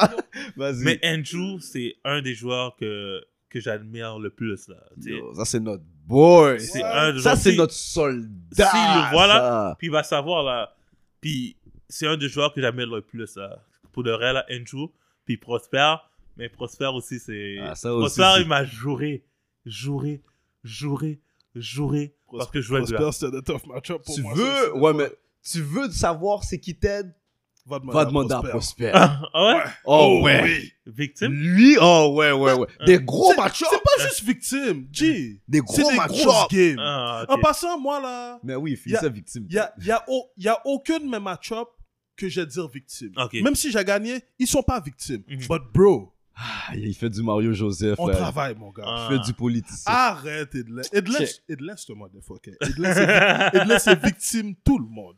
[SPEAKER 2] Vas-y.
[SPEAKER 4] Mais Andrew, c'est un des joueurs que, que j'admire le plus. Là. Tu sais,
[SPEAKER 2] Yo, ça, c'est notre boy.
[SPEAKER 4] C'est
[SPEAKER 2] Ça,
[SPEAKER 4] un des
[SPEAKER 2] Ça,
[SPEAKER 4] joueurs-
[SPEAKER 2] c'est
[SPEAKER 4] si-
[SPEAKER 2] notre soldat.
[SPEAKER 4] S'il le voit, là,
[SPEAKER 2] ça.
[SPEAKER 4] Puis il va savoir, là. Puis c'est un des joueurs que j'admire le plus. Là. Pour le vrai, là, Andrew. Puis Prosper. Mais Prosper aussi, c'est.
[SPEAKER 2] Ah, ça aussi,
[SPEAKER 4] Prosper,
[SPEAKER 2] c'est-
[SPEAKER 4] il m'a juré. jouerai, jouerai, jouerai. Parce que je jouais de la-
[SPEAKER 3] Prosper, c'était un tough match-up pour
[SPEAKER 2] tu
[SPEAKER 3] moi. ça,
[SPEAKER 2] veux,
[SPEAKER 3] c'est-
[SPEAKER 2] ouais, mais tu veux savoir c'est qui t'aide?
[SPEAKER 3] Va demander,
[SPEAKER 2] Va demander à Prosper.
[SPEAKER 3] Prosper.
[SPEAKER 4] [laughs]
[SPEAKER 3] [laughs]
[SPEAKER 4] Ah, ah ouais?
[SPEAKER 2] Oh, ouais.
[SPEAKER 3] oui.
[SPEAKER 4] Victime?
[SPEAKER 2] Lui, oh ouais, ouais, ouais.
[SPEAKER 4] Ah.
[SPEAKER 2] Des gros match
[SPEAKER 3] C'est pas juste victime, G.
[SPEAKER 2] Des
[SPEAKER 3] C'est
[SPEAKER 2] gros
[SPEAKER 3] des
[SPEAKER 2] match
[SPEAKER 3] grosses games.
[SPEAKER 4] Ah, ok.
[SPEAKER 3] En passant, moi, là,
[SPEAKER 2] Mais oui,
[SPEAKER 3] Y a-
[SPEAKER 2] finissait victime.
[SPEAKER 3] il n'y a, y a, au- y a aucun de mes match-up que j'ai dire victime.
[SPEAKER 4] Ok.
[SPEAKER 3] Même si j'ai gagné, ils sont pas victimes.
[SPEAKER 4] Mhm.
[SPEAKER 3] But bro,
[SPEAKER 2] Ah, il fait du Mario Joseph.
[SPEAKER 3] on
[SPEAKER 2] euh,
[SPEAKER 3] travaille, mon gars.
[SPEAKER 4] Ah.
[SPEAKER 2] Il fait du politicien.
[SPEAKER 3] Arrête, Edlin. Edlin,
[SPEAKER 2] Check.
[SPEAKER 3] Edlin, c'est un motherfucker. Edlin, c'est-
[SPEAKER 4] [laughs]
[SPEAKER 3] Edlin, c'est victime tout le monde.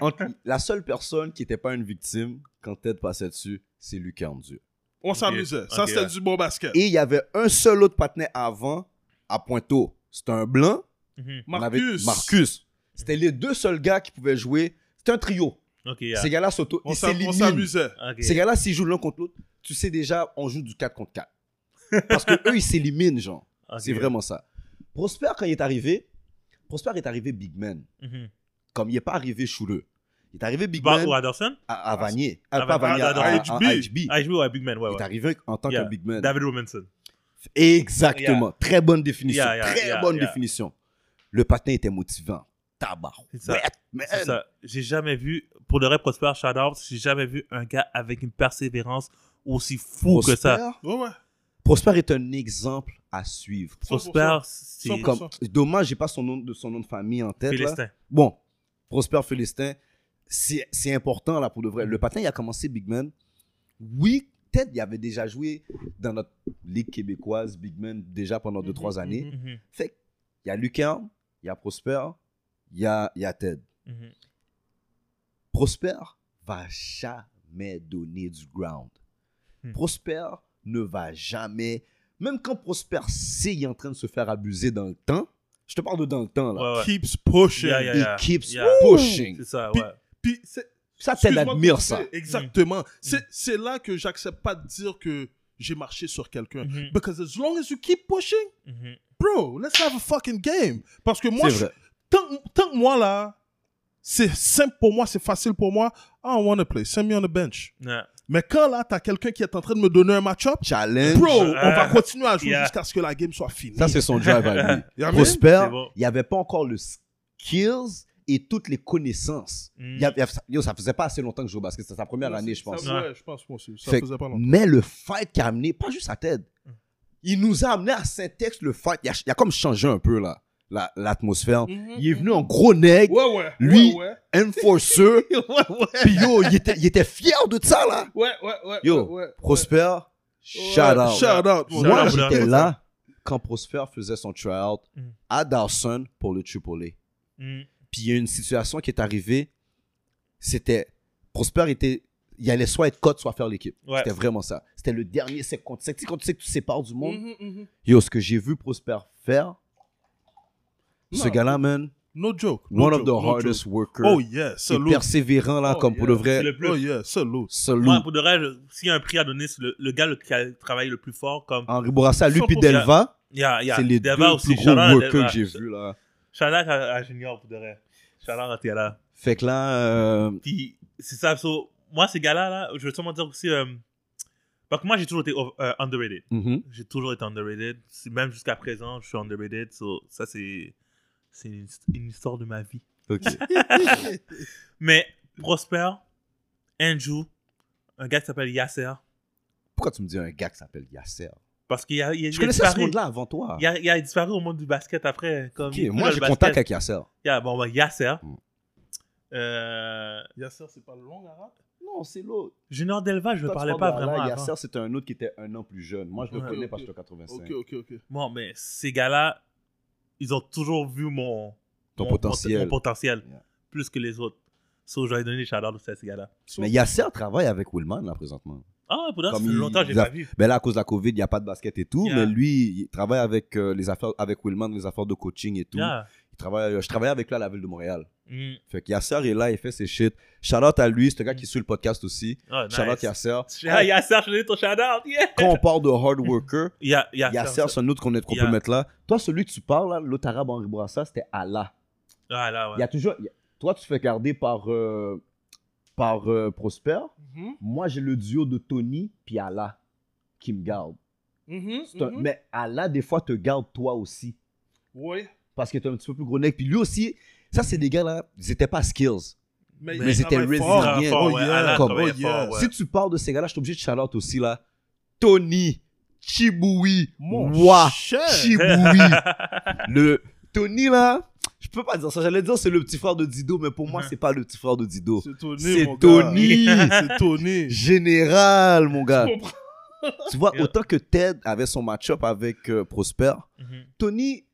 [SPEAKER 2] Entre- la seule personne qui n'était pas une victime quand Ted passait dessus, c'est Lucas Andieu.
[SPEAKER 3] On s'amusait. Ça,
[SPEAKER 4] Ok,
[SPEAKER 3] c'était
[SPEAKER 4] ouais.
[SPEAKER 3] du bon basket.
[SPEAKER 2] Et il y avait un seul autre partenaire avant, à Pointeau. C'était un blanc.
[SPEAKER 4] Mhm.
[SPEAKER 2] On avait-
[SPEAKER 3] Marcus.
[SPEAKER 2] Marcus. C'était les deux seuls gars qui pouvaient jouer. C'était un trio.
[SPEAKER 4] Ok, yeah.
[SPEAKER 2] Ces gars-là s'auto.
[SPEAKER 3] On
[SPEAKER 2] ils
[SPEAKER 3] s'am- on
[SPEAKER 2] s'éliminent.
[SPEAKER 3] s'amusait.
[SPEAKER 4] Ok.
[SPEAKER 2] Ces gars-là, s'ils jouent l'un contre l'autre, tu sais déjà, on joue du 4 contre 4. Parce que eux, ils s'éliminent, genre.
[SPEAKER 4] Ok.
[SPEAKER 2] C'est vraiment ça. Prosper, quand il est arrivé, Prosper est arrivé big man.
[SPEAKER 4] Mhm.
[SPEAKER 2] Comme il n'est pas arrivé chouleux. Il est arrivé big
[SPEAKER 4] Bar-
[SPEAKER 2] man
[SPEAKER 4] ou Anderson?
[SPEAKER 2] à, à Vanier.
[SPEAKER 4] Bah, Ah,
[SPEAKER 2] Ah, pas à
[SPEAKER 4] bah,
[SPEAKER 2] Vanier,
[SPEAKER 4] ah,
[SPEAKER 2] à,
[SPEAKER 4] non,
[SPEAKER 2] à-
[SPEAKER 3] HB.
[SPEAKER 2] à HB.
[SPEAKER 4] Ah, il joue à Big Man, ouais,
[SPEAKER 2] Il est
[SPEAKER 4] ouais.
[SPEAKER 2] arrivé en tant
[SPEAKER 4] Yeah.
[SPEAKER 2] que big man.
[SPEAKER 4] David Robinson.
[SPEAKER 2] Exactement. Très bonne définition.
[SPEAKER 4] Yeah, yeah,
[SPEAKER 2] Très
[SPEAKER 4] yeah,
[SPEAKER 2] bonne
[SPEAKER 4] yeah.
[SPEAKER 2] définition. Le patin était motivant. Tabarouette,
[SPEAKER 4] C'est ça.
[SPEAKER 2] man.
[SPEAKER 4] C'est ça. J'ai jamais vu, pour le vrai Prosper Shadow, j'ai jamais vu un gars avec une persévérance aussi fou
[SPEAKER 2] Prosper,
[SPEAKER 4] que ça.
[SPEAKER 3] Ouais, ouais.
[SPEAKER 2] Prosper est un exemple à suivre.
[SPEAKER 3] 100%.
[SPEAKER 4] Prosper, c'est
[SPEAKER 3] 100%.
[SPEAKER 2] Comme, dommage, j'ai pas son nom, de, son nom de famille en tête. Là.
[SPEAKER 4] Philestin.
[SPEAKER 2] Bon, Prosper Félestin, c'est c'est important là pour de vrai. Le patin, il a commencé Big Man. Oui, peut-être il avait déjà joué dans notre ligue québécoise Big Man déjà pendant 2-3 années.
[SPEAKER 4] Mhm,
[SPEAKER 2] Fait que, il y a Lucarne, il y a Prosper, il y a, il y a Ted.
[SPEAKER 4] mhm.
[SPEAKER 2] Prosper va jamais donner du ground.
[SPEAKER 4] Hmm.
[SPEAKER 2] Prosper ne va jamais. Même quand Prosper sait qu'il est en train de se faire abuser dans le temps, je te parle de dans le temps là.
[SPEAKER 4] Ouais, ouais.
[SPEAKER 3] Keeps pushing.
[SPEAKER 4] Yeah, yeah,
[SPEAKER 2] He
[SPEAKER 4] yeah.
[SPEAKER 2] keeps
[SPEAKER 4] Yeah.
[SPEAKER 2] pushing.
[SPEAKER 4] C'est ça,
[SPEAKER 3] Puis-
[SPEAKER 4] ouais.
[SPEAKER 3] Puis, c'est-
[SPEAKER 2] Ça, Ted
[SPEAKER 3] Excuse-moi de
[SPEAKER 2] admire
[SPEAKER 3] couper.
[SPEAKER 2] ça.
[SPEAKER 4] Mhm.
[SPEAKER 3] Exactement. C'est, c'est là que j'accepte pas de dire que j'ai marché sur quelqu'un.
[SPEAKER 4] Mhm,
[SPEAKER 3] Because as long as you keep pushing,
[SPEAKER 4] mhm.
[SPEAKER 3] bro, let's have a fucking game. Parce que moi,
[SPEAKER 2] C'est
[SPEAKER 3] je-
[SPEAKER 2] vrai.
[SPEAKER 3] tant, tant que moi là, c'est simple pour moi, c'est facile pour moi. I don't wanna play. Send me on the bench.
[SPEAKER 4] Ouais.
[SPEAKER 3] Mais quand là, t'as quelqu'un qui est en train de me donner un match-up,
[SPEAKER 2] Challenge.
[SPEAKER 3] bro,
[SPEAKER 4] Euh,
[SPEAKER 3] on va continuer à jouer
[SPEAKER 4] yeah.
[SPEAKER 3] jusqu'à ce que la game soit finie.
[SPEAKER 2] Ça, c'est son drive à [laughs] lui.
[SPEAKER 3] You know what I mean?
[SPEAKER 2] Prosper,
[SPEAKER 4] C'est bon.
[SPEAKER 2] il n'y avait pas encore le skills et toutes les connaissances.
[SPEAKER 4] Mhm.
[SPEAKER 2] Il y a- il y a- yo, ça faisait pas assez longtemps que je joue au basket. C'était sa première année, je
[SPEAKER 3] Ça-
[SPEAKER 2] pense.
[SPEAKER 3] ouais, je pense moi aussi. Ça
[SPEAKER 2] Fait-
[SPEAKER 3] faisait pas longtemps.
[SPEAKER 2] Mais le fight qu'il a amené, pas juste à Ted,
[SPEAKER 3] Mm.
[SPEAKER 2] il nous a amené à Saint-Ex le fight. Il a, il a comme changé un peu là, la- l'atmosphère. Il est venu en gros nègre,
[SPEAKER 3] Hmm. Ouais, ouais.
[SPEAKER 2] Lui-
[SPEAKER 3] Mm. Ouais,
[SPEAKER 2] enforcer.
[SPEAKER 3] [laughs] ouais. ouais, ouais.
[SPEAKER 2] Puis yo, il était, il était fier de ça là.
[SPEAKER 3] Ouais, ouais, ouais.
[SPEAKER 2] Yo,
[SPEAKER 3] ouais, ouais.
[SPEAKER 2] Prosper, shout
[SPEAKER 3] Ouais,
[SPEAKER 2] out.
[SPEAKER 3] Shout out. mon
[SPEAKER 4] Shout
[SPEAKER 2] Moi,
[SPEAKER 4] out,
[SPEAKER 2] j'étais
[SPEAKER 3] gars.
[SPEAKER 4] brother.
[SPEAKER 2] là quand Prosper faisait son tryout
[SPEAKER 3] Mm.
[SPEAKER 4] Mhm.
[SPEAKER 2] à Dawson pour le AAA.
[SPEAKER 4] Mhm.
[SPEAKER 2] Puis il y a une situation qui est arrivée. C'était. Prosper était. Il allait soit être cote, soit faire l'équipe.
[SPEAKER 4] Ouais.
[SPEAKER 2] C'était vraiment ça. C'était le dernier 7 contre 7. Tu sais, Quand tu sais que tu te sépares du monde,
[SPEAKER 3] Mhm, mhm.
[SPEAKER 2] yo, ce que j'ai vu Prosper faire, ce
[SPEAKER 3] Non.
[SPEAKER 2] gars-là, man,
[SPEAKER 3] No joke. no
[SPEAKER 2] one of
[SPEAKER 3] joke,
[SPEAKER 2] the
[SPEAKER 3] no
[SPEAKER 2] hardest workers.
[SPEAKER 3] joke. Oh yeah,
[SPEAKER 2] Il est
[SPEAKER 3] salute.
[SPEAKER 2] persévérant, là,
[SPEAKER 3] Oh,
[SPEAKER 2] comme pour le
[SPEAKER 3] yeah.
[SPEAKER 2] vrai.
[SPEAKER 4] C'est le plus.
[SPEAKER 3] Oh yeah, salute.
[SPEAKER 2] Salut.
[SPEAKER 4] Moi, pour de vrai, je- s'il y a un prix à donner, c'est le, le gars le- qui a travaillé le plus fort. Comme,
[SPEAKER 2] Henri Bourassa, lui,
[SPEAKER 4] 100%.
[SPEAKER 2] puis Delva,
[SPEAKER 4] yeah, yeah.
[SPEAKER 2] c'est les
[SPEAKER 4] Deva
[SPEAKER 2] deux
[SPEAKER 4] aussi,
[SPEAKER 2] plus gros
[SPEAKER 4] shout-out à
[SPEAKER 2] workers
[SPEAKER 4] Deva.
[SPEAKER 2] que j'ai vus, là.
[SPEAKER 4] Shout-out à, à Junior, pour de vrai. Shout-out à Théala.
[SPEAKER 2] Fait que là, euh,
[SPEAKER 4] Puis, c'est ça. so, moi, ces gars-là, là, je veux sûrement dire aussi. euh, parce que moi, j'ai toujours été euh, underrated.
[SPEAKER 2] mhm.
[SPEAKER 4] J'ai toujours été underrated. C'est- Même jusqu'à présent, je suis underrated. So, ça, c'est c'est une, une histoire de ma vie. [laughs]
[SPEAKER 2] Ok.
[SPEAKER 4] Mais Prosper, Andrew, un gars qui s'appelle Yasser.
[SPEAKER 2] Pourquoi tu me dis un gars qui s'appelle Yasser?
[SPEAKER 4] Parce qu'il a, il a- il
[SPEAKER 2] Je
[SPEAKER 4] a
[SPEAKER 2] connaissais ce
[SPEAKER 4] disparu.
[SPEAKER 2] monde-là avant toi.
[SPEAKER 4] Il a, il a disparu au monde du basket après. Comme
[SPEAKER 2] Ok,
[SPEAKER 4] il est plus
[SPEAKER 2] Moi,
[SPEAKER 4] dans
[SPEAKER 2] j'ai
[SPEAKER 4] le basket.
[SPEAKER 2] contact avec Yasser.
[SPEAKER 4] Yeah, bon, bah, Yasser.
[SPEAKER 2] Mm.
[SPEAKER 4] Euh,
[SPEAKER 3] Yasser, c'est pas le long arabe
[SPEAKER 2] Non, c'est l'autre.
[SPEAKER 4] Junior Delva, je ne
[SPEAKER 2] Toi, tu
[SPEAKER 4] parlais pas
[SPEAKER 2] parles de- là,
[SPEAKER 4] vraiment avant.
[SPEAKER 2] Yasser, c'était un autre qui était un an plus jeune. Moi, je le
[SPEAKER 4] Ouais.
[SPEAKER 2] connais parce que j'étais en 85.
[SPEAKER 3] Ok, ok, ok.
[SPEAKER 4] Bon, mais ces gars-là, ils ont toujours vu mon,
[SPEAKER 2] Ton
[SPEAKER 4] mon-
[SPEAKER 2] potentiel.
[SPEAKER 4] mon potentiel
[SPEAKER 2] Yeah.
[SPEAKER 4] plus que les autres. So, j'aurais donné Shadow à ces gars-là.
[SPEAKER 3] So-
[SPEAKER 2] Mais Yasser travaille avec Willman, là, présentement.
[SPEAKER 4] Ah, pour ça, ça
[SPEAKER 2] Comme
[SPEAKER 4] fait
[SPEAKER 2] il-
[SPEAKER 4] longtemps que je
[SPEAKER 2] il a-
[SPEAKER 4] pas vu.
[SPEAKER 2] Ben là, à cause de la COVID, il n'y a pas de basket et tout.
[SPEAKER 4] Yeah.
[SPEAKER 2] Mais lui, il travaille avec euh, les affaires, avec Willman, les affaires de coaching et tout.
[SPEAKER 4] Yeah.
[SPEAKER 2] Il travaille, euh, je travaillais avec lui à la ville de Montréal.
[SPEAKER 4] Mm.
[SPEAKER 2] Fait que Yasser est là, il fait ses shit. Shout out à lui, c'est un gars qui suit le podcast aussi.
[SPEAKER 4] Ah, nice.
[SPEAKER 2] Shout out Yasser.
[SPEAKER 4] [laughs] Yeah, Yasser, je donné ton Shadow. Yeah.
[SPEAKER 2] Quand on parle de hard worker,
[SPEAKER 4] [laughs] Yeah,
[SPEAKER 2] Yasser, c'est un autre qu'on est- qu'on
[SPEAKER 4] Yeah.
[SPEAKER 2] peut mettre là. Toi, celui que tu parles, là, l'autre arabe Henri Bourassa, c'était Allah.
[SPEAKER 4] Ah, là, ouais.
[SPEAKER 2] Il y a toujours. il y a- Toi, tu te fais garder par, euh, par euh, Prosper.
[SPEAKER 3] Mhm.
[SPEAKER 2] Moi, j'ai le duo de Tony puis Allah qui me garde.
[SPEAKER 1] Mm-hmm.
[SPEAKER 3] Mhm,
[SPEAKER 2] C'est un-
[SPEAKER 3] mhm.
[SPEAKER 2] Mais Allah, des fois, te garde toi aussi.
[SPEAKER 3] Oui.
[SPEAKER 2] Parce que t'es un petit peu plus gros nec. Puis lui aussi, ça, c'est des gars là, ils étaient pas skills. Mais
[SPEAKER 3] il
[SPEAKER 2] c'était
[SPEAKER 3] travaille
[SPEAKER 4] Fort,
[SPEAKER 3] fort.
[SPEAKER 2] résilient.
[SPEAKER 4] fort,
[SPEAKER 2] Oh,
[SPEAKER 4] ouais,
[SPEAKER 2] yeah.
[SPEAKER 4] Alan
[SPEAKER 2] Comme-
[SPEAKER 4] travaillait
[SPEAKER 3] oh, yeah.
[SPEAKER 4] fort, ouais.
[SPEAKER 2] Si tu parles de ces gars-là, je suis obligé de shout-out aussi là. Tony, Chiboui,
[SPEAKER 3] Mon
[SPEAKER 2] Wa,
[SPEAKER 3] cher.
[SPEAKER 2] Chiboui.
[SPEAKER 4] [laughs]
[SPEAKER 2] le Tony là, je peux pas dire ça. J'allais dire c'est le petit frère de Dido, mais pour moi,
[SPEAKER 4] Mhm.
[SPEAKER 2] c'est pas le petit frère de Dido.
[SPEAKER 3] C'est Tony.
[SPEAKER 2] C'est
[SPEAKER 3] mon gars.
[SPEAKER 2] Tony.
[SPEAKER 3] c'est Tony.
[SPEAKER 2] Général, mon gars.
[SPEAKER 3] Tu comprends?
[SPEAKER 2] Tu vois,
[SPEAKER 4] Yeah.
[SPEAKER 2] autant que Ted avait son match-up avec euh, Prosper,
[SPEAKER 4] Mhm.
[SPEAKER 2] Tony,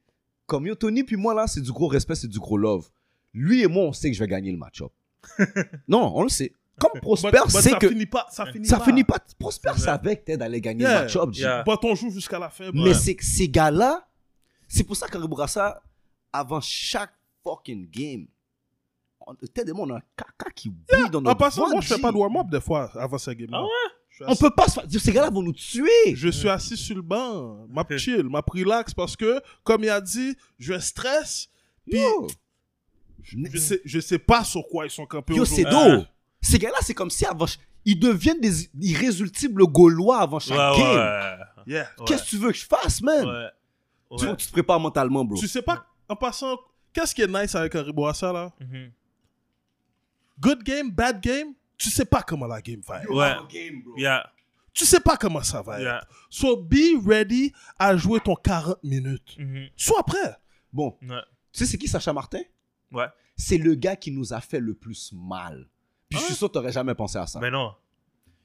[SPEAKER 2] comme yo, Tony, puis moi, là, c'est du gros respect, c'est du gros love. Lui et moi, on sait que je vais gagner le
[SPEAKER 3] [laughs]
[SPEAKER 2] match-up. non, on le sait. Comme Prosper
[SPEAKER 3] But- but
[SPEAKER 2] sait
[SPEAKER 3] ça
[SPEAKER 2] que.
[SPEAKER 3] finit pas. Ça finit
[SPEAKER 2] ça
[SPEAKER 3] pas.
[SPEAKER 2] finit pas. Prosper
[SPEAKER 4] C'est vrai.
[SPEAKER 2] savait que Ted allait gagner le
[SPEAKER 3] Yeah.
[SPEAKER 2] match-up. G.
[SPEAKER 4] Yeah.
[SPEAKER 3] But on joue jusqu'à la fin.
[SPEAKER 2] Mais c'est que ces gars-là, c'est pour ça qu'Henri Bourassa, avant chaque fucking game, on- Ted et moi, on a un caca qui brille dans
[SPEAKER 3] En
[SPEAKER 2] notre
[SPEAKER 3] passant, moi,
[SPEAKER 2] ventre,
[SPEAKER 3] je fais
[SPEAKER 2] G.
[SPEAKER 3] pas de warm-up des fois avant ces games.
[SPEAKER 4] Ah ouais?
[SPEAKER 3] Je suis
[SPEAKER 2] On
[SPEAKER 3] assis-
[SPEAKER 2] peut pas se faire- Ces gars-là vont nous tuer.
[SPEAKER 3] Je suis assis sur le banc, m'a chill, m'a relax parce que, comme il a dit, je stresse. Puis
[SPEAKER 2] Yo.
[SPEAKER 3] je sais, je sais pas sur quoi ils sont campés
[SPEAKER 2] Yo, c'est
[SPEAKER 3] aujourd'hui.
[SPEAKER 2] d'eau. Ces gars-là, c'est comme si avant. ch- Ils deviennent des irrésultibles gaulois avant
[SPEAKER 4] Ouais,
[SPEAKER 2] chaque
[SPEAKER 4] ouais,
[SPEAKER 2] game.
[SPEAKER 4] ouais.
[SPEAKER 3] Yeah.
[SPEAKER 2] Qu'est-ce que tu veux que je fasse, man?
[SPEAKER 4] Ouais.
[SPEAKER 2] Tu,
[SPEAKER 4] Ouais.
[SPEAKER 2] tu te prépares mentalement, bro.
[SPEAKER 3] Tu sais pas, en passant, qu'est-ce qui est nice avec Henri Bourassa là
[SPEAKER 4] Mhm.
[SPEAKER 3] Good game, bad game, tu sais pas comment la game va être.
[SPEAKER 4] Ouais. Yeah,
[SPEAKER 3] Tu sais pas comment ça va être.
[SPEAKER 4] yeah.
[SPEAKER 3] So be ready à jouer ton 40 minutes.
[SPEAKER 4] Mhm.
[SPEAKER 3] Sois prêt.
[SPEAKER 2] Bon,
[SPEAKER 4] Ouais.
[SPEAKER 2] tu sais, c'est qui Sacha Martin?
[SPEAKER 4] Ouais.
[SPEAKER 2] C'est le gars qui nous a fait le plus mal. Puis je suis
[SPEAKER 4] Hein?
[SPEAKER 2] sûr que t'aurais jamais pensé à ça.
[SPEAKER 4] Mais non.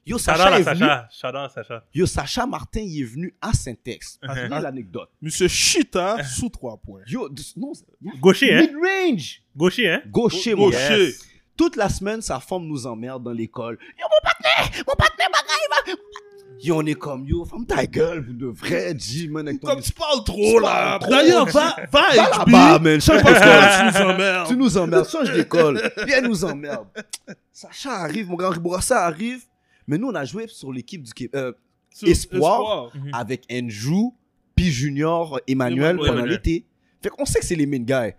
[SPEAKER 2] Yo,
[SPEAKER 4] Shout out
[SPEAKER 2] Sacha
[SPEAKER 4] à
[SPEAKER 2] est venu.
[SPEAKER 4] Sacha. Shout out à Sacha.
[SPEAKER 2] Yo, Sacha Martin, il est venu à Saint-Ex.
[SPEAKER 4] Mhm.
[SPEAKER 2] Raconte-nous l'anecdote.
[SPEAKER 3] Monsieur
[SPEAKER 2] Eh.
[SPEAKER 3] Chita, sous 3 points.
[SPEAKER 2] Yo, dis- non, c'est-
[SPEAKER 4] Gaucher, hein?
[SPEAKER 2] mid-range.
[SPEAKER 4] Gaucher, hein?
[SPEAKER 2] Gaucher, mon gars.
[SPEAKER 3] Gaucher.
[SPEAKER 4] Yes.
[SPEAKER 2] Toute la semaine, sa femme nous emmerde dans l'école. Yo, mon partenaire, mon partenaire, bagaille, va. Yo, on est comme yo, ferme ta gueule, vous de vrai, G-Man, avec ton
[SPEAKER 3] Comme tu parles
[SPEAKER 2] Tu
[SPEAKER 3] trop là.
[SPEAKER 2] parles trop.
[SPEAKER 3] D'ailleurs, va, va,
[SPEAKER 2] Va
[SPEAKER 3] HB.
[SPEAKER 2] là-bas, man.
[SPEAKER 4] [laughs]
[SPEAKER 2] Change
[SPEAKER 3] Parce
[SPEAKER 2] d'école.
[SPEAKER 3] que tu nous emmerdes.
[SPEAKER 2] Tu nous emmerdes. Change d'école. Viens nous emmerde. Sacha arrive, mon grand Henri Bourassa arrive. Mais nous, on a joué sur l'équipe du Québec. euh,
[SPEAKER 3] Sur-
[SPEAKER 2] Espoir.
[SPEAKER 4] Mhm.
[SPEAKER 2] avec Andrew, puis Junior, Emmanuel
[SPEAKER 4] Emmanuel.
[SPEAKER 2] pendant
[SPEAKER 4] Emmanuel.
[SPEAKER 2] l'été. Fait qu'on sait que c'est les main guys.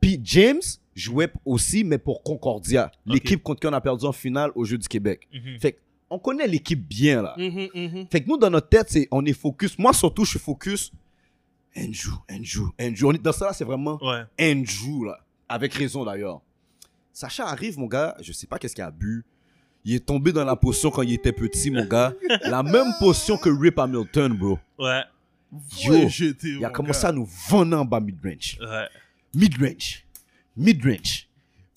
[SPEAKER 2] Puis James jouait aussi, mais pour Concordia.
[SPEAKER 4] Ok.
[SPEAKER 2] L'équipe contre qui on a perdu en finale au Jeu du Québec.
[SPEAKER 4] Mhm.
[SPEAKER 2] Fait qu'on connaît l'équipe bien, là.
[SPEAKER 3] Mhm, mhm.
[SPEAKER 2] Fait que nous, dans notre tête, c'est, on est focus. Moi, surtout, je suis focus. Andrew, Andrew, Andrew. On est, dans ça, là, c'est vraiment
[SPEAKER 4] Ouais.
[SPEAKER 2] Andrew, là. Avec raison, d'ailleurs. Sacha arrive, mon gars. Je sais pas qu'est-ce qu'il a bu. Il est tombé dans la potion quand il était petit, mon gars. La même potion que Rip Hamilton, bro.
[SPEAKER 4] Ouais.
[SPEAKER 2] Yo,
[SPEAKER 3] Ouais, j'étais,
[SPEAKER 2] Il a
[SPEAKER 3] mon
[SPEAKER 2] commencé
[SPEAKER 3] gars.
[SPEAKER 2] à nous vendre en bas mid-range.
[SPEAKER 4] Ouais.
[SPEAKER 2] Mid-range. Mid-range.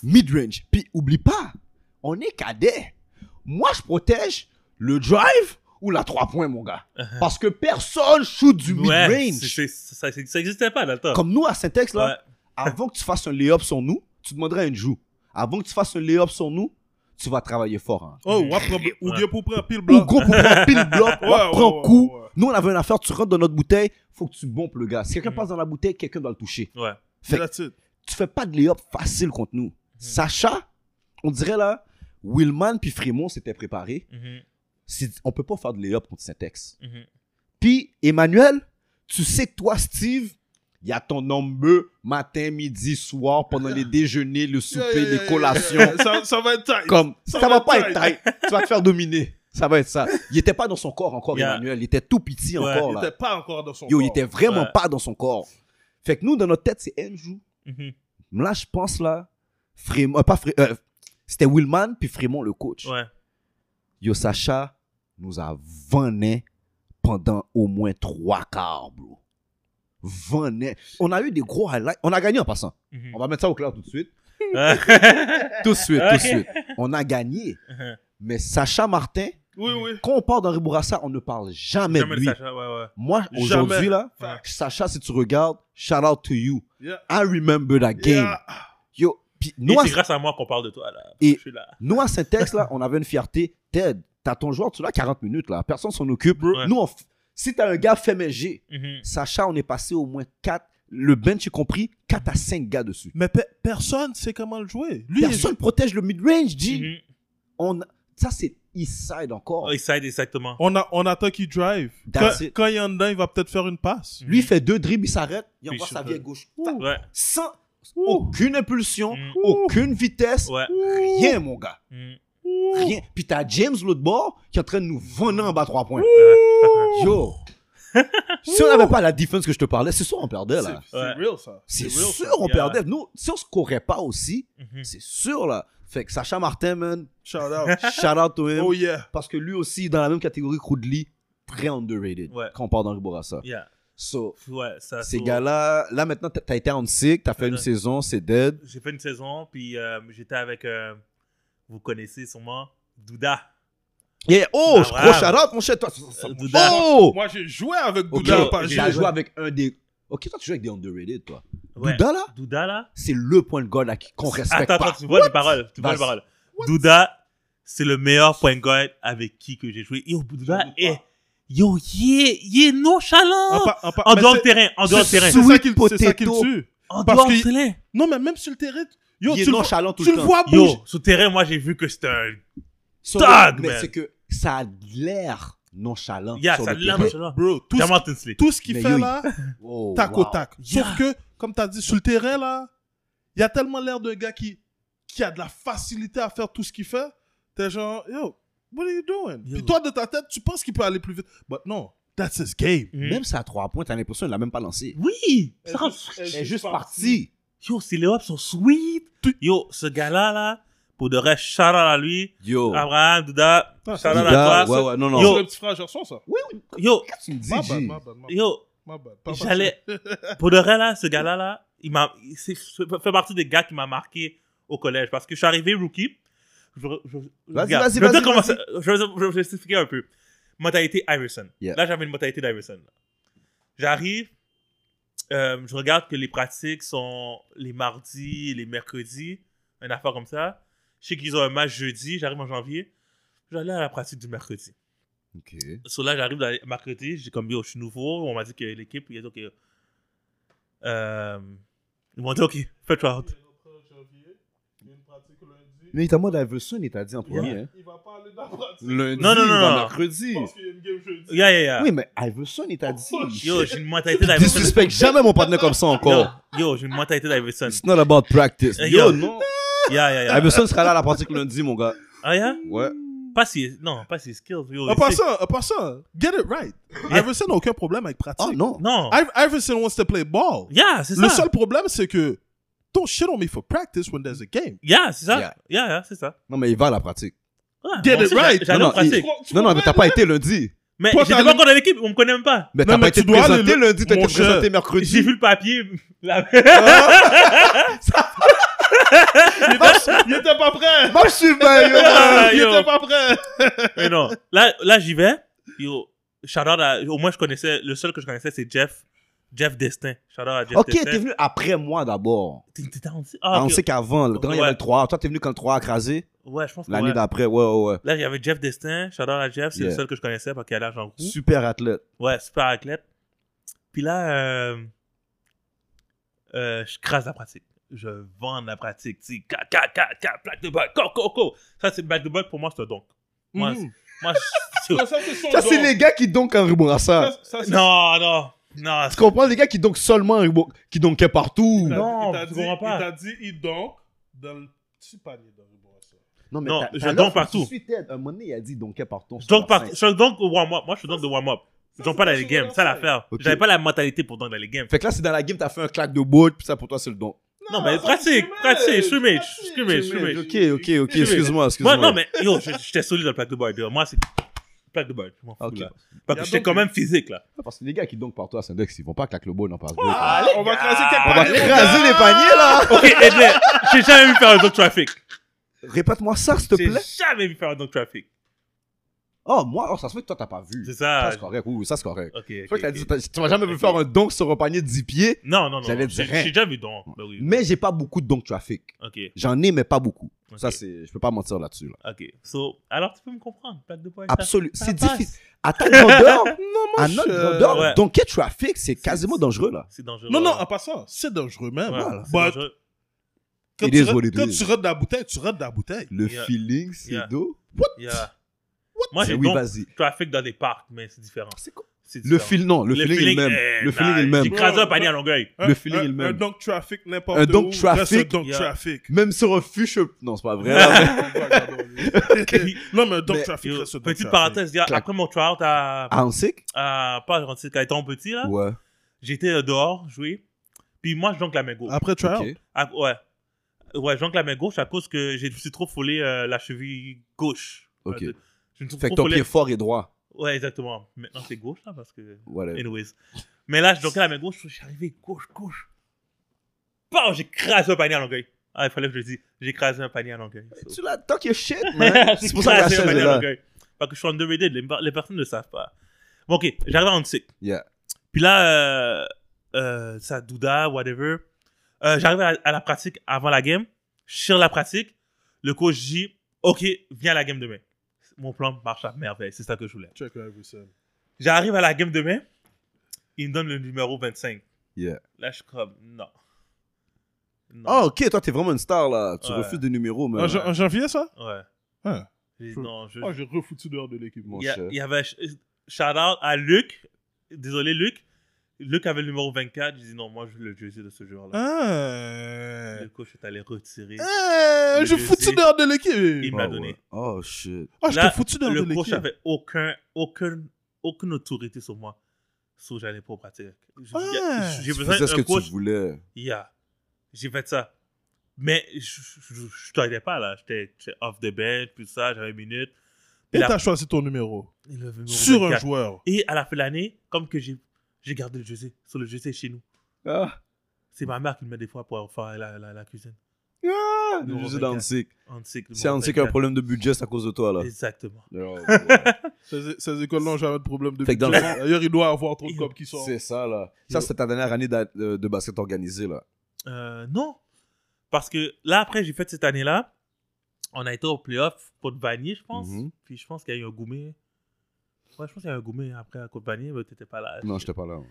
[SPEAKER 2] Mid-range. Puis, oublie pas, on est cadet. Moi, je protège le drive ou la 3 points, mon gars.
[SPEAKER 3] Uh-huh.
[SPEAKER 2] Parce que personne shoot du
[SPEAKER 4] Ouais.
[SPEAKER 2] mid-range.
[SPEAKER 4] c'est- c'est- Ça ça- ça existait pas, là, le temps.
[SPEAKER 2] Comme nous, à Saint-Ex, là,
[SPEAKER 4] Ouais.
[SPEAKER 2] avant que tu fasses un lay-up sur nous, tu demanderais un joue. Avant que tu fasses un lay-up sur nous, tu vas travailler fort. Hein.
[SPEAKER 3] Oh, on va prendre- ou bien pour prendre pile
[SPEAKER 2] Ou
[SPEAKER 3] blanc.
[SPEAKER 2] gros pour prendre
[SPEAKER 3] [laughs]
[SPEAKER 2] pile bloc,
[SPEAKER 3] Ouais,
[SPEAKER 2] on
[SPEAKER 3] ouais,
[SPEAKER 2] prend
[SPEAKER 3] ouais,
[SPEAKER 2] coup.
[SPEAKER 3] ouais.
[SPEAKER 2] Nous, on avait une affaire, tu rentres dans notre bouteille, faut que tu bombes le gars. Si quelqu'un
[SPEAKER 3] Mm-hmm.
[SPEAKER 4] Mhm.
[SPEAKER 2] passe dans la bouteille, quelqu'un doit le toucher.
[SPEAKER 4] Ouais.
[SPEAKER 2] Fait-
[SPEAKER 3] That's it.
[SPEAKER 2] tu fais pas de lay-up facile contre
[SPEAKER 3] Hmm.
[SPEAKER 2] nous. Sacha, on dirait là, Willman puis Frémont s'étaient préparés.
[SPEAKER 4] Mhm.
[SPEAKER 2] C'est- On peut pas faire de lay-up contre Syntex.
[SPEAKER 4] Mhm.
[SPEAKER 2] Puis Emmanuel, tu sais que toi, Steve, il y a ton nombre matin, midi, soir, pendant
[SPEAKER 3] [laughs]
[SPEAKER 2] les déjeuners, le souper,
[SPEAKER 3] Yeah, yeah,
[SPEAKER 2] les
[SPEAKER 3] yeah,
[SPEAKER 2] collations.
[SPEAKER 3] yeah, yeah. [laughs] Ça, ça va être tight.
[SPEAKER 2] Comme, ça,
[SPEAKER 3] Ça
[SPEAKER 2] va
[SPEAKER 3] va
[SPEAKER 2] pas
[SPEAKER 3] être
[SPEAKER 2] être taille. Tu vas te faire dominer. Ça va être ça. Il était pas dans son corps encore,
[SPEAKER 4] Yeah.
[SPEAKER 2] Emmanuel. Il était tout petit
[SPEAKER 4] Ouais,
[SPEAKER 2] encore.
[SPEAKER 3] Il
[SPEAKER 2] là.
[SPEAKER 3] était pas encore dans son
[SPEAKER 2] Yo,
[SPEAKER 3] corps.
[SPEAKER 2] il était vraiment
[SPEAKER 4] Ouais.
[SPEAKER 2] pas dans son corps. Fait que nous, dans notre tête, c'est Andrew.
[SPEAKER 4] Mhm.
[SPEAKER 2] Là, je pense là, Frémont, euh, pas Fré- euh, c'était Willman puis Frémont le coach.
[SPEAKER 4] Ouais.
[SPEAKER 2] Yo Sacha nous a vanné pendant au moins trois quarts, bro. Vanné. On a eu des gros highlights. On a gagné en passant.
[SPEAKER 4] Mhm.
[SPEAKER 2] On va mettre ça au clair tout de suite.
[SPEAKER 4] Ouais.
[SPEAKER 2] [laughs] Tout de suite, tout de
[SPEAKER 4] Ouais.
[SPEAKER 2] suite. On a gagné.
[SPEAKER 4] [laughs] Mhm.
[SPEAKER 2] Mais Sacha Martin,
[SPEAKER 3] Oui, oui.
[SPEAKER 2] quand on parle d'Henri Bourassa, on ne parle jamais,
[SPEAKER 4] Jamais
[SPEAKER 2] de
[SPEAKER 4] le
[SPEAKER 2] lui.
[SPEAKER 4] Sacha. Ouais, ouais.
[SPEAKER 2] Moi,
[SPEAKER 3] Jamais.
[SPEAKER 2] aujourd'hui, là,
[SPEAKER 3] Fuck.
[SPEAKER 2] Sacha, si tu regardes, shout out to you.
[SPEAKER 3] Yeah.
[SPEAKER 2] I remember that game.
[SPEAKER 3] Yeah.
[SPEAKER 2] Yo, pis
[SPEAKER 4] Et
[SPEAKER 2] nous, à
[SPEAKER 4] c'est grâce à moi qu'on parle de toi, là.
[SPEAKER 2] Et-
[SPEAKER 4] Je suis là.
[SPEAKER 2] Nous, à Saint-Ex, là, on avait une fierté. Ted, t'as ton joueur, tu l'as 40 minutes, là. Personne s'en occupe.
[SPEAKER 4] Ouais.
[SPEAKER 2] Nous, on f- si t'as un gars FMG,
[SPEAKER 4] Mhm.
[SPEAKER 2] Sacha, on est passé au moins 4, le bench y compris, 4 à 5 gars dessus.
[SPEAKER 3] Mais pe- personne sait comment le jouer. Lui,
[SPEAKER 2] Personne protège le mid-range, dit.
[SPEAKER 4] Mhm.
[SPEAKER 2] on... Ça, c'est East Side encore.
[SPEAKER 4] Oh, il s'aide exactement.
[SPEAKER 3] il- on, a, on attend qu'il drive. Quand,
[SPEAKER 2] That's it.
[SPEAKER 3] quand il est en dedans, il va peut-être faire une passe.
[SPEAKER 2] Lui, il fait deux dribbles, il s'arrête, il
[SPEAKER 4] Puis
[SPEAKER 2] envoie
[SPEAKER 4] il
[SPEAKER 2] sa
[SPEAKER 4] shoot.
[SPEAKER 2] vieille gauche. Fa-
[SPEAKER 4] Ouais.
[SPEAKER 2] Sans aucune impulsion,
[SPEAKER 4] Mhm.
[SPEAKER 2] aucune vitesse,
[SPEAKER 4] Ouais.
[SPEAKER 2] rien, mon gars.
[SPEAKER 4] Mhm.
[SPEAKER 2] Rien. Puis t'as James, l'autre bord, qui est en train de nous vendre en bas 3 points. Yo, [laughs] Si on n'avait pas la défense que je te parlais, c'est sûr on perdait,
[SPEAKER 3] C'est
[SPEAKER 2] là.
[SPEAKER 3] c'est
[SPEAKER 4] Ouais.
[SPEAKER 3] real, ça.
[SPEAKER 2] C'est
[SPEAKER 3] real, ça.
[SPEAKER 2] sûr on
[SPEAKER 4] Yeah.
[SPEAKER 2] perdait. Nous, si on scorait pas aussi,
[SPEAKER 4] Mhm.
[SPEAKER 2] c'est sûr, là. Fait que Sacha Martin, man, [laughs]
[SPEAKER 3] Shout
[SPEAKER 4] [laughs]
[SPEAKER 3] out.
[SPEAKER 2] shout out to him.
[SPEAKER 3] Oh yeah.
[SPEAKER 2] Parce que lui aussi, dans la même catégorie que Woodley, très underrated
[SPEAKER 4] Ouais.
[SPEAKER 2] quand on parle d'Henri Bourassa.
[SPEAKER 4] Yeah.
[SPEAKER 2] So,
[SPEAKER 4] Ouais, ça.
[SPEAKER 2] ces
[SPEAKER 4] so-
[SPEAKER 2] gars-là, là maintenant, t'as t'as été en sick, t'as fait
[SPEAKER 4] Ouais.
[SPEAKER 2] une saison, c'est dead.
[SPEAKER 4] J'ai fait une saison, puis euh, j'étais avec. euh, vous connaissez sûrement Douda.
[SPEAKER 2] Yeah, oh,
[SPEAKER 4] Ah,
[SPEAKER 2] je
[SPEAKER 4] bravo.
[SPEAKER 2] gros shout out, mon chef, toi.
[SPEAKER 4] Euh, Douda.
[SPEAKER 2] Oh!
[SPEAKER 3] Moi, j'ai joué avec
[SPEAKER 2] Ok,
[SPEAKER 3] Douda pas
[SPEAKER 4] j'ai
[SPEAKER 2] t'as
[SPEAKER 4] joué.
[SPEAKER 2] joué avec un des. Ok, toi, tu joues avec des underrated, toi.
[SPEAKER 4] Ouais.
[SPEAKER 2] Douda, là,
[SPEAKER 4] Douda, là.
[SPEAKER 2] c'est le point de guard à qui- qu'on respecte
[SPEAKER 4] Attends,
[SPEAKER 2] pas.
[SPEAKER 4] attends, tu vois les paroles. Tu vois
[SPEAKER 2] Vas-
[SPEAKER 4] les paroles. Douda, c'est le meilleur point guard avec qui que j'ai joué. Yo,
[SPEAKER 2] J'en
[SPEAKER 4] Douda
[SPEAKER 2] doute
[SPEAKER 4] est.
[SPEAKER 2] pas.
[SPEAKER 4] eh, Yo, il est, il est
[SPEAKER 3] Ah,
[SPEAKER 4] nonchalant. En dehors du terrain, en dehors du terrain.
[SPEAKER 2] sous-
[SPEAKER 3] C'est ça qui
[SPEAKER 2] Sweet
[SPEAKER 3] c'est ça qui le
[SPEAKER 2] potato.
[SPEAKER 3] tue.
[SPEAKER 4] En
[SPEAKER 3] parce
[SPEAKER 4] dehors
[SPEAKER 3] que-
[SPEAKER 4] du terrain.
[SPEAKER 3] Non, mais même sur le terrain, yo,
[SPEAKER 2] il est
[SPEAKER 3] tu le vois-
[SPEAKER 2] nonchalant tout
[SPEAKER 3] tu
[SPEAKER 2] le
[SPEAKER 3] le
[SPEAKER 2] temps.
[SPEAKER 3] vois bouger.
[SPEAKER 4] Yo, sous terrain, moi, j'ai vu que c'était un.
[SPEAKER 2] Sur
[SPEAKER 4] Tag,
[SPEAKER 2] le- Mais
[SPEAKER 4] man.
[SPEAKER 2] c'est que ça a l'air nonchalant.
[SPEAKER 4] Yeah,
[SPEAKER 2] Ah, sur
[SPEAKER 4] ça
[SPEAKER 2] le
[SPEAKER 4] l'a
[SPEAKER 2] terrain.
[SPEAKER 4] nonchalant.
[SPEAKER 3] Bro, tout ce-
[SPEAKER 4] Diamant Tinsley.
[SPEAKER 3] tout ce qu'il
[SPEAKER 2] Mais
[SPEAKER 3] fait
[SPEAKER 2] yo,
[SPEAKER 3] là,
[SPEAKER 2] Oh,
[SPEAKER 3] tac
[SPEAKER 2] wow.
[SPEAKER 3] au tac.
[SPEAKER 4] Yeah.
[SPEAKER 3] Sauf que, comme t'as dit, sur le terrain, là, il y a tellement l'air d'un gars qui, qui a de la facilité à faire tout ce qu'il fait. T'es genre, yo, what are you doing?
[SPEAKER 4] Yo.
[SPEAKER 3] Puis toi, de ta tête, tu penses qu'il peut aller plus vite. But non, that's his game.
[SPEAKER 4] Mm.
[SPEAKER 2] Même ça à 3 points, t'as l'impression qu'il l'a même pas lancé.
[SPEAKER 4] Oui! Ça rend-
[SPEAKER 2] Elle est juste partie.
[SPEAKER 4] Yo, ses lay-ups sont sweet!
[SPEAKER 3] Tu-
[SPEAKER 4] Yo, ce gars-là, là, pour de vrai, shout out à lui.
[SPEAKER 2] Yo.
[SPEAKER 4] Abraham, Douda,
[SPEAKER 3] Ah,
[SPEAKER 4] shout out
[SPEAKER 2] Ida,
[SPEAKER 4] à toi.
[SPEAKER 2] ouais, ouais, non, non.
[SPEAKER 4] Yo. Bah,
[SPEAKER 3] C'est le petit frère Gerson, ça.
[SPEAKER 4] Yo,
[SPEAKER 2] Qu'est-ce que tu me dis,
[SPEAKER 3] Ma bad,
[SPEAKER 2] G?
[SPEAKER 3] ma bad, ma bad,
[SPEAKER 4] yo,
[SPEAKER 3] ma bad. Pas
[SPEAKER 4] j'allais. Pour de vrai, là, ce gars-là, là, il m'a. il- c'est- c'est- fait partie des gars qui m'a marqué au collège. Parce que je suis arrivé rookie. Je, je,
[SPEAKER 2] Vas-y,
[SPEAKER 4] regarde,
[SPEAKER 2] vas-y,
[SPEAKER 4] je vais
[SPEAKER 2] vas-y,
[SPEAKER 4] dire comment
[SPEAKER 2] vas-y.
[SPEAKER 4] ça- je vais- je vais vous expliquer un peu. Mentalité Iverson.
[SPEAKER 2] Yeah.
[SPEAKER 4] Là, j'avais une mentalité d'Iverson. là. J'arrive, euh, je regarde que les pratiques sont les mardis, les mercredis, une affaire comme ça. Je sais qu'ils ont un match jeudi, j'arrive en janvier. J'allais à la pratique du mercredi.
[SPEAKER 2] Ok.
[SPEAKER 4] So là, j'arrive dans- mercredi, j'ai comme, yo, je suis nouveau. On m'a dit que l'équipe, il a dit, ok. Euh, ils m'ont dit, ok, faites out.
[SPEAKER 2] Mais t'as moi d'Iverson, il t'a dit en premier.
[SPEAKER 4] Yeah.
[SPEAKER 2] hein.
[SPEAKER 3] Il va pas aller dans la pratique.
[SPEAKER 2] Lundi,
[SPEAKER 4] Non, non, non,
[SPEAKER 2] dans
[SPEAKER 4] non.
[SPEAKER 2] mercredi.
[SPEAKER 3] Parce qu'il y a une game jeudi.
[SPEAKER 4] Yeah, yeah, yeah.
[SPEAKER 2] Oui, mais Iverson, il t'a dit.
[SPEAKER 4] Yo, j'ai une mentalité d'Iverson.
[SPEAKER 2] Disrespect jamais mon partenaire comme ça
[SPEAKER 4] Yo,
[SPEAKER 2] encore.
[SPEAKER 4] yo, j'ai une mentalité d'Iverson.
[SPEAKER 2] It's not about practice.
[SPEAKER 4] Hey,
[SPEAKER 2] Yo,
[SPEAKER 4] yo.
[SPEAKER 2] non.
[SPEAKER 4] Yeah, yeah, yeah.
[SPEAKER 2] Iverson sera là à la pratique lundi, mon gars.
[SPEAKER 4] Ah, yeah?
[SPEAKER 2] Ouais.
[SPEAKER 4] Pas si, non, pas si skills. Yo,
[SPEAKER 3] En
[SPEAKER 4] il sait-
[SPEAKER 3] passant, en passant, get it right.
[SPEAKER 4] Yeah.
[SPEAKER 3] Iverson n'a aucun problème avec pratique.
[SPEAKER 2] Oh non.
[SPEAKER 4] Non.
[SPEAKER 3] Iv- Iverson wants to play ball.
[SPEAKER 4] Yeah, c'est ça.
[SPEAKER 3] Le seul problème, c'est que don't shit on me for practice when there's a game.
[SPEAKER 4] Yeah, c'est ça.
[SPEAKER 2] Yeah.
[SPEAKER 4] Yeah, yeah, c'est ça.
[SPEAKER 2] Non, mais il va à la pratique.
[SPEAKER 4] Ouais,
[SPEAKER 3] Get it
[SPEAKER 4] moi aussi,
[SPEAKER 3] right.
[SPEAKER 4] j'a-
[SPEAKER 2] Non, non,
[SPEAKER 4] J'adore pratique.
[SPEAKER 2] il- Non, non, mais t'as pas été lundi.
[SPEAKER 4] Mais
[SPEAKER 3] Toi,
[SPEAKER 4] j'étais
[SPEAKER 3] t'as
[SPEAKER 4] pas
[SPEAKER 3] allé-
[SPEAKER 4] encore dans l'équipe, on me connaît même pas.
[SPEAKER 2] Mais Ben,
[SPEAKER 3] Non,
[SPEAKER 2] t'as
[SPEAKER 3] mais
[SPEAKER 2] pas été
[SPEAKER 3] tu dois aller
[SPEAKER 2] présenté
[SPEAKER 3] le-
[SPEAKER 2] lundi, t'as
[SPEAKER 3] mon
[SPEAKER 2] été
[SPEAKER 3] cher.
[SPEAKER 2] présenté mercredi.
[SPEAKER 4] J'ai vu le papier. [laughs] la-
[SPEAKER 3] Il était, il était pas prêt.
[SPEAKER 2] [laughs] Moi, je suis bien, yo.
[SPEAKER 4] Ah,
[SPEAKER 3] il
[SPEAKER 4] yo.
[SPEAKER 3] était pas prêt.
[SPEAKER 4] Mais non. Là, là j'y vais. Yo, shout out à- au moins je connaissais, le seul que je connaissais, c'est Jeff. Jeff Destin. Shout out à
[SPEAKER 2] [laughs]
[SPEAKER 4] Jeff
[SPEAKER 2] Ok, t'es
[SPEAKER 4] Destin.
[SPEAKER 2] venu après moi d'abord.
[SPEAKER 4] T'es- T'étais en
[SPEAKER 2] Ah,
[SPEAKER 4] Ah,
[SPEAKER 2] On
[SPEAKER 4] ok.
[SPEAKER 2] sait qu'avant, le temps, il y avait
[SPEAKER 4] Ouais.
[SPEAKER 2] le 3. Toi, t'es venu quand le 3 a crasé
[SPEAKER 4] Ouais, je pense que
[SPEAKER 2] l'année
[SPEAKER 4] ouais.
[SPEAKER 2] d'après. Ouais, ouais, ouais.
[SPEAKER 4] Là, il y avait Jeff Destin. Shout out à Jeff, c'est
[SPEAKER 2] Yeah.
[SPEAKER 4] le seul que je connaissais parce qu'il a l'air genre. roux.
[SPEAKER 2] Super athlète.
[SPEAKER 4] Ouais, super athlète. Puis là, euh, euh, je crasse la pratique. Je vends la pratique. Tu sais, 4, 4, 4, 4, plaque de balle, go, go, go. Ça, c'est back de balle, pour moi, c'est un donk. Moi,
[SPEAKER 3] Mhm.
[SPEAKER 4] c'est-
[SPEAKER 2] [laughs]
[SPEAKER 4] moi je-
[SPEAKER 3] Ça, c'est son
[SPEAKER 2] Mm. Ça,
[SPEAKER 3] don.
[SPEAKER 2] c'est les gars qui donkent Henri Bourassa.
[SPEAKER 3] Ça, ça, c'est-
[SPEAKER 4] non, non, non.
[SPEAKER 2] Tu comprends les gars qui donkent seulement Henri Bourassa, qui donkaient partout.
[SPEAKER 3] Il t'a-
[SPEAKER 4] Non,
[SPEAKER 3] il t'a
[SPEAKER 4] tu
[SPEAKER 3] dit-
[SPEAKER 4] comprends pas.
[SPEAKER 3] Il t'a dit, il donc dans le petit panier de Bourassa.
[SPEAKER 2] Non, mais
[SPEAKER 4] Non,
[SPEAKER 2] t'as-
[SPEAKER 4] je
[SPEAKER 2] t'as
[SPEAKER 4] donk
[SPEAKER 2] l'offre
[SPEAKER 4] partout.
[SPEAKER 2] tout de suite, Ed. un moment donné, il a dit donkait partout.
[SPEAKER 4] Je
[SPEAKER 2] sur
[SPEAKER 4] donk
[SPEAKER 2] la
[SPEAKER 4] par-
[SPEAKER 2] scène.
[SPEAKER 4] je donk au warm-up. Moi, je donk de warm-up. Je
[SPEAKER 3] Ça,
[SPEAKER 4] donk
[SPEAKER 3] c'est
[SPEAKER 4] pas
[SPEAKER 3] pas
[SPEAKER 4] dans les
[SPEAKER 3] sur
[SPEAKER 4] games,
[SPEAKER 3] la
[SPEAKER 4] ça
[SPEAKER 3] scène.
[SPEAKER 4] l'affaire.
[SPEAKER 2] Ok.
[SPEAKER 4] J'avais pas la mentalité pour donk dans les games.
[SPEAKER 2] Fait que là, c'est dans la game, t'as fait un claque de bout, puis ça pour toi, c'est le donk.
[SPEAKER 4] Non, mais
[SPEAKER 3] ça,
[SPEAKER 4] pratique,
[SPEAKER 3] scrimmage,
[SPEAKER 4] pratique, scrimmage,
[SPEAKER 3] pratique,
[SPEAKER 4] scrimmage,
[SPEAKER 3] scrimmage.
[SPEAKER 4] scrimmage.
[SPEAKER 2] Ok, ok, ok, excuse-moi, excuse-moi.
[SPEAKER 4] Moi, non, mais yo, je- j'étais solide dans le plaque de balle. Moi, c'est plaque de balle. Je m'en fous,
[SPEAKER 2] Ok.
[SPEAKER 4] là. Parce
[SPEAKER 3] Y a
[SPEAKER 4] que j'étais
[SPEAKER 3] donc-
[SPEAKER 4] quand même physique, là.
[SPEAKER 2] Parce que les gars qui donkent partout à Sendex, ils vont pas claquer le ball, non, par exemple.
[SPEAKER 3] Ah, on va craser quelques
[SPEAKER 2] On va
[SPEAKER 3] paniers, mon
[SPEAKER 2] craser
[SPEAKER 3] gars.
[SPEAKER 2] les paniers, là!
[SPEAKER 4] Ok, Edler, [laughs] j'ai jamais vu faire un dunk traffic.
[SPEAKER 2] Répète-moi ça, s'il te
[SPEAKER 4] J'ai
[SPEAKER 2] plaît.
[SPEAKER 4] jamais vu faire un dunk traffic.
[SPEAKER 2] Oh, moi, oh, ça se fait que toi, t'as pas vu.
[SPEAKER 4] C'est
[SPEAKER 2] Ça,
[SPEAKER 4] ça.
[SPEAKER 2] c'est correct, oui, oui, ça, c'est correct.
[SPEAKER 4] Ok.
[SPEAKER 2] Une fois que t'as
[SPEAKER 4] ok,
[SPEAKER 2] dit,
[SPEAKER 4] ok.
[SPEAKER 2] t'as- tu m'as jamais vu
[SPEAKER 4] Ok.
[SPEAKER 2] faire un donk sur un panier de 10 pieds,
[SPEAKER 4] Non, non, non.
[SPEAKER 2] J'allais
[SPEAKER 4] non,
[SPEAKER 2] dire
[SPEAKER 4] J'ai
[SPEAKER 2] rien.
[SPEAKER 4] j'ai déjà vu donc. Ben oui.
[SPEAKER 2] mais j'ai pas beaucoup de donk traffic.
[SPEAKER 4] Ok.
[SPEAKER 2] J'en ai, mais pas beaucoup.
[SPEAKER 4] Ok.
[SPEAKER 2] Ça, c'est, je peux pas mentir là-dessus, là.
[SPEAKER 4] Ok. So, alors tu peux me comprendre. Plaque de poids. ça-
[SPEAKER 2] Absolument.
[SPEAKER 4] ça Ah,
[SPEAKER 2] C'est
[SPEAKER 4] passe.
[SPEAKER 2] difficile. À ta
[SPEAKER 4] [laughs]
[SPEAKER 2] grandeur,
[SPEAKER 3] Non, moi,
[SPEAKER 2] à
[SPEAKER 3] je-
[SPEAKER 2] notre grandeur,
[SPEAKER 4] ouais.
[SPEAKER 2] donc, quel traffic, c'est quasiment dangereux, là.
[SPEAKER 4] C'est dangereux.
[SPEAKER 3] Non, non, en
[SPEAKER 4] ouais.
[SPEAKER 3] passant, c'est dangereux même.
[SPEAKER 4] Ouais,
[SPEAKER 3] Voilà.
[SPEAKER 4] c'est
[SPEAKER 3] But
[SPEAKER 4] dangereux.
[SPEAKER 3] quand
[SPEAKER 2] It
[SPEAKER 3] tu
[SPEAKER 2] is
[SPEAKER 3] rates-
[SPEAKER 2] what it
[SPEAKER 3] quand
[SPEAKER 2] is.
[SPEAKER 3] tu rates de la bouteille, tu rates de la bouteille.
[SPEAKER 2] Le
[SPEAKER 4] Yeah.
[SPEAKER 2] feeling, c'est
[SPEAKER 4] Yeah.
[SPEAKER 2] d'eau.
[SPEAKER 4] Yeah. Moi,
[SPEAKER 2] C'est
[SPEAKER 4] j'ai
[SPEAKER 2] Eh oui,
[SPEAKER 4] donc
[SPEAKER 2] vas-y.
[SPEAKER 4] traffic dans des parcs, mais c'est différent.
[SPEAKER 2] C'est quoi?
[SPEAKER 4] c'est
[SPEAKER 2] Le
[SPEAKER 4] différent.
[SPEAKER 2] fil, non, le, feeling, est le même.
[SPEAKER 4] eh,
[SPEAKER 2] le feeling
[SPEAKER 4] nah,
[SPEAKER 2] est le même.
[SPEAKER 4] J'écrasais un panier à Longueuil.
[SPEAKER 2] Le feeling est le
[SPEAKER 3] Hein? Un
[SPEAKER 2] même.
[SPEAKER 3] dunk traffic n'importe
[SPEAKER 2] Un
[SPEAKER 3] où.
[SPEAKER 2] dunk
[SPEAKER 3] reste
[SPEAKER 2] traffic.
[SPEAKER 3] Un dunk
[SPEAKER 4] Yeah.
[SPEAKER 3] traffic. [laughs]
[SPEAKER 2] Même sur un fiche. Non, c'est pas vrai.
[SPEAKER 4] [laughs]
[SPEAKER 3] [laughs] non, mais un dunk
[SPEAKER 2] Mais-
[SPEAKER 3] traffic reste un dunk
[SPEAKER 4] Petite
[SPEAKER 3] traffic.
[SPEAKER 4] parenthèse, dire,
[SPEAKER 2] Clac.
[SPEAKER 4] après mon tryout à,
[SPEAKER 2] Ah, en sick?
[SPEAKER 4] à pas quand quand étant petit, là,
[SPEAKER 2] Ouais.
[SPEAKER 4] j'étais euh, dehors, jouer. Puis moi, je jonque la main gauche.
[SPEAKER 3] Après tryout.
[SPEAKER 2] Ok.
[SPEAKER 4] Ah, ouais. Ouais, je jonque la main gauche à cause que j'ai- je me suis trop foulé euh, la cheville gauche.
[SPEAKER 2] Ok.
[SPEAKER 4] Euh, Je me suis
[SPEAKER 2] Fait que ton
[SPEAKER 4] trop foulé.
[SPEAKER 2] pied fort et droit.
[SPEAKER 4] Ouais, exactement. Maintenant, c'est gauche, là, parce que.
[SPEAKER 2] Voilà.
[SPEAKER 4] Anyways. Mais là, je jonkais la main gauche, je suis arrivé gauche, gauche. Bam, j'écrase un panier à Longueuil. Ah, il fallait que je le dise. J'écrase un panier à Longueuil. So-
[SPEAKER 2] Tu l'as talk your
[SPEAKER 4] [laughs]
[SPEAKER 2] shit, man. c'est pour ça que la
[SPEAKER 4] J'écrase un
[SPEAKER 2] chaise
[SPEAKER 4] panier
[SPEAKER 2] est
[SPEAKER 4] à
[SPEAKER 2] là.
[SPEAKER 4] Longueuil. Parce que je suis en 2 les, les personnes ne le savent pas. Bon, ok, j'arrive en Antique.
[SPEAKER 2] Yeah.
[SPEAKER 4] Puis là, euh, euh, ça, Douda, whatever. Euh, j'arrive à, à la pratique avant la game. Je suis sur la pratique. Le coach dit Ok, viens à la game demain. Mon plan marche à merveille. C'est ça que je voulais.
[SPEAKER 3] Check Iverson.
[SPEAKER 4] J'arrive à la game demain. Il me donne le numéro 25.
[SPEAKER 2] Yeah.
[SPEAKER 4] Là, je suis comme, non. Non.
[SPEAKER 2] Ah, ok, toi, t'es vraiment une star, là. Tu
[SPEAKER 4] Ouais.
[SPEAKER 2] refuses des numéros, man.
[SPEAKER 3] En ja- en janvier, ça
[SPEAKER 4] Ouais.
[SPEAKER 3] Hein.
[SPEAKER 4] J'ai-
[SPEAKER 3] Je-
[SPEAKER 4] Non, je...
[SPEAKER 3] Oh, j'ai refoutu dehors de l'équipe.
[SPEAKER 2] Mon
[SPEAKER 4] il, y a-
[SPEAKER 2] cher.
[SPEAKER 4] il y avait... Shout-out à Luc. Désolé, Luc. Luc avait le numéro 24. J'ai dit, non, moi, je veux le jersey de ce joueur-là.
[SPEAKER 3] Ah.
[SPEAKER 4] Le coach est allé retirer.
[SPEAKER 3] Ah,
[SPEAKER 4] Le
[SPEAKER 3] J'ai
[SPEAKER 4] jersey.
[SPEAKER 3] foutu dehors de
[SPEAKER 4] Il
[SPEAKER 3] l'équipe.
[SPEAKER 4] me l'a
[SPEAKER 2] Oh,
[SPEAKER 4] donné.
[SPEAKER 2] ouais. Oh, shit.
[SPEAKER 3] Ah, je
[SPEAKER 4] Là,
[SPEAKER 3] t'ai foutu dehors de
[SPEAKER 4] Le coach
[SPEAKER 3] l'équipe.
[SPEAKER 4] avait aucun, aucun, aucune autorité sur moi. Sauf que j'allais pas au pratique. J'ai-
[SPEAKER 3] Ah.
[SPEAKER 4] J'ai
[SPEAKER 2] Tu
[SPEAKER 4] besoin
[SPEAKER 2] faisais ce que
[SPEAKER 4] d'un coach
[SPEAKER 2] tu voulais.
[SPEAKER 4] Yeah. J'ai fait ça. Mais je je- je t'aidais pas là. J'étais j'étais off the bench, puis ça, j'avais une minute.
[SPEAKER 3] Et
[SPEAKER 4] la-
[SPEAKER 3] t'as choisi ton numéro.
[SPEAKER 4] Il avait numéro
[SPEAKER 3] Sur un
[SPEAKER 4] 24.
[SPEAKER 3] joueur.
[SPEAKER 4] Et à la fin de l'année, comme que j'ai j'ai gardé le jersey, sur le jersey chez nous.
[SPEAKER 2] Ah,
[SPEAKER 4] C'est ma mère qui me met des fois pour faire la, la, la cuisine.
[SPEAKER 2] ah,
[SPEAKER 4] Numéro
[SPEAKER 2] juste
[SPEAKER 4] 24.
[SPEAKER 2] Hansik.
[SPEAKER 4] Antique,
[SPEAKER 2] C'est Hansik qui a un problème de budget, c'est à cause de toi, là.
[SPEAKER 4] Exactement.
[SPEAKER 2] Oh, ouais.
[SPEAKER 3] Ces, ces écoles n'ont jamais de problème de
[SPEAKER 2] Fait que dans
[SPEAKER 3] budget. D'ailleurs, il doit avoir trop de
[SPEAKER 4] Il-
[SPEAKER 3] copes qui sortent.
[SPEAKER 2] C'est ça, là. Ça, c'était ta dernière année d'a- de de basket organisé, là.
[SPEAKER 4] Euh, non. Parce que là, après, j'ai fait cette année-là. On a été au playoff Côte Vanier, je pense.
[SPEAKER 2] Mhm.
[SPEAKER 4] Puis je pense qu'il y a eu un gourmet. Ouais, je pense qu'il y a eu un gourmet après à Côte Vanier, mais t'étais pas là.
[SPEAKER 2] Non, j'étais pas là. ouais.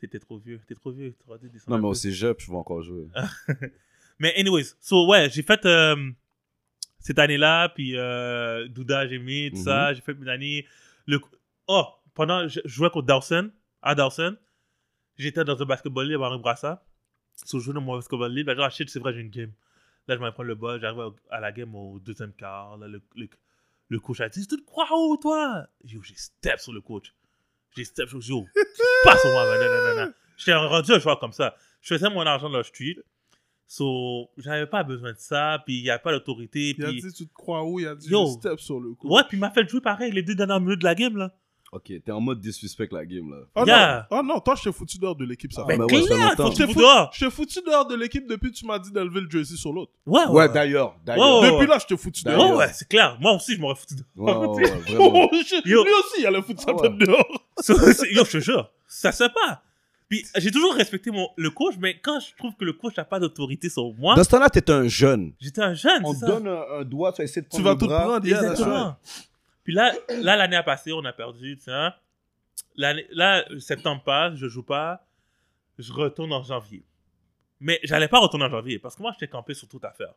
[SPEAKER 4] C'était trop vieux. T'es trop vieux. T'aurais dû descendre
[SPEAKER 2] Non, mais
[SPEAKER 4] un
[SPEAKER 2] au
[SPEAKER 4] peu.
[SPEAKER 2] cégep, je vais encore jouer.
[SPEAKER 4] Ah. Mais anyways, so ouais, j'ai fait euh, cette année-là, puis euh, Douda, j'ai mis tout
[SPEAKER 2] Mhm.
[SPEAKER 4] ça, j'ai fait mes années. Le... Oh, pendant je je jouais contre Dawson, à Dawson, j'étais dans un basketball libre à Brassa. So, je jouais dans mon basketball libre, genre, ah, shit, c'est vrai, j'ai une game. Là, je m'en prends le bol, j'arrive au- à la game au deuxième quart, là, le, le, le coach a dit, tu te crois où, toi? J'ai dit, j'ai step sur le coach. J'ai step sur le coach, passe sur moi, man, nan, nan, nan, nan. J'étais rendu un joueur comme ça. Je faisais mon argent dans le street. So, j'avais pas besoin de ça, puis il n'y avait pas d'autorité.
[SPEAKER 3] Il a
[SPEAKER 4] Puis...
[SPEAKER 3] dit, tu te crois où Il a dit,
[SPEAKER 4] Yo.
[SPEAKER 3] je step sur le coup.
[SPEAKER 4] Ouais, puis il m'a fait jouer pareil les deux dernières minutes de la game, là.
[SPEAKER 2] Ok, t'es en mode disrespect la game, là.
[SPEAKER 3] Oh,
[SPEAKER 4] Yeah.
[SPEAKER 3] non. oh non, toi, je t'ai foutu dehors de l'équipe, ça.
[SPEAKER 2] Ah,
[SPEAKER 4] Mais
[SPEAKER 2] ben ouais, ça fait
[SPEAKER 4] clair,
[SPEAKER 2] longtemps.
[SPEAKER 4] faut que
[SPEAKER 3] Je
[SPEAKER 4] tu me
[SPEAKER 3] t'ai
[SPEAKER 4] fous dehors.
[SPEAKER 3] Je t'ai foutu dehors de l'équipe depuis que tu m'as dit d'enlever le jersey sur l'autre.
[SPEAKER 4] Ouais,
[SPEAKER 2] Ouais, d'ailleurs, d'ailleurs.
[SPEAKER 4] [laughs] Ouais, ouais.
[SPEAKER 3] depuis là, je t'ai foutu
[SPEAKER 2] D'ailleurs.
[SPEAKER 4] Ouais,
[SPEAKER 3] dehors.
[SPEAKER 4] ouais, c'est clair. Moi aussi, je m'aurais foutu dehors.
[SPEAKER 2] Ouais, ouais, ouais, Ben vraiment.
[SPEAKER 3] [laughs] Oh, shit.
[SPEAKER 4] Yo.
[SPEAKER 3] Lui aussi, il allait foutre sa
[SPEAKER 2] Ah,
[SPEAKER 3] tête
[SPEAKER 2] ouais.
[SPEAKER 3] dehors.
[SPEAKER 4] [laughs] So, c'est- Yo, je te jure, ça se fait pas. Puis j'ai toujours respecté mon, le coach, mais quand je trouve que le coach n'a pas d'autorité sur moi,
[SPEAKER 2] Dans ce temps-là, t'étais un jeune.
[SPEAKER 4] j'étais un jeune,
[SPEAKER 2] On
[SPEAKER 4] c'est
[SPEAKER 2] te
[SPEAKER 4] ça.
[SPEAKER 2] donne un, un doigt, tu vas essayer de
[SPEAKER 3] Tu
[SPEAKER 2] prendre
[SPEAKER 3] vas
[SPEAKER 2] le
[SPEAKER 3] tout
[SPEAKER 2] bras.
[SPEAKER 3] prendre, yeah, that's right.
[SPEAKER 4] Exactement. Puis là, là l'année a passé, on a perdu, tu sais. hein. L'année- Là, septembre passe, je joue pas, je retourne en janvier. Mais j'allais pas retourner en janvier parce que moi, j'étais campé sur toute affaire.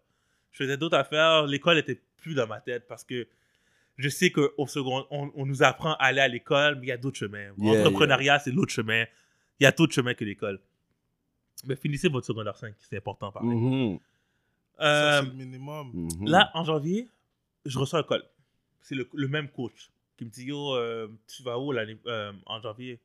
[SPEAKER 4] Je faisais d'autres affaires, l'école était plus dans ma tête parce que je sais qu'au second, on, on nous apprend à aller à l'école, mais il y a d'autres chemins.
[SPEAKER 2] Yeah,
[SPEAKER 4] L'entrepreneuriat, c'est l'autre chemin. Il y a d'autres chemins que l'école. Mais finissez votre secondaire 5, c'est important, par exemple.
[SPEAKER 2] Mhm,
[SPEAKER 3] Mm. Ça,
[SPEAKER 4] Euh,
[SPEAKER 3] c'est le minimum.
[SPEAKER 2] mhm.
[SPEAKER 4] Là, en janvier, je reçois un call. C'est le, le même coach qui me dit Yo, euh, tu vas où l'année- euh, en janvier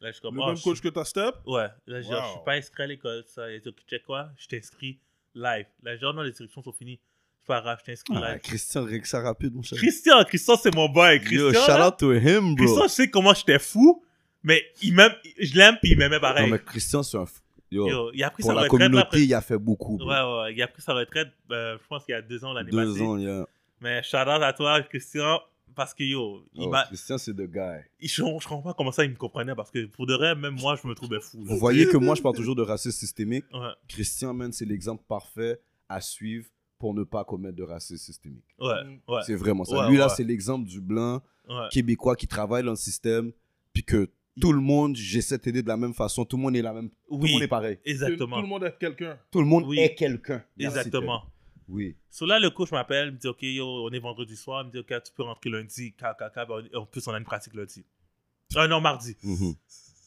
[SPEAKER 4] Là, je suis comme
[SPEAKER 3] Le
[SPEAKER 4] Ah,
[SPEAKER 3] même
[SPEAKER 4] je
[SPEAKER 3] coach
[SPEAKER 4] suis-
[SPEAKER 3] que t'as step.
[SPEAKER 4] Ouais, là, je dis, Ah, je
[SPEAKER 3] Wow.
[SPEAKER 4] suis pas inscrit à l'école. Ça. Il a dit Ok, check quoi Je t'inscris live. Là, je dis, Oh non, les inscriptions sont finies. C'est pas grave, je t'inscris
[SPEAKER 2] Ah,
[SPEAKER 4] live.
[SPEAKER 2] Christian, règle ça rapide, mon cher.
[SPEAKER 4] Christian, Christian, c'est mon boy. Christian,
[SPEAKER 2] Yo, shout
[SPEAKER 4] là,
[SPEAKER 2] out to him, bro.
[SPEAKER 4] Christian, je sais comment j'étais fou, mais il m'aime, je l'aime, puis il m'aimait
[SPEAKER 2] non,
[SPEAKER 4] pareil.
[SPEAKER 2] mais Christian, c'est un. f- Yo,
[SPEAKER 4] Yo, il a pris
[SPEAKER 2] pour
[SPEAKER 4] sa
[SPEAKER 2] la
[SPEAKER 4] retraite. là,
[SPEAKER 2] communauté,
[SPEAKER 4] après-
[SPEAKER 2] il a fait beaucoup. bro.
[SPEAKER 4] Ouais, ouais, il a pris sa retraite, euh, je pense qu'il y a deux ans l'année passée.
[SPEAKER 2] Deux ans, yeah.
[SPEAKER 4] Mais shout out à toi, Christian, parce que yo, il
[SPEAKER 2] Oh,
[SPEAKER 4] m'a-
[SPEAKER 2] Christian, c'est the guy.
[SPEAKER 4] il- je, je comprends pas comment ça il me comprenait, parce que pour de vrai, même moi, je me trouvais fou. là.
[SPEAKER 2] Vous voyez que moi, je
[SPEAKER 4] [laughs]
[SPEAKER 2] parle toujours de racisme systémique.
[SPEAKER 4] Ouais,
[SPEAKER 2] Christian, man, c'est l'exemple parfait à suivre pour ne pas commettre de racisme systémique.
[SPEAKER 4] ouais, ouais.
[SPEAKER 2] C'est vraiment ça.
[SPEAKER 4] Ouais,
[SPEAKER 2] Lui, là,
[SPEAKER 4] ouais.
[SPEAKER 2] c'est l'exemple du blanc
[SPEAKER 4] ouais.
[SPEAKER 2] québécois qui travaille dans le système, puis que tout le monde, j'essaie de t'aider de la même façon. Tout le monde est la même. Tout le
[SPEAKER 4] Oui,
[SPEAKER 2] monde est pareil.
[SPEAKER 4] exactement.
[SPEAKER 3] Tout le monde est quelqu'un.
[SPEAKER 2] Tout le monde
[SPEAKER 4] Oui.
[SPEAKER 2] est quelqu'un. Merci,
[SPEAKER 4] Exactement.
[SPEAKER 2] Ted. Oui.
[SPEAKER 4] So là, le coach m'appelle, me dit Ok, yo, on est vendredi soir, il me dit Ok, tu peux rentrer lundi, kkk, ben, on- en plus, on a une pratique lundi. Ah non, mardi.
[SPEAKER 2] Mhm.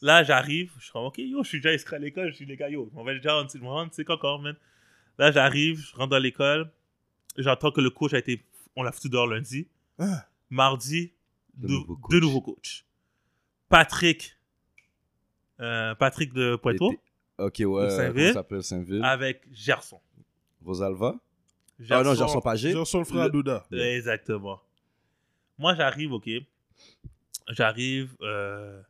[SPEAKER 4] Là, j'arrive, je suis comme, ok, yo, je suis déjà inscrit à l'école, je suis les gars, yo, on va déjà en petit monde, c'est quoi encore, man. Là, j'arrive, je rentre dans l'école, j'entends que le coach a été, on l'a foutu dehors lundi.
[SPEAKER 3] Ah.
[SPEAKER 4] Mardi,
[SPEAKER 2] De
[SPEAKER 4] deux-
[SPEAKER 2] nouveau coach.
[SPEAKER 4] deux nouveaux coachs. Patrick, euh, Patrick de Poitou,
[SPEAKER 2] L'été. Ok, ouais. euh,
[SPEAKER 4] Saint-Ville. Ah.
[SPEAKER 2] Comment ça s'appelle Saint-Ville
[SPEAKER 4] avec Gerson.
[SPEAKER 2] Rosalva Ah non, Gerson Pagé.
[SPEAKER 3] J'ai le frère
[SPEAKER 4] Le-
[SPEAKER 3] Douda.
[SPEAKER 4] Exactement. Moi, j'arrive, ok. J'arrive, euh,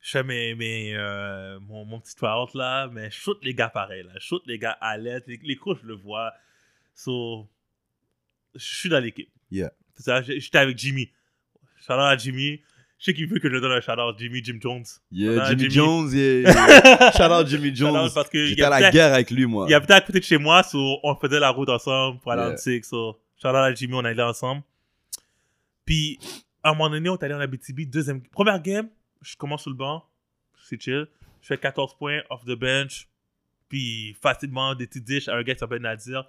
[SPEAKER 4] je fais mes, mes, euh, mon, mon petit try-out là, mais je shoot les gars pareil. Là. Je shoot les gars à l'aide. Les, les coachs, je le vois. So, je suis dans l'équipe.
[SPEAKER 2] Yeah.
[SPEAKER 4] C'est ça, j'- J'étais avec Jimmy. Shout-out à Jimmy. Je sais qu'il veut que je donne un shout-out Jimmy, Jim Jones.
[SPEAKER 2] Yeah,
[SPEAKER 4] Ah,
[SPEAKER 2] Jimmy,
[SPEAKER 4] Jimmy.
[SPEAKER 2] Jones.
[SPEAKER 4] [laughs]
[SPEAKER 2] Yeah, yeah. Shout out Jimmy Jones.
[SPEAKER 4] Shout-out parce que il
[SPEAKER 2] J'étais à la
[SPEAKER 4] habitait-
[SPEAKER 2] guerre avec lui, moi.
[SPEAKER 4] il habitait à côté de chez moi, so on faisait la route ensemble pour aller
[SPEAKER 2] Yeah.
[SPEAKER 4] en Tic. So, shout-out à Jimmy, on allait ensemble. Puis, à un moment donné, on est allé en Abitibi, deuxième... Première game, je commence sur le banc, c'est chill. Je fais 14 points off the bench. Puis, facilement, des petits dishes à un gars qui s'appelle Nadir.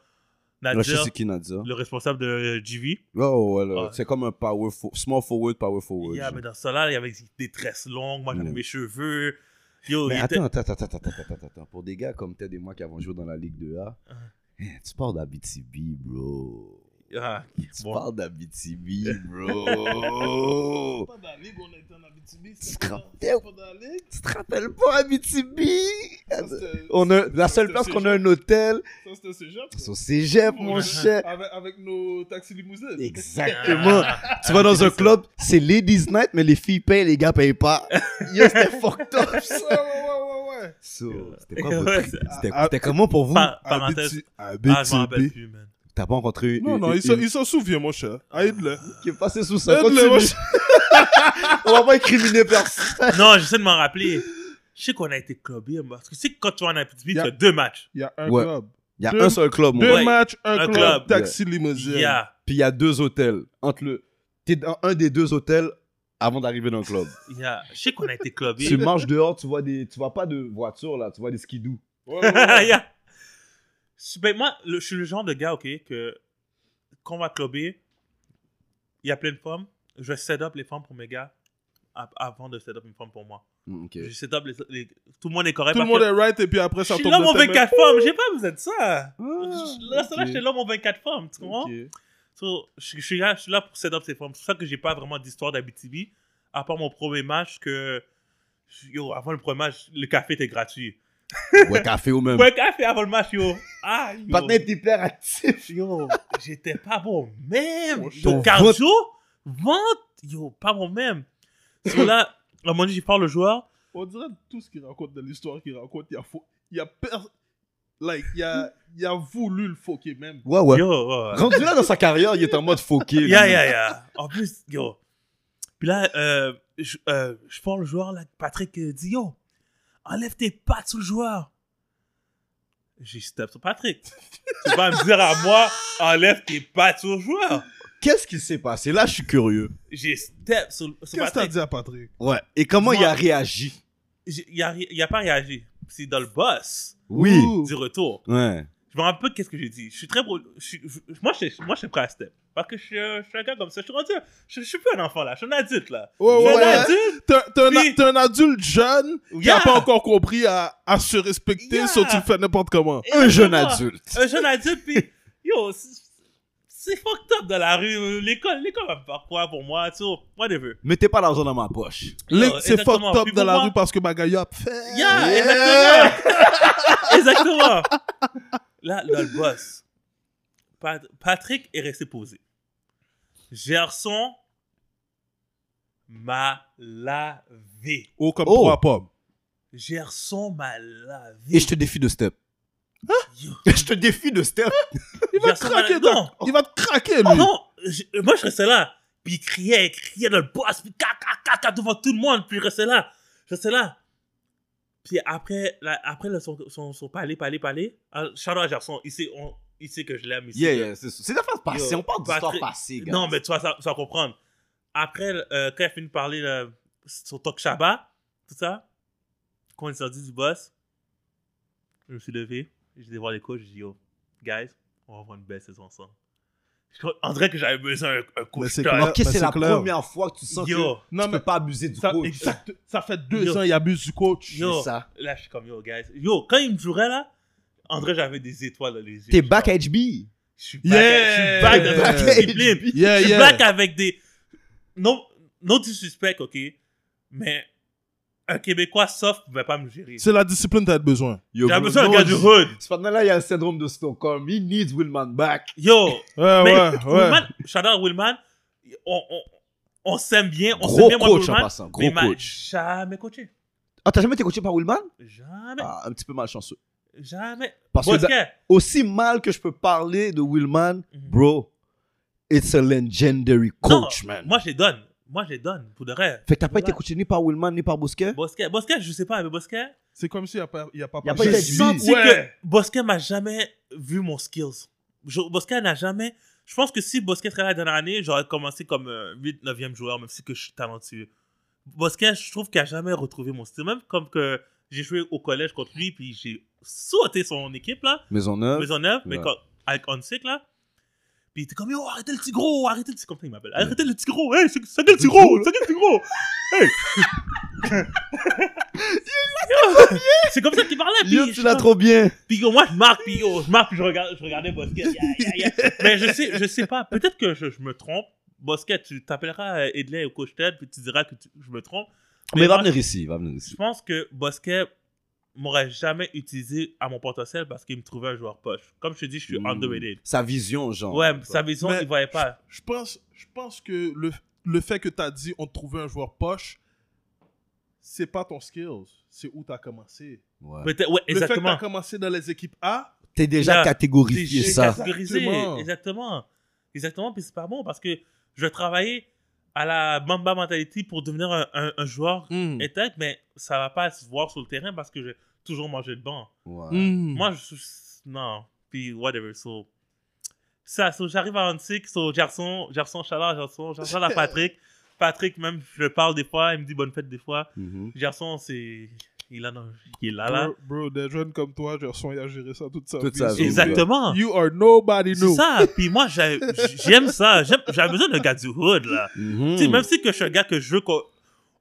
[SPEAKER 2] Là, je
[SPEAKER 4] Nadir,
[SPEAKER 2] sais qui Nadia.
[SPEAKER 4] le responsable de JV.
[SPEAKER 2] Oh, ouais, là,
[SPEAKER 4] Ouais.
[SPEAKER 2] c'est comme un power fo- small forward, power forward.
[SPEAKER 4] Yeah,
[SPEAKER 2] genre.
[SPEAKER 4] mais dans ça là, il y avait des tresses longues, moi j'avais
[SPEAKER 2] Yeah.
[SPEAKER 4] mes cheveux. Yo,
[SPEAKER 2] Mais
[SPEAKER 4] il
[SPEAKER 2] attends, attends, attends, attends, attends, attends, attends. Pour des gars comme Ted et moi qui avons joué dans la Ligue 2A,
[SPEAKER 4] Ah.
[SPEAKER 2] eh, tu parles d'Abitibi, bro.
[SPEAKER 4] était... Ah,
[SPEAKER 2] Tu
[SPEAKER 4] bon.
[SPEAKER 2] parles
[SPEAKER 4] [laughs]
[SPEAKER 2] d'Abitibi, bro.
[SPEAKER 3] Pas on était en Abitibi.
[SPEAKER 2] c'était pas dans- c'était pas tu te rappelles pas Abitibi?
[SPEAKER 3] Ça,
[SPEAKER 2] Euh, On a, la seule place qu'on a un hôtel,
[SPEAKER 3] c'était ce genre.
[SPEAKER 2] c'est au cégep, mon cher.
[SPEAKER 3] Avec, avec nos taxis limousines.
[SPEAKER 2] Exactement.
[SPEAKER 4] Ah.
[SPEAKER 2] tu vas dans un club, c'est Ladies Night, mais les filles payent, les gars payent pas. Yo, c'était fucked up.
[SPEAKER 3] [laughs] Ouais, ouais, ouais, ouais, ouais.
[SPEAKER 2] So, c'était quoi votre-
[SPEAKER 4] Ouais, ça-
[SPEAKER 2] C'était
[SPEAKER 3] Ah,
[SPEAKER 2] c'était comment pour vous?
[SPEAKER 4] Par- parenthèse.
[SPEAKER 3] Abiti-
[SPEAKER 4] Ah, je m'en rappelle
[SPEAKER 3] Abitibi.
[SPEAKER 4] plus, man.
[SPEAKER 2] T'as pas rencontré
[SPEAKER 3] Non,
[SPEAKER 2] une-
[SPEAKER 3] non,
[SPEAKER 2] une-
[SPEAKER 3] il s'en-
[SPEAKER 2] une-
[SPEAKER 3] il s'en souvient, mon cher. Aide-le.
[SPEAKER 2] qui est passé sous ça.
[SPEAKER 3] Aide-le, mon
[SPEAKER 2] Continue.
[SPEAKER 3] cher.
[SPEAKER 2] [laughs] On va pas incriminer personne.
[SPEAKER 4] Non, j'essaie de m'en rappeler. Je sais qu'on a été clubé, parce que tu sais que quand tu vas en Abitibi,
[SPEAKER 3] Yeah.
[SPEAKER 4] tu as deux matchs.
[SPEAKER 3] Il y a un
[SPEAKER 2] Ouais.
[SPEAKER 3] club.
[SPEAKER 2] Il y a
[SPEAKER 3] Deux-
[SPEAKER 2] un seul club, mon
[SPEAKER 3] Deux
[SPEAKER 2] gars.
[SPEAKER 4] Ouais.
[SPEAKER 3] matchs, un,
[SPEAKER 4] Un
[SPEAKER 3] club,
[SPEAKER 4] club.
[SPEAKER 3] taxi limousine.
[SPEAKER 4] Yeah,
[SPEAKER 2] Puis il y a deux hôtels. Entre le... T'es dans un des deux hôtels avant d'arriver dans le
[SPEAKER 4] [laughs]
[SPEAKER 2] club.
[SPEAKER 4] yeah. Je sais qu'on a été clubé. [laughs]
[SPEAKER 2] tu marches dehors, tu vois des... Tu vois pas de voiture, là. Tu vois des skidoo.
[SPEAKER 3] Ouais, ouais, ouais.
[SPEAKER 4] [laughs] yeah. Je- Ben, moi, le- je suis le genre de gars, ok, que quand on va clubber, il y a plein de femmes. Je set up les femmes pour mes gars a- avant de set up une femme pour moi.
[SPEAKER 2] Mm, Ok.
[SPEAKER 4] Je set up les, les- Tout le monde est correct.
[SPEAKER 3] Tout le
[SPEAKER 4] parce
[SPEAKER 3] monde
[SPEAKER 4] que
[SPEAKER 3] est right et puis après
[SPEAKER 4] Je
[SPEAKER 3] ça
[SPEAKER 4] suis
[SPEAKER 3] tombe dans
[SPEAKER 4] l'homme aux
[SPEAKER 3] ta main.
[SPEAKER 4] 24 femmes. J'ai pas besoin de ça.
[SPEAKER 2] Ah,
[SPEAKER 4] Je- Là, c'est là,
[SPEAKER 2] ok.
[SPEAKER 4] j'étais l'homme aux 24 femmes. Tu comprends?
[SPEAKER 2] Ok.
[SPEAKER 4] So, je, je suis là, je suis là pour set up ces formes. C'est pour ça que j'ai pas vraiment d'histoire d'Abitibi, à part mon premier match que. Yo, avant le premier match, le café était gratuit.
[SPEAKER 2] Ouais, café au même.
[SPEAKER 4] Ouais, café avant le match,
[SPEAKER 2] [laughs]
[SPEAKER 4] yo. Ah, yo.
[SPEAKER 2] Partenaire t'es hyper actif, yo. Oh,
[SPEAKER 4] J'étais pas bon même.
[SPEAKER 3] Mon
[SPEAKER 4] Yo,
[SPEAKER 2] vote.
[SPEAKER 4] cardio, vente, yo, pas bon même. So là, à un moment donné, j'y parle le joueur.
[SPEAKER 3] [laughs] On dirait tout ce qu'il raconte dans l'histoire qu'il raconte, il y a faux. Il y a per- Like, il y a, il y a voulu le foquer même.
[SPEAKER 2] Ouais, ouais.
[SPEAKER 4] Yo, oh, ouais, ouais.
[SPEAKER 2] Rendu là dans sa carrière, il est en mode fauqué.
[SPEAKER 4] Yeah, yeah, yeah. En plus, yo. Puis là, euh, je, euh, je prends le joueur, là, Patrick euh, dit, yo, enlève tes pattes sur le joueur. J'ai step sur Patrick. tu vas me dire à moi, enlève tes pattes sur le joueur.
[SPEAKER 2] Qu'est-ce qui s'est passé? Là, je suis curieux.
[SPEAKER 4] J'ai step sur, sur
[SPEAKER 3] Qu'est-ce que t'as
[SPEAKER 4] Patrick.
[SPEAKER 3] dit à Patrick
[SPEAKER 2] Ouais. Et comment
[SPEAKER 4] Moi-
[SPEAKER 2] il a réagi?
[SPEAKER 4] J'ai- Il a, ri- il a pas réagi. C'est dans le boss
[SPEAKER 2] Oui.
[SPEAKER 3] Ouh.
[SPEAKER 4] du retour.
[SPEAKER 2] Ouais. je
[SPEAKER 4] Je me rappelle pas de qu'est-ce que j'ai dit. Je suis très beau. je suis- je- moi, je, suis- moi, je suis prêt à step. Parce que je suis, un- je suis un gars comme ça. Je suis rendu. Je, je suis plus un enfant là. Je suis un adulte là.
[SPEAKER 3] Ouais,
[SPEAKER 4] Je
[SPEAKER 3] ouais,
[SPEAKER 4] suis
[SPEAKER 3] ouais.
[SPEAKER 4] un adulte.
[SPEAKER 3] T'es un- t'es un,
[SPEAKER 4] Puis-
[SPEAKER 3] t'es un adulte jeune qui
[SPEAKER 4] Yeah.
[SPEAKER 3] n'a pas encore compris à, à se respecter,
[SPEAKER 4] Yeah.
[SPEAKER 3] sauf tu le fais n'importe comment.
[SPEAKER 2] Un jeune
[SPEAKER 4] Exactement.
[SPEAKER 2] adulte.
[SPEAKER 4] [laughs] Un jeune adulte, puis yo, c'est- c'est fucked up dans la rue. euh, L'école, l'école va me faire quoi pour moi, tu vois, whatever.
[SPEAKER 2] Mettez pas l'argent dans ma poche. [laughs]
[SPEAKER 3] Les-
[SPEAKER 4] Yeah,
[SPEAKER 3] C'est
[SPEAKER 4] exactement.
[SPEAKER 3] fucked up
[SPEAKER 4] Puis
[SPEAKER 3] dans
[SPEAKER 4] pour
[SPEAKER 3] la
[SPEAKER 4] moi-
[SPEAKER 3] rue parce que Bagaya a fait.
[SPEAKER 4] Yeah,
[SPEAKER 2] Yeah.
[SPEAKER 4] exactement. [laughs] exactement. Là, dans le boss, Pat- Patrick est resté posé. Gerson m'a lavé.
[SPEAKER 3] Oh, comme
[SPEAKER 2] Oh.
[SPEAKER 3] trois pommes.
[SPEAKER 4] Gerson m'a lavé.
[SPEAKER 2] Et je te défie de step.
[SPEAKER 4] Yo.
[SPEAKER 2] Je te défie de step.
[SPEAKER 3] [laughs] Il va te
[SPEAKER 4] Gerson m'a-
[SPEAKER 3] craquer,
[SPEAKER 4] Non,
[SPEAKER 3] toi. Il va te craquer, lui.
[SPEAKER 4] Oh non! je- moi, je restais là. Puis il criait, il criait dans le boss, puis caca, caca devant tout le monde. Puis je restais là. Je restais là. Puis après, la- après le- son, son, son palais, palais, palais, ah, shout out à Gerson. Il sait, on- il sait que je l'aime. il sait
[SPEAKER 2] Yeah,
[SPEAKER 4] que-
[SPEAKER 2] yeah, c'est ça. C'est la phase passée.
[SPEAKER 4] Yo,
[SPEAKER 2] on parle d'histoire
[SPEAKER 4] Patrick-
[SPEAKER 2] passée, gars.
[SPEAKER 4] Non, mais tu vas, ça- tu vas comprendre. Après, euh, quand il a fini de parler euh, sur Talk Shabbat, tout ça, quand il est sorti du boss, je me suis levé, j'ai été voir les coachs, j'ai dit, yo, guys, on va avoir une belle saison ensemble. Je- On dirait que j'avais besoin d'un un coup
[SPEAKER 3] Mais
[SPEAKER 4] de
[SPEAKER 3] c'est
[SPEAKER 4] tête.
[SPEAKER 3] clair.
[SPEAKER 2] Ok, Ben, c'est
[SPEAKER 3] c'est
[SPEAKER 2] la
[SPEAKER 3] clair.
[SPEAKER 2] première fois que tu sens
[SPEAKER 4] Yo.
[SPEAKER 2] que
[SPEAKER 3] Non,
[SPEAKER 2] tu
[SPEAKER 3] mais
[SPEAKER 2] peux pas abuser du
[SPEAKER 3] ça,
[SPEAKER 2] coach. euh,
[SPEAKER 3] exact- ça fait deux
[SPEAKER 4] Yo.
[SPEAKER 3] ans, il abuse du coach.
[SPEAKER 4] Yo.
[SPEAKER 2] C'est ça.
[SPEAKER 4] Là, je suis comme, yo, guys. Yo, quand il me jouerait, là, on dirait que j'avais des étoiles dans les yeux.
[SPEAKER 2] T'es back HB.
[SPEAKER 4] Je suis back,
[SPEAKER 3] Yeah.
[SPEAKER 4] je suis back dans
[SPEAKER 2] Back
[SPEAKER 4] cette discipline.
[SPEAKER 2] HB.
[SPEAKER 3] Yeah, [laughs]
[SPEAKER 4] je
[SPEAKER 3] yeah.
[SPEAKER 4] blague avec des. Non, non disrespect, ok? Mais un Québécois soft ne pouvait pas me gérer.
[SPEAKER 3] C'est la discipline que t'as besoin.
[SPEAKER 2] Yo,
[SPEAKER 4] J'avais
[SPEAKER 2] bro,
[SPEAKER 4] besoin d'un
[SPEAKER 2] non,
[SPEAKER 4] gars du
[SPEAKER 2] je-
[SPEAKER 4] hood.
[SPEAKER 2] Cependant, là, il y a le syndrome de Stockholm. He needs Willman back.
[SPEAKER 4] Yo,
[SPEAKER 3] Ouais,
[SPEAKER 4] mais
[SPEAKER 3] Ah ouais, ouais.
[SPEAKER 4] Willman, shout out Willman, on, on, on s'aime bien, on s'aime
[SPEAKER 2] Gros
[SPEAKER 4] bien, moi,
[SPEAKER 2] coach en
[SPEAKER 4] Willman,
[SPEAKER 2] passant.
[SPEAKER 4] mais
[SPEAKER 2] Gros
[SPEAKER 4] il m'a
[SPEAKER 2] coach.
[SPEAKER 4] jamais coaché.
[SPEAKER 2] Ah, t'as jamais été coaché par Willman?
[SPEAKER 4] Jamais,
[SPEAKER 2] Ah, un petit peu malchanceux.
[SPEAKER 4] jamais.
[SPEAKER 2] Parce
[SPEAKER 4] Parce
[SPEAKER 2] que aussi mal que je peux parler de Willman,
[SPEAKER 4] Mhm.
[SPEAKER 2] bro, it's a legendary coach, man.
[SPEAKER 4] Moi, je les donne. Moi, je les donne, pour de vrai.
[SPEAKER 2] Fait que t'as pas été coaché ni par Willman ni par Bousquet?
[SPEAKER 4] Bosquet, Bosquet, je sais pas, mais Bosquet,
[SPEAKER 3] C'est comme s'il n'y a pas. Il y a pas,
[SPEAKER 2] Il y a
[SPEAKER 3] parlé.
[SPEAKER 2] pas
[SPEAKER 4] j'ai
[SPEAKER 2] été lui.
[SPEAKER 4] senti
[SPEAKER 3] Ouais.
[SPEAKER 4] que Bosquet m'a jamais vu mon skills. Je, Bosquet n'a jamais. Je pense que si Bosquet serait là la dernière année, j'aurais commencé comme 8, 9e joueur, même si que je suis talentueux. Bosquet, je trouve qu'il a jamais retrouvé mon style. Même comme que j'ai joué au collège contre lui, puis j'ai sauté son équipe, là,
[SPEAKER 2] Maisonneuve.
[SPEAKER 4] Maisonneuve, mais
[SPEAKER 2] Ouais.
[SPEAKER 4] quand- avec Onsic, là. Puis il était comme, yo, arrêtez le petit gros, arrêtez le petit. Comme ça, il m'appelle. Arrêtez le petit gros, hey, c'est c'est quel petit gros, c'est quel petit gros, hey.
[SPEAKER 2] [laughs]
[SPEAKER 4] Yo, C'est comme ça qu'il parlait. puis
[SPEAKER 2] Yo,
[SPEAKER 4] je
[SPEAKER 2] tu
[SPEAKER 4] suis
[SPEAKER 2] l'as
[SPEAKER 4] comme-
[SPEAKER 2] trop bien.
[SPEAKER 4] puis moi, je marque, puis yo, je marque, puis je, regarde, je regardais Bosquet. Yeah, yeah,
[SPEAKER 2] [laughs]
[SPEAKER 4] yeah. Mais je sais, je sais pas, peut-être que je, je me trompe. Bosquet, tu t'appelleras euh, Edley ou Coach Ted, puis tu diras que tu- je me trompe.
[SPEAKER 2] Mais il va
[SPEAKER 4] moi,
[SPEAKER 2] venir ici, il va venir
[SPEAKER 4] je
[SPEAKER 2] ici.
[SPEAKER 4] pense que Bosquet m'aurait jamais utilisé à mon potentiel parce qu'il me trouvait un joueur poche. Comme je te dis, je suis
[SPEAKER 2] Mm.
[SPEAKER 4] underrated.
[SPEAKER 2] Sa vision, genre.
[SPEAKER 4] Ouais, sa maison,
[SPEAKER 3] Mais-
[SPEAKER 4] il voyait pas.
[SPEAKER 3] Je pense, je pense que le, le fait que tu as dit on te trouvait un joueur poche, c'est pas ton skills, c'est où tu as commencé.
[SPEAKER 2] Ouais.
[SPEAKER 4] Peut-être, ouais,
[SPEAKER 3] Le fait que tu
[SPEAKER 4] exactement.
[SPEAKER 3] as commencé dans les équipes A,
[SPEAKER 2] T'es déjà
[SPEAKER 4] Là,
[SPEAKER 2] catégorifié
[SPEAKER 4] J'ai
[SPEAKER 2] ça.
[SPEAKER 4] catégorisé.
[SPEAKER 3] Exactement.
[SPEAKER 4] Exactement. Exactement, puis c'est pas bon parce que je travaillais à la Mamba Mentality pour devenir un, un- un joueur
[SPEAKER 3] et-
[SPEAKER 4] intègre, mais ça va pas se voir sur le terrain parce que j'ai toujours mangé le banc.
[SPEAKER 2] Ouais.
[SPEAKER 3] Mm.
[SPEAKER 4] Moi, je suis. Non. Puis, whatever. So. Ça, so, j'arrive à Antique, so, Gerson, Gerson, Chalard, Gerson,
[SPEAKER 3] [laughs]
[SPEAKER 4] Gerson à Patrick. Patrick, même, je le parle des fois, il me dit bonne fête des fois.
[SPEAKER 2] Mhm.
[SPEAKER 4] Gerson, c'est. Il, a... il est là, là.
[SPEAKER 3] Bro, bro, des jeunes comme toi, Gerson, il a géré ça toute sa
[SPEAKER 2] Toute
[SPEAKER 3] vie.
[SPEAKER 2] sa vie.
[SPEAKER 4] Exactement.
[SPEAKER 3] You are nobody
[SPEAKER 4] C'est
[SPEAKER 3] new.
[SPEAKER 4] ça. Puis moi, j'ai- j'aime ça. J'aime- J'avais besoin d'un gars du hood, là.
[SPEAKER 2] Mhm.
[SPEAKER 4] Tu sais, même si que je suis un gars que je veux qu'on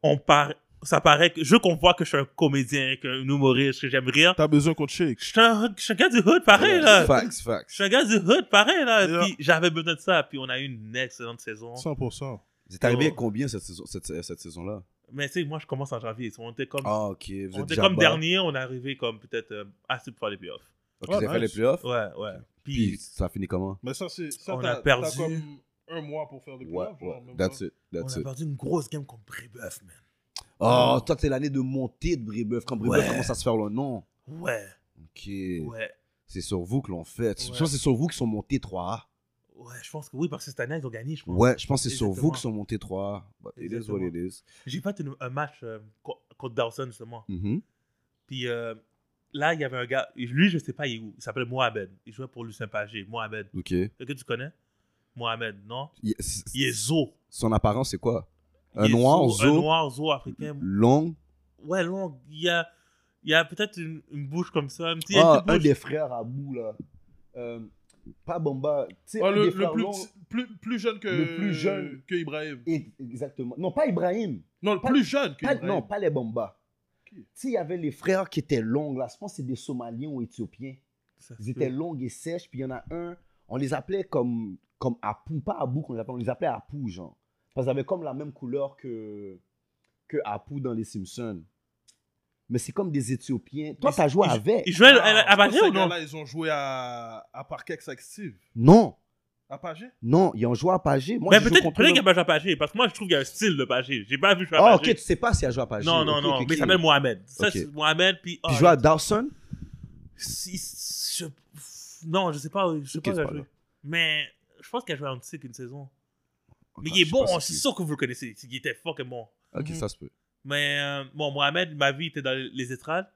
[SPEAKER 4] on par- ça paraît que je veux qu'on voit que je suis un comédien, qu'un humoriste, que j'aime rire.
[SPEAKER 3] T'as besoin qu'on te shake.
[SPEAKER 4] Je suis un, je suis un gars du hood, pareil, là.
[SPEAKER 2] Facts, facts.
[SPEAKER 4] Je suis un gars du hood, pareil, là.
[SPEAKER 3] Yeah.
[SPEAKER 4] Puis j'avais besoin de ça. Puis on a eu une excellente saison.
[SPEAKER 3] 100%.
[SPEAKER 2] Vous êtes arrivé
[SPEAKER 4] Oh.
[SPEAKER 2] à combien cette saison- cette- cette saison-là?
[SPEAKER 4] Mais tu sais, moi, je commence en janvier. On était comme,
[SPEAKER 2] Ah, ok. Vous
[SPEAKER 4] on
[SPEAKER 2] êtes
[SPEAKER 4] était
[SPEAKER 2] déjà
[SPEAKER 4] comme
[SPEAKER 2] bas.
[SPEAKER 4] dernier. On est arrivé comme peut-être euh, assez pour faire les playoffs.
[SPEAKER 2] Ok, vous
[SPEAKER 3] Ouais,
[SPEAKER 2] avez fait les
[SPEAKER 3] nice.
[SPEAKER 2] playoffs.
[SPEAKER 4] Ouais, ouais.
[SPEAKER 2] Puis
[SPEAKER 4] Puis,
[SPEAKER 2] ça finit comment?
[SPEAKER 3] Mais ça, c'est. ça,
[SPEAKER 4] On
[SPEAKER 3] t'as-
[SPEAKER 4] a perdu.
[SPEAKER 3] t'as comme un mois pour faire des
[SPEAKER 2] Ouais,
[SPEAKER 3] playoffs, genre,
[SPEAKER 2] ouais.
[SPEAKER 3] même
[SPEAKER 2] That's
[SPEAKER 3] pas.
[SPEAKER 2] it.
[SPEAKER 4] on
[SPEAKER 2] That's
[SPEAKER 4] a
[SPEAKER 2] it.
[SPEAKER 4] perdu une grosse game contre Brébeuf, man.
[SPEAKER 2] Oh, toi, t'es l'année de montée de Brébeuf. Quand Brébeuf
[SPEAKER 4] Ouais.
[SPEAKER 2] commence à se faire le nom.
[SPEAKER 4] Ouais,
[SPEAKER 2] Ok.
[SPEAKER 4] ouais.
[SPEAKER 2] C'est sur vous que l'on fait. Je pense
[SPEAKER 4] Ouais.
[SPEAKER 2] que c'est sur vous qui sont montés 3A.
[SPEAKER 4] Ouais, je pense que oui, parce que cette année, ils ont gagné, je pense.
[SPEAKER 2] Ouais, je pense que c'est sur vous
[SPEAKER 4] Exactement.
[SPEAKER 2] qui sont montés 3A. But It is
[SPEAKER 4] Exactement.
[SPEAKER 2] what it is.
[SPEAKER 4] J'ai fait une- un match euh, co- contre Dawson, justement.
[SPEAKER 2] Mhm.
[SPEAKER 4] Puis euh, là, il y avait un gars, lui, je sais pas, il est où. Il s'appelle Mohamed. Il jouait pour Lucien Pagé. Mohamed.
[SPEAKER 2] Ok.
[SPEAKER 4] Est-ce que tu connais Mohamed, non
[SPEAKER 2] Il- c-
[SPEAKER 4] Il est zo.
[SPEAKER 2] Son apparence, c'est quoi?
[SPEAKER 4] Il
[SPEAKER 2] Un
[SPEAKER 4] est
[SPEAKER 2] noir,
[SPEAKER 4] zo, Un
[SPEAKER 2] zo,
[SPEAKER 4] noir, zo africain.
[SPEAKER 2] long.
[SPEAKER 4] Ouais, long. Il y a, il y a peut-être une, une bouche comme ça. Un petit,
[SPEAKER 2] Ah,
[SPEAKER 4] une
[SPEAKER 2] un
[SPEAKER 4] petite bouche.
[SPEAKER 2] des frères à bout, là. Euh, Pas Bamba. Tu sais,
[SPEAKER 3] Oh,
[SPEAKER 2] un
[SPEAKER 3] le,
[SPEAKER 2] des
[SPEAKER 3] le
[SPEAKER 2] frères
[SPEAKER 3] plus,
[SPEAKER 2] longs.
[SPEAKER 3] petit- plus, plus jeune que.
[SPEAKER 2] Le plus jeune.
[SPEAKER 3] Que Ibrahim.
[SPEAKER 2] Et- Exactement. Non, pas Ibrahim.
[SPEAKER 3] Non, le
[SPEAKER 2] Pas-
[SPEAKER 3] plus jeune que
[SPEAKER 2] Pas-
[SPEAKER 3] Ibrahim.
[SPEAKER 2] non, pas les Bamba.
[SPEAKER 3] Ok.
[SPEAKER 2] Tu sais, il y avait les frères qui étaient longs, là. Je pense que c'est des Somaliens ou Éthiopiens.
[SPEAKER 4] Ça se
[SPEAKER 2] Ils étaient
[SPEAKER 4] peut.
[SPEAKER 2] longues et sèches, puis il y en a un, on les appelait comme, comme Apou, pas Abou qu'on les appelait, on les appelait Apou, genre. Parce qu'ils avaient comme la même couleur que, que Apou dans les Simpsons. Mais c'est comme des Éthiopiens. Toi,
[SPEAKER 4] Ils-
[SPEAKER 2] t'as joué
[SPEAKER 4] ils-
[SPEAKER 2] avec.
[SPEAKER 4] Ils jouaient à- à,
[SPEAKER 3] Ah,
[SPEAKER 4] à Pagé
[SPEAKER 3] ces
[SPEAKER 4] ou non
[SPEAKER 3] gars-là, ils ont joué à, à Parquet avec Steve.
[SPEAKER 2] Non,
[SPEAKER 3] À Pagé
[SPEAKER 2] non, ils ont joué à Pagé. Moi,
[SPEAKER 4] Mais
[SPEAKER 2] j'ai joué
[SPEAKER 4] peut-être
[SPEAKER 2] contre
[SPEAKER 4] peut-être
[SPEAKER 2] eux.
[SPEAKER 4] qu'il a pas joué à Pagé, parce que moi, je trouve qu'il y a un style de Pagé. J'ai pas vu jouer à
[SPEAKER 2] Ah,
[SPEAKER 4] Pagé.
[SPEAKER 2] ok, tu sais pas s'il a joué à Pagé.
[SPEAKER 4] Non, non,
[SPEAKER 2] Ok,
[SPEAKER 4] non,
[SPEAKER 2] ok,
[SPEAKER 4] mais il
[SPEAKER 2] ok.
[SPEAKER 4] s'appelle Mohamed. Ça,
[SPEAKER 2] Ok.
[SPEAKER 4] c'est Mohamed, puis... ah,
[SPEAKER 2] Puis jouer à Dawson
[SPEAKER 4] si- si- je- Non, je sais pas, je sais
[SPEAKER 2] Ok,
[SPEAKER 4] pas
[SPEAKER 2] c'est
[SPEAKER 4] où il a
[SPEAKER 2] pas
[SPEAKER 4] joué.
[SPEAKER 2] grave. Mais
[SPEAKER 4] Mais je pense qu'il a joué à Antic une saison. Mais
[SPEAKER 2] Ah,
[SPEAKER 4] il
[SPEAKER 2] je
[SPEAKER 4] est
[SPEAKER 2] sais pas
[SPEAKER 4] bon,
[SPEAKER 2] si
[SPEAKER 4] c'est
[SPEAKER 2] c'est-
[SPEAKER 4] sûr que vous le connaissez. Il était fucking bon.
[SPEAKER 2] Ok,
[SPEAKER 3] Mhm.
[SPEAKER 2] ça se peut.
[SPEAKER 4] Mais euh, bon, oh, Mohamed, ma vie, il était dans les estrades.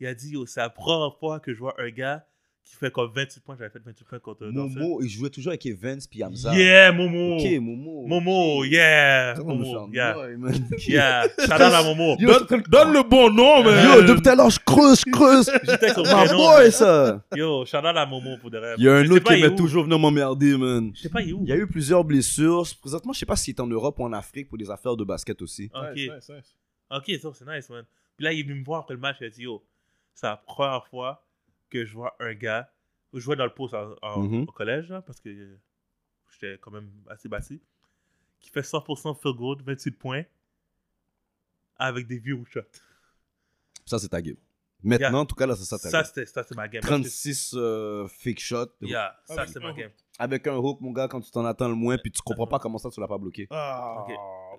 [SPEAKER 4] Il a dit, yo, c'est la première fois que je vois un gars qui fait comme 28 points. J'avais fait 28 points contre Euh, Dawson.
[SPEAKER 2] Momo, il jouait toujours avec Evans puis Hamza.
[SPEAKER 4] Yeah, Momo.
[SPEAKER 2] Ok, Momo.
[SPEAKER 4] Momo, yeah.
[SPEAKER 2] Ça va me
[SPEAKER 4] Momo,
[SPEAKER 2] faire
[SPEAKER 4] yeah.
[SPEAKER 2] mal, man. [laughs]
[SPEAKER 4] Yeah. Shout out à Momo.
[SPEAKER 2] Yo,
[SPEAKER 3] Donne, donne le bon nom, mais.
[SPEAKER 2] Yo, depuis tout à l'heure, je creuse, je [laughs] creuse.
[SPEAKER 4] J'étais sur
[SPEAKER 2] Ma
[SPEAKER 4] prénom.
[SPEAKER 2] boy, ça.
[SPEAKER 4] Yo, shout out à Momo pour derrière.
[SPEAKER 2] Il y a un
[SPEAKER 4] Je sais
[SPEAKER 2] autre
[SPEAKER 4] pas,
[SPEAKER 2] qui
[SPEAKER 4] il est
[SPEAKER 2] va
[SPEAKER 4] où.
[SPEAKER 2] toujours venir m'emmerder, man.
[SPEAKER 4] Je sais pas, il est où.
[SPEAKER 2] Il y a eu plusieurs blessures. Présentement, je sais pas si c'est en Europe ou en Afrique pour des affaires de basket aussi.
[SPEAKER 4] Ok.
[SPEAKER 3] Nice, nice, nice.
[SPEAKER 4] Ok, ça c'est nice, man. Puis là, il est venu me voir après le match, il a dit, yo, c'est la première fois que je vois un gars, je jouais dans le poste en- en-
[SPEAKER 2] Mhm.
[SPEAKER 4] au collège, là, parce que j'étais quand même assez bâti, qui fait 100% field goal, 28 points, avec des vieux shots.
[SPEAKER 2] Ça, c'est ta game. Maintenant,
[SPEAKER 4] Yeah.
[SPEAKER 2] en tout cas, là, ça, ça, ta
[SPEAKER 4] Ça,
[SPEAKER 2] game.
[SPEAKER 4] c'était ça, c'est ma game. Parce que-
[SPEAKER 2] 36 euh, fake shots.
[SPEAKER 4] Yeah, ça,
[SPEAKER 3] Ah,
[SPEAKER 4] c'est
[SPEAKER 3] oui.
[SPEAKER 4] ma game.
[SPEAKER 2] Avec un hook, mon gars, quand tu t'en attends le moins, puis tu comprends pas comment ça, tu l'as pas bloqué.
[SPEAKER 3] Ah,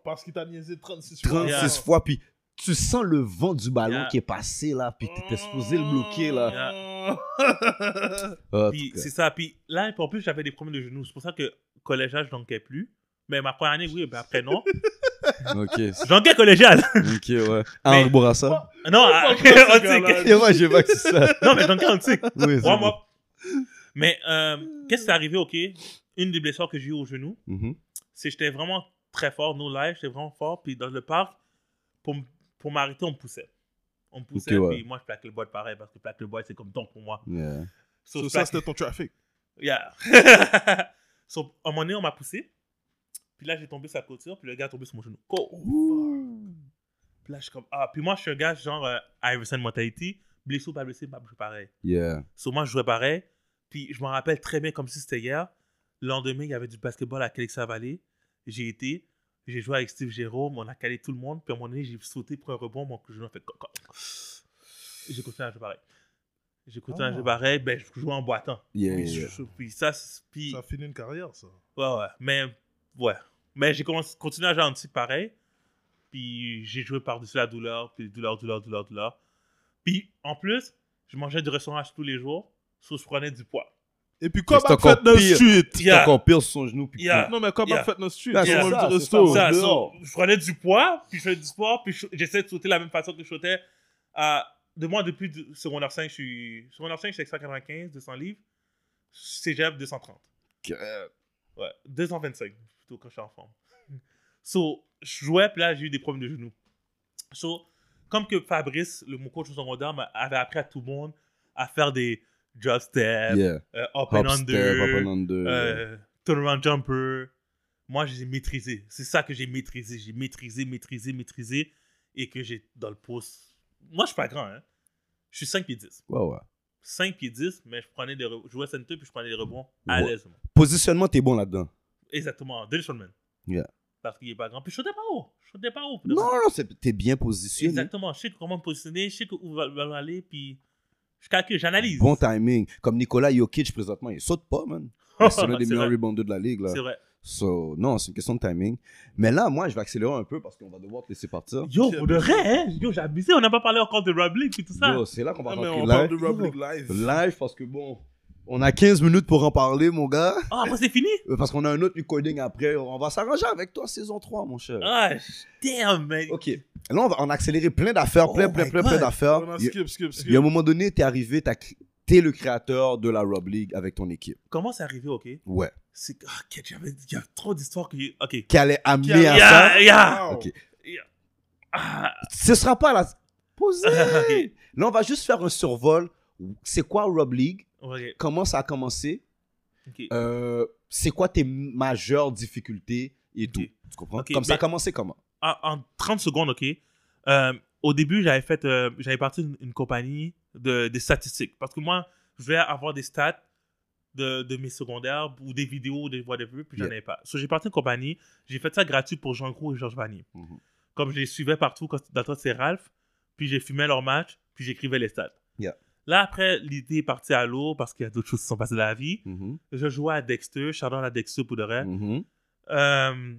[SPEAKER 3] parce qu'il t'a niaisé 36 fois. Ah.
[SPEAKER 2] 36 fois, puis tu sens le vent du ballon
[SPEAKER 4] Yeah.
[SPEAKER 2] qui est passé, là, puis t'étais supposé le bloquer, là. Ah, en
[SPEAKER 4] Puis
[SPEAKER 2] tout cas.
[SPEAKER 4] c'est ça. Puis là, en plus, j'avais des problèmes de genoux. C'est pour ça que collégial, je n'enquais plus. Mais ma première année, oui, mais
[SPEAKER 2] [laughs]
[SPEAKER 4] après, non.
[SPEAKER 2] ok, [laughs] c'est-
[SPEAKER 4] J'enquais collégial.
[SPEAKER 2] ok, ouais. Ah,
[SPEAKER 4] Mais-
[SPEAKER 2] on boira ça.
[SPEAKER 4] Non,
[SPEAKER 3] [laughs] Oh,
[SPEAKER 4] à- [laughs] antique.
[SPEAKER 2] Et moi, j'ai pas que c'est ça.
[SPEAKER 4] Non, mais j'enquais antique.
[SPEAKER 2] Oui, c'est
[SPEAKER 4] Warm
[SPEAKER 2] bon.
[SPEAKER 4] up. Mais euh, qu'est-ce qui s'est arrivé, ok? Une des blessures que j'ai eues au genou,
[SPEAKER 2] Mhm.
[SPEAKER 4] c'est que j'étais vraiment très fort, no live, j'étais vraiment fort. Puis dans le parc, pour, m- pour m'arrêter, on me poussait. On me poussait,
[SPEAKER 2] Ok, ouais.
[SPEAKER 4] puis moi je plaque le boîte pareil, parce que plaque le boîte, c'est comme tant pour moi.
[SPEAKER 2] Yeah.
[SPEAKER 4] So, je
[SPEAKER 3] ça,
[SPEAKER 4] plaque-
[SPEAKER 3] c'était ton trafic.
[SPEAKER 4] Yeah. [laughs] so, à un moment donné, on m'a poussé. Puis là, j'ai tombé sur la clôture, puis le gars est tombé sur mon genou. Oh, fuck. Puis là, je suis comme, ah, puis moi, je suis un gars genre euh, Iverson Mentality, blessé ou pas blessé, bah, je joue pareil.
[SPEAKER 2] Yeah.
[SPEAKER 4] So, moi, je jouais pareil. Puis, je m'en rappelle très bien comme si c'était hier. Le lendemain, il y avait du basketball à Calexa Valley. J'ai été. J'ai joué avec Steve Jérôme. On a calé tout le monde. Puis, à un moment donné, j'ai sauté pour un rebond. Mon genou a fait coq, coq. J'ai continué à jouer pareil. J'ai continué à
[SPEAKER 3] Ah.
[SPEAKER 4] jouer pareil. Ben, je jouais en boitant.
[SPEAKER 2] Yeah.
[SPEAKER 4] Puis, je- puis ça, c'est- puis,
[SPEAKER 3] Ça a fini une carrière, ça.
[SPEAKER 4] ouais, ouais. Mais, ouais. Mais j'ai commencé- continué à jouer en petit pareil. Puis j'ai joué par-dessus la douleur, puis douleur, douleur, douleur, douleur. Puis en plus, je mangeais du restaurant tous les jours, sauf je prenais du poids.
[SPEAKER 3] Et puis, comme
[SPEAKER 2] c'est
[SPEAKER 3] a
[SPEAKER 2] encore
[SPEAKER 3] fait notre
[SPEAKER 2] pire.
[SPEAKER 3] suite.
[SPEAKER 2] C'est
[SPEAKER 4] Yeah.
[SPEAKER 2] encore pire sur son genou. puis
[SPEAKER 4] Yeah.
[SPEAKER 3] Non, mais comme
[SPEAKER 4] Yeah.
[SPEAKER 3] a fait notre suite.
[SPEAKER 2] Ah,
[SPEAKER 3] on
[SPEAKER 4] c'est
[SPEAKER 3] mange
[SPEAKER 2] ça,
[SPEAKER 3] du
[SPEAKER 2] c'est
[SPEAKER 3] resto.
[SPEAKER 2] ça.
[SPEAKER 4] Ça, ça,
[SPEAKER 2] dehors.
[SPEAKER 4] je prenais du poids, puis je faisais du sport, puis je- j'essayais de sauter de la même façon que je sautais. à de moi, depuis du- secondaire 5, je suis. Secondaire 5, je suis avec 195, 200 livres. Cégep, 230.
[SPEAKER 2] Yeah.
[SPEAKER 4] Ouais, 225 plutôt quand je suis en forme. [laughs] So, je jouais, puis là, j'ai eu des problèmes de genoux. So, comme que Fabrice, le, mon coach au secondaire, m'a- avait appris à tout le monde à faire des drop step,
[SPEAKER 2] Yeah.
[SPEAKER 4] euh, up
[SPEAKER 2] Hop,
[SPEAKER 4] and
[SPEAKER 2] step,
[SPEAKER 4] under,
[SPEAKER 2] up and under.
[SPEAKER 4] euh, turnaround jumper. Moi, j'ai maîtrisé. C'est ça que j'ai maîtrisé. J'ai maîtrisé, maîtrisé, maîtrisé. Et que j'ai dans le pouce. Moi, je suis pas grand, hein. Je suis 5 pieds 10.
[SPEAKER 2] Ouais, ouais. 5
[SPEAKER 4] 5 pieds 10, mais je prenais des rebonds. Je jouais center, puis je prenais des rebonds à
[SPEAKER 2] Ouais.
[SPEAKER 4] l'aise. moi.
[SPEAKER 2] Positionnement, t'es bon là-dedans.
[SPEAKER 4] Exactement, Dennis Rodman.
[SPEAKER 2] Yeah.
[SPEAKER 4] Parce qu'il est pas grand. Puis je sautais pas haut. Je sautais pas haut. pour de
[SPEAKER 2] Non,
[SPEAKER 4] vrai.
[SPEAKER 2] non, c'est- t'es bien positionné.
[SPEAKER 4] Exactement. Je sais comment me positionner, je sais que- où va, va aller, puis je calcule, j'analyse.
[SPEAKER 2] Bon timing. Comme Nicolas Jokic, présentement, il saute pas, man. Mais C'est l'un des
[SPEAKER 4] C'est
[SPEAKER 2] meilleurs
[SPEAKER 4] vrai.
[SPEAKER 2] rebounders de la ligue, là.
[SPEAKER 4] C'est vrai.
[SPEAKER 2] So, non, c'est une question de timing. Mais là, moi, je vais accélérer un peu parce qu'on va devoir te laisser partir.
[SPEAKER 4] Yo, pour de vrai, hein? Yo, j'ai abusé. On n'a pas parlé encore de Robley et tout ça.
[SPEAKER 2] Yo, c'est là qu'on va
[SPEAKER 3] Ah, mais
[SPEAKER 2] rentrer
[SPEAKER 3] on
[SPEAKER 2] live.
[SPEAKER 3] parle de Rob League Live.
[SPEAKER 2] Live parce que bon, on a 15 minutes pour en parler, mon gars.
[SPEAKER 4] Ah, après, c'est fini?
[SPEAKER 2] Euh, Parce qu'on a un autre recording après. On va s'arranger avec toi, saison 3, mon cher.
[SPEAKER 4] Ah, damn, man.
[SPEAKER 2] Ok. Là, on va en accélérer plein d'affaires, plein,
[SPEAKER 4] Oh
[SPEAKER 2] plein,
[SPEAKER 4] my
[SPEAKER 2] plein,
[SPEAKER 4] God.
[SPEAKER 2] plein d'affaires.
[SPEAKER 3] On a
[SPEAKER 2] Il y a-
[SPEAKER 3] skip, skip,
[SPEAKER 2] il y a un
[SPEAKER 3] skip.
[SPEAKER 2] moment donné, t'es arrivé, t'as cr- t'es le créateur de la Rob League avec ton équipe.
[SPEAKER 4] Comment c'est arrivé, ok?
[SPEAKER 2] Ouais.
[SPEAKER 4] C'est que, ah, ok, j'avais- il y a trop d'histoires que. Ok.
[SPEAKER 2] Qui allait amener
[SPEAKER 3] Qui
[SPEAKER 2] à
[SPEAKER 3] allait-
[SPEAKER 2] ça.
[SPEAKER 4] Yeah, yeah.
[SPEAKER 3] Wow.
[SPEAKER 2] Ah, Ok.
[SPEAKER 4] Ah, [laughs]
[SPEAKER 2] Ce sera pas la. Posez.
[SPEAKER 4] Ok.
[SPEAKER 2] [laughs] Là, on va juste faire un survol. C'est quoi Rob League
[SPEAKER 4] ok.
[SPEAKER 2] Comment ça a commencé
[SPEAKER 4] ok.
[SPEAKER 2] Euh, C'est quoi tes majeures difficultés et tout
[SPEAKER 4] Ok.
[SPEAKER 2] Tu comprends
[SPEAKER 4] Ok, ben-
[SPEAKER 2] Comme ça a
[SPEAKER 4] mais-
[SPEAKER 2] commencé comment
[SPEAKER 4] en, Ah, en 30 secondes, OK. Euh, au début, j'avais fait, euh, j'avais parti d'une une compagnie de, des statistiques. Parce que moi, je voulais avoir des stats de, de mes secondaires ou des vidéos, des whatever, puis j'en
[SPEAKER 2] Yeah.
[SPEAKER 4] avais pas. So, j'ai parti d'une compagnie, j'ai fait ça gratuit pour Jean Gros et Georges Vanier.
[SPEAKER 2] Mhm.
[SPEAKER 4] Comme je les suivais partout, quand, dans toi, c'est Ralph, puis j'ai filmé leur match, puis j'écrivais les stats.
[SPEAKER 2] Yeah.
[SPEAKER 4] Là, après, l'idée est partie à l'eau parce qu'il y a d'autres choses qui sont passées dans la vie.
[SPEAKER 2] Mhm.
[SPEAKER 4] Je jouais à Dexter, Chardon à Dexter pour de vrai.
[SPEAKER 2] Mhm.
[SPEAKER 4] Euh,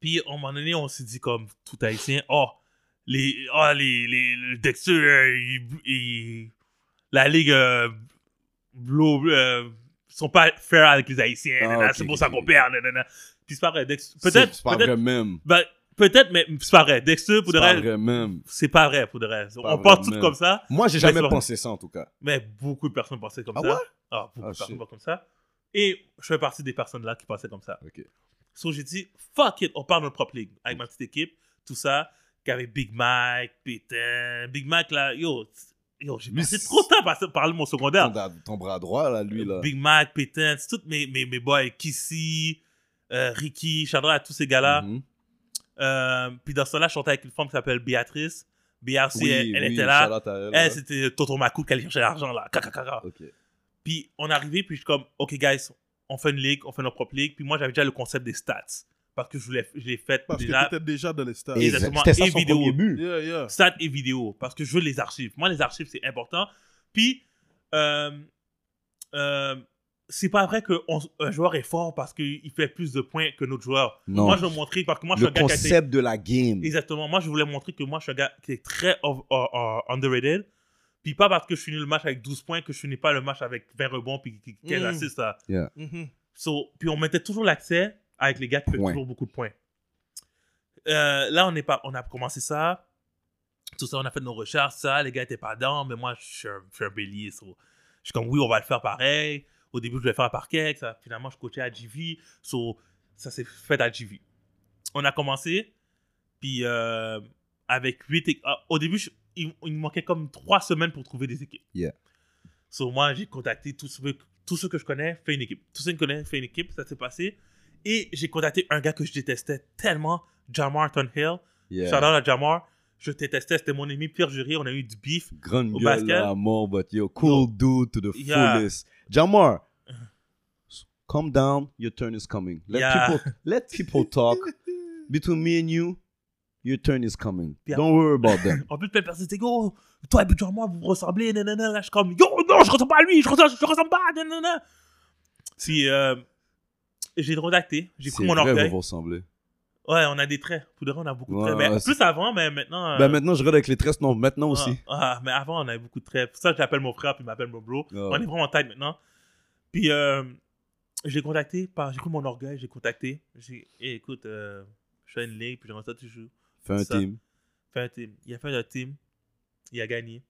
[SPEAKER 4] puis, à un moment donné, on s'est dit, comme tout haïtien, oh, les, oh, les, les, le Dexter, euh, il- il- la ligue, euh, blow, euh, sont pas fair avec les haïtiens,
[SPEAKER 2] Ah,
[SPEAKER 4] nanana,
[SPEAKER 2] ok,
[SPEAKER 4] c'est pour
[SPEAKER 2] ok,
[SPEAKER 4] ça
[SPEAKER 2] ok,
[SPEAKER 4] qu'on
[SPEAKER 2] ok.
[SPEAKER 4] perd, nanana. Puis, c'est pas vrai, Dexter.
[SPEAKER 2] C'est-
[SPEAKER 4] Peut-être,
[SPEAKER 2] C'est pas
[SPEAKER 4] peut-être,
[SPEAKER 2] vrai même.
[SPEAKER 4] ben, Peut-être, mais c'est pas vrai. Dexter, pour de
[SPEAKER 2] C'est pas
[SPEAKER 4] vrai,
[SPEAKER 2] vrai même.
[SPEAKER 4] c'est pas vrai, pour de vrai.
[SPEAKER 2] pas
[SPEAKER 4] On pense
[SPEAKER 2] vrai,
[SPEAKER 4] tout
[SPEAKER 2] man.
[SPEAKER 4] comme ça,
[SPEAKER 2] Moi, j'ai
[SPEAKER 4] Mais
[SPEAKER 2] jamais
[SPEAKER 4] c'est vrai.
[SPEAKER 2] pensé ça, en tout cas.
[SPEAKER 4] mais beaucoup de personnes pensaient comme
[SPEAKER 2] Ah
[SPEAKER 4] ça.
[SPEAKER 2] ouais?
[SPEAKER 4] Ah, beaucoup
[SPEAKER 2] Ah,
[SPEAKER 4] de personnes
[SPEAKER 2] shit.
[SPEAKER 4] pensaient comme ça. Et je fais partie des personnes-là qui pensaient comme ça.
[SPEAKER 2] Ok.
[SPEAKER 4] So, j'ai dit, fuck it, on part de notre propre ligue. Avec ma petite équipe, tout ça, avec Big Mike, Pétain. Big Mike, là, yo, t's- yo j'ai
[SPEAKER 2] Lui,
[SPEAKER 4] passé
[SPEAKER 2] c'est-
[SPEAKER 4] trop de temps à parler de mon
[SPEAKER 2] Ton,
[SPEAKER 4] secondaire.
[SPEAKER 2] da- ton bras droit, là, lui, là.
[SPEAKER 4] Big Mac, Pétain, c'est tous mes, mes, mes boys, Kissy, euh, Ricky, Chandra, tous ces gars-là.
[SPEAKER 2] Mhm.
[SPEAKER 4] Euh, puis dans ce temps-là, je chantais avec une femme qui s'appelle Béatrice. BRC,
[SPEAKER 2] Oui,
[SPEAKER 4] elle, elle
[SPEAKER 2] oui,
[SPEAKER 4] était là. Eh,
[SPEAKER 2] shout-out à elle,
[SPEAKER 4] Elle,
[SPEAKER 2] là.
[SPEAKER 4] c'était Toto Makou qui allait chercher l'argent, là. Kakakaka.
[SPEAKER 2] Ok.
[SPEAKER 4] Puis on est arrivé, puis je suis comme, OK, guys, on fait une ligue, on fait notre propre ligue. Puis moi, j'avais déjà le concept des stats. Parce que je voulais- je l'ai fait
[SPEAKER 3] Parce
[SPEAKER 4] déjà.
[SPEAKER 3] que t'étais déjà dans les stars.
[SPEAKER 4] Et- Exactement.
[SPEAKER 2] C'était ça
[SPEAKER 4] Et
[SPEAKER 2] son
[SPEAKER 4] vidéo.
[SPEAKER 2] premier but.
[SPEAKER 3] Yeah, yeah.
[SPEAKER 4] stats et vidéos parce que je veux les archives. Moi, les archives, c'est important. Puis, euh, euh, c'est pas vrai qu'un joueur est fort parce qu'il fait plus de points que notre joueur.
[SPEAKER 2] Non.
[SPEAKER 4] Moi, je veux montrer parce que moi, je
[SPEAKER 2] le
[SPEAKER 4] suis un gars qui a été-
[SPEAKER 2] concept de la game.
[SPEAKER 4] Exactement. Moi, je voulais montrer que moi, je suis un gars qui est très of- uh, uh, underrated. Puis pas parce que je finis le match avec 12 points que je finis pas le match avec 20 rebonds puis 15
[SPEAKER 3] Mm.
[SPEAKER 4] assists. là.
[SPEAKER 3] Mhm.
[SPEAKER 4] So, puis on mettait toujours l'accès avec les gars qui faisaient
[SPEAKER 2] Point.
[SPEAKER 4] toujours beaucoup de points. Euh, là, on, est pas, on a commencé ça. Tout ça, on a fait nos recherches, ça. Les gars étaient pas dedans, mais moi, je suis un, je suis un bélier. so. Je suis comme, oui, on va le faire pareil. Au début, je voulais faire par parquet. Ça. Finalement, je coachais à JV. So, ça s'est fait à JV. On a commencé. Puis, euh, avec 8 Au début, je- il, il me manquait comme 3 semaines pour trouver des équipes.
[SPEAKER 2] Yeah.
[SPEAKER 4] So, moi, j'ai contacté tous ceux, tous ceux que je connais, fait une équipe. Tous ceux que je connais, fait une équipe. Ça s'est passé. Et j'ai contacté un gars que je détestais tellement, Jamar Tonhill.
[SPEAKER 2] Yeah.
[SPEAKER 4] Shout out à Jamar. Je détestais, c'était mon ami pire juré. On a eu du beef.
[SPEAKER 2] Grande
[SPEAKER 4] Au
[SPEAKER 2] gueule
[SPEAKER 4] basket.
[SPEAKER 2] à mort, but yo, cool dude to the
[SPEAKER 4] Yeah. Uh-huh.
[SPEAKER 2] fullest. Jamar, s- calm down, your turn is coming. Let
[SPEAKER 4] Yeah.
[SPEAKER 2] people let people
[SPEAKER 4] [laughs]
[SPEAKER 2] talk. Between me and you, your turn is coming.
[SPEAKER 4] Yeah.
[SPEAKER 2] Don't worry about them.
[SPEAKER 4] [laughs] En plus, plein de personnes étaient go, oh, toi et Butcher, moi, vous vous ressemblez, nanana. Là, je suis comme, yo, non, je ressemble pas à lui, je ressemble, je ressemble pas, nanana. Puis, euh, j'ai contacté, j'ai pris
[SPEAKER 2] C'est
[SPEAKER 4] mon
[SPEAKER 2] vrai,
[SPEAKER 4] orgueil.
[SPEAKER 2] vous vous ressemblez.
[SPEAKER 4] Ouais, on a des traits. Pour de vrai, on a beaucoup de
[SPEAKER 2] Ouais,
[SPEAKER 4] traits.
[SPEAKER 2] ouais,
[SPEAKER 4] mais
[SPEAKER 2] c'est-
[SPEAKER 4] plus avant, mais maintenant.
[SPEAKER 2] Ben
[SPEAKER 4] euh,
[SPEAKER 2] maintenant, je regarde avec les tresses, non, maintenant
[SPEAKER 4] ah,
[SPEAKER 2] aussi.
[SPEAKER 4] Ah, mais avant, on avait beaucoup de traits. Pour ça, je l'appelle mon frère, puis il m'appelle mon bro.
[SPEAKER 2] Ah.
[SPEAKER 4] On est vraiment en tête maintenant. Puis, euh, je l'ai contacté, par... j'ai pris mon orgueil, j'ai contacté. J'ai dit, Eh, écoute, euh, je fais une ligue, puis j'aimerais ça que tu joues.
[SPEAKER 2] Fais un
[SPEAKER 4] ça.
[SPEAKER 2] team.
[SPEAKER 4] Fais un team. Il a fait un team, il a gagné.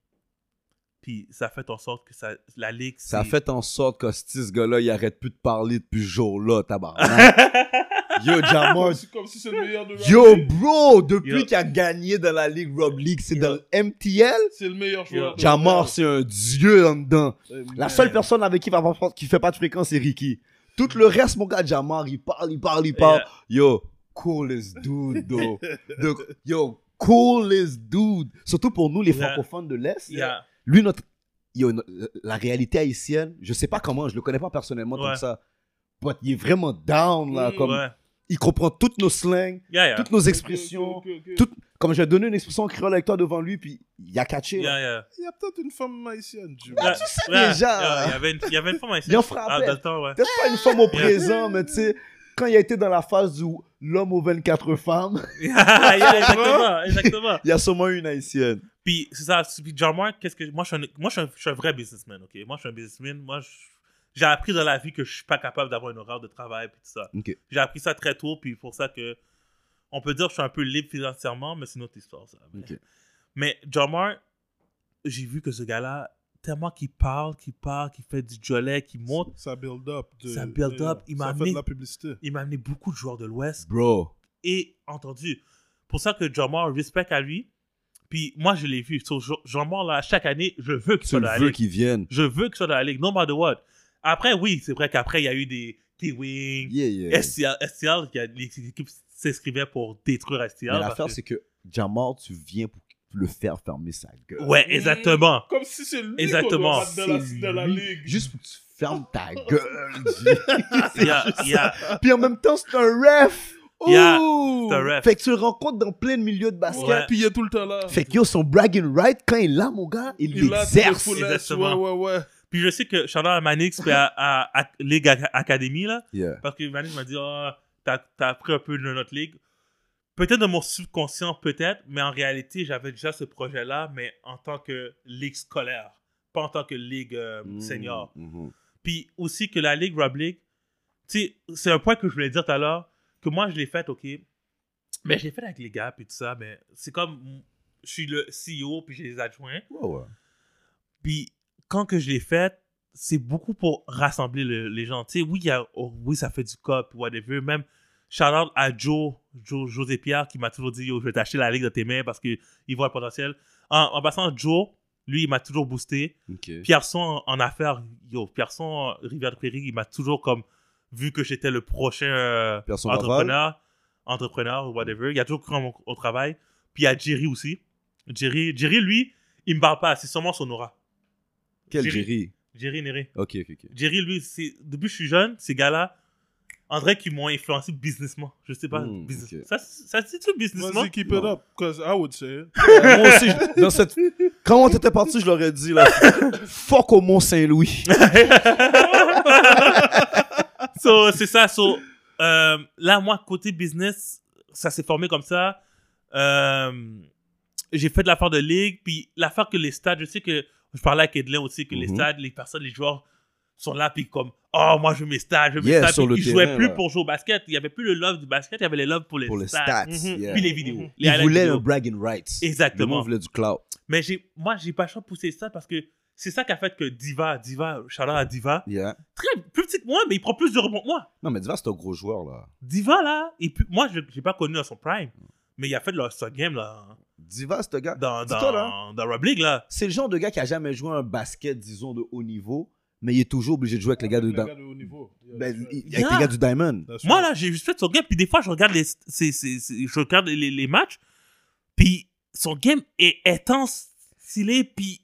[SPEAKER 4] Puis, ça a fait en sorte que ça, la ligue.
[SPEAKER 2] Ça a
[SPEAKER 4] c'est-
[SPEAKER 2] fait en sorte que ce gars-là, il arrête plus de parler depuis ce jour-là, tabarnak.
[SPEAKER 4] [laughs]
[SPEAKER 2] yo, Jamar,
[SPEAKER 3] C'est comme si c'est le meilleur de la
[SPEAKER 2] Yo,
[SPEAKER 3] ligue.
[SPEAKER 2] bro, depuis
[SPEAKER 4] Yo.
[SPEAKER 2] qu'il a gagné dans la Ligue Rob League, c'est
[SPEAKER 4] Yo.
[SPEAKER 2] dans le MTL.
[SPEAKER 3] C'est le meilleur joueur. de Eh, la
[SPEAKER 2] Jamar, c'est un dieu en dedans.
[SPEAKER 3] ligue.
[SPEAKER 2] La seule personne avec qui il va avoir- qui fait pas de fréquence, c'est Ricky. Tout le reste, mon gars, Jamar, il parle, il parle, il parle. Yo, coolest dude,
[SPEAKER 4] [laughs]
[SPEAKER 2] though. The- yo, coolest dude. Surtout pour nous, les
[SPEAKER 4] Yeah.
[SPEAKER 2] francophones de l'Est.
[SPEAKER 4] Il a-
[SPEAKER 2] Lui, notre. yo, no- la réalité haïtienne, je sais pas comment, je le connais pas personnellement
[SPEAKER 4] Ouais.
[SPEAKER 2] comme ça. But il est vraiment down, là.
[SPEAKER 3] Mm,
[SPEAKER 2] comme,
[SPEAKER 4] ouais.
[SPEAKER 2] Il comprend toutes nos slangs,
[SPEAKER 4] Yeah, yeah.
[SPEAKER 2] toutes nos
[SPEAKER 3] Ok, ok,
[SPEAKER 2] expressions.
[SPEAKER 3] ok, ok.
[SPEAKER 2] Tout- Comme j'ai donné une expression en créole avec toi devant lui, puis il a catché. là.
[SPEAKER 4] Yeah, yeah.
[SPEAKER 3] Il y a peut-être une femme haïtienne, Jim.
[SPEAKER 2] Ah, tu sais
[SPEAKER 4] Ouais,
[SPEAKER 2] déjà.
[SPEAKER 4] yeah, Il y avait une- il y avait une femme ici.
[SPEAKER 2] Il en frappait.
[SPEAKER 4] Ah, dans le temps, ouais. [laughs]
[SPEAKER 2] Peut-être pas une femme au
[SPEAKER 4] Yeah.
[SPEAKER 2] présent, mais tu sais, quand il a été dans la phase du l'homme aux 24 femmes,
[SPEAKER 4] Yeah, yeah,
[SPEAKER 2] [laughs]
[SPEAKER 4] exactement, exactement.
[SPEAKER 2] il y a sûrement une haïtienne.
[SPEAKER 4] Puis c'est ça, puis John Mark, qu'est-ce que moi je suis un, moi je suis un, je suis un vrai businessman, OK Moi je suis un businessman, moi je- j'ai appris dans la vie que je suis pas capable d'avoir une horaire de travail puis tout ça.
[SPEAKER 2] Ok.
[SPEAKER 4] J'ai appris ça très tôt puis pour ça que on peut dire que je suis un peu libre financièrement, mais c'est notre histoire ça. Mais,
[SPEAKER 2] Ok.
[SPEAKER 4] mais John Mark, j'ai vu que ce gars-là tellement qu'il parle, qu'il parle, qu'il fait du jolet, qu'il monte,
[SPEAKER 3] Ça build up. de-
[SPEAKER 4] Ça build up,
[SPEAKER 3] euh,
[SPEAKER 4] il m'a
[SPEAKER 3] Ça fait
[SPEAKER 4] amené-
[SPEAKER 3] de la publicité.
[SPEAKER 4] il m'a amené beaucoup de joueurs de l'Ouest
[SPEAKER 2] Bro,
[SPEAKER 4] et entendu. Pour ça que Jamar, respect à lui. Puis moi, je l'ai vu. So, Ja- Jamar, là, chaque année, je veux qu'il
[SPEAKER 2] tu
[SPEAKER 4] soit
[SPEAKER 2] le
[SPEAKER 4] dans la
[SPEAKER 2] veux
[SPEAKER 4] ligue.
[SPEAKER 2] qu'il vienne.
[SPEAKER 4] Je veux qu'il soit dans la ligue, no matter what. Après, oui, c'est vrai qu'après, il y a eu des T-Wing,
[SPEAKER 2] Yeah, yeah.
[SPEAKER 4] STL, STL, il y a- les équipes s'écrivaient pour détruire STL.
[SPEAKER 2] Mais
[SPEAKER 4] parce
[SPEAKER 2] l'affaire,
[SPEAKER 4] que-
[SPEAKER 2] c'est que Jamar, tu viens pour le faire fermer sa gueule.
[SPEAKER 4] Ouais, exactement.
[SPEAKER 3] Comme si c'est lui
[SPEAKER 4] Exactement.
[SPEAKER 3] qu'on doit mettre dans la, dans la
[SPEAKER 2] lui.
[SPEAKER 3] ligue.
[SPEAKER 2] Juste pour que tu fermes
[SPEAKER 3] [laughs]
[SPEAKER 2] ta gueule. Jay.
[SPEAKER 4] Il y a, il y a-
[SPEAKER 2] Puis en même temps, c'est un ref.
[SPEAKER 4] Yeah,
[SPEAKER 2] Ouh.
[SPEAKER 4] c'est un ref.
[SPEAKER 2] Fait que tu le rencontres dans plein de milieux de basket.
[SPEAKER 4] Ouais.
[SPEAKER 3] Puis il est tout le temps là.
[SPEAKER 2] Fait que yo, son bragging right, quand il l'a, mon gars, il
[SPEAKER 3] Il a tous les
[SPEAKER 2] l'exerce.
[SPEAKER 3] full ass,
[SPEAKER 4] Exactement.
[SPEAKER 3] Ouais, ouais, ouais.
[SPEAKER 4] Puis je sais que Chandler Manix puis à, à, à Ligue Ac- Academy, là,
[SPEAKER 2] Yeah.
[SPEAKER 4] parce que Manix m'a dit, Ah, t'as t'as appris un peu de notre ligue. Peut-être dans mon subconscient, peut-être, mais en réalité, j'avais déjà ce projet-là, mais en tant que ligue scolaire, pas en tant que ligue euh,
[SPEAKER 2] Hmm.
[SPEAKER 4] senior.
[SPEAKER 2] Mm-hmm.
[SPEAKER 4] Puis aussi que la Ligue Rob League, tu sais, c'est un point que je voulais dire tout à l'heure, que moi je l'ai fait, ok. Mais j'ai fait avec les gars, puis tout ça, mais c'est comme, je suis le CEO, puis j'ai les adjoints.
[SPEAKER 2] Ouais, ouais.
[SPEAKER 4] Puis quand que je l'ai fait, c'est beaucoup pour rassembler le- les gens. Tu sais, oui, il y a- oh, oui, ça fait du cop, whatever. Même shout out à Joe, Joe- José Pierre, qui m'a toujours dit Yo, je vais t'acheter la ligue de tes mains parce qu'il voit le potentiel. En, en passant, Joe, lui, il m'a toujours boosté.
[SPEAKER 2] Ok.
[SPEAKER 4] Pierson en, en affaires, yo, Pierson, euh, Rivière Prairie, il m'a toujours comme vu que j'étais le prochain euh,
[SPEAKER 2] Pierson Laval.
[SPEAKER 4] entrepreneur, entrepreneur, whatever. Il a toujours cru en mon- au travail. Puis il y a Jerry aussi. Jerry, Jerry lui, il me parle pas, c'est sûrement son aura.
[SPEAKER 2] Quel
[SPEAKER 4] Jerry.
[SPEAKER 2] Jerry
[SPEAKER 4] Jerry Néré.
[SPEAKER 2] Ok, ok, ok.
[SPEAKER 4] Jerry, lui, c'est- depuis que je suis jeune, ces gars-là, on dirait qu'ils m'ont influencé businessment. Je sais pas.
[SPEAKER 2] Hmm,
[SPEAKER 4] business-
[SPEAKER 2] ok.
[SPEAKER 4] Ça, ça se dit-tu businessment?
[SPEAKER 3] Vas-y, keep it
[SPEAKER 2] Non.
[SPEAKER 3] up, cause I would say hein. it.
[SPEAKER 2] Euh, Moi aussi, je- dans cette... quand on était parti, je leur ai dit,
[SPEAKER 4] [laughs]
[SPEAKER 2] là, fuck au Mont-Saint-Louis.
[SPEAKER 4] [laughs] so, c'est ça. So, euh, là, moi, côté business, ça s'est formé comme ça. Euh, j'ai fait de l'affaire de ligue, puis l'affaire que les stades, je sais que je parlais avec Edlin aussi, que les
[SPEAKER 2] Mhm.
[SPEAKER 4] stades, les personnes, les joueurs sont là, puis comme, oh, moi, je veux mes stades, je veux mes
[SPEAKER 2] Yeah,
[SPEAKER 4] stades.
[SPEAKER 2] sur
[SPEAKER 4] Puis
[SPEAKER 2] le
[SPEAKER 4] ils jouaient
[SPEAKER 2] terrain,
[SPEAKER 4] plus
[SPEAKER 2] là.
[SPEAKER 4] pour jouer au basket. Il n'y avait plus le love du basket, il y avait les love pour les
[SPEAKER 2] Pour les
[SPEAKER 4] stades.
[SPEAKER 2] stats, yeah.
[SPEAKER 3] Mhm.
[SPEAKER 4] Mm-hmm. Puis les vidéos.
[SPEAKER 3] Mhm.
[SPEAKER 4] Les
[SPEAKER 2] Ils
[SPEAKER 4] highlights
[SPEAKER 2] voulaient
[SPEAKER 4] vidéo.
[SPEAKER 2] un bragging rights. Le
[SPEAKER 4] Exactement.
[SPEAKER 2] monde voulait du clout.
[SPEAKER 4] Mais j'ai, moi, j'ai pas le choix de pousser ça parce que c'est ça qui a fait que Diva, Diva, Charlotte à Diva,
[SPEAKER 2] Yeah.
[SPEAKER 4] très plus petit que moi, mais il prend plus de rebonds que moi.
[SPEAKER 2] Non, mais Diva, c'est un gros joueur, là.
[SPEAKER 4] Diva, là, et puis, moi, je n'ai pas connu dans son prime, mais il a fait le ce game, là,
[SPEAKER 2] Diva, c'est un gars.
[SPEAKER 4] dans,
[SPEAKER 2] Dis-toi,
[SPEAKER 4] dans,
[SPEAKER 2] là.
[SPEAKER 4] dans Rob League, là.
[SPEAKER 2] C'est le genre de gars qui a jamais joué un basket, disons, de haut niveau, mais il est toujours obligé de jouer avec les gars du,
[SPEAKER 3] Les
[SPEAKER 2] Di-
[SPEAKER 3] gars de haut niveau. Yeah,
[SPEAKER 2] ben,
[SPEAKER 3] that's
[SPEAKER 2] il-
[SPEAKER 3] right.
[SPEAKER 2] avec les gars du Diamond.
[SPEAKER 3] That's
[SPEAKER 4] Moi,
[SPEAKER 3] right.
[SPEAKER 4] là, j'ai juste fait son game, puis des fois, je regarde les, c'est- c'est- c'est- je regarde les, les matchs, puis son game est intense, stylé, puis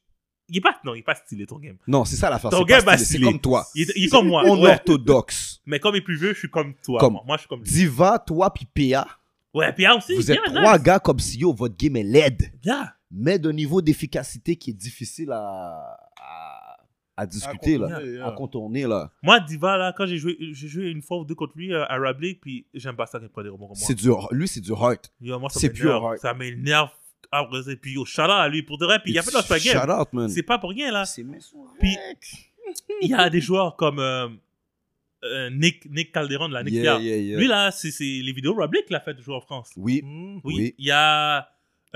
[SPEAKER 4] il est pas, non, il est pas stylé, ton game.
[SPEAKER 2] Non, c'est ça la face.
[SPEAKER 4] Ton
[SPEAKER 2] C'est pas
[SPEAKER 4] gars, bah,
[SPEAKER 2] stylé,
[SPEAKER 4] c'est
[SPEAKER 2] c'est comme
[SPEAKER 4] comme-
[SPEAKER 2] toi.
[SPEAKER 4] Il est, il est comme moi,
[SPEAKER 2] [laughs] On
[SPEAKER 4] ouais.
[SPEAKER 2] orthodoxe.
[SPEAKER 4] mais comme il est plus vieux, je suis comme toi.
[SPEAKER 2] Comme-
[SPEAKER 4] Moi, Moi, je suis comme lui.
[SPEAKER 2] Diva, toi, puis PA,
[SPEAKER 4] Ouais, puis ah, aussi,
[SPEAKER 2] vous êtes
[SPEAKER 4] bien,
[SPEAKER 2] trois
[SPEAKER 4] nice.
[SPEAKER 2] gars comme si yo, votre game est laide,
[SPEAKER 4] Yeah.
[SPEAKER 2] mais d'un niveau d'efficacité qui est difficile à, à, à discuter,
[SPEAKER 3] À
[SPEAKER 2] là,
[SPEAKER 3] contourner, yeah.
[SPEAKER 2] à contourner. Là.
[SPEAKER 4] Moi, Diva, là, quand j'ai joué, j'ai joué une fois ou deux contre lui euh, à Rob League, puis j'aime pas ça qu'il prend des rebonds comme moi.
[SPEAKER 2] C'est du, lui, c'est du heart.
[SPEAKER 4] Yo, moi, ça
[SPEAKER 2] C'est pure
[SPEAKER 4] m'énerve.
[SPEAKER 2] heart.
[SPEAKER 4] Ça m'énerve. Ah, ouais, c'est- puis yo, shout out à lui pour de vrai. Puis il y a pas de sa
[SPEAKER 2] Shout
[SPEAKER 4] game.
[SPEAKER 2] out, man.
[SPEAKER 4] C'est pas pour rien, là.
[SPEAKER 2] C'est mes
[SPEAKER 4] Puis il y a des joueurs comme euh, euh, Nick, Nick Calderon, là. Nick
[SPEAKER 2] Yeah,
[SPEAKER 4] Pierre.
[SPEAKER 2] yeah, yeah.
[SPEAKER 4] Lui, là, c'est c'est les vidéos Rob League qu'il a fait de jouer en France.
[SPEAKER 2] Oui,
[SPEAKER 3] Hmm.
[SPEAKER 4] Oui. Il
[SPEAKER 2] Oui.
[SPEAKER 4] y a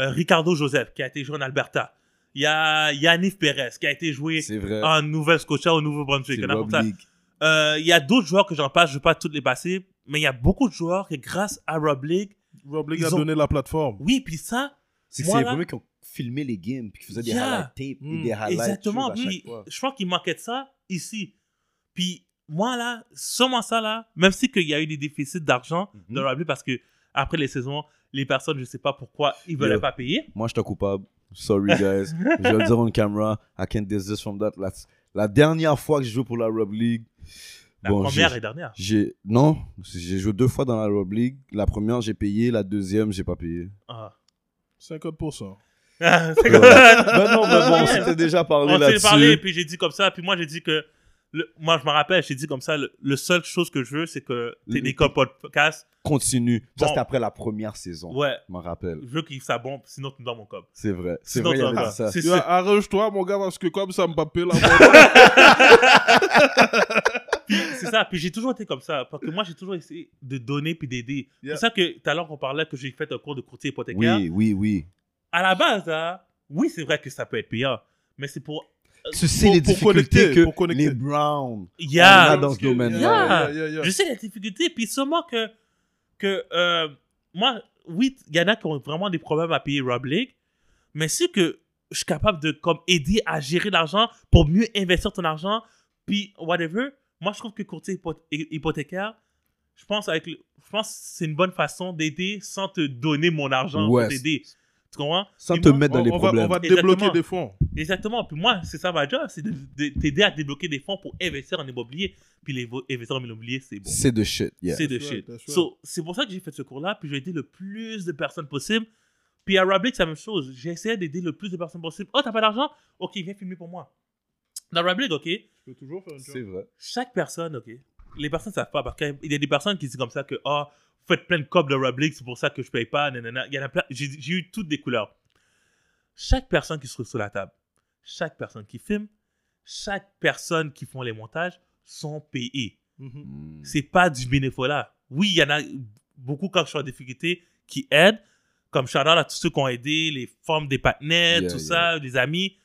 [SPEAKER 4] euh, Ricardo Joseph qui a été joué en Alberta. Il y a Yannick Perez qui a été joué
[SPEAKER 2] c'est vrai.
[SPEAKER 4] en Nouvelle-Scotia, au Nouveau-Brunswick.
[SPEAKER 2] C'est
[SPEAKER 4] Il y en a
[SPEAKER 2] Rob
[SPEAKER 4] comme ça.
[SPEAKER 2] League.
[SPEAKER 4] Euh, il y a d'autres joueurs que j'en passe, je ne vais pas toutes les passer, mais il y a beaucoup de joueurs qui, grâce à Rob League,
[SPEAKER 3] Rob League
[SPEAKER 4] Ils
[SPEAKER 3] a
[SPEAKER 4] ont-
[SPEAKER 3] donné la plateforme.
[SPEAKER 4] oui, puis ça,
[SPEAKER 2] C'est que
[SPEAKER 4] Moi,
[SPEAKER 2] c'est les
[SPEAKER 4] là-
[SPEAKER 2] premiers qui ont filmé les games, puis qui faisaient des
[SPEAKER 4] Yeah. Hmm.
[SPEAKER 2] highlight tapes,
[SPEAKER 3] Mm,
[SPEAKER 2] et des highlights.
[SPEAKER 4] Exactement.
[SPEAKER 2] choses à
[SPEAKER 4] Puis,
[SPEAKER 2] chaque fois.
[SPEAKER 4] je crois qu'il manquait de ça ici. Puis, moi, là, sûrement ça, là, même si qu'il y a eu des déficits d'argent
[SPEAKER 2] Mhm.
[SPEAKER 4] dans le rugby parce que après les saisons, les personnes, je sais pas pourquoi, ils veulent
[SPEAKER 2] Yo.
[SPEAKER 4] pas payer.
[SPEAKER 2] Moi, je suis coupable. Sorry, guys.
[SPEAKER 4] [laughs]
[SPEAKER 2] je vais le dire on camera. I can't desist from that. La, la dernière fois que j'ai joué pour la Rob League,
[SPEAKER 4] La
[SPEAKER 2] Bon,
[SPEAKER 4] première
[SPEAKER 2] j'ai-
[SPEAKER 4] et dernière.
[SPEAKER 2] j'ai. Non, j'ai joué deux fois dans la Rob League. La première, j'ai payé. La deuxième, j'ai pas
[SPEAKER 4] [laughs]
[SPEAKER 2] payé.
[SPEAKER 4] Ah.
[SPEAKER 3] 50%.
[SPEAKER 4] C'est
[SPEAKER 2] Ouais. [laughs]
[SPEAKER 4] comme ça.
[SPEAKER 2] ben non, mais bon, on s'était déjà parlé
[SPEAKER 4] On s'est
[SPEAKER 2] là-dessus.
[SPEAKER 4] parlé, puis j'ai dit comme ça. Puis moi, j'ai dit que. le- moi, je me rappelle, j'ai dit comme ça, le, le seule chose que je veux, c'est que
[SPEAKER 2] Le-
[SPEAKER 4] Télécom Podcast,
[SPEAKER 2] Continue. Ça,
[SPEAKER 4] Bon.
[SPEAKER 2] c'était après la première saison.
[SPEAKER 4] ouais,
[SPEAKER 2] Je m'en rappelle.
[SPEAKER 4] je veux qu'il ça bombe, sinon tu me donnes mon cob.
[SPEAKER 2] C'est vrai. C'est
[SPEAKER 4] Sinon,
[SPEAKER 2] vrai, il
[SPEAKER 4] tu
[SPEAKER 2] avait
[SPEAKER 4] vas
[SPEAKER 2] dit ça.
[SPEAKER 4] pas. C'est
[SPEAKER 3] Yo,
[SPEAKER 4] sûr.
[SPEAKER 3] Arrange-toi, mon gars, parce que comme ça me
[SPEAKER 2] [laughs]
[SPEAKER 3] papait la voix.
[SPEAKER 4] C'est ça, puis j'ai toujours été comme ça, parce que moi j'ai toujours essayé de donner puis d'aider.
[SPEAKER 3] Yeah.
[SPEAKER 4] C'est ça que tout à l'heure on parlait que j'ai fait un cours de courtier hypothécaire.
[SPEAKER 2] Oui, oui, oui.
[SPEAKER 4] À la base, là, oui, c'est vrai que ça peut être payant, mais c'est Euh, pour.
[SPEAKER 2] Tu sais
[SPEAKER 3] Pour-
[SPEAKER 2] les
[SPEAKER 3] pour
[SPEAKER 2] difficultés
[SPEAKER 3] connecter, pour
[SPEAKER 2] que
[SPEAKER 3] connecter.
[SPEAKER 2] les Browns
[SPEAKER 4] Il
[SPEAKER 2] Ah,
[SPEAKER 4] Yeah.
[SPEAKER 2] dans ce domaine-là.
[SPEAKER 3] Yeah, yeah, yeah.
[SPEAKER 4] Je sais la difficulté, puis seulement que. que euh, moi, oui, il y en a qui ont vraiment des problèmes à payer Rob League, mais c'est que je suis capable de comme, aider à gérer l'argent pour mieux investir ton argent, puis whatever. Moi, je trouve que courtier hypo- hy- hypothécaire, je pense, avec le- je pense que c'est une bonne façon d'aider sans te donner mon argent
[SPEAKER 2] Ouais.
[SPEAKER 4] pour t'aider. Tu comprends?
[SPEAKER 2] sans
[SPEAKER 4] Puis
[SPEAKER 2] te
[SPEAKER 4] moi-
[SPEAKER 2] mettre dans
[SPEAKER 3] On-
[SPEAKER 2] les
[SPEAKER 3] on va-
[SPEAKER 2] problèmes.
[SPEAKER 3] On va
[SPEAKER 4] Exactement.
[SPEAKER 3] débloquer des fonds.
[SPEAKER 4] Exactement. Puis moi, c'est ça ma job, c'est de, de t'aider à débloquer des fonds pour investir en immobilier. Puis les vo- investir en immobilier, c'est bon.
[SPEAKER 2] C'est de shit. Yeah.
[SPEAKER 4] C'est de
[SPEAKER 3] That's
[SPEAKER 4] shit.
[SPEAKER 3] right, that's right.
[SPEAKER 4] So, c'est pour ça que j'ai fait ce cours-là, puis j'ai aidé le plus de personnes possible. Puis à Rablic, c'est la même chose. J'ai essayé d'aider le plus de personnes possible. Oh, t'as pas d'argent? Ok, viens filmer pour moi. Dans Rablic, ok,
[SPEAKER 3] Je peux toujours faire une
[SPEAKER 2] C'est vrai.
[SPEAKER 4] chaque personne, ok. Les personnes savent pas, parce qu'il y a des personnes qui disent comme ça que, oh, vous faites plein de copes de Rablic, c'est pour ça que je paye pas, nanana. Il y en a plein. J'ai j'ai eu toutes des couleurs. Chaque personne qui se trouve sur la table, chaque personne qui filme, chaque personne qui font les montages sont payées
[SPEAKER 3] Mhm.
[SPEAKER 2] Mm.
[SPEAKER 4] c'est pas du bénévolat. Oui, il y en a beaucoup quand je suis en difficulté qui aident, comme shout à tous ceux qui ont aidé, les formes des partenaires,
[SPEAKER 2] Yeah,
[SPEAKER 4] tout
[SPEAKER 2] yeah.
[SPEAKER 4] ça, des amis.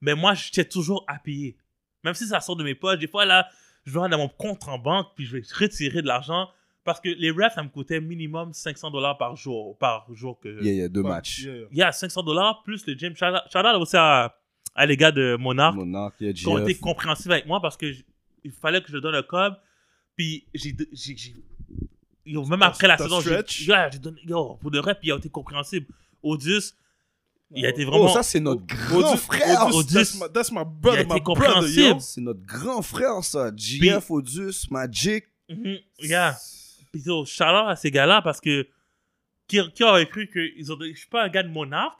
[SPEAKER 4] Mais moi, j'étais toujours à payer. Même si ça sort de mes poches, des fois, là, je vais dans mon compte en banque, puis je vais retirer de l'argent. Parce que les refs, ça me coûtait minimum 500 dollars par jour, par jour que
[SPEAKER 2] Bah, Il y a deux matchs.
[SPEAKER 3] Bah, Yeah, yeah.
[SPEAKER 4] il y a 500 dollars plus le gym. Shout out- shout out aussi à, à les gars de Monarch
[SPEAKER 2] Monarch, il y a
[SPEAKER 4] qui ont été
[SPEAKER 2] GF.
[SPEAKER 4] compréhensifs avec moi parce que j- il fallait que je donne le cob. Puis j'ai, de- j'ai, j'ai- yo, même
[SPEAKER 3] T'as-
[SPEAKER 4] après la
[SPEAKER 3] t'as
[SPEAKER 4] saison, j'ai,
[SPEAKER 3] stretch.
[SPEAKER 4] yeah, j'ai donné, yo, pour de vrai, puis il a été compréhensible. Odius, il a été
[SPEAKER 2] Oh,
[SPEAKER 4] vraiment.
[SPEAKER 2] ça, c'est notre grand
[SPEAKER 3] Odus-
[SPEAKER 2] frère.
[SPEAKER 3] Odus,
[SPEAKER 4] Odus.
[SPEAKER 3] that's my, that's my
[SPEAKER 4] il a
[SPEAKER 3] brother,
[SPEAKER 4] été
[SPEAKER 3] my brother, yo.
[SPEAKER 4] compréhensible.
[SPEAKER 2] C'est notre grand frère, ça. GF, Odus, Magic.
[SPEAKER 4] Mhm, yeah. Puis yo, shout out à ces gars-là parce que qui, qui aurait cru que ils ont donné- je suis pas un gars de Monarch,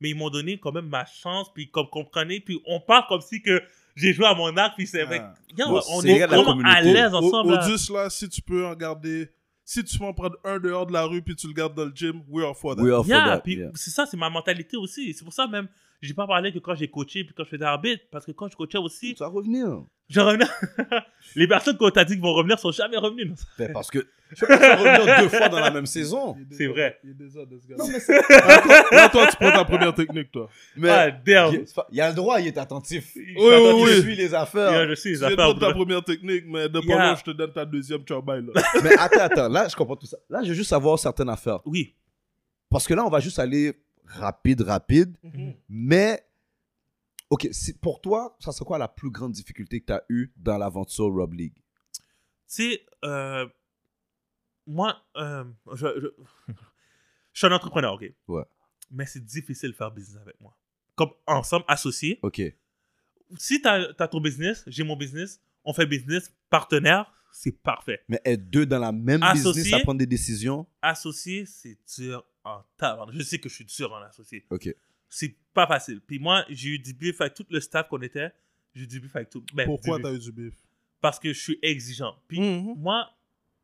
[SPEAKER 4] mais ils m'ont donné quand même ma chance. Puis comme comprenez, puis on parle comme si que j'ai joué à Monarch, puis c'est
[SPEAKER 3] Ah.
[SPEAKER 4] avec Yo,
[SPEAKER 2] Bon,
[SPEAKER 4] on
[SPEAKER 2] c'est
[SPEAKER 4] est
[SPEAKER 2] les gars de la
[SPEAKER 4] vraiment à
[SPEAKER 2] communauté.
[SPEAKER 4] l'aise ensemble.
[SPEAKER 3] Au-
[SPEAKER 4] là.
[SPEAKER 3] Odus, là, si tu peux en garder, si tu peux en prendre un dehors de la rue puis tu le gardes dans le gym, we are for that.
[SPEAKER 2] We are for
[SPEAKER 4] Yeah,
[SPEAKER 2] that.
[SPEAKER 4] puis
[SPEAKER 2] yeah.
[SPEAKER 4] c'est ça, c'est ma mentalité aussi. C'est pour ça même, j'ai pas parlé que quand j'ai coaché puis quand je faisais arbitre, parce que quand je coachais aussi,
[SPEAKER 2] Tu vas revenir.
[SPEAKER 4] je revenais. [laughs] Les personnes qu'on t'a dit qu'ils vont revenir sont jamais revenues.
[SPEAKER 3] [laughs]
[SPEAKER 4] non.
[SPEAKER 2] Ben, parce que je peux pas revenir deux fois dans la même saison.
[SPEAKER 3] Il est
[SPEAKER 4] C'est
[SPEAKER 3] déjà-
[SPEAKER 4] vrai.
[SPEAKER 3] Il est déjà de ce gars-là. [laughs] Là, toi, tu prends ta première technique, toi.
[SPEAKER 2] Mais
[SPEAKER 4] ah, damn.
[SPEAKER 2] il- il a le droit, il est [laughs] attentif.
[SPEAKER 4] Oui,
[SPEAKER 2] Il est attentif,
[SPEAKER 3] oui.
[SPEAKER 2] il suit les affaires.
[SPEAKER 4] Yeah, je sais, les
[SPEAKER 3] Tu viens de
[SPEAKER 4] affaires. au
[SPEAKER 3] prendre ta
[SPEAKER 4] bout
[SPEAKER 3] première technique, mais de
[SPEAKER 4] Yeah.
[SPEAKER 3] pas long, je te donne ta deuxième, tu as bail, là.
[SPEAKER 2] Mais attends, attends, là, je comprends tout ça. Là, je veux juste savoir certaines affaires.
[SPEAKER 4] de- Oui.
[SPEAKER 2] Parce que là, on va juste aller rapide, rapide.
[SPEAKER 3] Mm-hmm.
[SPEAKER 2] Mais, OK, c'est- pour toi, ça serait quoi la plus grande difficulté que tu as eue dans l'aventure Rob League
[SPEAKER 4] tu sais, euh, moi, euh, je, je- [laughs] je suis un entrepreneur, ok?
[SPEAKER 2] Ouais.
[SPEAKER 4] Mais c'est difficile de faire business avec moi. Comme ensemble, associés.
[SPEAKER 2] OK.
[SPEAKER 4] Si t'as as ton business, j'ai mon business, on fait business, partenaire, c'est parfait.
[SPEAKER 2] Mais être deux dans la même
[SPEAKER 4] Associé.
[SPEAKER 2] business à prendre des décisions
[SPEAKER 4] associé, c'est dur en talent. Je sais que je suis dur en associé.
[SPEAKER 2] OK.
[SPEAKER 4] C'est pas facile. Puis moi, j'ai eu du bif avec tout le staff qu'on était. J'ai eu du bif avec tout. ben,
[SPEAKER 3] Pourquoi
[SPEAKER 4] du
[SPEAKER 3] t'as
[SPEAKER 4] bif.
[SPEAKER 3] eu du bif?
[SPEAKER 4] Parce que je suis exigeant. Puis
[SPEAKER 2] Mm.
[SPEAKER 4] moi,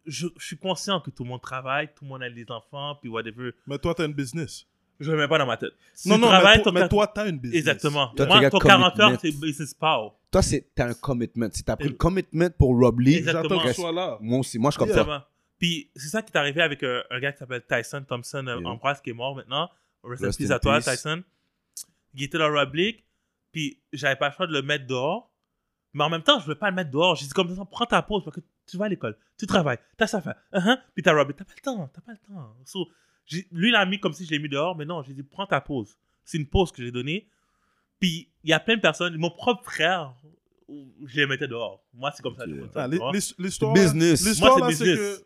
[SPEAKER 4] je, je suis conscient que tout le monde travaille, tout le monde a des enfants, puis whatever.
[SPEAKER 3] Mais toi, t'as une business.
[SPEAKER 4] Je le mets pas dans ma tête. Si
[SPEAKER 3] non,
[SPEAKER 4] tu
[SPEAKER 3] non,
[SPEAKER 4] travailles,
[SPEAKER 3] mais, toi-
[SPEAKER 4] ton
[SPEAKER 3] mais
[SPEAKER 4] quar-
[SPEAKER 3] toi, t'as une business.
[SPEAKER 4] Exactement.
[SPEAKER 2] Toi, t'es
[SPEAKER 4] moi,
[SPEAKER 2] gars
[SPEAKER 4] ton 40
[SPEAKER 2] commitment.
[SPEAKER 4] heures, c'est business power.
[SPEAKER 2] Toi, c'est t'as un commitment. Si t'as pris
[SPEAKER 4] Et-
[SPEAKER 2] le commitment pour Rob League,
[SPEAKER 4] Exact.
[SPEAKER 3] J'attends que tu
[SPEAKER 4] Reste-
[SPEAKER 3] sois là.
[SPEAKER 2] moi aussi, moi, je suis comme ça.
[SPEAKER 4] Exactement. Puis c'est ça qui est arrivé avec euh, un gars qui s'appelle Tyson Thompson, euh,
[SPEAKER 2] Yeah.
[SPEAKER 4] Ambroise, qui est mort maintenant. Rest,
[SPEAKER 2] Rest
[SPEAKER 4] in peace
[SPEAKER 2] in
[SPEAKER 4] à toi,
[SPEAKER 2] peace.
[SPEAKER 4] Tyson. Il était dans Rob League, puis j'avais pas le choix de le mettre dehors. Mais en même temps, je veux pas le mettre dehors. J'ai dit comme ça, prends ta pause parce que tu vas à l'école, tu travailles, t'as ça à faire. Uh-huh. Puis t'as Rob League, t'as pas le temps, t'as pas le temps. So, j'ai- lui, il l'a mis comme si je l'ai mis dehors, mais non, j'ai dit prends ta pause. C'est une pause que j'ai donnée. Puis il y a plein de personnes, mon propre frère, je les mettais dehors. Moi, c'est comme ça. que je
[SPEAKER 2] Ok.
[SPEAKER 4] vois
[SPEAKER 3] Ah,
[SPEAKER 4] ça, tu
[SPEAKER 3] l'hi-
[SPEAKER 4] vois.
[SPEAKER 3] l'his- L'histoire.
[SPEAKER 2] Business.
[SPEAKER 3] L'histoire,
[SPEAKER 4] Moi,
[SPEAKER 3] là,
[SPEAKER 4] c'est
[SPEAKER 3] c'est
[SPEAKER 4] business.
[SPEAKER 3] que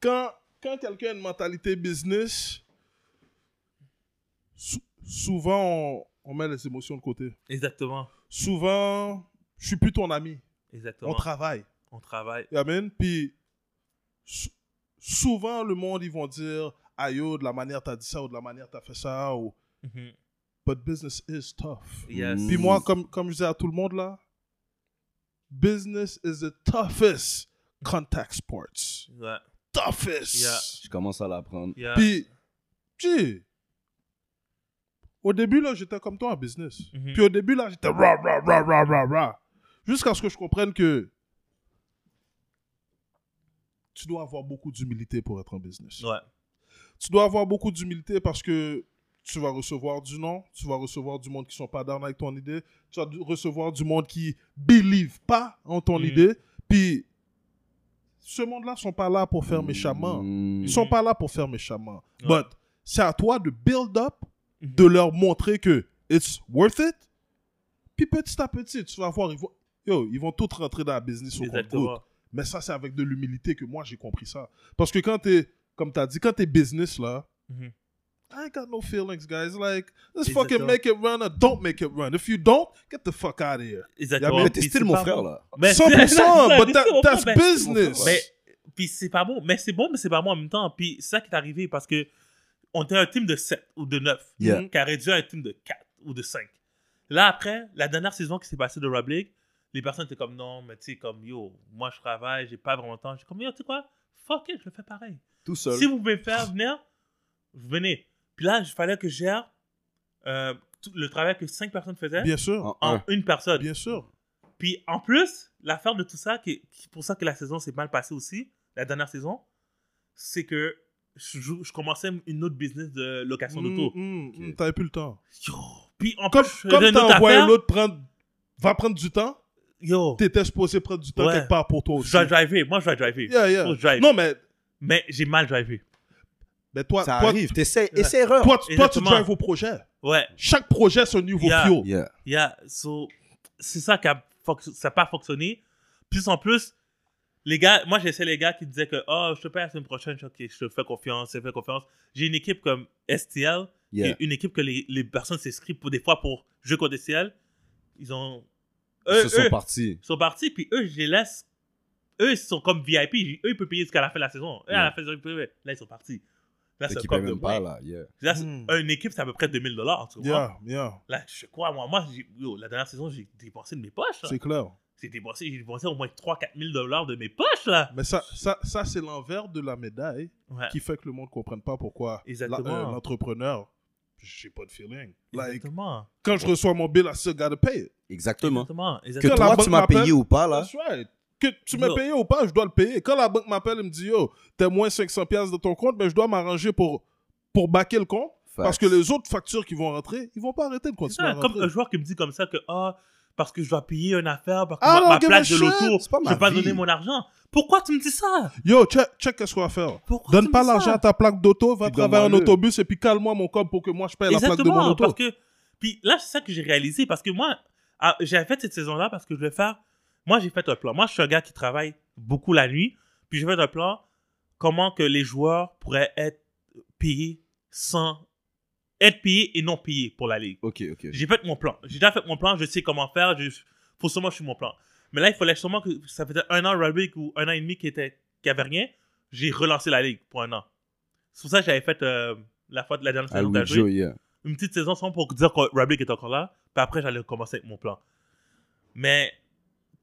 [SPEAKER 3] quand, quand quelqu'un a une mentalité business, sou- souvent, on, on met les émotions de côté.
[SPEAKER 4] Exactement.
[SPEAKER 3] Souvent, je suis plus ton ami.
[SPEAKER 4] Exactement.
[SPEAKER 3] On travaille.
[SPEAKER 4] on travaille.
[SPEAKER 3] Amen. Puis, sou- souvent, le monde, ils vont dire Ah yo, de la manière t'as dit ça ou de la manière t'as fait ça. Ou,
[SPEAKER 4] Mm-hmm.
[SPEAKER 3] But business is tough.
[SPEAKER 4] Yes.
[SPEAKER 2] Mm.
[SPEAKER 3] Puis moi, comme, comme je disais à tout le monde là, business is the toughest contact sports.
[SPEAKER 4] Ouais.
[SPEAKER 3] Toughest.
[SPEAKER 4] Yeah.
[SPEAKER 2] Je commence à l'apprendre.
[SPEAKER 4] Yeah.
[SPEAKER 3] Puis, tu au début, là, j'étais comme toi en business.
[SPEAKER 4] Mhm.
[SPEAKER 3] Puis au début, là, j'étais ra, ra, ra, ra, ra, ra. Jusqu'à ce que je comprenne que tu dois avoir beaucoup d'humilité pour être en business.
[SPEAKER 4] ouais.
[SPEAKER 3] Tu dois avoir beaucoup d'humilité parce que tu vas recevoir du non, tu vas recevoir du monde qui sont pas down avec ton idée, tu vas du- recevoir du monde qui believe pas en ton
[SPEAKER 4] Mhm.
[SPEAKER 3] idée. Puis, ce monde-là sont pas là pour faire méchamment.
[SPEAKER 2] Mm.
[SPEAKER 3] Ils sont pas là pour faire méchamment.
[SPEAKER 4] Ouais.
[SPEAKER 3] But c'est à toi de build up,
[SPEAKER 4] Mhm.
[SPEAKER 3] de leur montrer que it's worth it. Puis petit à petit, tu vas voir, ils vont, yo, ils vont tous rentrer dans la business au compte
[SPEAKER 4] Exactement.
[SPEAKER 3] Mais ça, c'est avec de l'humilité que moi, j'ai compris ça. Parce que quand t'es, comme t'as dit, quand t'es business, là,
[SPEAKER 4] Mhm.
[SPEAKER 3] I ain't got no feelings, guys. Like, let's
[SPEAKER 4] Exactement.
[SPEAKER 3] fucking make it run or don't make it run. If you don't, get the fuck out of here.
[SPEAKER 4] Exactement.
[SPEAKER 2] Mais
[SPEAKER 4] Puis
[SPEAKER 2] t'es
[SPEAKER 4] c'est
[SPEAKER 2] style mon
[SPEAKER 4] pas
[SPEAKER 2] frère,
[SPEAKER 4] bon.
[SPEAKER 2] là.
[SPEAKER 4] Mais-
[SPEAKER 3] 100%,
[SPEAKER 4] [laughs]
[SPEAKER 3] but that-
[SPEAKER 4] Mais-
[SPEAKER 3] that's
[SPEAKER 4] mais-
[SPEAKER 3] business.
[SPEAKER 4] Mais, puis c'est pas bon. Mais c'est bon, mais c'est pas bon en même temps. Puis c'est ça qui est arrivé parce que on était un team de 7 ou de 9
[SPEAKER 2] Yeah.
[SPEAKER 4] qui a réduit à un team de 4 ou de 5. Là, après, la dernière saison qui s'est passée de Rob League, les personnes étaient comme non, mais tu sais, comme yo, moi je travaille, j'ai pas vraiment le temps. J'ai comme yo, tu sais quoi, fuck it, je le fais pareil.
[SPEAKER 2] Tout seul.
[SPEAKER 4] Si vous pouvez me faire venir, venez. Puis là, il fallait que je gère euh, tout le travail que cinq personnes faisaient
[SPEAKER 3] Bien sûr,
[SPEAKER 2] En
[SPEAKER 4] en
[SPEAKER 2] un.
[SPEAKER 4] une personne.
[SPEAKER 3] bien sûr.
[SPEAKER 4] Puis en plus, l'affaire de tout ça, qui, qui- pour ça que la saison s'est mal passée aussi, la dernière saison, c'est que je, jou- je commençais une autre business de location d'auto.
[SPEAKER 3] Mm, mm,
[SPEAKER 2] Ok.
[SPEAKER 3] mm, T'avais plus le temps.
[SPEAKER 4] Yo, Puis en
[SPEAKER 3] Comme,
[SPEAKER 4] plus, je faisais
[SPEAKER 3] comme
[SPEAKER 4] une autre
[SPEAKER 3] t'as envoyé
[SPEAKER 4] affaire.
[SPEAKER 3] l'autre prendre, va prendre du temps,
[SPEAKER 4] Yo,
[SPEAKER 3] t'étais supposé prendre du temps
[SPEAKER 4] Ouais.
[SPEAKER 3] quelque part pour toi
[SPEAKER 4] je
[SPEAKER 3] aussi.
[SPEAKER 4] dois driver. Moi, je dois driver.
[SPEAKER 3] Yeah, yeah.
[SPEAKER 4] Faut drive.
[SPEAKER 3] Non, mais,
[SPEAKER 4] Mais j'ai mal drivé.
[SPEAKER 3] mais toi,
[SPEAKER 2] Ça
[SPEAKER 3] toi,
[SPEAKER 2] arrive. T'essayes,
[SPEAKER 4] Ouais.
[SPEAKER 2] essaie erreur.
[SPEAKER 3] toi, tu- toi, tu
[SPEAKER 4] Exactement.
[SPEAKER 3] drives vos projets.
[SPEAKER 4] Ouais,
[SPEAKER 3] Chaque projet, c'est un nouveau
[SPEAKER 4] Yeah.
[SPEAKER 3] pio.
[SPEAKER 2] Yeah.
[SPEAKER 4] yeah. So, c'est ça qui a, fonc- ça a pas fonctionné. Plus en plus, les gars, moi, j'essaie les gars qui disaient que, oh, je te paye la semaine prochaine, je, ok, je te fais confiance, je te fais confiance. J'ai une équipe comme STL, qui est
[SPEAKER 2] Yeah.
[SPEAKER 4] une équipe que les, les personnes s'inscrivent pour des fois pour jouer contre STL. Ils ont.
[SPEAKER 2] Ils
[SPEAKER 4] Eux,
[SPEAKER 2] se sont
[SPEAKER 4] eux,
[SPEAKER 2] partis.
[SPEAKER 4] sont partis, puis eux, je les laisse. Eux, ils sont comme VIP. J- Eux, ils peuvent payer jusqu'à la fin de la saison. Eux, à la fin de la saison, là, ils sont partis. Là,
[SPEAKER 2] Fait
[SPEAKER 4] c'est
[SPEAKER 2] qu'ils
[SPEAKER 4] comme
[SPEAKER 2] payent
[SPEAKER 4] Ah, de
[SPEAKER 2] même pas,
[SPEAKER 4] moins.
[SPEAKER 2] là. Yeah.
[SPEAKER 4] Là, c'est-
[SPEAKER 3] Hmm.
[SPEAKER 4] une équipe, c'est à peu près 2000 dollars, tu comprends?
[SPEAKER 3] Yeah, yeah.
[SPEAKER 4] Là, je crois, moi, moi j'ai- yo, la dernière saison, j'ai dépensé de mes poches. là.
[SPEAKER 3] C'est clair.
[SPEAKER 4] J'ai dépensé, j'ai dépensé au moins 3-4 000 dollars de mes poches, là.
[SPEAKER 3] Mais ça, ça, ça c'est l'envers de la médaille
[SPEAKER 4] Ouais.
[SPEAKER 3] qui fait que le monde ne comprenne pas pourquoi
[SPEAKER 4] Ah. Exactement.
[SPEAKER 3] la- euh, l'entrepreneur, j'ai pas de feeling. Like,
[SPEAKER 4] Exactement.
[SPEAKER 3] quand je reçois mon bill, I still gotta pay it.
[SPEAKER 2] Exactement.
[SPEAKER 4] Exactement.
[SPEAKER 2] Que
[SPEAKER 4] Exactement.
[SPEAKER 3] la
[SPEAKER 2] toi,
[SPEAKER 3] banque
[SPEAKER 2] tu m'as payé
[SPEAKER 3] m'appelle-
[SPEAKER 2] ou pas, là.
[SPEAKER 3] That's right. Que tu m'as
[SPEAKER 4] Ah. Yo.
[SPEAKER 3] payé ou pas, je dois le payer. Quand la banque m'appelle et me dit, yo, t'as moins 500$ piastres de ton compte, mais je dois m'arranger pour, pour baquer le compte. Parce que les autres factures qui vont rentrer, ils vont pas arrêter de
[SPEAKER 4] C'est
[SPEAKER 3] continuer
[SPEAKER 4] ça,
[SPEAKER 3] à
[SPEAKER 4] comme euh,
[SPEAKER 3] rentrer.
[SPEAKER 4] un joueur qui me dit comme ça que, ah, parce que je dois payer une affaire, parce que
[SPEAKER 3] Ah,
[SPEAKER 4] ma,
[SPEAKER 3] non,
[SPEAKER 4] ma
[SPEAKER 3] give
[SPEAKER 4] place
[SPEAKER 3] a
[SPEAKER 4] de l'auto,
[SPEAKER 3] shit, c'est pas
[SPEAKER 4] je
[SPEAKER 3] ma
[SPEAKER 4] vais pas
[SPEAKER 3] vie.
[SPEAKER 4] donner mon argent. Pourquoi tu me dis ça?
[SPEAKER 3] Yo, check, check qu'est-ce qu'on va faire.
[SPEAKER 4] Pourquoi tu
[SPEAKER 3] Donne
[SPEAKER 4] me
[SPEAKER 3] pas
[SPEAKER 4] dis ça?
[SPEAKER 3] l'argent à ta plaque d'auto, va
[SPEAKER 2] Puis
[SPEAKER 3] travailler en
[SPEAKER 2] demande-le.
[SPEAKER 3] autobus et puis calme-moi mon cob pour que moi je paye la plaque de mon
[SPEAKER 4] Exactement,
[SPEAKER 3] auto.
[SPEAKER 4] parce que... Puis là, c'est ça que j'ai réalisé, parce que moi, ah, j'avais fait cette saison-là parce que je vais faire... Moi, j'ai fait un plan. Moi, je suis un gars qui travaille beaucoup la nuit, puis j'ai fait un plan comment que les joueurs pourraient être payés sans... être payés et non payés pour la Ligue.
[SPEAKER 2] Ok, ok.
[SPEAKER 4] J'ai fait mon plan. J'ai déjà fait mon plan, je sais comment faire, je... faut sûrement que je suis mon plan. Mais là, il fallait sûrement que... Ça faisait un an, Rugby, ou un an et demi qui était... qui avait rien. J'ai relancé la Ligue pour un an. C'est pour ça que j'avais fait euh, la, fois, la dernière
[SPEAKER 2] À
[SPEAKER 4] saison que t'as
[SPEAKER 2] Louis
[SPEAKER 4] joué
[SPEAKER 2] Joe, yeah.
[SPEAKER 4] une petite saison sans pour dire que Rabic est encore là. Puis après, j'allais commencer avec mon plan. Mais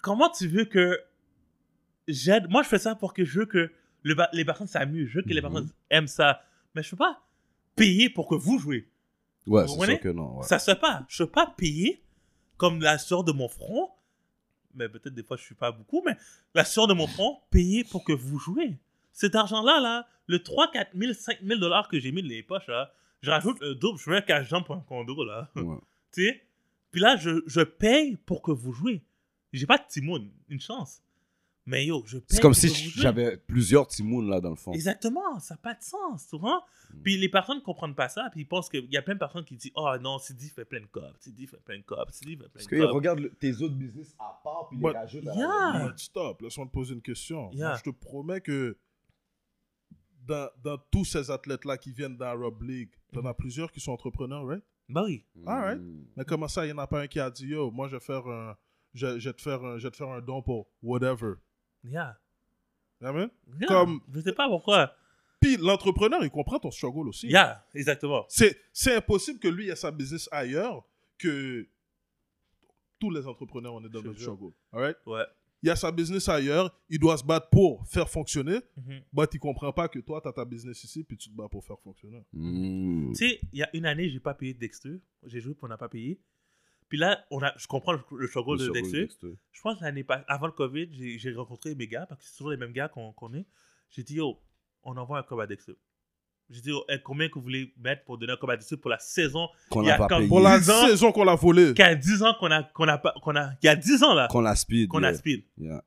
[SPEAKER 4] comment tu veux que j'aide Moi, je fais ça pour que je veux que le ba- les personnes s'amusent, je veux que les
[SPEAKER 2] Mhm.
[SPEAKER 4] personnes aiment ça. Mais je peux pas payer pour que vous jouez.
[SPEAKER 2] Ouais,
[SPEAKER 4] Vous
[SPEAKER 2] c'est
[SPEAKER 4] comprenez?
[SPEAKER 2] sûr que non. ouais.
[SPEAKER 4] Ça se fait pas. Je peux pas payer comme la soeur de mon front. Mais peut-être des fois, je suis pas beaucoup, mais la
[SPEAKER 2] [laughs]
[SPEAKER 4] soeur de mon front, payer pour que vous jouez. Cet argent-là, là, le 3, 4 000, 5 000 dollars que j'ai mis dans les poches, là, je rajoute le double, je mets un cash-jambe pour un condo, là.
[SPEAKER 2] Ouais.
[SPEAKER 4] [laughs] Tu sais? Puis là, je, je paye pour que vous jouez. J'ai pas de Timoun, une chance. Mais yo, je paye.
[SPEAKER 2] C'est comme
[SPEAKER 4] pour
[SPEAKER 2] si
[SPEAKER 4] que vous jouez.
[SPEAKER 2] j'avais plusieurs Timounes, là, dans le fond.
[SPEAKER 4] Exactement, ça n'a pas de sens, tu vois?
[SPEAKER 2] Mm.
[SPEAKER 4] Puis les personnes ne comprennent pas ça, puis ils pensent qu'il y a plein de personnes qui disent Oh non, Sidi fait plein de copes, Sidi fait plein de copes, Sidi fait plein
[SPEAKER 2] Parce
[SPEAKER 4] de
[SPEAKER 2] qu'ils
[SPEAKER 4] copes.
[SPEAKER 2] regardent le- tes autres business à part, puis ils les
[SPEAKER 3] But-
[SPEAKER 2] rajoutent à la
[SPEAKER 4] Yeah.
[SPEAKER 2] liste.
[SPEAKER 3] Dude, Stop, laisse-moi te poser une question.
[SPEAKER 4] Ah. Yeah.
[SPEAKER 3] Moi, je te promets que dans, dans tous ces athlètes-là qui viennent dans Rob League, il
[SPEAKER 4] Mhm.
[SPEAKER 3] y en a plusieurs qui sont entrepreneurs, right?
[SPEAKER 4] Bah oui.
[SPEAKER 3] Alright.
[SPEAKER 2] Mm.
[SPEAKER 3] Mais comment ça, il n'y en a pas un qui a dit, yo, moi, je vais, faire un, je, je vais te, faire un, je vais te faire un don pour whatever.
[SPEAKER 4] Yeah.
[SPEAKER 3] Amen?
[SPEAKER 4] Yeah.
[SPEAKER 3] Comme-
[SPEAKER 4] Je sais pas pourquoi.
[SPEAKER 3] Puis l'entrepreneur, il comprend ton struggle aussi.
[SPEAKER 4] Yeah, exactement.
[SPEAKER 3] C'est, c'est impossible que lui ait sa business ailleurs que tous les entrepreneurs, on est dans
[SPEAKER 4] Je
[SPEAKER 3] notre
[SPEAKER 4] jure.
[SPEAKER 3] struggle. Alright?
[SPEAKER 4] Ouais.
[SPEAKER 3] Il a sa business ailleurs, il doit se battre pour faire fonctionner.
[SPEAKER 4] Mhm.
[SPEAKER 3] bah tu comprends pas que toi tu as ta business ici puis tu te bats pour faire fonctionner.
[SPEAKER 2] Mm.
[SPEAKER 4] Tu sais, il y a une année, j'ai pas payé Dexter. J'ai joué, puis on n'a pas payé. Puis là, on a, je comprends le, le struggle de
[SPEAKER 2] Sur Google
[SPEAKER 4] Dexter.
[SPEAKER 2] Dexter.
[SPEAKER 4] je pense que l'année passée, avant le COVID, j'ai j'ai rencontré mes gars, parce que c'est toujours les mêmes gars qu'on qu'on est. J'ai dit, yo, on envoie un cob à Dexter. J'ai dit, yo, eh, combien que vous voulez mettre pour donner un cob à Dexter pour la saison
[SPEAKER 2] Qu'on
[SPEAKER 4] Il y
[SPEAKER 2] n'a
[SPEAKER 4] a
[SPEAKER 2] pas
[SPEAKER 4] comme-
[SPEAKER 2] payé.
[SPEAKER 3] Pour la
[SPEAKER 4] Dix ans.
[SPEAKER 3] saison qu'on l'a volé.
[SPEAKER 4] qui a 10 ans qu'on a, qu'on a, pas- qu'on a, il y a 10 ans là,
[SPEAKER 2] Qu'on la speed.
[SPEAKER 4] qu'on
[SPEAKER 2] yeah.
[SPEAKER 4] a speed.
[SPEAKER 2] Yeah.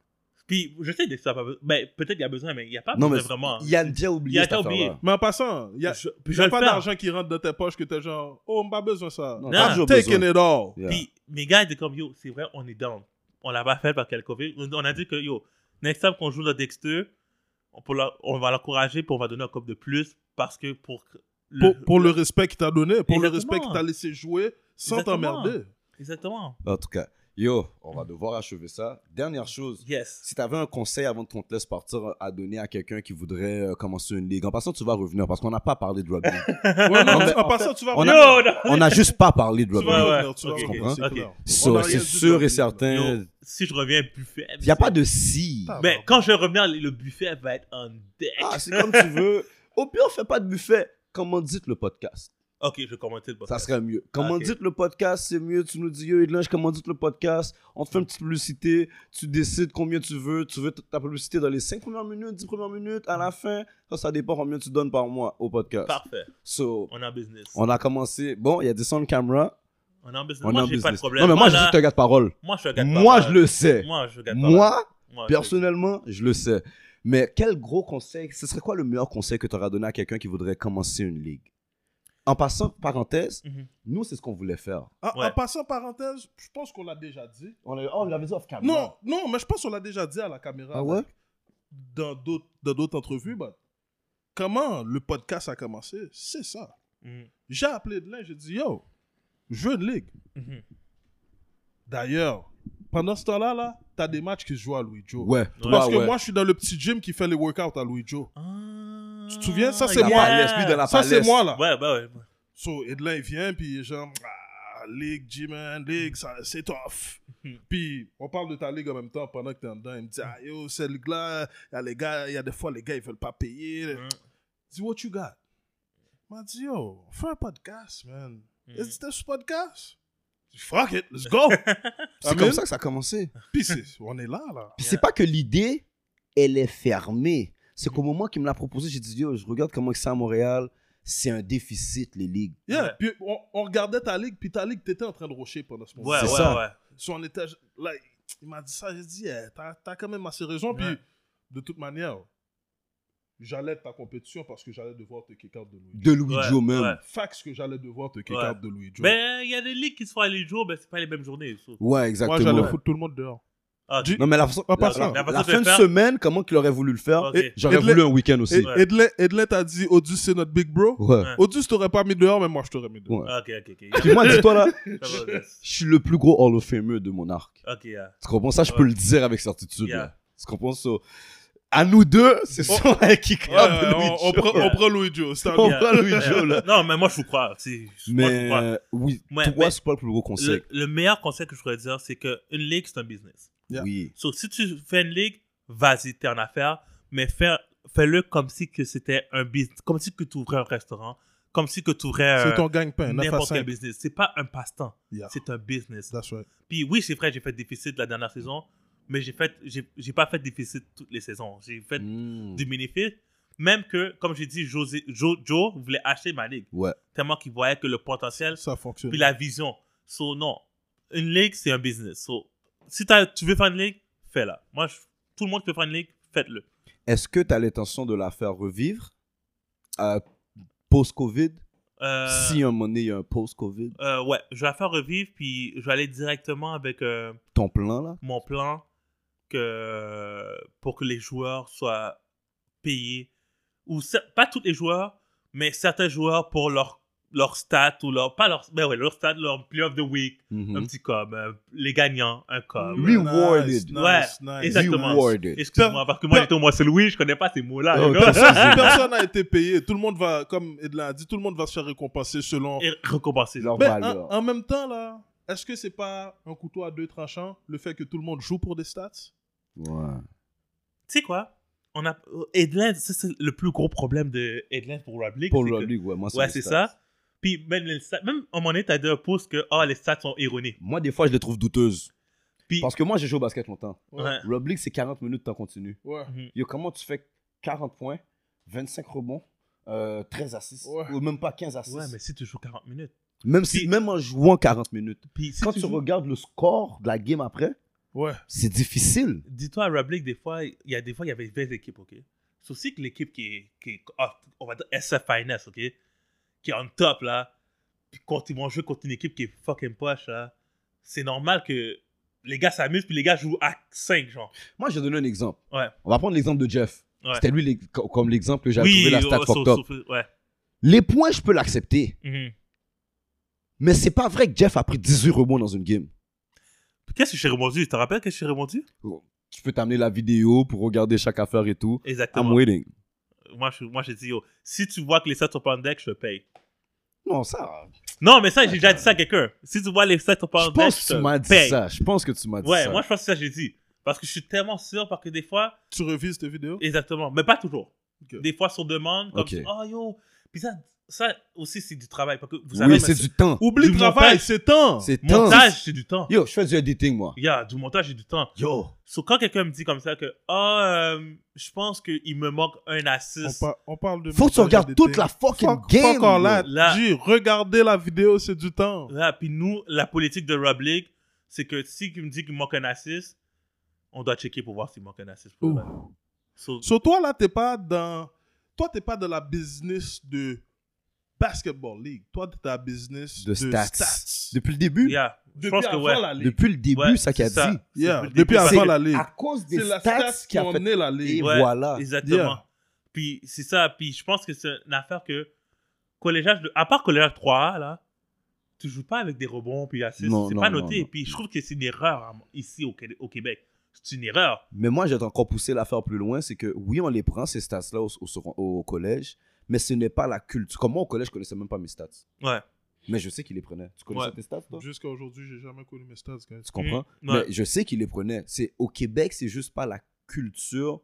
[SPEAKER 4] Puis je sais Dexter a pas besoin, ben, peut-être qu'il y a besoin, mais il n'y a pas
[SPEAKER 2] Non, mais
[SPEAKER 4] besoin vraiment.
[SPEAKER 2] il a déjà oublié
[SPEAKER 4] Il a
[SPEAKER 2] cette
[SPEAKER 4] déjà oublié.
[SPEAKER 2] affaire-là.
[SPEAKER 3] Mais en passant, il n'y a,
[SPEAKER 4] Je- puis
[SPEAKER 3] y
[SPEAKER 4] je
[SPEAKER 3] a
[SPEAKER 4] vais
[SPEAKER 3] pas
[SPEAKER 4] le faire.
[SPEAKER 3] d'argent qui rentre dans tes poches que t'es genre, oh, on pas besoin de ça.
[SPEAKER 2] Non,
[SPEAKER 4] Non.
[SPEAKER 2] t'as toujours
[SPEAKER 3] I'm taking
[SPEAKER 2] besoin.
[SPEAKER 3] it all.
[SPEAKER 2] Yeah.
[SPEAKER 4] Puis mes gars étaient comme, yo, c'est vrai, on est down. On l'a pas fait parce qu'il y a le COVID. On- On a dit que, yo, next time qu'on joue dans Dexter, on, peut leur- on va l'encourager puis on va donner un cop de plus parce que pour que le-
[SPEAKER 3] Pour, pour le respect qu'il t'a donné, pour le
[SPEAKER 4] Exactement.
[SPEAKER 3] respect qu'il t'a laissé jouer sans
[SPEAKER 4] Exactement. [laughs]
[SPEAKER 3] t'emmerder.
[SPEAKER 4] Exactement.
[SPEAKER 2] En tout cas, yo, on va devoir achever ça. Dernière chose,
[SPEAKER 4] Yes.
[SPEAKER 2] si tu avais un conseil avant qu'on te laisse partir euh, à donner à quelqu'un qui voudrait euh, commencer une ligue, en passant, tu vas revenir parce qu'on n'a pas parlé de
[SPEAKER 4] [laughs]
[SPEAKER 2] rugby.
[SPEAKER 3] Ouais, non,
[SPEAKER 2] Non, mais
[SPEAKER 3] en
[SPEAKER 2] en
[SPEAKER 3] passant, tu vas
[SPEAKER 2] on
[SPEAKER 4] Yo,
[SPEAKER 2] a-
[SPEAKER 3] revenir.
[SPEAKER 4] non.
[SPEAKER 2] on n'a juste pas parlé de
[SPEAKER 3] Tu
[SPEAKER 2] rugby.
[SPEAKER 3] vas
[SPEAKER 4] Ouais, ouais.
[SPEAKER 3] revenir, tu vas
[SPEAKER 4] Ok,
[SPEAKER 3] revenir,
[SPEAKER 2] ok,
[SPEAKER 3] c'est
[SPEAKER 4] ok.
[SPEAKER 3] clair.
[SPEAKER 2] Ça,
[SPEAKER 3] On a rien
[SPEAKER 2] C'est
[SPEAKER 3] dit de
[SPEAKER 2] sûr et
[SPEAKER 3] rugby.
[SPEAKER 2] certain.
[SPEAKER 4] Yo, si je reviens buffet.
[SPEAKER 2] Il n'y a pas de si.
[SPEAKER 3] Ah,
[SPEAKER 4] Mais quand je reviens, le buffet va être en deck.
[SPEAKER 2] Ah, c'est comme tu veux. Au pire, fais pas de buffet. Comment dites le podcast?
[SPEAKER 4] Ok, je vais commenter le
[SPEAKER 2] Ça
[SPEAKER 4] podcast. Ah,
[SPEAKER 2] serait mieux. Comment
[SPEAKER 4] ok.
[SPEAKER 2] dites le podcast, c'est mieux. Tu nous dis, yo, Edlange, comment dites le podcast. On te fait une petite publicité. Tu décides combien tu veux. Tu veux t- ta publicité dans les 5 premières minutes, 10 premières minutes, à la fin. Ça, ça dépend combien tu donnes par mois au podcast.
[SPEAKER 4] Parfait.
[SPEAKER 2] So,
[SPEAKER 4] On est en business. On,
[SPEAKER 2] on a commencé. Bon, il y a des sons de caméra.
[SPEAKER 4] est en business.
[SPEAKER 2] On est
[SPEAKER 4] moi,
[SPEAKER 2] en
[SPEAKER 4] j'ai pas de
[SPEAKER 2] business.
[SPEAKER 4] problème.
[SPEAKER 2] Non, mais moi, je
[SPEAKER 4] là,
[SPEAKER 2] suis un gars de parole.
[SPEAKER 4] Moi, je suis un gars de
[SPEAKER 2] Moi, je
[SPEAKER 4] parole.
[SPEAKER 2] le sais.
[SPEAKER 4] Moi, je suis un gars de parole.
[SPEAKER 2] Moi,
[SPEAKER 4] Moi, je-
[SPEAKER 2] personnellement, je le sais. Mais quel gros conseil, ce serait quoi le meilleur conseil que tu auras donné à quelqu'un qui voudrait commencer une ligue En passant, parenthèse,
[SPEAKER 4] Mhm.
[SPEAKER 2] nous, c'est ce qu'on voulait faire.
[SPEAKER 3] Ah, En,
[SPEAKER 4] Ouais.
[SPEAKER 3] en passant parenthèse, je pense qu'on l'a déjà dit.
[SPEAKER 2] On l'a- oh, on l'avait dit off camera.
[SPEAKER 3] Non, non, mais je pense qu'on l'a déjà dit à la caméra.
[SPEAKER 2] Ah ouais?
[SPEAKER 3] like, Dans d'autres dans d'autres entrevues, but comment le podcast a commencé, c'est ça.
[SPEAKER 4] Mhm.
[SPEAKER 3] J'ai appelé de j'ai dit, yo, je veux une ligue.
[SPEAKER 4] Mhm.
[SPEAKER 3] D'ailleurs, pendant ce temps-là, là, t'as des matchs qui se jouent à Louis Joe.
[SPEAKER 2] Ouais.
[SPEAKER 3] Parce
[SPEAKER 2] Toi,
[SPEAKER 3] que
[SPEAKER 2] ouais.
[SPEAKER 3] moi, je suis dans le petit gym qui fait les workouts à Louis Joe.
[SPEAKER 4] Ah,
[SPEAKER 3] Tu te souviens, ça, c'est
[SPEAKER 2] la
[SPEAKER 3] moi.
[SPEAKER 2] palette, lui, dans la
[SPEAKER 3] Ça, c'est
[SPEAKER 2] palette.
[SPEAKER 3] moi, là.
[SPEAKER 4] Ouais, bah ouais.
[SPEAKER 3] So, Edlin, il vient, puis genre, ah, ligue, G-Man, ligue, ça, c'est tough.
[SPEAKER 4] Mhm.
[SPEAKER 3] puis, on parle de ta ligue en même temps pendant que t'es en dedans. Il me dit, ah, yo, cette ligue-là, il y a les gars, il y a des fois, les gars, ils veulent pas payer.
[SPEAKER 4] Mhm.
[SPEAKER 3] Dis, what you got? Il m'a dit, yo, fais un podcast, man.
[SPEAKER 4] Mhm.
[SPEAKER 3] Is this podcast? Je dis, Fuck it, let's
[SPEAKER 4] [laughs]
[SPEAKER 3] go!
[SPEAKER 4] Ah,
[SPEAKER 2] C'est comme
[SPEAKER 3] Amen.
[SPEAKER 2] ça que ça a commencé. Puis
[SPEAKER 3] Puis, c'est- on est là, là.
[SPEAKER 2] c'est pas que l'idée, elle est fermée. C'est
[SPEAKER 4] Mhm.
[SPEAKER 2] qu'au moment qu'il me l'a proposé, j'ai dit, yo, je regarde comment c'est à Montréal. C'est un déficit, les ligues.
[SPEAKER 3] Yeah,
[SPEAKER 4] Ouais.
[SPEAKER 3] puis on, on regardait ta ligue, puis ta ligue, t'étais en train de rocher pendant ce moment.
[SPEAKER 4] Ouais,
[SPEAKER 2] C'est
[SPEAKER 4] ouais,
[SPEAKER 2] ça.
[SPEAKER 4] ouais.
[SPEAKER 3] Si on était. Là, il m'a dit ça, j'ai dit, eh, t'as t'as quand même assez raison.
[SPEAKER 4] Ouais.
[SPEAKER 3] Puis, de toute manière, j'allais de ta compétition parce que j'allais devoir te kick out de Louis.
[SPEAKER 2] De Louis
[SPEAKER 4] Ouais,
[SPEAKER 2] Joe même.
[SPEAKER 4] ouais.
[SPEAKER 3] Fax que j'allais devoir te kick
[SPEAKER 4] Ouais.
[SPEAKER 3] out de Louis Joe.
[SPEAKER 4] Mais il y a des ligues qui se font les jours, mais c'est pas les mêmes journées. ça.
[SPEAKER 2] Ouais,
[SPEAKER 3] Moi,
[SPEAKER 2] exactement.
[SPEAKER 3] j'allais foutre tout le monde dehors.
[SPEAKER 4] Ah,
[SPEAKER 3] Du-
[SPEAKER 2] Non, mais la, façon-
[SPEAKER 3] Ah, pas
[SPEAKER 2] la-
[SPEAKER 3] ça.
[SPEAKER 2] la-
[SPEAKER 4] La
[SPEAKER 2] la
[SPEAKER 4] façon de
[SPEAKER 2] fin de
[SPEAKER 4] faire.
[SPEAKER 2] semaine, comment qu'il aurait voulu le faire
[SPEAKER 4] Ok.
[SPEAKER 2] Et J'aurais
[SPEAKER 3] Edley-
[SPEAKER 2] voulu un week-end aussi.
[SPEAKER 3] Et
[SPEAKER 4] Ouais.
[SPEAKER 3] Edlin- Edlin t'a dit, Odus, c'est notre big bro.
[SPEAKER 2] Ouais.
[SPEAKER 4] Ouais.
[SPEAKER 3] Odus t'aurais pas mis dehors, mais moi, je t'aurais mis dehors.
[SPEAKER 2] Ouais.
[SPEAKER 4] Ok, ok, ok.
[SPEAKER 2] Puis moi, dis-toi là, [laughs]
[SPEAKER 4] Ça va, yes.
[SPEAKER 2] je suis le plus gros Hall of Famer de mon arc.
[SPEAKER 4] Ok, yeah.
[SPEAKER 2] Tu comprends ça? Je peux
[SPEAKER 4] Ouais.
[SPEAKER 2] le dire avec certitude.
[SPEAKER 4] Yeah.
[SPEAKER 2] là. Tu comprends ça? À nous deux, c'est
[SPEAKER 3] Oh.
[SPEAKER 2] son qui
[SPEAKER 3] Ouais,
[SPEAKER 2] crame
[SPEAKER 3] on, on prend, on prend Louis Joe. c'est un-
[SPEAKER 2] [laughs] On
[SPEAKER 4] Yeah.
[SPEAKER 2] prend Louis [laughs]
[SPEAKER 4] Yeah.
[SPEAKER 2] Joe, là.
[SPEAKER 4] Non, mais moi, je vous crois. tu sais, [laughs] moi, je vous
[SPEAKER 2] Mais
[SPEAKER 4] crois.
[SPEAKER 2] euh, oui,
[SPEAKER 4] Ouais,
[SPEAKER 2] toi,
[SPEAKER 4] mais-
[SPEAKER 2] c'est pas le plus gros conseil.
[SPEAKER 4] Le, le meilleur conseil que je pourrais dire, c'est qu'une ligue, c'est un business.
[SPEAKER 3] Yeah.
[SPEAKER 2] Oui.
[SPEAKER 4] So, si tu fais une ligue, vas-y, t'es en affaire, mais fais- fais-le comme si que c'était un business, comme si que tu ouvrais un restaurant, comme si que tu ouvrais
[SPEAKER 3] C'est ton gagne-pain, 9 à
[SPEAKER 4] n'importe quel
[SPEAKER 3] 5.
[SPEAKER 4] business. C'est pas un passe-temps,
[SPEAKER 3] Yeah,
[SPEAKER 4] c'est un business.
[SPEAKER 3] that's right.
[SPEAKER 4] Puis oui, c'est vrai, j'ai fait déficit la dernière saison, mais j'ai fait, j'ai j'ai pas fait déficit toutes les saisons. J'ai fait
[SPEAKER 2] Mm.
[SPEAKER 4] du bénéfice, même que, comme j'ai dit, José, Joe, Joe voulait acheter ma ligue,
[SPEAKER 2] Ouais.
[SPEAKER 4] tellement qu'il voyait que le potentiel
[SPEAKER 3] Ça fonctionne.
[SPEAKER 4] [laughs] puis la vision. So, non. Une ligue, c'est un business. So, si t'as- tu veux faire une ligue, fais-la. Moi, je- tout le monde qui veut faire une ligue, faites-le.
[SPEAKER 2] Est-ce que tu as l'intention de la faire revivre euh, post-Covid?
[SPEAKER 4] Euh,
[SPEAKER 2] Si à un moment donné, il y a un post-Covid,
[SPEAKER 4] euh, ouais, je vais la faire revivre, puis je vais aller directement avec euh,
[SPEAKER 2] ton plan là?
[SPEAKER 4] mon plan que, pour que les joueurs soient payés. Ou cer- pas tous les joueurs, mais certains joueurs pour leur, leur stat ou leur. Pas leur. Ben ouais, leur stat, leur play of the week,
[SPEAKER 2] Mhm.
[SPEAKER 4] un petit com. euh, les gagnants, un com.
[SPEAKER 2] Oui, Rewarded.
[SPEAKER 3] Nice,
[SPEAKER 4] Ouais,
[SPEAKER 3] nice, nice.
[SPEAKER 4] Exactement.
[SPEAKER 2] Rewarded.
[SPEAKER 4] Excuse-moi, parce que moi,
[SPEAKER 3] Per-
[SPEAKER 4] j'étais au Moisseau Louis, je connais pas ces mots-là.
[SPEAKER 2] Oh,
[SPEAKER 4] [laughs] les gars.
[SPEAKER 3] Si personne n'a été payé, tout le monde va, comme Edlin a dit, tout le monde va se faire récompenser selon.
[SPEAKER 4] Et recompenser.
[SPEAKER 2] Leur
[SPEAKER 3] Mais en,
[SPEAKER 2] valeur.
[SPEAKER 4] hein,
[SPEAKER 3] en même temps, là, est-ce que c'est pas un couteau à deux tranchants, le fait que tout le monde joue pour des stats
[SPEAKER 4] hein.
[SPEAKER 2] Ouais.
[SPEAKER 4] Tu sais quoi On a euh, Edlin, ça, c'est le plus gros problème de Edlin pour Rob League.
[SPEAKER 2] Pour
[SPEAKER 4] c'est
[SPEAKER 2] la
[SPEAKER 4] que-
[SPEAKER 2] ligue, ouais, moi,
[SPEAKER 4] Ouais,
[SPEAKER 2] les
[SPEAKER 4] c'est
[SPEAKER 2] stats.
[SPEAKER 4] ça. Puis même, les stats- même à un moment donné, t'as dit un post que oh, les stats sont erronés.
[SPEAKER 2] Moi, des fois, je les trouve douteuses.
[SPEAKER 4] Puis Ah.
[SPEAKER 2] Parce que moi, j'ai joué au basket longtemps.
[SPEAKER 4] ouais. Mhm.
[SPEAKER 2] Rob League, c'est 40 minutes de temps continu.
[SPEAKER 3] Ouais.
[SPEAKER 2] Yo, comment tu fais 40 points, 25 rebonds, euh, 13 assists,
[SPEAKER 3] Ouais.
[SPEAKER 2] ou même pas 15 assists.
[SPEAKER 4] Ouais, mais si tu joues 40 minutes.
[SPEAKER 2] même, si,
[SPEAKER 4] Puis-
[SPEAKER 2] même en jouant 40 minutes.
[SPEAKER 4] Puis si
[SPEAKER 2] Quand
[SPEAKER 4] tu,
[SPEAKER 2] tu,
[SPEAKER 4] joues-
[SPEAKER 2] regardes le score de la game après,
[SPEAKER 3] Ouais.
[SPEAKER 2] c'est difficile.
[SPEAKER 4] dis-toi à Rob League, des fois, il y a des fois, il y avait 20 équipes, ok C'est aussi que l'équipe qui est, qui est- ah, on va dire SF Finance, ok Qui est en top, là. Puis quand ils vont jouer contre une équipe qui est fucking poche, là, c'est normal que les gars s'amusent, puis les gars jouent à 5, genre.
[SPEAKER 2] Moi, je vais donner un exemple.
[SPEAKER 4] Ouais.
[SPEAKER 2] On va prendre l'exemple de Jeff.
[SPEAKER 4] Ouais.
[SPEAKER 2] C'était lui les- co- comme l'exemple que j'avais trouvé la stat
[SPEAKER 4] oh,
[SPEAKER 2] fucked up.
[SPEAKER 4] sauf- sauf- ouais.
[SPEAKER 2] Les points, je peux l'accepter.
[SPEAKER 4] Mhm.
[SPEAKER 2] Mais c'est pas vrai que Jeff a pris 18 rebonds dans une game.
[SPEAKER 4] Puis Qu'est-ce que je suis remondu Tu te rappelles qu'est-ce que je suis remondu
[SPEAKER 2] Je peux t'amener la vidéo pour regarder chaque affaire et tout. I'm
[SPEAKER 4] Exactement.
[SPEAKER 2] waiting.
[SPEAKER 4] Moi, je- moi, j'ai dit, yo, si tu vois que les stats sont pas en deck, je te paye.
[SPEAKER 2] Non, ça.
[SPEAKER 4] Non, mais ça, j'ai déjà dit ça à quelqu'un. Si tu vois les stats sont pas
[SPEAKER 2] Je
[SPEAKER 4] en deck,
[SPEAKER 2] pense
[SPEAKER 4] je
[SPEAKER 2] que tu
[SPEAKER 4] te
[SPEAKER 2] m'as dit
[SPEAKER 4] paye.
[SPEAKER 2] ça. Je pense que tu m'as dit
[SPEAKER 4] Ouais,
[SPEAKER 2] ça.
[SPEAKER 4] moi je pense que ça j'ai dit. Parce que je suis tellement sûr, parce que des fois,
[SPEAKER 3] Tu revises tes vidéos
[SPEAKER 4] exactement, mais pas toujours.
[SPEAKER 3] Ok.
[SPEAKER 4] Des fois sur demande, comme
[SPEAKER 2] Ok.
[SPEAKER 4] oh yo, puis ça, ça aussi, c'est du travail. Parce que vous savez,
[SPEAKER 2] Oui,
[SPEAKER 4] mais
[SPEAKER 2] c'est du temps.
[SPEAKER 3] Oublie
[SPEAKER 4] Du
[SPEAKER 3] le travail,
[SPEAKER 4] montage.
[SPEAKER 3] c'est temps.
[SPEAKER 2] C'est temps.
[SPEAKER 4] hein. montage, c'est du temps.
[SPEAKER 2] Yo, je fais du editing, moi.
[SPEAKER 4] Yeah, du montage, c'est du temps.
[SPEAKER 2] Yo.
[SPEAKER 4] So, quand quelqu'un me dit comme ça que, ah, euh, je pense qu'il me manque un
[SPEAKER 3] On,
[SPEAKER 4] assist.
[SPEAKER 3] par- on parle de.
[SPEAKER 2] Faut que tu
[SPEAKER 3] montage
[SPEAKER 2] regardes
[SPEAKER 3] d'été.
[SPEAKER 2] toute la fucking
[SPEAKER 3] Fuck,
[SPEAKER 2] game.
[SPEAKER 3] fuck all
[SPEAKER 2] bro.
[SPEAKER 3] that.
[SPEAKER 4] Là.
[SPEAKER 3] Dis, regardez la vidéo, c'est du temps.
[SPEAKER 4] Là, puis nous, la politique de Rob League, c'est que si il me dit qu'il manque un assist, on doit checker pour voir s'il manque un assist. Pour
[SPEAKER 3] Ouh.
[SPEAKER 4] le vrai. So,
[SPEAKER 3] So, toi, là, t'es pas dans. Toi, t'es pas dans la business de Basketball League. Toi, t'es dans la business
[SPEAKER 2] De stats.
[SPEAKER 3] stats.
[SPEAKER 2] Depuis le début.
[SPEAKER 4] yeah, je
[SPEAKER 3] Depuis
[SPEAKER 4] pense que
[SPEAKER 3] avant
[SPEAKER 4] ouais.
[SPEAKER 3] la Ligue.
[SPEAKER 2] Depuis le début,
[SPEAKER 4] Ouais,
[SPEAKER 2] ça qu'il a
[SPEAKER 4] c'est ça.
[SPEAKER 2] dit.
[SPEAKER 3] Yeah,
[SPEAKER 4] depuis le
[SPEAKER 3] Depuis
[SPEAKER 4] début,
[SPEAKER 3] avant
[SPEAKER 4] c'est-
[SPEAKER 3] la Ligue.
[SPEAKER 2] À cause
[SPEAKER 3] C'est
[SPEAKER 2] des
[SPEAKER 3] la
[SPEAKER 2] stats,
[SPEAKER 3] stats qui
[SPEAKER 2] qui
[SPEAKER 3] ont
[SPEAKER 2] a fait.
[SPEAKER 3] amené la
[SPEAKER 2] Et
[SPEAKER 3] Ligue.
[SPEAKER 4] Ouais,
[SPEAKER 2] voilà.
[SPEAKER 4] Exactement.
[SPEAKER 3] Yeah.
[SPEAKER 4] Puis c'est ça. Puis je pense que c'est une affaire que collégial, de- à part collégial 3A, là, tu joues pas avec des rebonds puis assists.
[SPEAKER 2] Non,
[SPEAKER 4] C'est
[SPEAKER 2] non,
[SPEAKER 4] pas
[SPEAKER 2] non,
[SPEAKER 4] noté.
[SPEAKER 2] non.
[SPEAKER 4] Puis je trouve que c'est une erreur hein, ici au, Qué- au Québec. C'est une erreur.
[SPEAKER 2] Mais moi, j'ai encore poussé l'affaire plus loin. C'est que oui, on les prend, ces stats-là, au, au second- au collège. Mais ce n'est pas la culture. Comme moi, au collège, je connaissais même pas mes stats.
[SPEAKER 4] Ouais.
[SPEAKER 2] Mais je sais qu'il les prenait. Tu connaissais
[SPEAKER 4] Ouais.
[SPEAKER 2] tes stats, toi
[SPEAKER 3] Jusqu'à aujourd'hui, j'ai jamais connu mes stats, guys.
[SPEAKER 2] Tu comprends
[SPEAKER 4] Mm, ouais.
[SPEAKER 2] Mais je sais qu'il les prenait. C'est au Québec, c'est juste pas la culture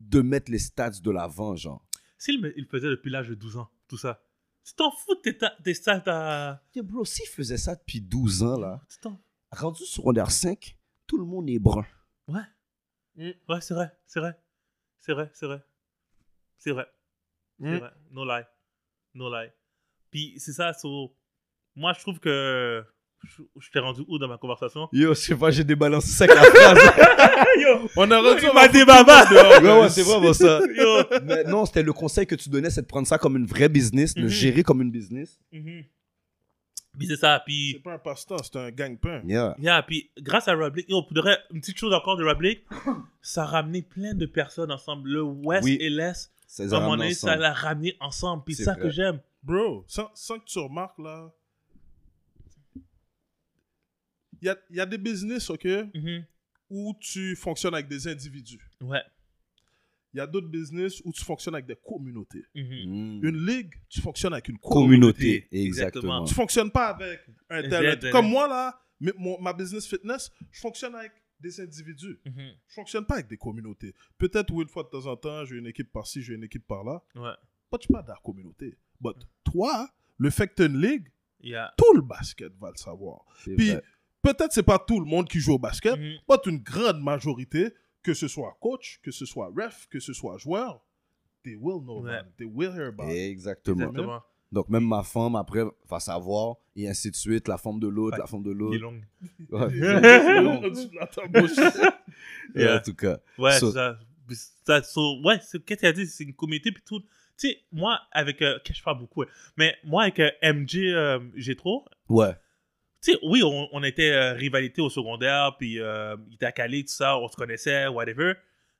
[SPEAKER 2] de mettre les stats de l'avant, genre.
[SPEAKER 4] S'il me- il faisait depuis l'âge de 12 ans, tout ça. Tu t'en fous de tes ta- des stats à.
[SPEAKER 2] Yeah, bro, s'il faisait ça depuis 12 ans, là,
[SPEAKER 4] Tu t'en-
[SPEAKER 2] rendu secondaire 5, tout le monde est brun.
[SPEAKER 4] Ouais, c'est vrai, c'est vrai. C'est vrai, c'est vrai. C'est vrai. C'est
[SPEAKER 2] Hmm?
[SPEAKER 3] Mm.
[SPEAKER 4] vrai. No lie. No lie. Puis c'est ça, so, moi je trouve que je, je t'ai rendu où dans ma conversation
[SPEAKER 2] Yo, je sais pas, j'ai débalancé ça avec la phrase.
[SPEAKER 3] On a
[SPEAKER 4] Il
[SPEAKER 3] reçu
[SPEAKER 4] [laughs] m'a
[SPEAKER 2] [laughs]
[SPEAKER 4] débaba
[SPEAKER 2] ouais, ouais, c'est vraiment ça. [laughs]
[SPEAKER 4] Yo.
[SPEAKER 2] Mais non, c'était le conseil que tu donnais, c'est de prendre ça comme une vraie business, le
[SPEAKER 4] Mhm.
[SPEAKER 2] gérer comme une business.
[SPEAKER 4] Mhm. Puis c'est ça,
[SPEAKER 3] C'est
[SPEAKER 4] puis,
[SPEAKER 3] pas un passe-temps, c'est un gang-pain.
[SPEAKER 2] Yeah.
[SPEAKER 4] yeah, puis grâce à Rob Blake, yo, pour de vrai, une petite chose encore de Rob Blake, ça a ramené plein de personnes ensemble. Le West
[SPEAKER 2] Oui.
[SPEAKER 4] et l'Est,
[SPEAKER 2] Ça les
[SPEAKER 4] à
[SPEAKER 2] a
[SPEAKER 4] un moment
[SPEAKER 2] ramenés
[SPEAKER 4] donné, ça
[SPEAKER 2] ensemble.
[SPEAKER 4] l'a ramené ensemble. Puis
[SPEAKER 2] C'est
[SPEAKER 4] ça
[SPEAKER 2] vrai.
[SPEAKER 4] que j'aime.
[SPEAKER 3] Bro, sans, sans que tu remarques, là. Il y a, il y a des business, OK,
[SPEAKER 4] Mhm.
[SPEAKER 3] où tu fonctionnes avec des individus.
[SPEAKER 4] Ouais.
[SPEAKER 3] Il y a d'autres business où tu fonctionnes avec des communautés.
[SPEAKER 4] Mhm.
[SPEAKER 2] Mhm.
[SPEAKER 3] Une ligue, tu fonctionnes avec une communauté.
[SPEAKER 2] communauté.
[SPEAKER 4] communauté.
[SPEAKER 2] Exactement.
[SPEAKER 4] Exactement.
[SPEAKER 3] Tu fonctionnes pas avec un
[SPEAKER 4] Z,
[SPEAKER 3] tel.
[SPEAKER 4] Z,
[SPEAKER 3] Comme
[SPEAKER 4] Z.
[SPEAKER 3] moi, là, mais mon- ma business fitness, je fonctionne avec des individus.
[SPEAKER 4] Mhm.
[SPEAKER 3] Je fonctionne pas avec des communautés. Peut-être, oui, une fois de temps en temps, j'ai une équipe par-ci, j'ai une équipe par-là.
[SPEAKER 4] Ouais.
[SPEAKER 3] Pas tu pas dans la communauté. But toi, le fait que tu une ligue,
[SPEAKER 4] Yeah.
[SPEAKER 3] tout le basket va le savoir.
[SPEAKER 2] C'est
[SPEAKER 3] Puis
[SPEAKER 2] vrai.
[SPEAKER 3] peut-être c'est pas tout le monde qui joue au basket,
[SPEAKER 4] Mhm.
[SPEAKER 3] pas une grande majorité, que ce soit coach, que ce soit ref, que ce soit joueur, they will know
[SPEAKER 4] Ouais.
[SPEAKER 3] about it, they will hear about it.
[SPEAKER 2] Bah, Exactement.
[SPEAKER 4] Exactement.
[SPEAKER 2] Donc, même ma femme, après, va savoir, et ainsi de suite, la forme de l'autre, la forme de
[SPEAKER 4] Il est
[SPEAKER 2] l'autre.
[SPEAKER 4] long.
[SPEAKER 2] [laughs] Ouais.
[SPEAKER 3] Tu l'entends
[SPEAKER 2] [laughs]
[SPEAKER 3] bouger.
[SPEAKER 2] Ouais,
[SPEAKER 4] Yeah.
[SPEAKER 2] En tout cas.
[SPEAKER 4] Ouais,
[SPEAKER 2] So-
[SPEAKER 4] ça, ça, so, ouais, c'est- qu'est-ce qu'il a dit, c'est une communauté, puis tout. Tu sais, moi, avec, euh, que je parle beaucoup, hein, mais moi, avec euh, MJ euh, Gétro,
[SPEAKER 2] Ouais.
[SPEAKER 4] tu sais, oui, on, on était euh, rivalité au secondaire, puis euh, il était à Calais, tout ça, on se connaissait, whatever.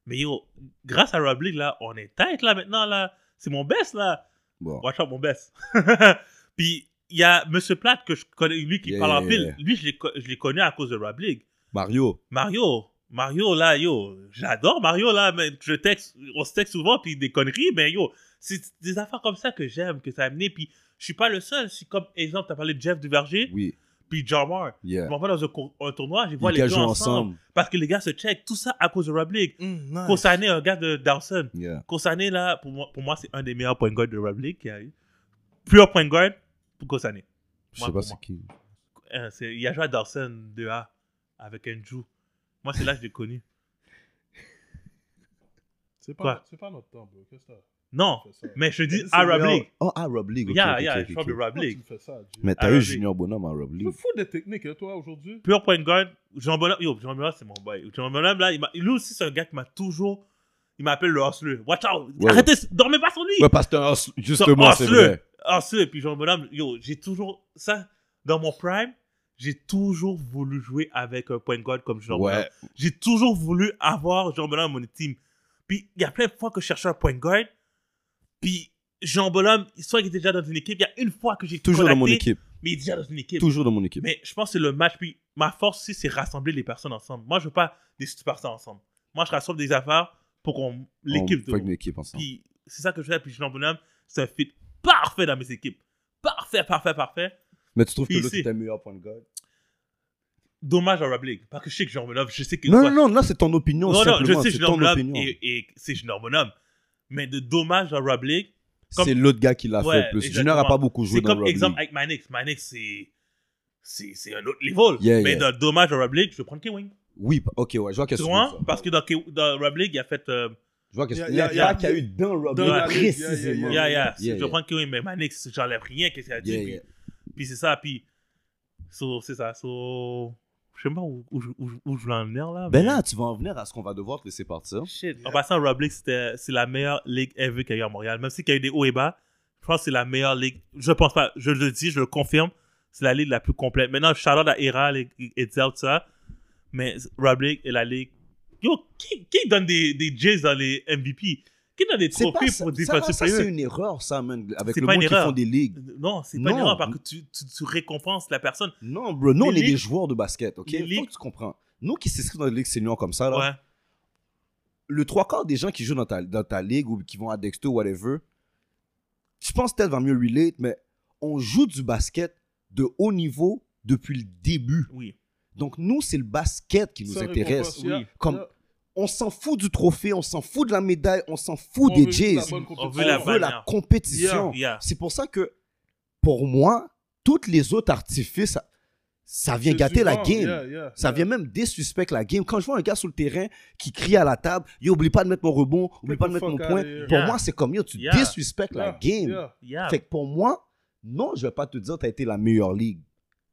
[SPEAKER 4] Mais yo, grâce à Rob League, là, on est tête, là, maintenant, là. C'est mon best, là.
[SPEAKER 2] Bon.
[SPEAKER 4] Watch out, mon best. [laughs] puis, il y a Monsieur Platt, que je connais, lui, qui
[SPEAKER 2] Yeah,
[SPEAKER 4] parle en
[SPEAKER 2] yeah,
[SPEAKER 4] ville.
[SPEAKER 2] yeah.
[SPEAKER 4] Lui, je l'ai co- je l'ai connu à cause de Rob League.
[SPEAKER 2] Mario.
[SPEAKER 4] Mario, Mario là, yo, j'adore Mario là, mais je texte, on se texte souvent puis des conneries, mais yo, c'est des affaires comme ça que j'aime, que ça a amené, puis je suis pas le seul. Si comme exemple, t'as parlé de Jeff Duverger,
[SPEAKER 2] Oui.
[SPEAKER 4] puis Jamar, je
[SPEAKER 2] Yeah.
[SPEAKER 4] m'en vais dans un, cour- un tournoi, je vois
[SPEAKER 2] Les
[SPEAKER 4] les
[SPEAKER 2] gars
[SPEAKER 4] deux
[SPEAKER 2] jouent
[SPEAKER 4] ensemble,
[SPEAKER 2] ensemble.
[SPEAKER 4] parce que les gars se check, tout ça à cause de Rob League.
[SPEAKER 3] Mm, nice.
[SPEAKER 4] Concerné un gars de Dawson,
[SPEAKER 2] Yeah.
[SPEAKER 4] Concerné là, pour moi, pour moi c'est un des meilleurs point guard de Rob League qui a eu. Pure point guard pour Concerné.
[SPEAKER 2] Je sais
[SPEAKER 4] Moi,
[SPEAKER 2] pas
[SPEAKER 4] pour
[SPEAKER 2] c'est
[SPEAKER 4] moi.
[SPEAKER 2] qui.
[SPEAKER 4] Euh, c'est- Il a joué à Dawson 2A avec Andrew. Moi, c'est là que je l'ai connu.
[SPEAKER 3] C'est
[SPEAKER 4] Quoi?
[SPEAKER 3] pas, c'est pas notre temps, bro. Qu'est-ce que t'as
[SPEAKER 4] Non,
[SPEAKER 3] fait ça?
[SPEAKER 4] mais je dis
[SPEAKER 3] C'est
[SPEAKER 4] Arab
[SPEAKER 3] meilleur.
[SPEAKER 4] League.
[SPEAKER 2] Oh, ah, Rob League. ok,
[SPEAKER 4] yeah,
[SPEAKER 2] ok, ok,
[SPEAKER 4] yeah, je
[SPEAKER 2] ok.
[SPEAKER 4] parle de Rob
[SPEAKER 3] Pourquoi tu
[SPEAKER 4] League.
[SPEAKER 3] me fais ça, Jay?
[SPEAKER 2] Mais t'as
[SPEAKER 4] Arab
[SPEAKER 2] eu
[SPEAKER 4] League.
[SPEAKER 2] Junior Bonhomme à Rob
[SPEAKER 3] Tu me
[SPEAKER 2] League.
[SPEAKER 3] fous des techniques, hein, toi, aujourd'hui?
[SPEAKER 4] Pure point guard, Jean Bonhomme, yo, Jean Bonhomme, c'est mon boy. Jean Bonhomme, là, il m'a- lui aussi, c'est un gars qui m'a toujours. Il m'appelle le Hustle. Watch out!
[SPEAKER 2] Ouais.
[SPEAKER 4] Arrêtez, dormez pas sur lui!
[SPEAKER 2] [laughs] Ouais, parce que t'es un os- justement,
[SPEAKER 4] T'as
[SPEAKER 2] c'est
[SPEAKER 4] os,
[SPEAKER 2] vrai.
[SPEAKER 4] Hustle, puis Jean Bonhomme, yo, j'ai toujours. Ça, dans mon prime, j'ai toujours voulu jouer avec un point guard comme Jean Bonhomme.
[SPEAKER 2] Ouais.
[SPEAKER 4] J'ai toujours voulu avoir Jean Bonhomme dans mon team. Puis il y a plein de fois que je cherchais un point guard. Puis Jean Bonhomme, soit il était déjà dans une équipe, il y a une fois que j'ai
[SPEAKER 2] Toujours dans mon
[SPEAKER 4] contacté,
[SPEAKER 2] équipe.
[SPEAKER 4] Mais il est déjà dans une équipe.
[SPEAKER 2] Toujours dans mon équipe.
[SPEAKER 4] Mais je pense que c'est le match. Puis ma force aussi, c'est rassembler les personnes ensemble. Moi, je veux pas des superstars ensemble. Moi, je rassemble des affaires pour qu'on l'équipe
[SPEAKER 2] On
[SPEAKER 4] de
[SPEAKER 2] fait une équipe ensemble.
[SPEAKER 4] Puis c'est ça que je fais. Puis Jean Bonhomme, c'est un fit parfait dans mes équipes. Parfait, parfait, parfait.
[SPEAKER 2] Mais tu trouves que
[SPEAKER 4] Puis
[SPEAKER 2] l'autre
[SPEAKER 4] ici.
[SPEAKER 2] est un meilleur point de guard?
[SPEAKER 4] Dommage à Rob League. Parce que je sais que Jean Bonhomme, je sais que.
[SPEAKER 2] Non,
[SPEAKER 4] ouais.
[SPEAKER 2] non, non, là, c'est ton opinion.
[SPEAKER 4] non, non,
[SPEAKER 2] simplement,
[SPEAKER 4] je sais
[SPEAKER 2] c'est
[SPEAKER 4] Jean
[SPEAKER 2] ton
[SPEAKER 4] Bonhomme
[SPEAKER 2] opinion.
[SPEAKER 4] et, et c'est Jean Bonhomme. Mais de dommage à Rob League, Comme-
[SPEAKER 2] c'est l'autre gars qui l'a
[SPEAKER 4] Ouais,
[SPEAKER 2] fait le plus.
[SPEAKER 4] exactement.
[SPEAKER 2] Junior n'a pas beaucoup joué
[SPEAKER 4] C'est
[SPEAKER 2] dans
[SPEAKER 4] comme
[SPEAKER 2] le rugby.
[SPEAKER 4] exemple avec Manix. Manix, c'est. C'est c'est un autre level.
[SPEAKER 2] Yeah,
[SPEAKER 4] mais
[SPEAKER 2] yeah.
[SPEAKER 4] dans Dommage à Rob League, je vais prendre K-Wing.
[SPEAKER 2] Oui, p- ok, ouais, je vois
[SPEAKER 4] Tu
[SPEAKER 2] qu'est-ce que tu
[SPEAKER 4] vois?
[SPEAKER 2] veux dire.
[SPEAKER 4] Parce que dans, K- dans Rob League, il a fait. euh,
[SPEAKER 2] Je vois qu'est-ce que
[SPEAKER 3] Il y a-
[SPEAKER 2] tu
[SPEAKER 3] il y a-
[SPEAKER 2] qu'il y a eu dans le rugby
[SPEAKER 3] Dans
[SPEAKER 4] la-
[SPEAKER 2] précisément.
[SPEAKER 3] Yeah,
[SPEAKER 4] yeah, yeah.
[SPEAKER 2] Yeah,
[SPEAKER 4] je
[SPEAKER 2] yeah.
[SPEAKER 4] vais prendre K-Wing, mais Manix, j'enlève rien. Qu'est-ce qu'il a dit?
[SPEAKER 2] Yeah,
[SPEAKER 4] puis-
[SPEAKER 2] yeah.
[SPEAKER 4] Puis c'est ça, puis. so, c'est ça, so. Je sais pas où, où, je- où je- où je voulais en venir là.
[SPEAKER 2] Ben
[SPEAKER 4] Ah, mais-
[SPEAKER 2] là, tu vas en venir à ce qu'on va devoir te laisser partir.
[SPEAKER 4] Shit. En passant, Rob League, c'était- c'est la meilleure ligue ever qu'il y a eu à Montréal. Même s'il y a eu des hauts et bas, je pense que c'est la meilleure ligue. Je pense pas, je le dis, je le confirme, c'est la ligue la plus complète. Maintenant, Charlotte à Hérald et, et Diao, tout ça. Mais Rob League est la ligue. Yo, qui, qui donne des, des Jays dans les MVP Qui donne des
[SPEAKER 2] C'est pas
[SPEAKER 4] trophées
[SPEAKER 2] ça,
[SPEAKER 4] pour
[SPEAKER 2] ça,
[SPEAKER 4] Defensive
[SPEAKER 2] ça, c'est
[SPEAKER 4] Player
[SPEAKER 2] une erreur, ça, man, avec
[SPEAKER 4] C'est
[SPEAKER 2] le
[SPEAKER 4] pas
[SPEAKER 2] monde
[SPEAKER 4] une
[SPEAKER 2] qui
[SPEAKER 4] erreur.
[SPEAKER 2] font des ligues.
[SPEAKER 4] Non, c'est pas une
[SPEAKER 2] Non.
[SPEAKER 4] erreur parce que tu, tu, tu récompenses la personne.
[SPEAKER 2] Non, bro, nous,
[SPEAKER 4] Les
[SPEAKER 2] on est des
[SPEAKER 4] ligues-
[SPEAKER 2] joueurs de basket, ok?
[SPEAKER 4] les
[SPEAKER 2] Faut
[SPEAKER 4] ligues-
[SPEAKER 2] que tu comprends. Nous qui s'inscrivons dans les ligues seniors comme ça, là,
[SPEAKER 4] Ouais.
[SPEAKER 2] le trois quarts des gens qui jouent dans ta, dans ta ligue ou qui vont à Dexter ou whatever, je pense peut-être va mieux relate, mais on joue du basket de haut niveau depuis le début.
[SPEAKER 4] Oui.
[SPEAKER 2] Donc nous, c'est le basket qui nous
[SPEAKER 3] Ça
[SPEAKER 2] intéresse.
[SPEAKER 3] récompense, yeah.
[SPEAKER 2] Comme-
[SPEAKER 3] Yeah.
[SPEAKER 2] On s'en fout du trophée, on s'en fout de la médaille, on s'en fout
[SPEAKER 3] On
[SPEAKER 2] des
[SPEAKER 3] veut
[SPEAKER 2] Jays.
[SPEAKER 3] la bonne
[SPEAKER 4] On
[SPEAKER 2] On
[SPEAKER 4] veut
[SPEAKER 2] veut
[SPEAKER 4] la
[SPEAKER 2] la,
[SPEAKER 3] compétition.
[SPEAKER 4] bannière.
[SPEAKER 2] compétition.
[SPEAKER 4] Yeah.
[SPEAKER 2] C'est pour ça que, pour moi, toutes les autres artifices, ça, ça vient
[SPEAKER 3] C'est
[SPEAKER 2] gâter la
[SPEAKER 3] souvent,
[SPEAKER 2] game.
[SPEAKER 3] yeah, yeah,
[SPEAKER 2] Ça
[SPEAKER 3] yeah.
[SPEAKER 2] vient même désuspecter la game. Quand je vois un gars sur le terrain qui crie à la table, yo, oublie pas de mettre mon rebond, oublie
[SPEAKER 3] Get
[SPEAKER 2] pas
[SPEAKER 3] the
[SPEAKER 2] de mettre mon
[SPEAKER 3] fuck
[SPEAKER 2] point.
[SPEAKER 3] outta here.
[SPEAKER 2] Pour
[SPEAKER 4] Yeah.
[SPEAKER 2] moi, c'est comme yo, tu
[SPEAKER 4] Yeah.
[SPEAKER 2] désuspectes la
[SPEAKER 3] Yeah,
[SPEAKER 2] game.
[SPEAKER 3] yeah.
[SPEAKER 4] Yeah.
[SPEAKER 2] Fait que pour moi, non, je vais pas te dire que tu as été la meilleure ligue.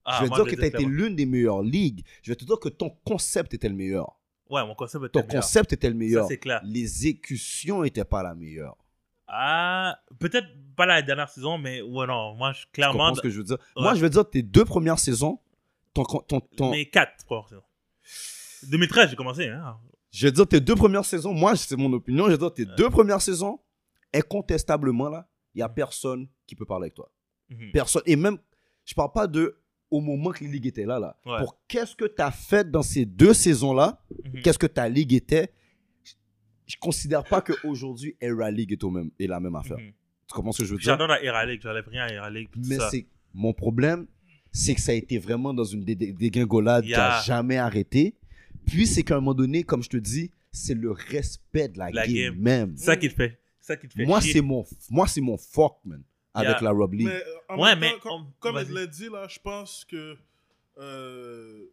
[SPEAKER 4] Ah,
[SPEAKER 2] je vais te
[SPEAKER 4] moi,
[SPEAKER 2] dire que tu as
[SPEAKER 4] le dis
[SPEAKER 2] été l'une des meilleures ligues. Je vais te dire que ton concept était le meilleur.
[SPEAKER 4] clairement. Ouais, mon concept
[SPEAKER 2] Ton
[SPEAKER 4] était meilleur.
[SPEAKER 2] concept était le
[SPEAKER 4] Ça,
[SPEAKER 2] meilleur.
[SPEAKER 4] c'est clair.
[SPEAKER 2] L'exécution n'était pas la meilleure.
[SPEAKER 4] Ah, peut-être pas la dernière saison, mais ouais, non, moi, je,
[SPEAKER 2] Tu comprends
[SPEAKER 4] clairement,
[SPEAKER 2] ce que je veux dire?
[SPEAKER 4] Ouais.
[SPEAKER 2] Moi, je veux dire, tes deux premières saisons, ton, con- ton, ton-
[SPEAKER 4] mes quatre premières saisons. 2013, j'ai commencé, hein.
[SPEAKER 2] je veux dire, tes deux premières saisons, moi, c'est mon opinion, je veux dire, tes deux premières saisons, incontestablement, là, il n'y
[SPEAKER 4] Mm.
[SPEAKER 2] a personne qui peut parler avec toi.
[SPEAKER 4] Mhm.
[SPEAKER 2] Personne. Et même, je parle pas de au moment que les ligues étaient là, là.
[SPEAKER 4] Ouais.
[SPEAKER 2] Pour qu'est-ce que tu as fait dans ces deux saisons-là,
[SPEAKER 4] Mhm.
[SPEAKER 2] qu'est-ce que ta ligue était, je- je considère pas qu'aujourd'hui, Era League est, au même, est la même affaire.
[SPEAKER 4] Mhm.
[SPEAKER 2] Tu comprends ce que je veux dire?
[SPEAKER 4] J'adore la Era League, j'enlève rien à Era League. tout
[SPEAKER 2] Mais
[SPEAKER 4] ça.
[SPEAKER 2] c'est mon problème, c'est que ça a été vraiment dans une dé- dé- dégringolade qui
[SPEAKER 4] Yeah.
[SPEAKER 2] a jamais arrêté. Puis c'est qu'à un moment donné, comme je te dis, c'est le respect de la,
[SPEAKER 4] La
[SPEAKER 2] game,
[SPEAKER 4] game.
[SPEAKER 2] même.
[SPEAKER 4] C'est ça qui te fait. c'est ça qui te fait.
[SPEAKER 2] Moi,
[SPEAKER 4] chier.
[SPEAKER 2] c'est mon, moi, c'est mon fuck, man, avec
[SPEAKER 4] Yeah.
[SPEAKER 2] la Rob League.
[SPEAKER 3] Mais, euh, en
[SPEAKER 4] Ouais,
[SPEAKER 3] même
[SPEAKER 4] mais
[SPEAKER 3] temps, comme,
[SPEAKER 4] on-
[SPEAKER 3] comme
[SPEAKER 4] vas-y.
[SPEAKER 3] elle l'a dit, là, je pense que euh,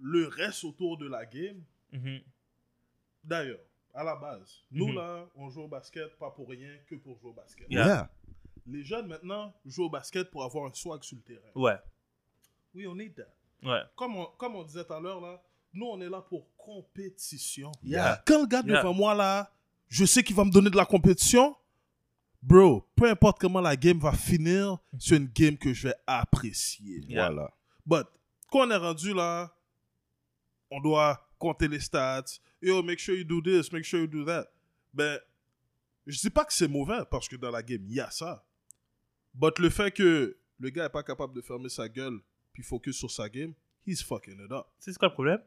[SPEAKER 3] le reste autour de la game,
[SPEAKER 4] Mhm.
[SPEAKER 3] d'ailleurs, à la base, nous,
[SPEAKER 4] Mhm.
[SPEAKER 3] là, on joue au basket pas pour rien que pour jouer au basket.
[SPEAKER 4] Yeah.
[SPEAKER 2] Yeah.
[SPEAKER 3] Les jeunes, maintenant, jouent au basket pour avoir un swag sur le terrain.
[SPEAKER 4] Ouais,
[SPEAKER 3] Oui, on est là.
[SPEAKER 4] ouais.
[SPEAKER 3] Comme on, comme on disait tout à l'heure, là, nous, on est là pour compétition.
[SPEAKER 2] Yeah.
[SPEAKER 3] Quand le gars
[SPEAKER 4] Yeah.
[SPEAKER 3] devant moi, là, je sais qu'il va me donner de la compétition, bro, peu importe comment la game va finir, c'est une game que je vais apprécier.
[SPEAKER 4] Mm. Yeah.
[SPEAKER 2] Voilà.
[SPEAKER 3] But, quand on est rendu là, on doit compter les stats. Yo, make sure you do this, make sure you do that. Ben, je dis pas que c'est mauvais parce que dans la game, il y a ça. But le fait que le gars est pas capable de fermer sa gueule puis focus sur sa game, he's fucking it up.
[SPEAKER 4] Tu sais, c'est quoi le problème?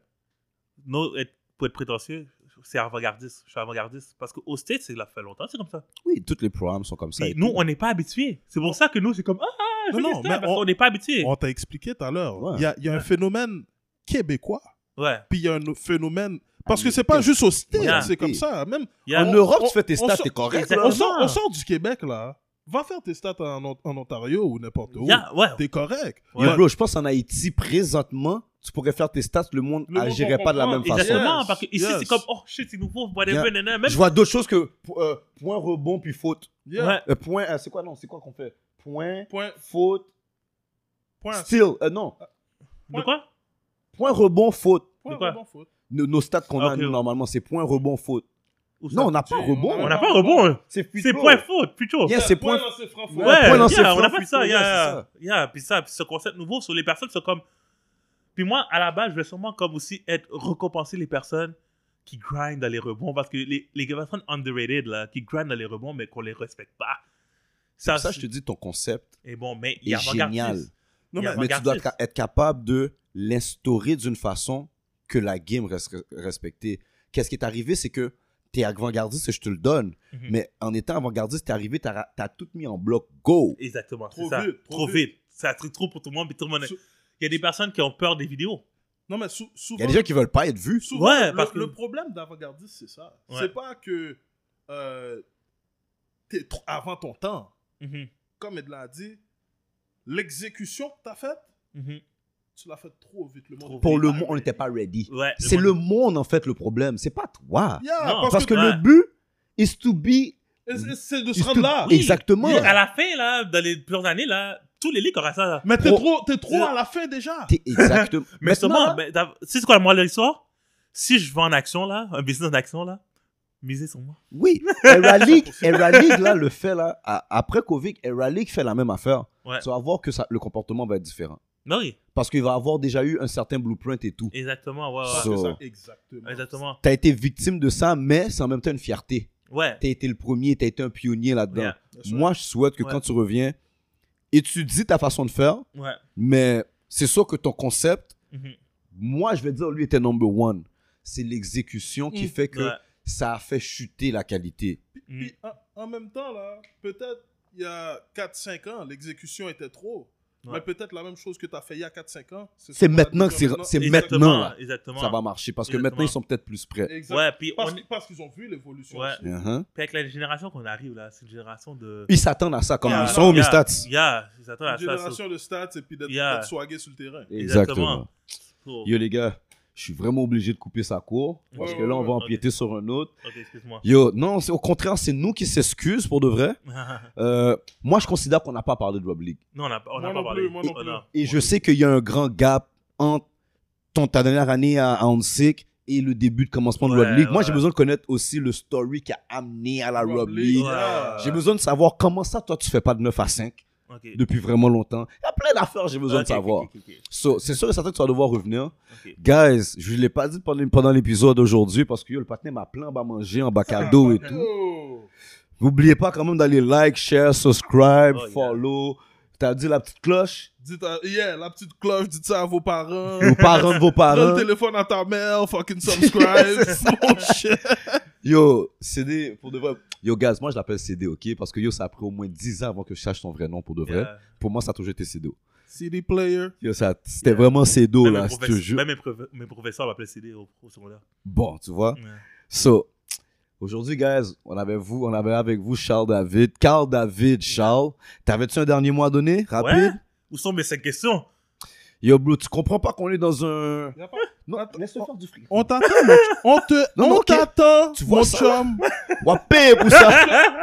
[SPEAKER 4] Non, être- pour être prétentieux, c'est avant-gardiste. Je suis avant-gardiste. Parce qu'au States, ça fait longtemps, c'est comme ça.
[SPEAKER 2] Oui, tous les programmes sont comme ça.
[SPEAKER 4] Puis
[SPEAKER 2] et
[SPEAKER 4] nous,
[SPEAKER 2] tout.
[SPEAKER 4] on n'est pas habitués. C'est pour ça que nous, c'est comme Ah, ah, je
[SPEAKER 3] Non,
[SPEAKER 4] fais
[SPEAKER 3] non,
[SPEAKER 4] des stats,
[SPEAKER 3] mais
[SPEAKER 4] parce
[SPEAKER 3] on-
[SPEAKER 4] qu'on n'est pas habitués.
[SPEAKER 3] On t'a expliqué tout à l'heure. Il
[SPEAKER 2] Ouais.
[SPEAKER 3] y a, il y a un phénomène québécois,
[SPEAKER 4] Ouais.
[SPEAKER 3] puis il y a un phénomène. Parce
[SPEAKER 2] Ah,
[SPEAKER 3] que
[SPEAKER 2] mais
[SPEAKER 4] Ah,
[SPEAKER 3] c'est pas
[SPEAKER 2] quel-
[SPEAKER 3] juste au style,
[SPEAKER 4] Yeah.
[SPEAKER 3] c'est comme ça. Même
[SPEAKER 4] Yeah.
[SPEAKER 2] En Europe,
[SPEAKER 3] on-
[SPEAKER 2] tu fais tes
[SPEAKER 3] on
[SPEAKER 2] stats,
[SPEAKER 3] sort-
[SPEAKER 2] t'es correct.
[SPEAKER 4] Exact-
[SPEAKER 2] là.
[SPEAKER 3] on, sort,
[SPEAKER 4] non.
[SPEAKER 3] on sort du Québec, là. Va faire tes stats en, Ont- en Ontario ou n'importe où.
[SPEAKER 4] Yeah, ouais.
[SPEAKER 3] T'es correct.
[SPEAKER 2] Yo, bro, je pense en Haïti, présentement, tu pourrais faire tes stats, le monde
[SPEAKER 3] Le monde
[SPEAKER 2] n'agirait pas de la même
[SPEAKER 3] comprend,
[SPEAKER 2] façon.
[SPEAKER 4] Exactement,
[SPEAKER 3] Yes,
[SPEAKER 4] parce que ici,
[SPEAKER 3] yes.
[SPEAKER 4] c'est comme, oh shit, c'est nouveau,
[SPEAKER 2] Yeah.
[SPEAKER 4] whatever, nanana. Même
[SPEAKER 2] Je vois d'autres choses que euh, point, rebond, puis faute.
[SPEAKER 3] Yeah.
[SPEAKER 4] Ouais.
[SPEAKER 2] Euh, point, euh, c'est quoi, non, c'est quoi qu'on fait Point,
[SPEAKER 3] Point,
[SPEAKER 2] faute,
[SPEAKER 3] point,
[SPEAKER 2] steal. Euh, non,
[SPEAKER 4] De quoi
[SPEAKER 2] point, rebond, faute.
[SPEAKER 3] point,
[SPEAKER 4] De quoi
[SPEAKER 3] rebond, faute.
[SPEAKER 2] Nos, nos stats qu'on a,
[SPEAKER 4] Ok.
[SPEAKER 2] nous, normalement, c'est point, rebond, faute.
[SPEAKER 4] Où ça
[SPEAKER 2] Non, on n'a pas
[SPEAKER 3] on
[SPEAKER 2] rebond.
[SPEAKER 3] a-
[SPEAKER 4] On n'a pas rebond. hein.
[SPEAKER 2] C'est free
[SPEAKER 4] C'est
[SPEAKER 2] throw.
[SPEAKER 4] point faute, plutôt.
[SPEAKER 2] Yeah, c'est point.
[SPEAKER 3] lancé franc, faute.
[SPEAKER 4] Ouais,
[SPEAKER 2] Ouais, point lancé
[SPEAKER 4] yeah, on
[SPEAKER 2] franc,
[SPEAKER 4] n'a pas
[SPEAKER 2] free
[SPEAKER 4] fait ça.
[SPEAKER 2] throw,
[SPEAKER 4] Yeah,
[SPEAKER 2] yeah,
[SPEAKER 4] yeah, yeah. Puis ça, puis ce concept nouveau sur les personnes, c'est comme. Puis moi, à la base, je vais sûrement comme aussi être récompensé les personnes qui grindent dans les rebonds parce que les, les personnes underrated là, qui grindent dans les rebonds mais qu'on les respecte pas. Ça,
[SPEAKER 2] Ça, je te dis, ton concept
[SPEAKER 4] Et bon, mais il y
[SPEAKER 2] est
[SPEAKER 4] a
[SPEAKER 2] génial.
[SPEAKER 4] avant-gardiste.
[SPEAKER 3] Non,
[SPEAKER 4] Il y a
[SPEAKER 3] mais-
[SPEAKER 2] Mais tu dois
[SPEAKER 4] avant-gardiste.
[SPEAKER 2] ca- être capable de l'instaurer d'une façon que la game reste re- respectée. Qu'est-ce qui est arrivé, c'est que t'es avant-gardiste, et je te le donne.
[SPEAKER 4] Mhm.
[SPEAKER 2] Mais en étant avant-gardiste, t'es arrivé, t'as, ra- t'as tout mis en bloc. Go!
[SPEAKER 4] Exactement,
[SPEAKER 3] Trop
[SPEAKER 4] c'est ça.
[SPEAKER 3] vite, trop
[SPEAKER 4] trop vite. Ça truc trop pour tout le monde, puis tout le monde.
[SPEAKER 3] Sou-
[SPEAKER 4] Il y a des personnes qui ont peur des vidéos.
[SPEAKER 3] Non, mais sou-
[SPEAKER 2] Il
[SPEAKER 3] souvent,
[SPEAKER 2] y a des gens qui veulent pas être vus.
[SPEAKER 3] souvent,
[SPEAKER 4] Ouais,
[SPEAKER 3] le,
[SPEAKER 4] parce que-
[SPEAKER 3] le problème d'avant-gardiste, c'est ça.
[SPEAKER 4] Ouais.
[SPEAKER 3] C'est pas que euh, t'es trop avant ton temps.
[SPEAKER 4] Mhm,
[SPEAKER 3] Comme Ed l'a dit, l'exécution que t'as faite,
[SPEAKER 4] mhm.
[SPEAKER 3] tu l'as faite trop vite. Le monde
[SPEAKER 2] Pour le
[SPEAKER 3] monde,
[SPEAKER 2] monde, on n'était pas ready.
[SPEAKER 4] Ouais,
[SPEAKER 2] C'est le monde, en fait, le problème. C'est pas toi.
[SPEAKER 3] Yeah,
[SPEAKER 4] Non,
[SPEAKER 3] parce,
[SPEAKER 2] Parce que
[SPEAKER 3] que,
[SPEAKER 4] ouais.
[SPEAKER 2] le but is to be.
[SPEAKER 3] c'est- c'est de
[SPEAKER 2] is
[SPEAKER 3] se
[SPEAKER 2] to-
[SPEAKER 3] rendre là.
[SPEAKER 2] Exactement.
[SPEAKER 4] Yo, À la fin, là, dans les plusieurs années, là, tous les ligues auraient ça. là.
[SPEAKER 3] Mais t'es
[SPEAKER 2] Pro-
[SPEAKER 3] trop, t'es trop à la fin déjà.
[SPEAKER 4] [laughs]
[SPEAKER 2] T'es exactement.
[SPEAKER 4] Mais
[SPEAKER 2] Maintenant,
[SPEAKER 4] seulement, ben, d'av- tu sais c'est quoi le moral de l'histoire? Si je vais en action, là, un business en action, là, misez sur moi. [laughs]
[SPEAKER 2] Oui, Era League, Era League, là, le fait, là, à- après Covid, Era League fait la même affaire.
[SPEAKER 4] Ouais.
[SPEAKER 2] Tu vas voir que ça, le comportement va être différent.
[SPEAKER 4] Non, oui,
[SPEAKER 2] Parce qu'il va avoir déjà eu un certain blueprint et tout.
[SPEAKER 4] exactement, ouais,
[SPEAKER 3] Parce
[SPEAKER 4] ouais.
[SPEAKER 2] So-
[SPEAKER 3] que ça- exactement.
[SPEAKER 4] Exactement.
[SPEAKER 2] T'as été victime de ça, mais c'est en même temps une fierté.
[SPEAKER 4] Ouais.
[SPEAKER 2] T'as été le premier, t'as été un pionnier là-dedans.
[SPEAKER 4] Yeah.
[SPEAKER 3] Bien sûr.
[SPEAKER 2] Moi, je souhaite que
[SPEAKER 4] Ouais.
[SPEAKER 2] quand tu reviens, étudie ta façon de faire,
[SPEAKER 4] Ouais.
[SPEAKER 2] mais c'est sûr que ton concept,
[SPEAKER 4] Mhm.
[SPEAKER 2] moi, je vais dire, lui était number one. C'est l'exécution qui
[SPEAKER 3] Mm.
[SPEAKER 2] fait que
[SPEAKER 4] Ouais.
[SPEAKER 2] ça a fait chuter la qualité.
[SPEAKER 4] Mm.
[SPEAKER 3] Puis, en, en même temps, là, peut-être il y a 4-5 ans, l'exécution était trop.
[SPEAKER 4] Ouais.
[SPEAKER 3] Mais peut-être la même chose que tu as fait il y a 4-5 ans.
[SPEAKER 2] C'est
[SPEAKER 3] ce qu'on va
[SPEAKER 2] maintenant
[SPEAKER 3] dire
[SPEAKER 2] que c'est- c'est
[SPEAKER 4] Exactement,
[SPEAKER 2] maintenant, là.
[SPEAKER 4] Exactement.
[SPEAKER 2] Ça va marcher parce que
[SPEAKER 4] Exactement.
[SPEAKER 2] maintenant, ils sont peut-être plus prêts.
[SPEAKER 3] Exact.
[SPEAKER 4] Ouais, puis, on...
[SPEAKER 3] Parce, que- parce qu'ils ont vu l'évolution.
[SPEAKER 4] Ouais.
[SPEAKER 3] aussi.
[SPEAKER 2] Uh-huh.
[SPEAKER 4] puis avec la génération qu'on arrive, là, c'est une génération de.
[SPEAKER 2] Ils s'attendent à ça comme
[SPEAKER 3] Yeah,
[SPEAKER 2] ils sont, mes stats.
[SPEAKER 4] Yeah, ils s'attendent à
[SPEAKER 3] Une
[SPEAKER 4] ça. so-
[SPEAKER 3] génération de stats et puis d'être
[SPEAKER 4] Yeah.
[SPEAKER 3] d'être swagué sur le terrain.
[SPEAKER 2] Exactement.
[SPEAKER 4] Exactement. so-
[SPEAKER 2] Yo, les gars, je suis vraiment obligé de couper sa cour parce
[SPEAKER 3] Ouais,
[SPEAKER 2] que là, on
[SPEAKER 3] ouais,
[SPEAKER 2] va
[SPEAKER 4] ouais.
[SPEAKER 2] empiéter sur un autre.
[SPEAKER 4] Ok, excuse-moi.
[SPEAKER 2] Yo, non, c'est- au contraire, c'est nous qui s'excusent pour de vrai.
[SPEAKER 4] [laughs] non,
[SPEAKER 2] Euh, moi, je considère qu'on n'a pas parlé de Rob League.
[SPEAKER 4] on n'a
[SPEAKER 3] Moi
[SPEAKER 4] on n'a pas
[SPEAKER 3] non
[SPEAKER 4] parlé.
[SPEAKER 3] plus, moi non
[SPEAKER 4] Oh, non.
[SPEAKER 2] Et je sais qu'il y a un grand gap entre ton, ta dernière année à, à Hansik et le début de commencement de
[SPEAKER 4] Ouais,
[SPEAKER 2] Rob League. Moi,
[SPEAKER 4] ouais.
[SPEAKER 2] j'ai besoin de connaître aussi le story qui a amené à la Ah, Rob, League.
[SPEAKER 4] League.
[SPEAKER 3] yeah.
[SPEAKER 2] J'ai besoin de savoir comment ça, toi, tu fais pas de 9 à 5
[SPEAKER 4] Ok.
[SPEAKER 2] depuis vraiment longtemps. Il y a plein d'affaires, j'ai besoin
[SPEAKER 4] Ok,
[SPEAKER 2] de savoir.
[SPEAKER 4] ok, ok, ok.
[SPEAKER 2] So, c'est sûr et certain que tu vas devoir revenir.
[SPEAKER 4] Ok.
[SPEAKER 2] Guys, je ne l'ai pas dit pendant, pendant l'épisode aujourd'hui parce que yo, le partenaire m'a plein à manger en bac à dos et tout.
[SPEAKER 3] Oh.
[SPEAKER 2] N'oubliez pas quand même d'aller like, share, subscribe,
[SPEAKER 4] Oh, yeah.
[SPEAKER 2] follow. T'as dit la petite cloche
[SPEAKER 3] Dites à, yeah, la petite cloche, dites ça à vos parents.
[SPEAKER 2] aux parents de vos
[SPEAKER 3] Donne
[SPEAKER 2] parents.
[SPEAKER 3] le téléphone à ta mère, fucking
[SPEAKER 2] [laughs]
[SPEAKER 3] subscribe. Mon shit.
[SPEAKER 2] Yo, CD, pour de vrai. Yo, guys, moi je l'appelle CD, ok? Parce que yo, ça a pris au moins 10 ans avant que je sache son vrai nom pour de vrai.
[SPEAKER 4] Yeah.
[SPEAKER 2] Pour moi, ça a toujours été CDO.
[SPEAKER 3] CD player.
[SPEAKER 2] Yo, ça, c'était vraiment CDO,
[SPEAKER 4] Même
[SPEAKER 2] Oh là,
[SPEAKER 4] mes
[SPEAKER 2] je te
[SPEAKER 4] professe-
[SPEAKER 2] jure.
[SPEAKER 4] Même mes, prof- mes professeurs m'appelaient CD au, au secondaire.
[SPEAKER 2] Bon, tu vois.
[SPEAKER 4] Ouais.
[SPEAKER 2] So, aujourd'hui, guys, on avait vous, on avait avec vous Charles David. Carl David, Charles. T'avais-tu un dernier mot à donner? Rapide?
[SPEAKER 4] Ouais. Où sont mes cinq questions
[SPEAKER 2] Yo, bro, tu comprends pas qu'on est dans un.
[SPEAKER 3] Y a pas-
[SPEAKER 2] Non,
[SPEAKER 3] Attends,
[SPEAKER 2] laisse-le
[SPEAKER 3] on-
[SPEAKER 2] faire du fric.
[SPEAKER 3] On t'attend, mon ch- on te,
[SPEAKER 2] Non, non,
[SPEAKER 3] on
[SPEAKER 2] ok.
[SPEAKER 3] t'attend,
[SPEAKER 2] Tu vois
[SPEAKER 3] mon
[SPEAKER 2] ça?
[SPEAKER 3] chum.
[SPEAKER 2] [laughs] Wapé pour [laughs] ça!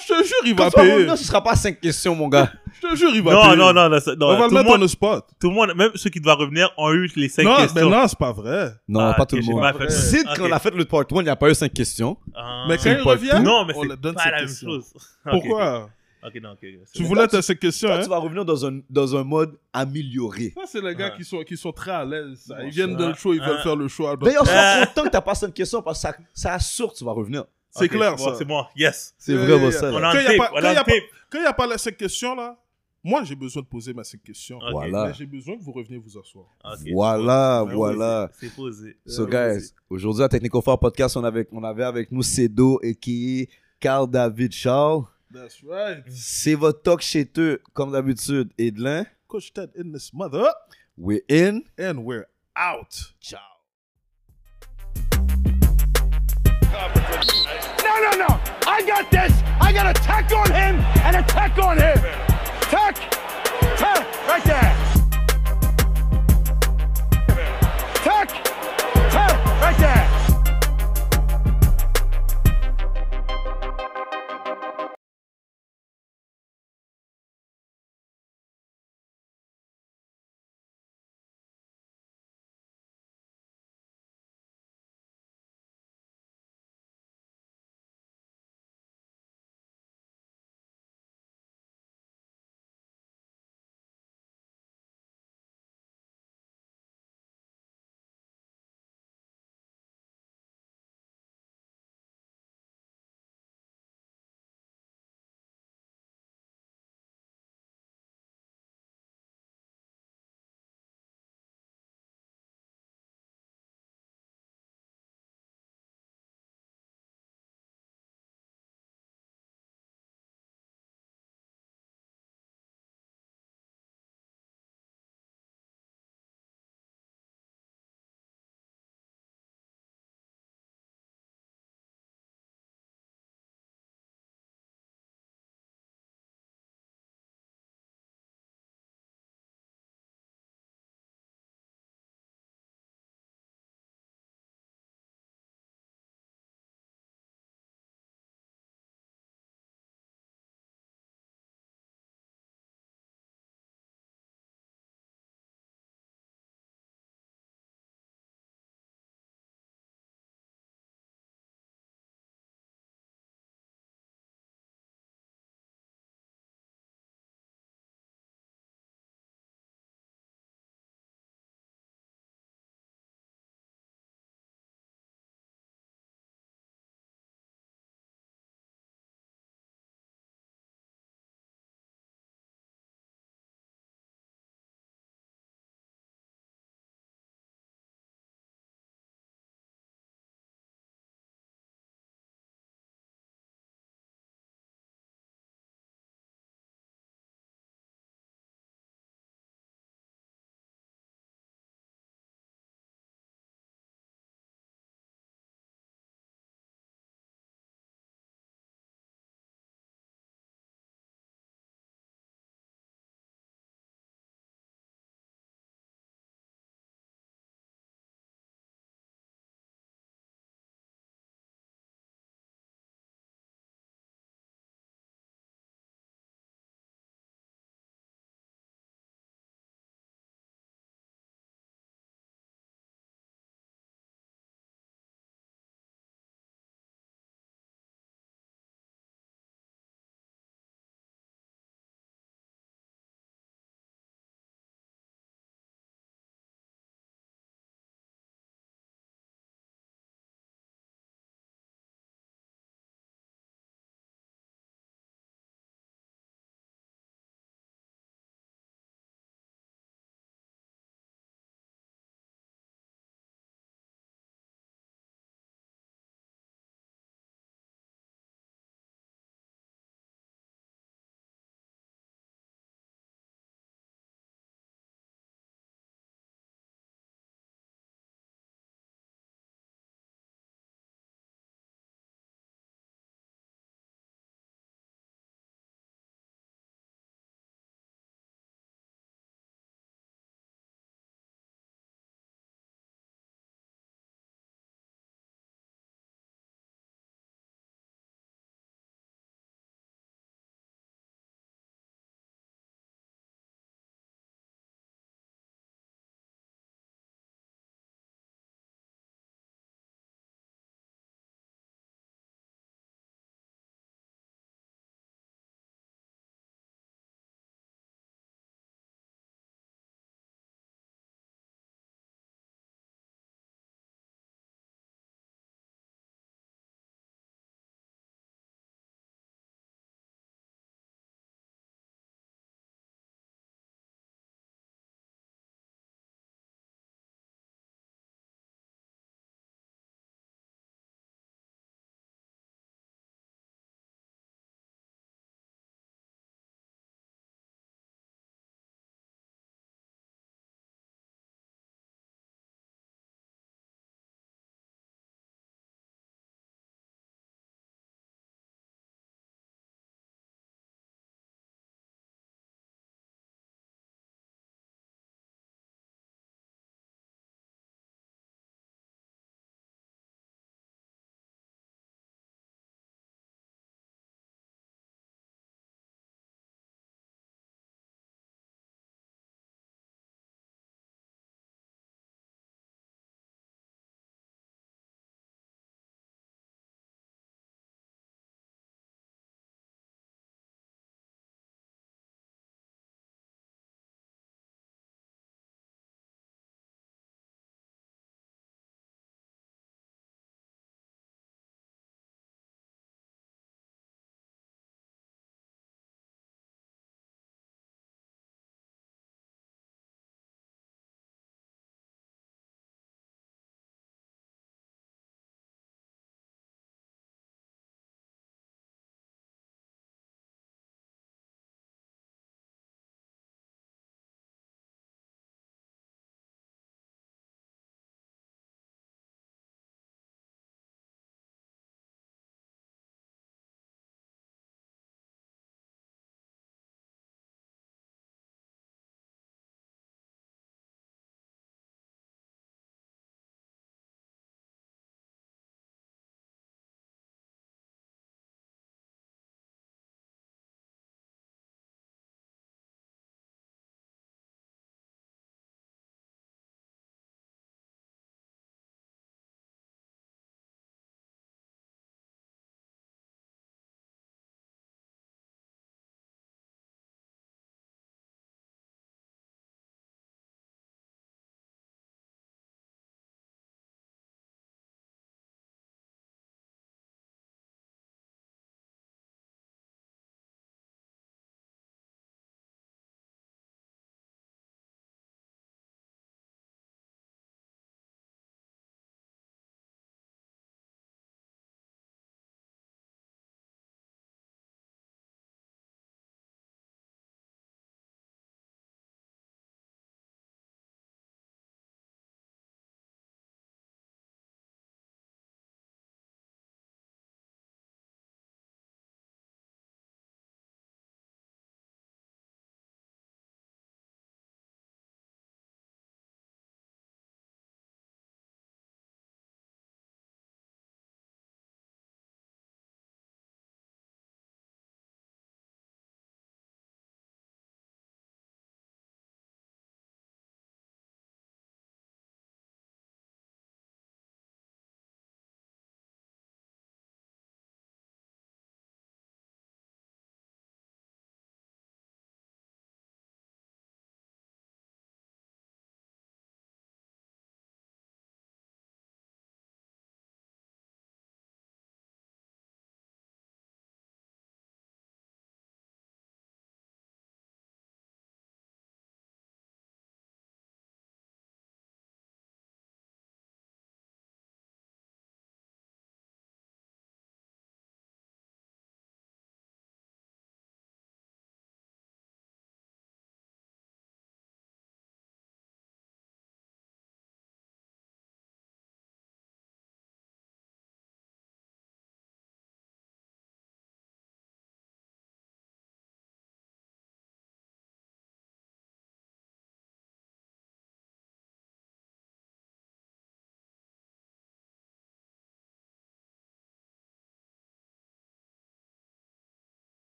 [SPEAKER 3] Je te jure, il va
[SPEAKER 2] Quand tu vas
[SPEAKER 3] payer.
[SPEAKER 2] revenir, ce sera pas cinq questions, mon gars.
[SPEAKER 3] Je te jure, il va
[SPEAKER 4] Non,
[SPEAKER 3] payer.
[SPEAKER 4] non, non, non, ça- non,
[SPEAKER 3] On va
[SPEAKER 4] tout,
[SPEAKER 3] le
[SPEAKER 4] le
[SPEAKER 3] mettre en
[SPEAKER 4] monde,
[SPEAKER 3] le spot.
[SPEAKER 4] tout le monde, même ceux qui doivent revenir, ont eu les cinq
[SPEAKER 3] Non, mais
[SPEAKER 4] questions.
[SPEAKER 3] non, c'est pas vrai.
[SPEAKER 2] [laughs] Non,
[SPEAKER 4] Ah,
[SPEAKER 2] pas tout
[SPEAKER 4] ok,
[SPEAKER 2] le
[SPEAKER 4] j'ai
[SPEAKER 2] monde.
[SPEAKER 4] pas fait-
[SPEAKER 2] Sid,
[SPEAKER 4] ok.
[SPEAKER 2] quand on a fait le part 1, il n'y a pas eu cinq questions.
[SPEAKER 4] Ah.
[SPEAKER 3] Mais quand il revient,
[SPEAKER 4] Non, mais
[SPEAKER 3] on
[SPEAKER 4] c'est
[SPEAKER 3] leur donne
[SPEAKER 4] pas
[SPEAKER 3] cette
[SPEAKER 4] la même
[SPEAKER 3] question.
[SPEAKER 4] chose. [laughs]
[SPEAKER 3] Pourquoi
[SPEAKER 4] Ok, non, ok. ok, c'est
[SPEAKER 3] Tu
[SPEAKER 4] bon.
[SPEAKER 3] voulais te cette question,
[SPEAKER 2] Toi,
[SPEAKER 3] hein
[SPEAKER 2] tu vas revenir dans un, dans un mode amélioré.
[SPEAKER 3] Ça, c'est les gars
[SPEAKER 4] Ouais.
[SPEAKER 3] qui sont, qui sont très à l'aise. ça.
[SPEAKER 2] Ouais.
[SPEAKER 3] Ils viennent dans le show, ils veulent
[SPEAKER 4] Ouais.
[SPEAKER 3] faire le choix. Donc,
[SPEAKER 2] D'ailleurs, je
[SPEAKER 4] Euh.
[SPEAKER 2] suis content que tu passé une question parce que ça, ça assure que tu vas revenir.
[SPEAKER 3] C'est
[SPEAKER 4] Ok,
[SPEAKER 3] clair,
[SPEAKER 4] c'est bon,
[SPEAKER 3] ça.
[SPEAKER 4] C'est bon, yes.
[SPEAKER 2] C'est
[SPEAKER 3] Yeah,
[SPEAKER 2] vraiment
[SPEAKER 3] yeah,
[SPEAKER 2] ça.
[SPEAKER 3] yeah.
[SPEAKER 4] On
[SPEAKER 2] là.
[SPEAKER 4] a un
[SPEAKER 3] Quand y a
[SPEAKER 4] tape,
[SPEAKER 3] pas-
[SPEAKER 4] on
[SPEAKER 3] quand
[SPEAKER 4] a
[SPEAKER 3] y a
[SPEAKER 4] un
[SPEAKER 3] pas-
[SPEAKER 4] tape.
[SPEAKER 3] Quand il n'y a pas les cette questions, là, moi, j'ai besoin de poser ma cette question.
[SPEAKER 4] Ok.
[SPEAKER 2] Voilà.
[SPEAKER 3] Mais j'ai besoin que vous reveniez vous asseoir.
[SPEAKER 4] Ok,
[SPEAKER 2] Voilà,
[SPEAKER 4] c'est posé.
[SPEAKER 2] voilà.
[SPEAKER 4] C'est posé.
[SPEAKER 2] So,
[SPEAKER 3] Ouais, ouais,
[SPEAKER 2] guys, aujourd'hui à Technico Fort Podcast, on avait, on avait avec nous Cedo et qui est Carl David Charles.
[SPEAKER 3] That's right.
[SPEAKER 2] C'est votre talk chez eux, comme d'habitude. Edlin,
[SPEAKER 3] Coach Ted in this mother,
[SPEAKER 2] we're in.
[SPEAKER 3] and we're out.
[SPEAKER 2] Ciao.
[SPEAKER 1] No, no, no. I got this. I got a tack on him and a tack on him. Tack. Tack. Right there.